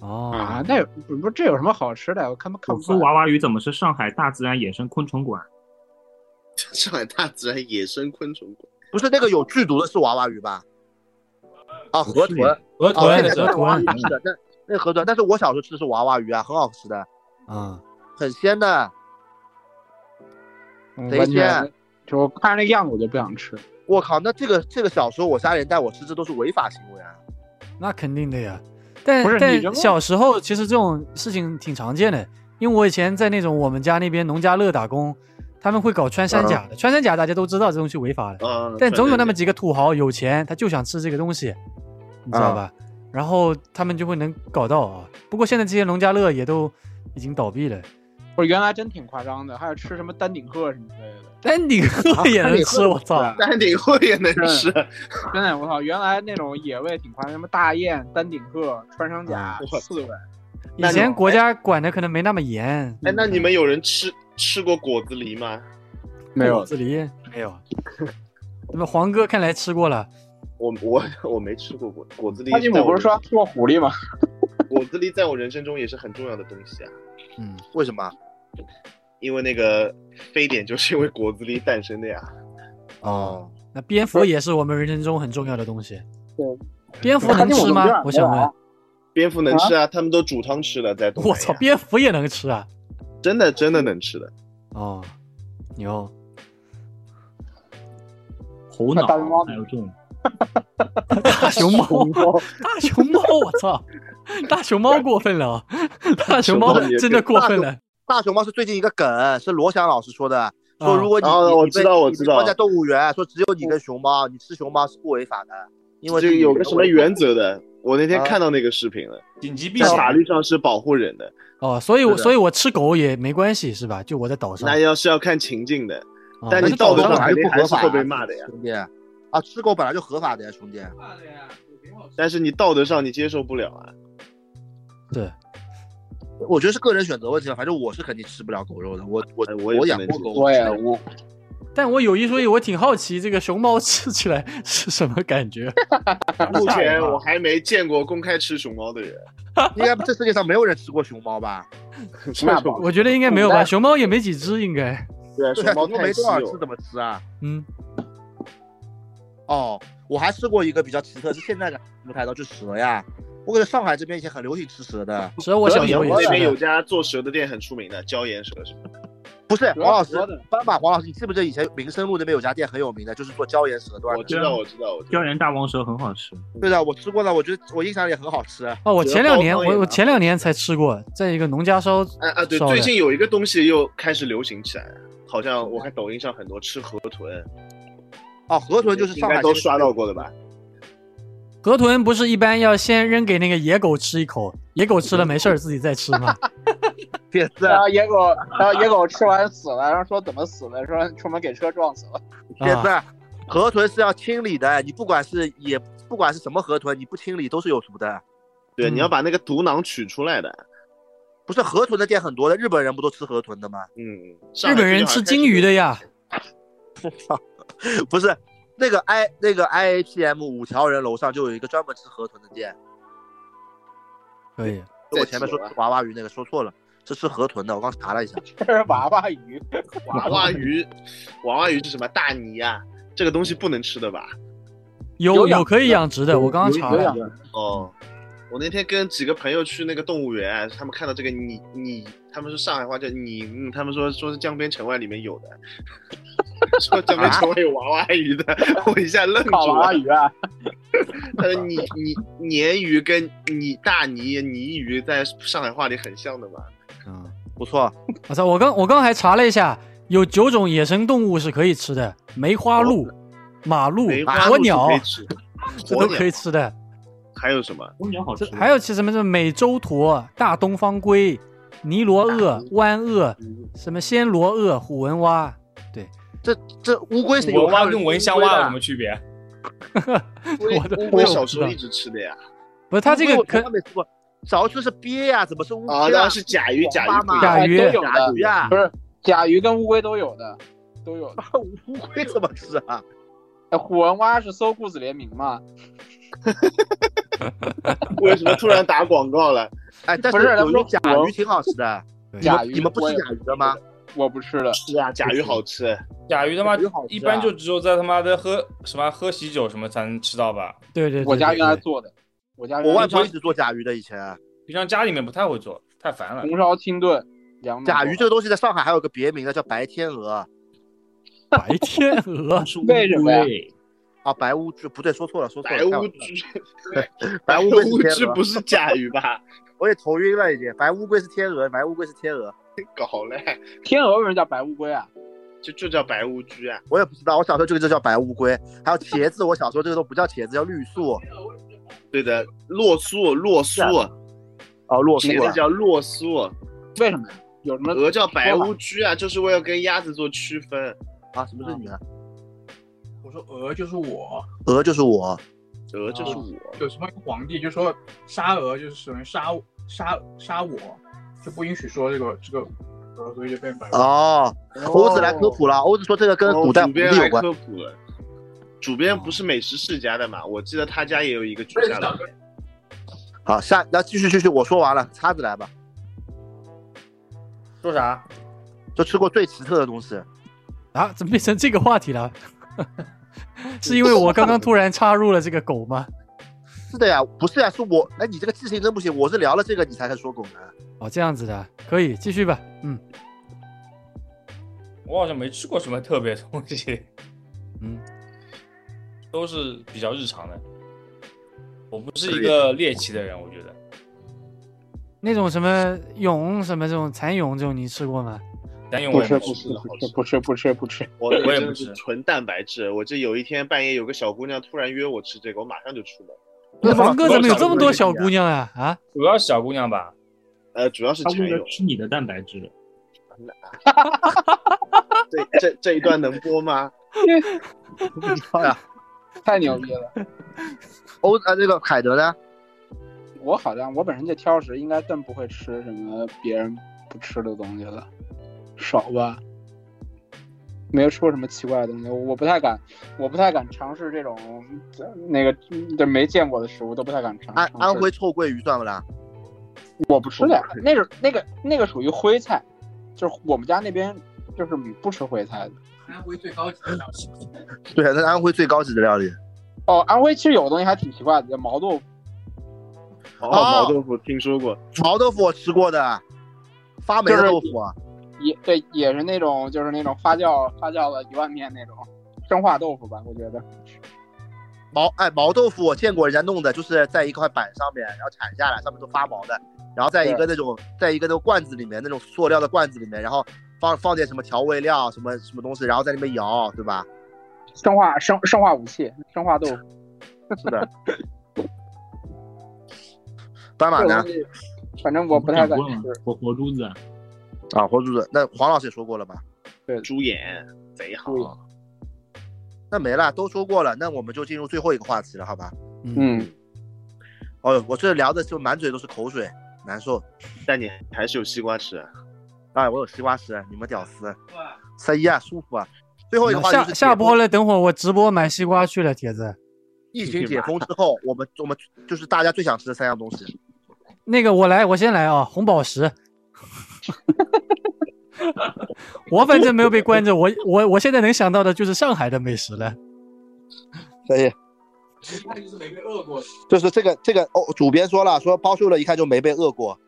[SPEAKER 2] 哦。
[SPEAKER 3] 啊，那有不不这有什么好吃的？我看不看
[SPEAKER 6] 古
[SPEAKER 3] 不
[SPEAKER 6] 苏
[SPEAKER 1] 啊
[SPEAKER 3] 出来。
[SPEAKER 6] 娃娃鱼怎么是上海大自然野生昆虫馆？
[SPEAKER 5] 上海大自然野生昆虫馆，
[SPEAKER 1] 不是那个有剧毒的是娃娃鱼吧？啊，河豚，
[SPEAKER 2] 河
[SPEAKER 1] 啊，
[SPEAKER 2] 豚，
[SPEAKER 1] 现在
[SPEAKER 2] 河
[SPEAKER 1] 是娃娃
[SPEAKER 2] 豚
[SPEAKER 1] 鱼吃的，但那河豚，但是我小时候吃的是娃娃鱼啊，很好吃的，
[SPEAKER 2] 啊，
[SPEAKER 1] 很鲜的。
[SPEAKER 3] 嗯
[SPEAKER 1] 贼
[SPEAKER 3] 完全
[SPEAKER 1] 鲜，
[SPEAKER 3] 就我看着那个样子我就不想吃。
[SPEAKER 1] 我靠，那这个这个小时候我家人带我吃，这都是违法行为啊。
[SPEAKER 2] 那肯定的呀。但
[SPEAKER 3] 不是你这
[SPEAKER 2] 但
[SPEAKER 3] 个
[SPEAKER 2] 小时候其实这种事情挺常见的，因为我以前在那种我们家那边农家乐打工，他们会搞穿山甲的。穿山甲大家都知道这东西违法的，
[SPEAKER 5] 啊，
[SPEAKER 2] 但总有那么
[SPEAKER 5] 对
[SPEAKER 2] 几个土豪有钱，他就想吃这个东西，你知道吧？然后他们就会能搞到啊。不过现在这些农家乐也都已经倒闭了，
[SPEAKER 3] 我原来真挺夸张的，还有吃什么丹顶鹤什么之类的。
[SPEAKER 2] 丹顶鹤 也能吃，我操！
[SPEAKER 5] 对丹顶鹤也能吃，
[SPEAKER 3] 真的，我操，原来那种野味挺夸张，什么大雁、丹顶鹤、穿山甲、
[SPEAKER 5] 哇
[SPEAKER 3] 刺猬。
[SPEAKER 2] 以前国家管的可能没那么严，
[SPEAKER 5] 哎，那你们有人吃吃过果子狸吗？
[SPEAKER 3] 没有
[SPEAKER 2] 果子狸没有。 那么黄哥看来吃过了，
[SPEAKER 5] 我我 我没吃过果果子狸。
[SPEAKER 3] 他吉姆不是说他吃过 狐狸吗？
[SPEAKER 5] 果子狸在我人生中也是很重要的东西啊？
[SPEAKER 2] 嗯，
[SPEAKER 1] 为什么？
[SPEAKER 5] 因为那个非典就是因为果子狸诞生的呀。
[SPEAKER 2] 哦，那蝙蝠也是我们人生中很重要的东西。
[SPEAKER 3] 对，
[SPEAKER 2] 蝙蝠能吃吗？我想问。
[SPEAKER 5] 蝙蝠能吃啊，他们都煮汤吃的，在东南亚
[SPEAKER 2] 我操，蝙蝠也能吃啊！
[SPEAKER 5] 真的真的能吃的。
[SPEAKER 2] 哦，牛，
[SPEAKER 6] 猴脑
[SPEAKER 3] 大熊猫
[SPEAKER 6] 还有这种
[SPEAKER 2] 大熊猫， 大熊猫，我操，大熊猫过分了啊，大熊猫真的过分了。
[SPEAKER 1] 大熊猫是最近一个梗，是罗翔老师说的，说
[SPEAKER 2] 嗯啊
[SPEAKER 1] 如果你、
[SPEAKER 5] 哦
[SPEAKER 1] 你
[SPEAKER 5] 我
[SPEAKER 1] 你
[SPEAKER 5] 知
[SPEAKER 1] 被
[SPEAKER 5] 道我
[SPEAKER 1] 你
[SPEAKER 5] 知
[SPEAKER 1] 被关
[SPEAKER 5] 道
[SPEAKER 1] 在动物园，说只有你跟熊猫，你吃熊猫是不违法的，因为
[SPEAKER 5] 就是有
[SPEAKER 1] 你
[SPEAKER 5] 个
[SPEAKER 1] 的
[SPEAKER 5] 什么
[SPEAKER 1] 味
[SPEAKER 5] 原则的，我那天
[SPEAKER 1] 啊
[SPEAKER 5] 看到那个视频了，
[SPEAKER 4] 紧急避
[SPEAKER 5] 在
[SPEAKER 4] 险，
[SPEAKER 5] 法律上是保护人的，
[SPEAKER 2] 哦，所以我
[SPEAKER 1] 是的
[SPEAKER 2] 所以我吃狗也没关系是吧？就我在岛上
[SPEAKER 5] 那，要是要看情境的。
[SPEAKER 2] 哦
[SPEAKER 5] 但
[SPEAKER 1] 那
[SPEAKER 5] 你
[SPEAKER 1] 就
[SPEAKER 5] 道德
[SPEAKER 1] 岛
[SPEAKER 5] 上
[SPEAKER 1] 上
[SPEAKER 5] 肯定
[SPEAKER 1] 不
[SPEAKER 5] 还
[SPEAKER 1] 合
[SPEAKER 5] 是
[SPEAKER 1] 法
[SPEAKER 5] 会被
[SPEAKER 1] 呀
[SPEAKER 5] 骂的呀。
[SPEAKER 1] 兄弟啊，吃狗本来就合法的呀，兄弟。
[SPEAKER 5] 但是你道德上你接受不了啊。
[SPEAKER 2] 对，
[SPEAKER 1] 我觉得是个人选择问题了，反正我是肯定吃不了狗肉的。我我
[SPEAKER 5] 哎我
[SPEAKER 1] 我
[SPEAKER 5] 也不
[SPEAKER 1] 养
[SPEAKER 5] 能
[SPEAKER 1] 过
[SPEAKER 5] 吃
[SPEAKER 1] 狗，
[SPEAKER 3] 我也我
[SPEAKER 2] 但我有一说一，我挺好奇这个熊猫吃起来是什么感觉。
[SPEAKER 5] 目前
[SPEAKER 2] 啊
[SPEAKER 5] 我还没见过公开吃熊猫的人，
[SPEAKER 1] 应该这世界上没有人吃过熊猫吧？
[SPEAKER 3] 那不
[SPEAKER 2] 我觉得应该没有吧，熊猫也没几只，应该。
[SPEAKER 5] 对啊，
[SPEAKER 1] 对
[SPEAKER 5] 熊
[SPEAKER 1] 啊，
[SPEAKER 5] 猫
[SPEAKER 1] 熊猫
[SPEAKER 5] 太
[SPEAKER 1] 没
[SPEAKER 5] 稀
[SPEAKER 1] 多少
[SPEAKER 5] 有
[SPEAKER 1] 吃
[SPEAKER 5] 了。
[SPEAKER 1] 怎么吃啊？
[SPEAKER 2] 嗯，
[SPEAKER 1] 哦，我还吃过一个比较奇特，是现在的没看到，就蛇呀。我感觉上海这边以前很流行吃蛇的，
[SPEAKER 2] 蛇我小时候也啊
[SPEAKER 5] 那边
[SPEAKER 2] 吃
[SPEAKER 5] 有
[SPEAKER 2] 的。
[SPEAKER 5] 家做蛇的店很出名的，椒盐蛇是吧？
[SPEAKER 1] 不是
[SPEAKER 3] 蛇
[SPEAKER 1] 黄老师
[SPEAKER 3] 蛇的，
[SPEAKER 1] 斑马黄老师，你记不记得以前民生路那边有家店很有名的，就是做椒盐蛇段
[SPEAKER 5] 我
[SPEAKER 1] 的？
[SPEAKER 5] 知道，我知道，我知道
[SPEAKER 6] 胶。原大王蛇很好吃，
[SPEAKER 1] 对的，我吃过的，我觉得我印象里很好吃。
[SPEAKER 2] 哦，我前两年
[SPEAKER 5] 蛇包汤也
[SPEAKER 2] 我我
[SPEAKER 5] 拿
[SPEAKER 2] 前两年才吃过，在一个农家烧
[SPEAKER 5] 啊啊，对，
[SPEAKER 2] 烧的
[SPEAKER 5] 最近有一个东西又开始流行起来了，好像我看抖音上很多吃河豚，
[SPEAKER 1] 哦，河豚就是
[SPEAKER 5] 应
[SPEAKER 1] 上海
[SPEAKER 5] 该
[SPEAKER 1] 这边
[SPEAKER 5] 都刷到过的吧？
[SPEAKER 2] 河豚，不是一般要先扔给那个野狗吃一口，野狗吃了没事儿自己再吃吗？
[SPEAKER 1] 也是
[SPEAKER 2] 啊
[SPEAKER 3] 然啊后野狗，然后野狗吃完死了，然后说怎么死的？说出门给车撞死了。
[SPEAKER 1] 也
[SPEAKER 2] 啊，
[SPEAKER 1] 是，河豚是要清理的，你不管是也不管是什么河豚，你不清理都是有毒的。
[SPEAKER 5] 对，
[SPEAKER 2] 嗯
[SPEAKER 5] 你要把那个毒囊取出来的。
[SPEAKER 1] 不是河豚的店很多的，日本人不都吃河豚的吗？
[SPEAKER 5] 嗯，
[SPEAKER 2] 日本人吃金鱼的呀。
[SPEAKER 1] 不是，那个 I 那个 IAPM 五条人楼上就有一个专门吃河豚的店。
[SPEAKER 2] 可以，
[SPEAKER 1] 我前面说
[SPEAKER 5] 啊
[SPEAKER 1] 吃娃娃鱼那个说错了，是吃河豚的，我刚查了一下。
[SPEAKER 3] 这是娃娃鱼，
[SPEAKER 5] 娃娃鱼，娃娃鱼是什么大泥呀？这个东西不能吃的吧？
[SPEAKER 2] 有
[SPEAKER 3] 有养
[SPEAKER 2] 有可以养殖的，我刚刚查
[SPEAKER 3] 有
[SPEAKER 2] 了
[SPEAKER 3] 养。
[SPEAKER 5] 哦，我那天跟几个朋友去那个动物园，他们看到这个你你，他们说上海话叫你，嗯，他们说说是江边城外里面有的， 说江
[SPEAKER 2] 啊
[SPEAKER 5] 边城外有娃娃鱼的， 我一下愣
[SPEAKER 3] 烤
[SPEAKER 5] 住
[SPEAKER 3] 娃娃
[SPEAKER 5] 了。
[SPEAKER 3] 鱼啊！
[SPEAKER 5] 他说呃你你鲶鱼跟你大鲵鲵鱼在上海话里很像的嘛？
[SPEAKER 2] 嗯，
[SPEAKER 1] 不错，
[SPEAKER 2] 啊我操，我刚我刚还查了一下，有九种野生动物是可以吃的，梅花鹿、马鹿
[SPEAKER 5] 梅、花
[SPEAKER 2] 鸵
[SPEAKER 5] 鹿是
[SPEAKER 2] 鸟
[SPEAKER 5] 可以，吃的，
[SPEAKER 2] 这都
[SPEAKER 5] 鸵
[SPEAKER 2] 可
[SPEAKER 5] 鸟
[SPEAKER 2] 以吃的。
[SPEAKER 5] 还有什么？
[SPEAKER 6] 公牛好
[SPEAKER 2] 这
[SPEAKER 6] 吃。
[SPEAKER 2] 还有其实什么什么美洲驼、大东方龟、尼罗鳄、湾鳄、什么暹罗鳄、虎纹蛙，对，
[SPEAKER 1] 这这乌龟是有
[SPEAKER 4] 文
[SPEAKER 1] 还
[SPEAKER 4] 蛙
[SPEAKER 1] 有
[SPEAKER 4] 跟蚊香蛙有什么区别？
[SPEAKER 5] 龟
[SPEAKER 2] 我的
[SPEAKER 5] 乌
[SPEAKER 2] 我
[SPEAKER 5] 龟
[SPEAKER 2] 知
[SPEAKER 5] 小时候
[SPEAKER 2] 道
[SPEAKER 5] 一直吃的呀，
[SPEAKER 2] 不是他这
[SPEAKER 1] 乌
[SPEAKER 2] 个
[SPEAKER 1] 龟我
[SPEAKER 2] 可
[SPEAKER 1] 从来没吃过，小时候吃的是鳖呀，怎么是乌龟
[SPEAKER 5] 啊，
[SPEAKER 1] 啊
[SPEAKER 5] 那？是甲鱼，甲鱼
[SPEAKER 1] 王
[SPEAKER 5] 不
[SPEAKER 1] 八
[SPEAKER 5] 一
[SPEAKER 1] 吗
[SPEAKER 2] 甲鱼
[SPEAKER 5] 样，
[SPEAKER 3] 哎都有
[SPEAKER 1] 甲
[SPEAKER 3] 的，
[SPEAKER 1] 鱼啊
[SPEAKER 3] 不，是甲鱼跟乌龟都有的，都有的。
[SPEAKER 1] 乌龟怎么吃啊？
[SPEAKER 3] 哎虎纹蛙是搜故事联名嘛？
[SPEAKER 5] 为什么突然打广告了？
[SPEAKER 1] 哎，但
[SPEAKER 3] 不是
[SPEAKER 1] 有一种
[SPEAKER 3] 他
[SPEAKER 1] 甲
[SPEAKER 3] 说
[SPEAKER 1] 鱼挺好吃的，
[SPEAKER 2] 对
[SPEAKER 1] 你
[SPEAKER 3] 甲鱼
[SPEAKER 1] 们你们不吃
[SPEAKER 3] 我也
[SPEAKER 1] 甲鱼的吗？
[SPEAKER 3] 我不吃的，
[SPEAKER 5] 是啊，甲鱼好吃，
[SPEAKER 4] 甲鱼他妈
[SPEAKER 1] 甲鱼好吃啊
[SPEAKER 4] 一般就只有在他妈的喝什么喝喜酒什么才能吃到吧，
[SPEAKER 2] 对对，
[SPEAKER 3] 我
[SPEAKER 2] 对
[SPEAKER 3] 家
[SPEAKER 2] 对
[SPEAKER 3] 原来
[SPEAKER 2] 对
[SPEAKER 3] 做的，我家
[SPEAKER 1] 我
[SPEAKER 3] 原
[SPEAKER 1] 外
[SPEAKER 3] 来
[SPEAKER 1] 婆
[SPEAKER 3] 做
[SPEAKER 1] 一直做甲鱼的，以前啊
[SPEAKER 4] 平常家里面不太会做，太烦了。
[SPEAKER 3] 红烧清炖凉面
[SPEAKER 1] 甲鱼这
[SPEAKER 3] 做
[SPEAKER 1] 个东西在上海还有个别名的叫白天鹅
[SPEAKER 2] 白天鹅
[SPEAKER 6] 是
[SPEAKER 3] 为什么呀
[SPEAKER 6] 龟
[SPEAKER 1] 啊，白乌龟不对，说错了，说错
[SPEAKER 5] 白
[SPEAKER 1] 了，
[SPEAKER 5] 乌
[SPEAKER 1] 龟，
[SPEAKER 5] 龟，
[SPEAKER 1] 白乌龟
[SPEAKER 5] 乌
[SPEAKER 1] 是天
[SPEAKER 5] 龟
[SPEAKER 1] 鹅，
[SPEAKER 5] 不是甲鱼吧？
[SPEAKER 1] 我也头晕了已经，白乌龟是天鹅，白乌龟是天鹅，
[SPEAKER 5] 搞嘞，
[SPEAKER 3] 的。天鹅为什么叫白乌龟啊？
[SPEAKER 5] 就就叫白乌龟啊，
[SPEAKER 1] 我也不知道，我小时候这个就叫白乌龟，还有茄子，我小时候这个都不叫茄子，叫绿素，
[SPEAKER 5] 对的，洛苏，洛苏，
[SPEAKER 1] 哦，洛
[SPEAKER 5] 茄
[SPEAKER 1] 素啊
[SPEAKER 5] 子，叫洛苏，
[SPEAKER 3] 为什么呀？有什么？
[SPEAKER 5] 鹅叫白乌龟啊，就是为了跟鸭子做区分，
[SPEAKER 1] 啊，什么是你啊？
[SPEAKER 7] 我说鹅就是我，
[SPEAKER 1] 鹅就是我，
[SPEAKER 5] 鹅就是
[SPEAKER 7] 哦
[SPEAKER 5] 我，
[SPEAKER 7] 有什么皇帝就说杀鹅就是属于杀杀杀我，就不允许说这个这个鹅，所以就变白。
[SPEAKER 1] 哦，欧子来科普了，欧子说这个跟古代
[SPEAKER 5] 哦
[SPEAKER 1] 狐
[SPEAKER 5] 主编
[SPEAKER 1] 狸
[SPEAKER 5] 来
[SPEAKER 1] 有关，哦
[SPEAKER 5] 科普了。主编不是美食世家的嘛？我记得他家也有一个竹下老人。
[SPEAKER 1] 好，下那继续继续，我说完了，叉子来吧，
[SPEAKER 4] 说啥？
[SPEAKER 1] 就吃过最奇特的东西，
[SPEAKER 2] 啊，怎么变成这个话题了？ 是因为我刚刚突然插入了这个狗吗？
[SPEAKER 1] 是的呀，不是呀，是我，哎，你这个记性真不行，我是聊了这个你才开始说狗的。
[SPEAKER 2] 哦，这样子的，可以继续吧。嗯
[SPEAKER 4] 我好像没吃过什么特别的东西，
[SPEAKER 2] 嗯，
[SPEAKER 4] 都是比较日常的。我不是一个猎奇的人，我觉得
[SPEAKER 2] 那种什么蛹什么这种蚕蛹这种你吃过吗？
[SPEAKER 4] 咱用
[SPEAKER 3] 不
[SPEAKER 4] 我也
[SPEAKER 3] 吃
[SPEAKER 4] 没
[SPEAKER 3] 哦不
[SPEAKER 4] 吃
[SPEAKER 3] 吃不吃不吃不吃不吃，
[SPEAKER 5] 我那
[SPEAKER 4] 我也
[SPEAKER 5] 个真
[SPEAKER 4] 不
[SPEAKER 5] 的
[SPEAKER 4] 吃
[SPEAKER 5] 是纯蛋白质。我这有一天半夜有个小姑娘突然约我吃这个，我马上就出门。
[SPEAKER 1] 那
[SPEAKER 2] 王哥怎么有这么多
[SPEAKER 1] 小
[SPEAKER 2] 小
[SPEAKER 1] 姑
[SPEAKER 2] 姑娘啊？啊，
[SPEAKER 4] 主要是小姑娘吧，
[SPEAKER 5] 呃，主要是
[SPEAKER 6] 它
[SPEAKER 5] 馋
[SPEAKER 6] 为了
[SPEAKER 5] 友。
[SPEAKER 6] 吃你的蛋白质，
[SPEAKER 5] 这这这一段能播吗？
[SPEAKER 3] 太牛逼了！
[SPEAKER 1] 欧呃那个凯德呢？
[SPEAKER 3] 我好像我本身就挑食，应该更不会吃什么别人不吃的东西了，少吧。没有吃过什么奇怪的东西，我不太敢，我不太敢尝试这种这那个这没见过的食物，都不太敢尝。
[SPEAKER 1] 安
[SPEAKER 4] 哦
[SPEAKER 3] 尝试
[SPEAKER 1] 安徽臭鳜鱼算不啦？
[SPEAKER 3] 我不吃的，那是那个那个属于徽菜，就是我们家那边就是不吃徽菜的。
[SPEAKER 7] 安徽最高级的料理
[SPEAKER 1] 对，那是安徽最高级的料理。
[SPEAKER 3] 哦，安徽其实有个东西还挺奇怪的，叫毛豆腐。
[SPEAKER 5] 哦，
[SPEAKER 1] 哦
[SPEAKER 5] 毛豆腐听说过，
[SPEAKER 1] 毛豆腐我吃过的，发霉的豆腐啊，
[SPEAKER 3] 也对，也是那种就是那种发酵发酵了一万遍那种生化豆腐吧，我觉得。
[SPEAKER 1] 毛哎毛豆腐我见过人家弄的，就是在一块板上面，然后铲下来，上面都发毛的，然后在一个那种在一个那种罐子里面，那种塑料的罐子里面，然后放放点什么调味料，什么什么东西，然后在里面摇，对吧？
[SPEAKER 3] 生化生生化武器，生化豆腐。
[SPEAKER 1] 是的。斑马呢？
[SPEAKER 3] 这个东西反正我不太敢
[SPEAKER 6] 长过
[SPEAKER 3] 吃
[SPEAKER 6] 了。活活珠子，
[SPEAKER 1] 啊，活珠子。那黄老师也说过了吧？
[SPEAKER 5] 猪眼贼好。
[SPEAKER 1] 那没了，都说过了，那我们就进入最后一个话题了，好吧？
[SPEAKER 3] 嗯，
[SPEAKER 1] 哦呦，我这聊的就满嘴都是口水，难受。
[SPEAKER 5] 但你还是有西瓜 吃，
[SPEAKER 1] 哎，我有西瓜吃，你们屌丝，塞一啊，舒服啊。最后一个话题
[SPEAKER 2] 下
[SPEAKER 1] 就是
[SPEAKER 2] 下
[SPEAKER 1] 解
[SPEAKER 2] 播
[SPEAKER 1] 封。
[SPEAKER 2] 了，等会儿我直播买西瓜去了，铁子。
[SPEAKER 1] 疫情解封之后，我们我们就是大家最想吃的三样东西。
[SPEAKER 2] 那个我来，我先来啊，红宝石。我反正没有被关着，我我我现在能想到的就是上海的美食了。
[SPEAKER 1] 可以，
[SPEAKER 7] 他就是没被饿过。
[SPEAKER 1] 就是这个这个哦，主编说了，说包秀乐一看就没被饿过，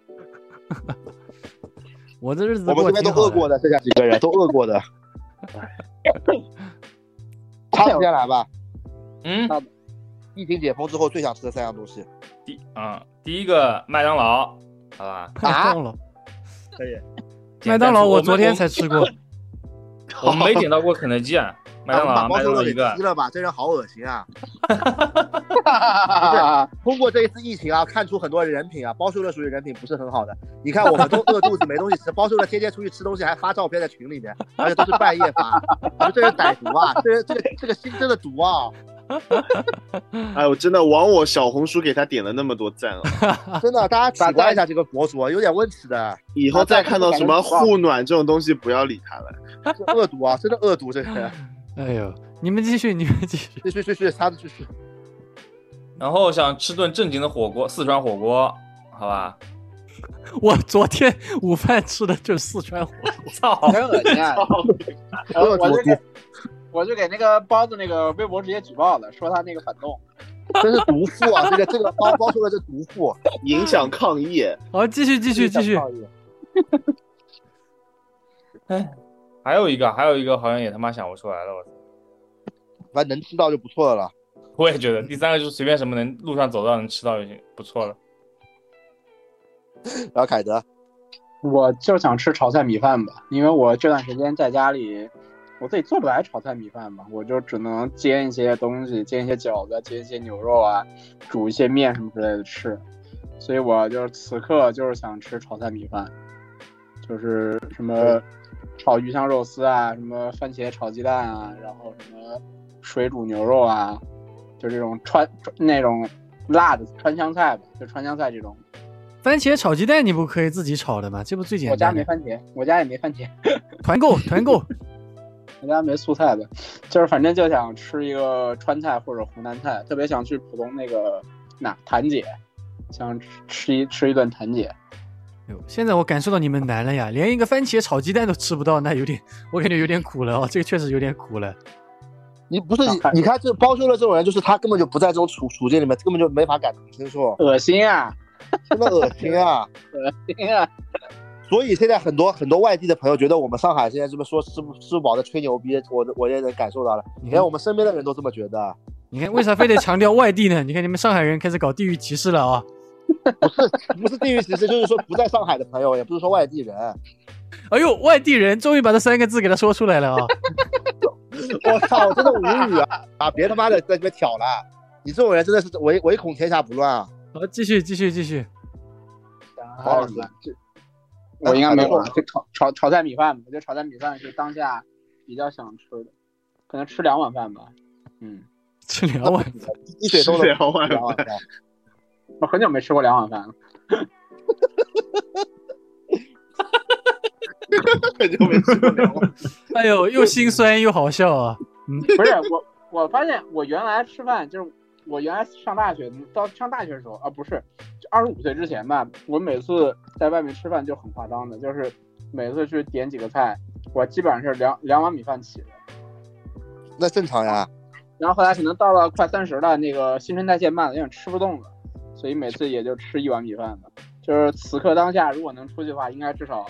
[SPEAKER 2] 我的日子
[SPEAKER 1] 我们
[SPEAKER 2] 过
[SPEAKER 1] 这
[SPEAKER 2] 得
[SPEAKER 1] 边都
[SPEAKER 2] 挺
[SPEAKER 1] 饿
[SPEAKER 2] 好
[SPEAKER 1] 过的，
[SPEAKER 2] 的。
[SPEAKER 1] 哎剩下几个人都饿过的。他们先来吧。
[SPEAKER 4] 嗯，
[SPEAKER 1] 疫情 解封之后最想吃的三样东西，
[SPEAKER 4] 第啊、第一个麦当劳，好吧，
[SPEAKER 1] 啊
[SPEAKER 2] 麦当劳，
[SPEAKER 1] 可以。
[SPEAKER 2] 麦当劳
[SPEAKER 4] 我
[SPEAKER 2] 我
[SPEAKER 4] 们
[SPEAKER 2] 昨天才吃过。
[SPEAKER 4] 我们没点到过肯德基啊，麦当劳
[SPEAKER 1] 把
[SPEAKER 4] 啊、
[SPEAKER 1] 包
[SPEAKER 4] 麦
[SPEAKER 1] 头
[SPEAKER 4] 当劳
[SPEAKER 1] 肉
[SPEAKER 4] 一
[SPEAKER 1] 给
[SPEAKER 4] 个
[SPEAKER 1] 踢，了吧，这人好恶心啊！
[SPEAKER 3] 啊，
[SPEAKER 1] 通过这一次疫情啊，看出很多人品啊，包瘦乐属于人品不是很好的。你看我们都饿肚子没东西吃，包瘦乐天天出去吃东西还发照片在群里面，而且都是半夜发，你说这人歹毒啊，这人这个这个心真的毒 啊，
[SPEAKER 5] 哎，我真的枉我小红书给他点了那么多赞 啊！
[SPEAKER 1] 真的，大家取关一下这个博主啊，有点问题的，
[SPEAKER 5] 以后再看到什 么护暖这种东西，不要理他了。
[SPEAKER 1] 这 恶毒啊，真的恶毒，这个人，
[SPEAKER 2] 哎呦，你们继续，你们继续。
[SPEAKER 1] 去去去去，他去 去，
[SPEAKER 4] 然后想吃顿正经的火锅，四川火锅，好吧？
[SPEAKER 2] 我昨天 午饭吃的就是四川火锅，
[SPEAKER 4] 操！
[SPEAKER 3] 真恶心啊！
[SPEAKER 1] 恶
[SPEAKER 3] 呃我
[SPEAKER 1] 毒
[SPEAKER 3] 就
[SPEAKER 1] 毒
[SPEAKER 3] 给我就给那个包子那个微博直接举报了，说他那个反动。
[SPEAKER 1] 真是毒妇啊！这个这个包包出来是毒妇，
[SPEAKER 5] 影响抗议，
[SPEAKER 2] 好，继续继续继续。
[SPEAKER 4] 还有一个，还有一个好像也他妈想不出来了，我操！
[SPEAKER 1] 反正能吃到就不错了。
[SPEAKER 4] 我也觉得。第三个就是随便什么能路上走到能吃到就行，不错了。
[SPEAKER 1] 然后凯德，
[SPEAKER 3] 我就想吃炒菜米饭吧，因为我这段时间在家里，我自己做不来炒菜米饭嘛，我就只能煎一些东西，煎一些饺子，煎一些牛肉啊，煮一些面什么之类的吃。所以我就是此刻就是想吃炒菜米饭，就是什么炒鱼香肉丝啊，什么番茄炒鸡蛋啊，然后什么水煮牛肉啊，就这种川那种辣的川湘菜吧，就川湘菜这种。
[SPEAKER 2] 番茄炒鸡蛋你不可以自己炒的吗？这不最
[SPEAKER 3] 我
[SPEAKER 2] 简
[SPEAKER 3] 家
[SPEAKER 2] 单
[SPEAKER 3] 没
[SPEAKER 2] 的。
[SPEAKER 3] 番茄，我家也没番茄。
[SPEAKER 2] 团购 团购，
[SPEAKER 3] 我家没素菜的，就是反正就想吃一个川菜或者湖南菜，特别想去浦东那个哪谭姐，想吃吃一吃一顿谭姐。
[SPEAKER 2] 哎呦现在我感受到你们难了呀，连一个番茄炒鸡蛋都吃不到，那有点，我感觉有点苦了哦，这个确实有点苦了。
[SPEAKER 1] 你不是
[SPEAKER 3] 啊
[SPEAKER 1] 你
[SPEAKER 3] 凯德
[SPEAKER 1] 你看这包修的这种人，就是他根本就不在这种处处境里面，根本就没法感同身受，
[SPEAKER 3] 恶心啊！
[SPEAKER 1] 真的恶心啊！
[SPEAKER 3] 恶心啊！
[SPEAKER 1] 所以现在很多很多外地的朋友觉得我们上海现在这么说吃不吃不饱的吹牛逼，我我也能感受到了。
[SPEAKER 2] 你
[SPEAKER 1] 你
[SPEAKER 2] 看
[SPEAKER 1] 看我，们身边的人都这么觉得，啊
[SPEAKER 2] 你看，为啥非得强调外地呢？你看你们上海人开始搞地域歧视了啊！
[SPEAKER 1] 不是地域歧视，就是说不在上海的朋友，也不是说外地人。
[SPEAKER 2] 哎呦，外地人终于把这三个字给他说出来了啊！
[SPEAKER 1] 我操，我真的无语啊！啊，别他妈的在这边挑了，你这种人真的是唯唯恐天下不乱啊！
[SPEAKER 2] 好，继续继续继续。
[SPEAKER 1] 好恶心。
[SPEAKER 3] 我应该没有啊，就炒炒炒菜米饭吧，我觉得炒菜米饭是当下比较想吃的，可能吃两碗饭吧。嗯，
[SPEAKER 2] 吃两碗，
[SPEAKER 1] 一水都能
[SPEAKER 5] 吃 两碗
[SPEAKER 1] 两碗饭
[SPEAKER 3] 我很久没吃过两碗饭了。
[SPEAKER 5] 很久没吃过两碗。
[SPEAKER 2] 哎呦，又心酸又好笑啊！
[SPEAKER 3] 不是我，我发现我原来吃饭就是我原来上大学到上大学的时候啊，不是，就二十五岁之前吧，我每次在外面吃饭就很夸张的，就是每次去点几个菜，我基本上是两两碗米饭起的。
[SPEAKER 1] 那正常呀。
[SPEAKER 3] 然后后来可能到了快三十了，那个新陈代谢慢了，有点吃不动了，所以每次也就吃一碗米饭吧。就是此刻当下，如果能出去的话，应该至少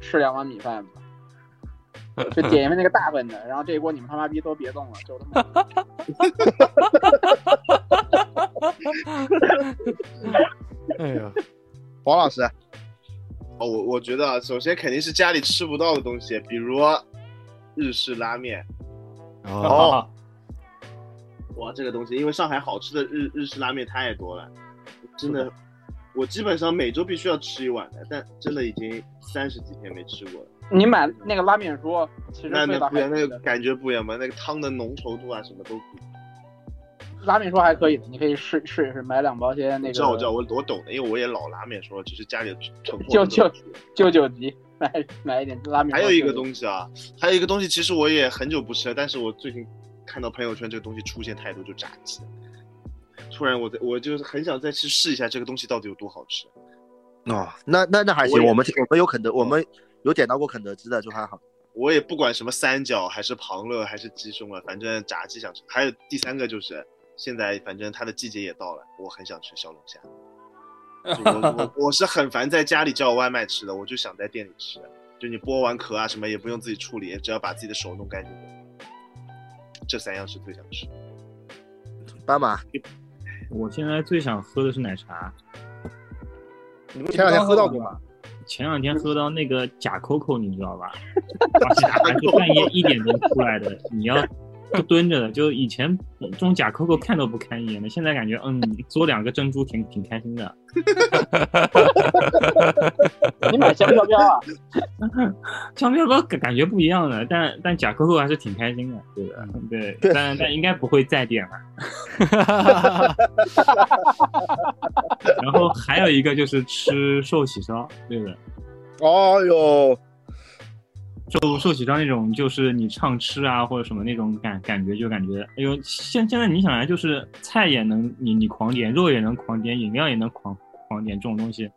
[SPEAKER 3] 吃两碗米饭吧。就点一份那个大份的，然后这一锅你们他妈逼都别动了，就他妈。
[SPEAKER 2] 哎呦，
[SPEAKER 1] 黄老师，
[SPEAKER 5] 哦，我我觉得啊，首先肯定是家里吃不到的东西，比如日式拉面。
[SPEAKER 2] 哦，
[SPEAKER 5] 哇，这个东西，因为上海好吃的日日式拉面太多了，真的，我基本上每周必须要吃一碗的，但真的已经三十几天没吃过了。
[SPEAKER 3] 你买那个拉面说，其实
[SPEAKER 5] 那
[SPEAKER 3] 味
[SPEAKER 5] 那
[SPEAKER 3] 道
[SPEAKER 5] 不一
[SPEAKER 3] 还
[SPEAKER 5] 样，那个感觉不一样嘛，那个汤的浓稠度啊，什么都不一样。
[SPEAKER 3] 拉面说还可以的，你可以试试一试，买两包先那个
[SPEAKER 5] 我知道，我知道，我我懂的，因为我也老拉面说，只是家里
[SPEAKER 3] 就
[SPEAKER 5] 囤货不多
[SPEAKER 3] 就九九级，买买一点拉面。
[SPEAKER 5] 还有一个东西啊，还有一个东西，其实我也很久不吃了，但是我最近看到朋友圈这个东西出现太多，就炸鸡。突然我在我就是很想再去试一下这个东西到底有多好吃。
[SPEAKER 1] 哦，那那那还行，
[SPEAKER 5] 我也
[SPEAKER 1] 我们我们有肯德，我们有点到过肯德基的，就还好。
[SPEAKER 5] 我也不管什么三角还是旁乐还是鸡胸了，反正炸鸡想吃。还有第三个就是，现在反正它的季节也到了，我很想吃小龙虾。就我 我我是很烦在家里叫外卖吃的，我就想在店里吃。就你剥完壳啊什么也不用自己处理，只要把自己的手弄干净就行。这三样是最想吃的。
[SPEAKER 1] 斑马，
[SPEAKER 6] 我现在最想喝的是奶茶，
[SPEAKER 1] 前两天喝到过吗？
[SPEAKER 6] 前两天喝到那个假 Coco，你知道吧？而且还是半夜一点钟出来的，你要不蹲着的。就以前这种假 Coco 看都不看一眼的，现在感觉嗯，嘬两个珍珠挺挺开心的。
[SPEAKER 3] 你买香飘飘啊？
[SPEAKER 6] 香飘飘感觉不一样的，但但假 Coco 还是挺开心的，对的，
[SPEAKER 1] 嗯
[SPEAKER 6] 对，但但应该不会再点了。 然后还有一个就是吃寿喜烧，对的，
[SPEAKER 1] 哦哟，
[SPEAKER 6] 寿寿喜烧那种就是你畅吃啊或者什么那种感感觉就感觉，哎呦，现现在你想来就是菜也能你你狂点，肉也能狂点，饮料也能狂狂点，这种东西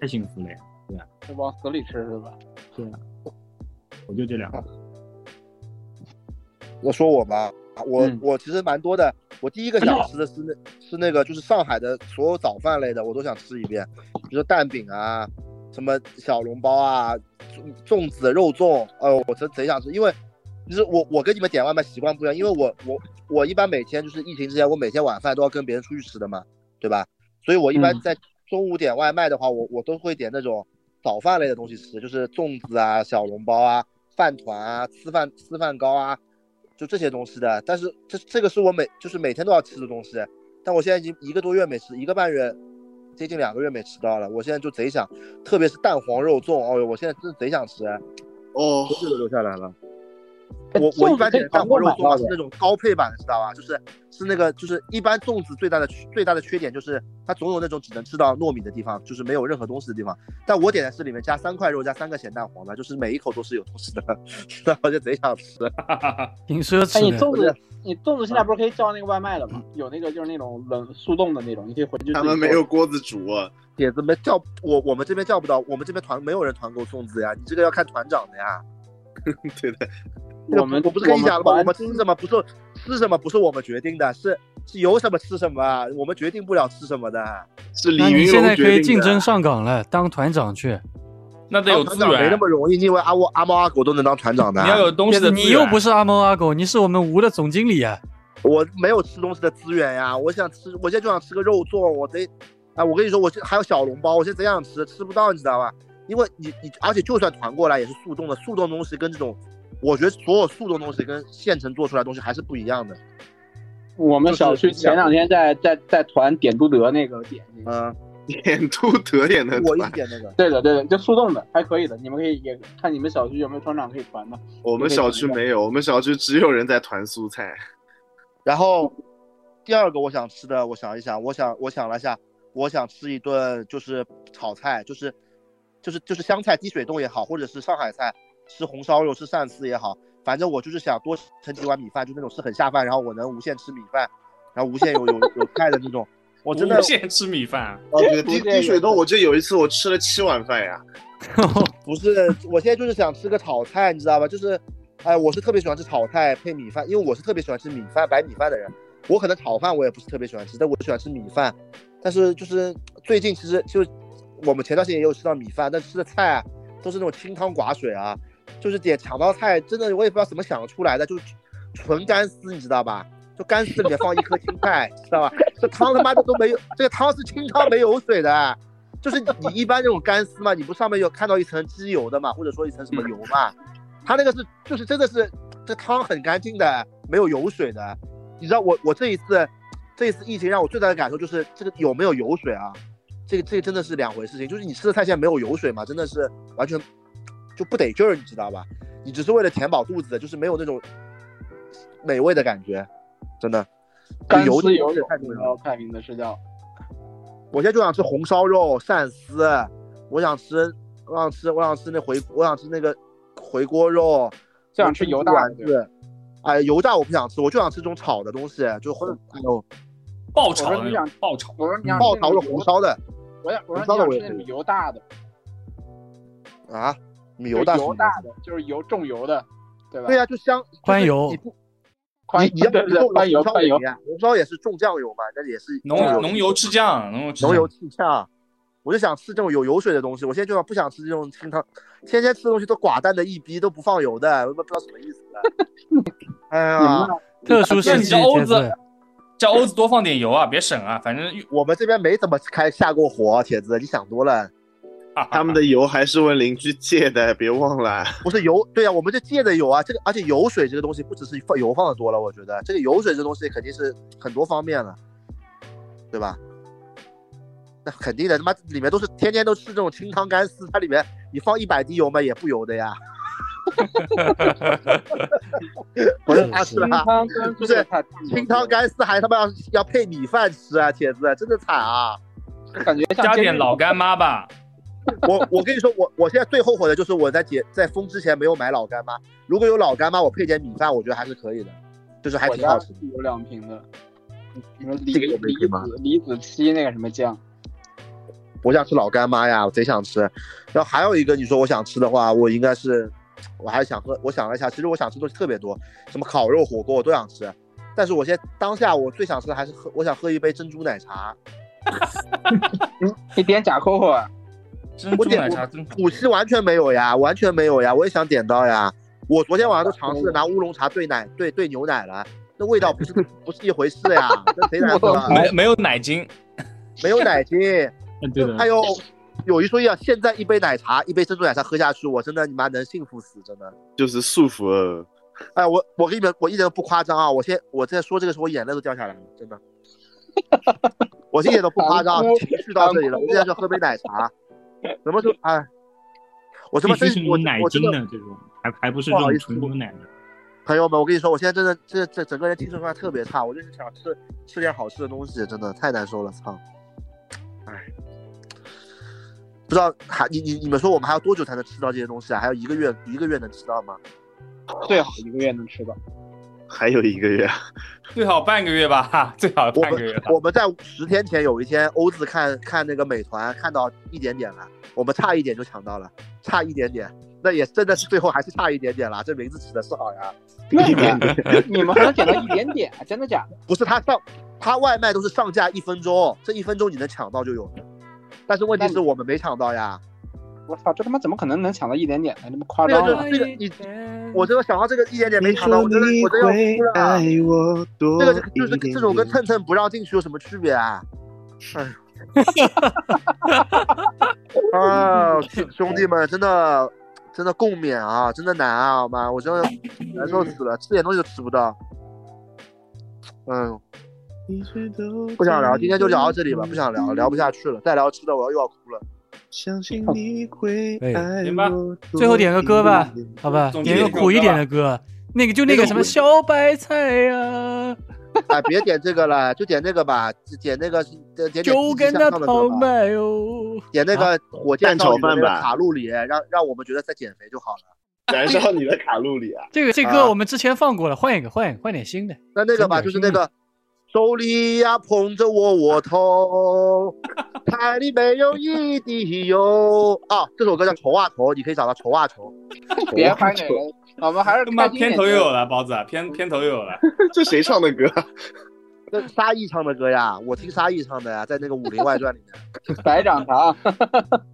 [SPEAKER 6] 太幸福了呀！
[SPEAKER 3] 就往死里吃是吧？
[SPEAKER 6] 对啊，我就这两
[SPEAKER 1] 啊
[SPEAKER 6] 个，
[SPEAKER 1] 我说我吧，我、
[SPEAKER 3] 嗯
[SPEAKER 1] 我其实蛮多的。我第一个想吃的是那，是那个就是上海的所有早饭类的，我都想吃一遍，比如说蛋饼啊，什么小笼包啊，粽粽子、肉粽，呃，我真贼想吃，因为就是我我跟你们点外卖习惯不一样，因为我我我一般每天就是疫情之前，我每天晚饭都要跟别人出去吃的嘛，对吧？所以我一般在中午点外卖的话，我我都会点那种早饭类的东西吃，就是粽子啊、小笼包啊、饭团啊、吃饭吃饭糕啊，就这些东西的。但是这这个是我每就是每天都要吃的东西，但我现在已经一个多月没吃，一个半月，接近两个月没吃到了。我现在就贼想，特别是蛋黄肉粽，哦哟，我现在真的贼想吃，
[SPEAKER 5] 哦
[SPEAKER 1] 这个留下来了。
[SPEAKER 3] 哎
[SPEAKER 1] 我我一般点的蛋黄肉粽啊是那种高配版的，知道吧？就是是那个就是一般粽子最大的缺最大的缺点就是它总有那种只能吃到糯米的地方，就是没有任何东西的地方。但我点的是里面加三块肉加三个咸蛋黄的，就是每一口都是有东西的， 然后就贼想吃。
[SPEAKER 2] 挺奢
[SPEAKER 3] 哎，
[SPEAKER 2] 侈
[SPEAKER 3] 你
[SPEAKER 2] 的。
[SPEAKER 3] 粽子，你粽子现在不是可以叫那个外卖了吗？有那个就是那种冷速冻的那种，你可以回去自己
[SPEAKER 5] 他们没
[SPEAKER 3] 做
[SPEAKER 5] 有锅子煮啊，
[SPEAKER 1] 点子没叫我我们这边叫不到，我们这边团没有人团购粽子呀，你这个要看团长的呀。
[SPEAKER 5] 对的，
[SPEAKER 1] 这个
[SPEAKER 3] 我们
[SPEAKER 1] 我不是跟你讲了吗？
[SPEAKER 3] 我
[SPEAKER 1] 我
[SPEAKER 3] 们
[SPEAKER 1] 们吃什么不是吃什么不是我们决定的，是是有什么吃什么啊，我们决定不了吃什么的。啊
[SPEAKER 5] 是李
[SPEAKER 2] 那你
[SPEAKER 5] 云
[SPEAKER 2] 现在
[SPEAKER 5] 龙
[SPEAKER 2] 可以
[SPEAKER 5] 决
[SPEAKER 2] 竞
[SPEAKER 5] 定的。
[SPEAKER 2] 争上岗了，当团长去。
[SPEAKER 4] 那得有
[SPEAKER 1] 当
[SPEAKER 4] 资
[SPEAKER 1] 团长没
[SPEAKER 4] 源
[SPEAKER 1] 那，么容易，因为阿我阿猫阿狗都能当团长的。啊
[SPEAKER 4] 你要有东西的资源。
[SPEAKER 2] 你又不是阿猫阿狗，你是我们吴的总经理啊！
[SPEAKER 1] 我没有吃东西的资源呀，我想吃，我现在就想吃个肉粽，我贼，哎，我跟你说，我这还有小笼包，我现在贼想吃，吃不到，你知道吧？因为你你，而且就算团过来也是速冻的，速冻东西跟这种，我觉得所有速冻东西跟现成做出来的东西还是不一样的。
[SPEAKER 3] 我们小区前两天在在在团点都德那个点那个，
[SPEAKER 1] 嗯，
[SPEAKER 5] 点都德也能
[SPEAKER 1] 我一
[SPEAKER 5] 团，
[SPEAKER 1] 点那个，
[SPEAKER 3] 对的对的，就速冻的还可以的，你们可以也看你们小区有没有团长可以团的。
[SPEAKER 5] 我们小区没有，我们小区只有人在团蔬菜。
[SPEAKER 1] 然后第二个我想吃的，我想一想，我想我想了一下，我想吃一顿就是炒菜，就是就是就是湘菜滴水冻也好，或者是上海菜吃红烧肉吃鳝丝也好，反正我就是想多盛几碗米饭，就那种是很下饭，然后我能无限吃米饭，然后无限有有有菜的那种，我真的
[SPEAKER 4] 无限吃米饭，
[SPEAKER 5] 哦， 对，滴
[SPEAKER 3] 蔬菜
[SPEAKER 5] 滴水洞，我记得有一次我吃了七碗饭
[SPEAKER 1] 啊
[SPEAKER 5] 呀。
[SPEAKER 1] 不是，我现在就是想吃个炒菜，你知道吧？就是，哎，我是特别喜欢吃炒菜配米饭，因为我是特别喜欢吃米饭白米饭的人。我可能炒饭我也不是特别喜欢吃，但我喜欢吃米饭。但是就是最近其实就我们前段时间也有吃到米饭，但吃的菜啊都是那种清汤寡水啊，就是点抢到菜，真的我也不知道怎么想得出来的，就是纯干丝，你知道吧？就干丝里面放一颗青菜， 知道吧？这汤他妈的都没有，这个汤是清汤没有水的。啊就是你一般这种干丝嘛，你不上面有看到一层鸡油的嘛，或者说一层什么油嘛，它那个是就是真的是这汤很干净的，没有油水的。你知道我我这一次这一次疫情让我最大的感受就是这个有没有油水啊？这个这个真的是两回事情，就是你吃的菜现在没有油水嘛，真的是完全就不得劲儿，你知道吧？你只是为了填饱肚子，就是没有那种美味的感觉，真的。就
[SPEAKER 3] 干
[SPEAKER 1] 油
[SPEAKER 3] 丝
[SPEAKER 1] 的
[SPEAKER 3] 油
[SPEAKER 1] 东西
[SPEAKER 3] 有
[SPEAKER 1] 太重要了
[SPEAKER 3] 然后看名字是叫
[SPEAKER 1] 我现在就想吃红烧肉、鳝丝，我想吃，我想吃，我想吃那回，我想吃那个回锅肉，
[SPEAKER 3] 就想吃油炸
[SPEAKER 1] 丸
[SPEAKER 3] 的
[SPEAKER 1] 子。哎，油炸我不想吃，我就想吃这种炒的东西，就或者哎呦，
[SPEAKER 4] 爆炒
[SPEAKER 3] 我说
[SPEAKER 4] 的那
[SPEAKER 3] 你
[SPEAKER 4] 种
[SPEAKER 3] 想
[SPEAKER 4] 爆炒。
[SPEAKER 3] 我说你想
[SPEAKER 1] 爆炒是红烧的
[SPEAKER 3] 我想我
[SPEAKER 1] 红烧的
[SPEAKER 3] 说
[SPEAKER 1] 我
[SPEAKER 3] 你
[SPEAKER 1] 也
[SPEAKER 3] 想吃
[SPEAKER 1] 可
[SPEAKER 3] 那
[SPEAKER 1] 以
[SPEAKER 3] 种油大的，
[SPEAKER 1] 啊，米
[SPEAKER 3] 就
[SPEAKER 1] 油大是
[SPEAKER 3] 油
[SPEAKER 1] 什么
[SPEAKER 3] 大的就是油重油的，对吧？
[SPEAKER 1] 对呀、就香
[SPEAKER 2] 宽油
[SPEAKER 1] 就是你不
[SPEAKER 3] 宽
[SPEAKER 1] 你你要
[SPEAKER 3] 对对对宽油
[SPEAKER 1] 红烧
[SPEAKER 3] 宽
[SPEAKER 1] 也
[SPEAKER 3] 油
[SPEAKER 1] 一，样红烧也是重酱油嘛，但是也是
[SPEAKER 4] 浓
[SPEAKER 1] 重油
[SPEAKER 4] 浓油赤酱，浓油赤酱
[SPEAKER 1] 浓油气呛。我就想吃这种有油水的东西，我现在就想不想吃这种清汤，天天吃的东西都寡淡的一逼，都不放油的，我都不知道什么意思了。哎
[SPEAKER 3] 你
[SPEAKER 1] 呀
[SPEAKER 3] 们，
[SPEAKER 2] 特
[SPEAKER 3] 那
[SPEAKER 2] 殊
[SPEAKER 4] 那
[SPEAKER 2] 时
[SPEAKER 4] 你
[SPEAKER 2] 期
[SPEAKER 4] 叫欧
[SPEAKER 2] 才
[SPEAKER 4] 子
[SPEAKER 2] 是，
[SPEAKER 4] 叫欧子多放点油啊，别省啊，反正
[SPEAKER 1] 我们这边没怎么开下过火，铁子，你想多了。
[SPEAKER 5] 他们的油还是问邻居借的， 别忘了。
[SPEAKER 1] 不是油，对啊，我们就借的油啊，这个而且油水这个东西不只是放油放的多了，我觉得这个油水这东西肯定是很多方面的，对吧？那肯定的，他妈里面都是天天都吃这种清汤干丝，它里面你放一百滴油嘛也不油的 呀，不是他吃
[SPEAKER 3] 清
[SPEAKER 1] 啊，
[SPEAKER 3] 汤跟
[SPEAKER 1] 不是
[SPEAKER 3] 太
[SPEAKER 1] 清汤干丝还他妈要要配米饭吃啊，铁子真的惨啊！
[SPEAKER 3] 感觉像
[SPEAKER 4] 加
[SPEAKER 3] 煎
[SPEAKER 4] 点
[SPEAKER 3] 饼
[SPEAKER 4] 老干妈吧。
[SPEAKER 1] 我我跟你说，我我现在最后悔的就是我在解在封之前没有买老干妈，如果有老干妈，我配点米饭，我觉得还是可以的，就是还
[SPEAKER 3] 我
[SPEAKER 1] 挺
[SPEAKER 3] 家
[SPEAKER 1] 好吃
[SPEAKER 3] 是
[SPEAKER 1] 的。
[SPEAKER 3] 有两瓶的，什么
[SPEAKER 1] 这
[SPEAKER 3] 李
[SPEAKER 1] 个有没
[SPEAKER 3] 李
[SPEAKER 1] 配吗
[SPEAKER 3] 子李子柒那个什么酱，
[SPEAKER 1] 我想吃老干妈呀，我贼想吃。然后还有一个，你说我想吃的话，我应该是，我还是想喝。我想了一下，其实我想吃的东西特别多，什么烤肉、火锅我都想吃。但是我现在当下我最想吃的还是喝，我想喝一杯珍珠奶茶。
[SPEAKER 3] 你点假 Coco 啊？
[SPEAKER 4] 珍珠
[SPEAKER 1] 我点
[SPEAKER 4] 奶茶真
[SPEAKER 1] 补气完全没有呀，完全没有呀，我也想点到呀。我昨天晚上都尝试拿乌龙茶兑奶兑兑牛奶了，那味道不是不是一回事呀，这贼难喝啊，
[SPEAKER 4] 没没有奶精，
[SPEAKER 1] 没有奶精。
[SPEAKER 6] 嗯对的
[SPEAKER 1] 还，有有一说一啊，现在一杯奶茶，一杯珍珠奶茶喝下去，我真的你妈能幸福死，真的。
[SPEAKER 5] 就是束缚呃
[SPEAKER 1] 哎，我我跟你们，我一点都不夸张啊！我现我在说这个时候，我眼泪都掉下来了，真的。我一点都不夸张啊，
[SPEAKER 3] 想哭
[SPEAKER 1] 情绪到这里了，我现在就喝杯奶茶。什么时候？哎，我他妈
[SPEAKER 6] 必须
[SPEAKER 1] 真
[SPEAKER 6] 是
[SPEAKER 1] 我
[SPEAKER 6] 有奶
[SPEAKER 1] 我真
[SPEAKER 6] 精
[SPEAKER 1] 的
[SPEAKER 6] 的这种，还还不是
[SPEAKER 1] 不
[SPEAKER 6] 这
[SPEAKER 1] 好意
[SPEAKER 6] 种
[SPEAKER 1] 思
[SPEAKER 6] 纯牛奶的。
[SPEAKER 1] 朋友们，我跟你说，我现在真的这这整个人精神状态特别差，我就是想吃吃点好吃的东西，真的太难受了，操！哎，不知道还你你你们说我们还要多久才能吃到这些东西啊？还有一个月一个月能吃到吗？
[SPEAKER 3] 最好一个月能吃到。
[SPEAKER 5] 还有一个月，
[SPEAKER 4] 最好半个月吧，哈最好
[SPEAKER 1] 我
[SPEAKER 4] 半个月
[SPEAKER 1] 们
[SPEAKER 4] 吧。
[SPEAKER 1] 我们在十天前有一天欧子看看那个美团，看到一点点了，我们差一点就抢到了，差一点点，那也真的是最后还是差一点点了。这名字起的是好呀，
[SPEAKER 3] 那你们你们还能点到一点点，真的假的？
[SPEAKER 1] 不是他上他外卖都是上架一分钟，这一分钟你能抢到就有了。但是问题
[SPEAKER 3] 那
[SPEAKER 1] 是
[SPEAKER 3] 你
[SPEAKER 1] 我们没抢到呀，
[SPEAKER 3] 我操，这他妈怎么可能能抢到一点点呢？这么夸
[SPEAKER 1] 对
[SPEAKER 3] 张
[SPEAKER 1] 啊，就
[SPEAKER 3] 了？
[SPEAKER 1] 这个你，我真的想到这个一点点 没抢到，我真的我真
[SPEAKER 5] 你
[SPEAKER 1] 要哭了。
[SPEAKER 5] 我多
[SPEAKER 1] 这个就是这
[SPEAKER 5] 点
[SPEAKER 1] 这种跟
[SPEAKER 5] 点
[SPEAKER 1] 蹭蹭不让进去有什么区别啊？哎呦，啊，兄兄弟们，真的真的共勉啊，真的难啊，妈，我真的难受死了，吃点东西都吃不到。嗯，不想聊，今天就聊到这里吧，不想聊，聊不下去了，再聊吃的我又要哭了。
[SPEAKER 5] 嗯相信你会
[SPEAKER 2] 对
[SPEAKER 5] 爱
[SPEAKER 4] 行吧
[SPEAKER 5] 我多
[SPEAKER 2] 哎最后点个歌吧
[SPEAKER 5] 一点
[SPEAKER 2] 好吧，
[SPEAKER 4] 总结
[SPEAKER 2] 点个
[SPEAKER 4] 一首
[SPEAKER 2] 苦一
[SPEAKER 4] 歌
[SPEAKER 2] 点
[SPEAKER 4] 吧
[SPEAKER 2] 的歌，那个就那个什么小白菜呀，
[SPEAKER 1] 哎，别点这个了，就点那个吧，点那个点点点
[SPEAKER 2] 就
[SPEAKER 1] 积极
[SPEAKER 2] 跟
[SPEAKER 1] 向
[SPEAKER 2] 他
[SPEAKER 1] 上的歌
[SPEAKER 2] 讨
[SPEAKER 1] 吧。
[SPEAKER 2] 卖哟。
[SPEAKER 1] 点那个火箭
[SPEAKER 5] 啊蛋炒
[SPEAKER 1] 少女的那个
[SPEAKER 5] 饭吧
[SPEAKER 1] 卡路里，让让我们觉得在减肥就好了。
[SPEAKER 5] 燃烧你的卡路里啊！
[SPEAKER 2] 这个这
[SPEAKER 1] 啊
[SPEAKER 2] 歌我们之前放过了，换一个，换一个，换点新的。
[SPEAKER 1] 那那个吧，
[SPEAKER 2] 真
[SPEAKER 1] 就
[SPEAKER 2] 的
[SPEAKER 1] 是那
[SPEAKER 5] 嗯
[SPEAKER 1] 个手里呀捧着窝窝头，菜里没有一滴油啊，这首歌叫《愁啊愁》，你可以找到《愁啊愁》。
[SPEAKER 3] 别拍那个，我们还是
[SPEAKER 4] 他妈
[SPEAKER 3] 开心一点
[SPEAKER 4] 片头又有了，包子片片头又有了。
[SPEAKER 5] 这谁唱的歌 啊？
[SPEAKER 1] 那沙溢唱的歌呀，我听沙溢唱的呀，在那个《武林外传》里面。
[SPEAKER 3] 白长堂。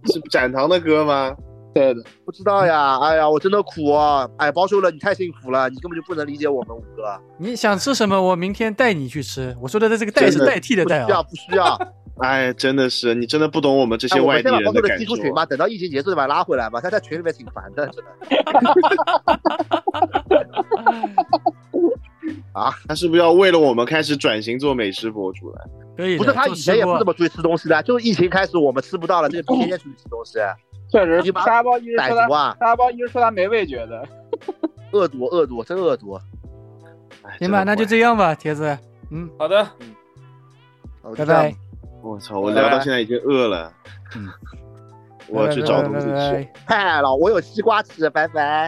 [SPEAKER 5] 是展堂的歌吗？
[SPEAKER 3] 对的，
[SPEAKER 1] 不知道呀，哎呀，我真的苦啊！哎，包修了，你太幸福了，你根本就不能理解我们五哥。
[SPEAKER 2] 你想吃什么，我明天带你去吃。我说的这个带
[SPEAKER 5] 真
[SPEAKER 2] 是
[SPEAKER 5] 的
[SPEAKER 2] 代替的
[SPEAKER 1] 不需
[SPEAKER 2] 代
[SPEAKER 1] 要，
[SPEAKER 2] 啊。
[SPEAKER 1] 不需要。
[SPEAKER 5] 哎，真的是你真的不懂我们这些
[SPEAKER 1] 哎我
[SPEAKER 5] 外
[SPEAKER 1] 们
[SPEAKER 5] 地
[SPEAKER 1] 先把
[SPEAKER 5] 人
[SPEAKER 1] 包修
[SPEAKER 5] 的
[SPEAKER 1] 的
[SPEAKER 5] 感
[SPEAKER 1] 踢
[SPEAKER 5] 受啊
[SPEAKER 1] 出群吧，等到疫情结束就把他拉回来吧。他在群里面挺烦的，真的。
[SPEAKER 5] 他是不是要为了我们开始转型做美食博主了？
[SPEAKER 2] 可以的，
[SPEAKER 1] 不是他
[SPEAKER 2] 做
[SPEAKER 1] 以前
[SPEAKER 2] 吃
[SPEAKER 1] 也不
[SPEAKER 2] 播
[SPEAKER 1] 怎么注意吃东西的，就是疫情开始我们吃不到了，这个天天出去吃东西，
[SPEAKER 2] 嗯
[SPEAKER 3] 确实
[SPEAKER 1] 你把
[SPEAKER 3] 沙包一直
[SPEAKER 1] 歹
[SPEAKER 3] 说他
[SPEAKER 1] 毒啊，
[SPEAKER 3] 沙包一直说他没味觉的，
[SPEAKER 1] 恶毒恶毒，真恶毒。
[SPEAKER 5] 哎
[SPEAKER 2] 行吧，那就。
[SPEAKER 5] 真的
[SPEAKER 2] 这样吧，铁子。嗯，
[SPEAKER 4] 好的，
[SPEAKER 1] 好
[SPEAKER 2] 拜嗯拜。。嗯
[SPEAKER 5] 我我操！我聊到现在已经饿了， 我要去找东西
[SPEAKER 2] 拜拜
[SPEAKER 5] 吃。
[SPEAKER 2] 拜拜
[SPEAKER 1] 嗨，哎老我有西瓜吃，拜拜。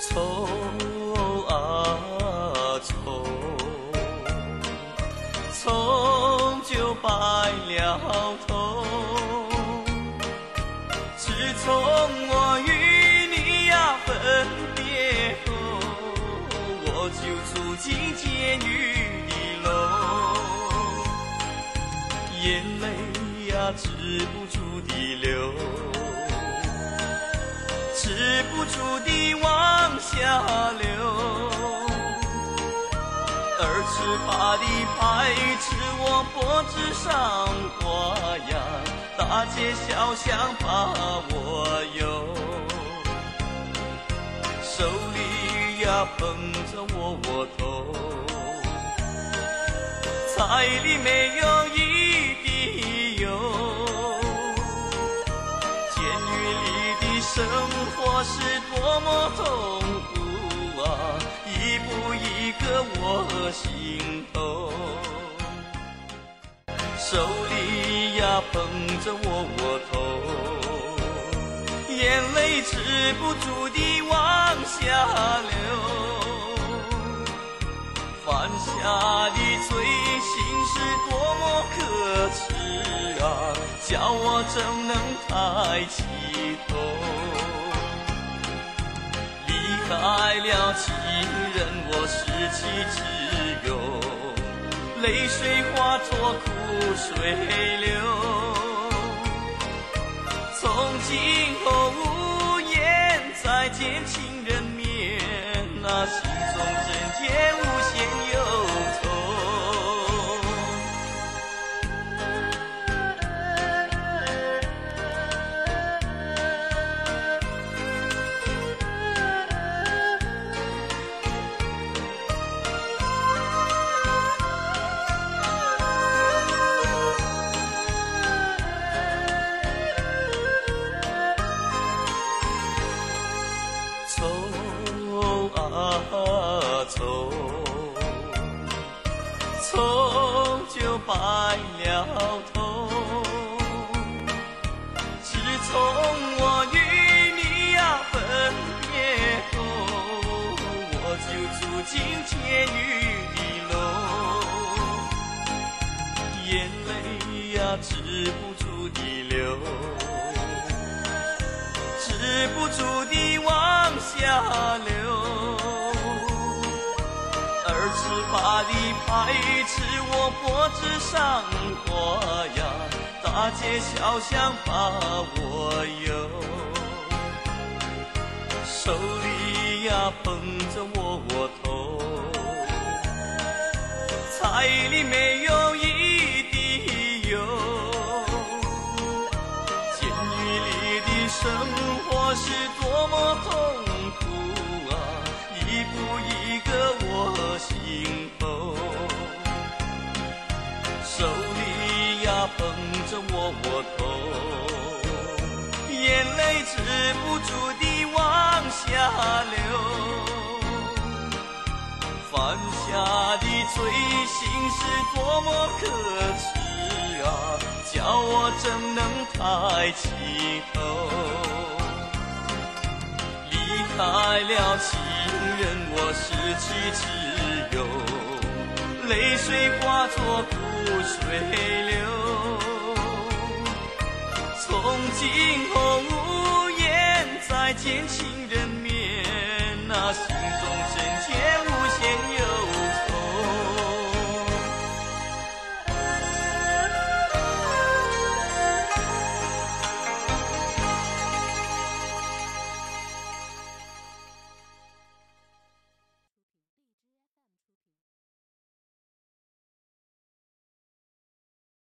[SPEAKER 9] 愁啊愁，愁就白了头，自从我与你呀分别后，我就住进监狱的眼泪呀、止不住地流，止不住地往下流。二尺八的排斥我脖子上挂呀，大街小巷把我游，手里呀捧着窝窝头，菜里没有一滴油，监狱里的生活是多么痛苦啊！一步一个我心头，手里呀捧着窝窝头，眼泪止不住地往下流。犯下的罪行是多么可耻啊！叫我怎能抬起头？离开了情人，我失去自由，泪水化作苦水流。从今后无言再见情人面，那、心中人间无限忧愁。愁啊愁，愁就白了头。自从我与你呀分别后，我就住进监狱的楼，眼泪呀止不住地流。止不住地往下流。二尺八的排斥我脖子上挂呀，大街小巷把我游，手里呀捧着窝窝头，菜里没有一滴油。监狱里的生活是多么痛苦啊！一步一个我心头，手里呀捧着窝窝头，眼泪止不住地往下流。犯下的罪行是多么可耻啊！叫我怎能抬起头？离开了情人，我失去自由，泪水化作苦水流。从今后无言再见情人。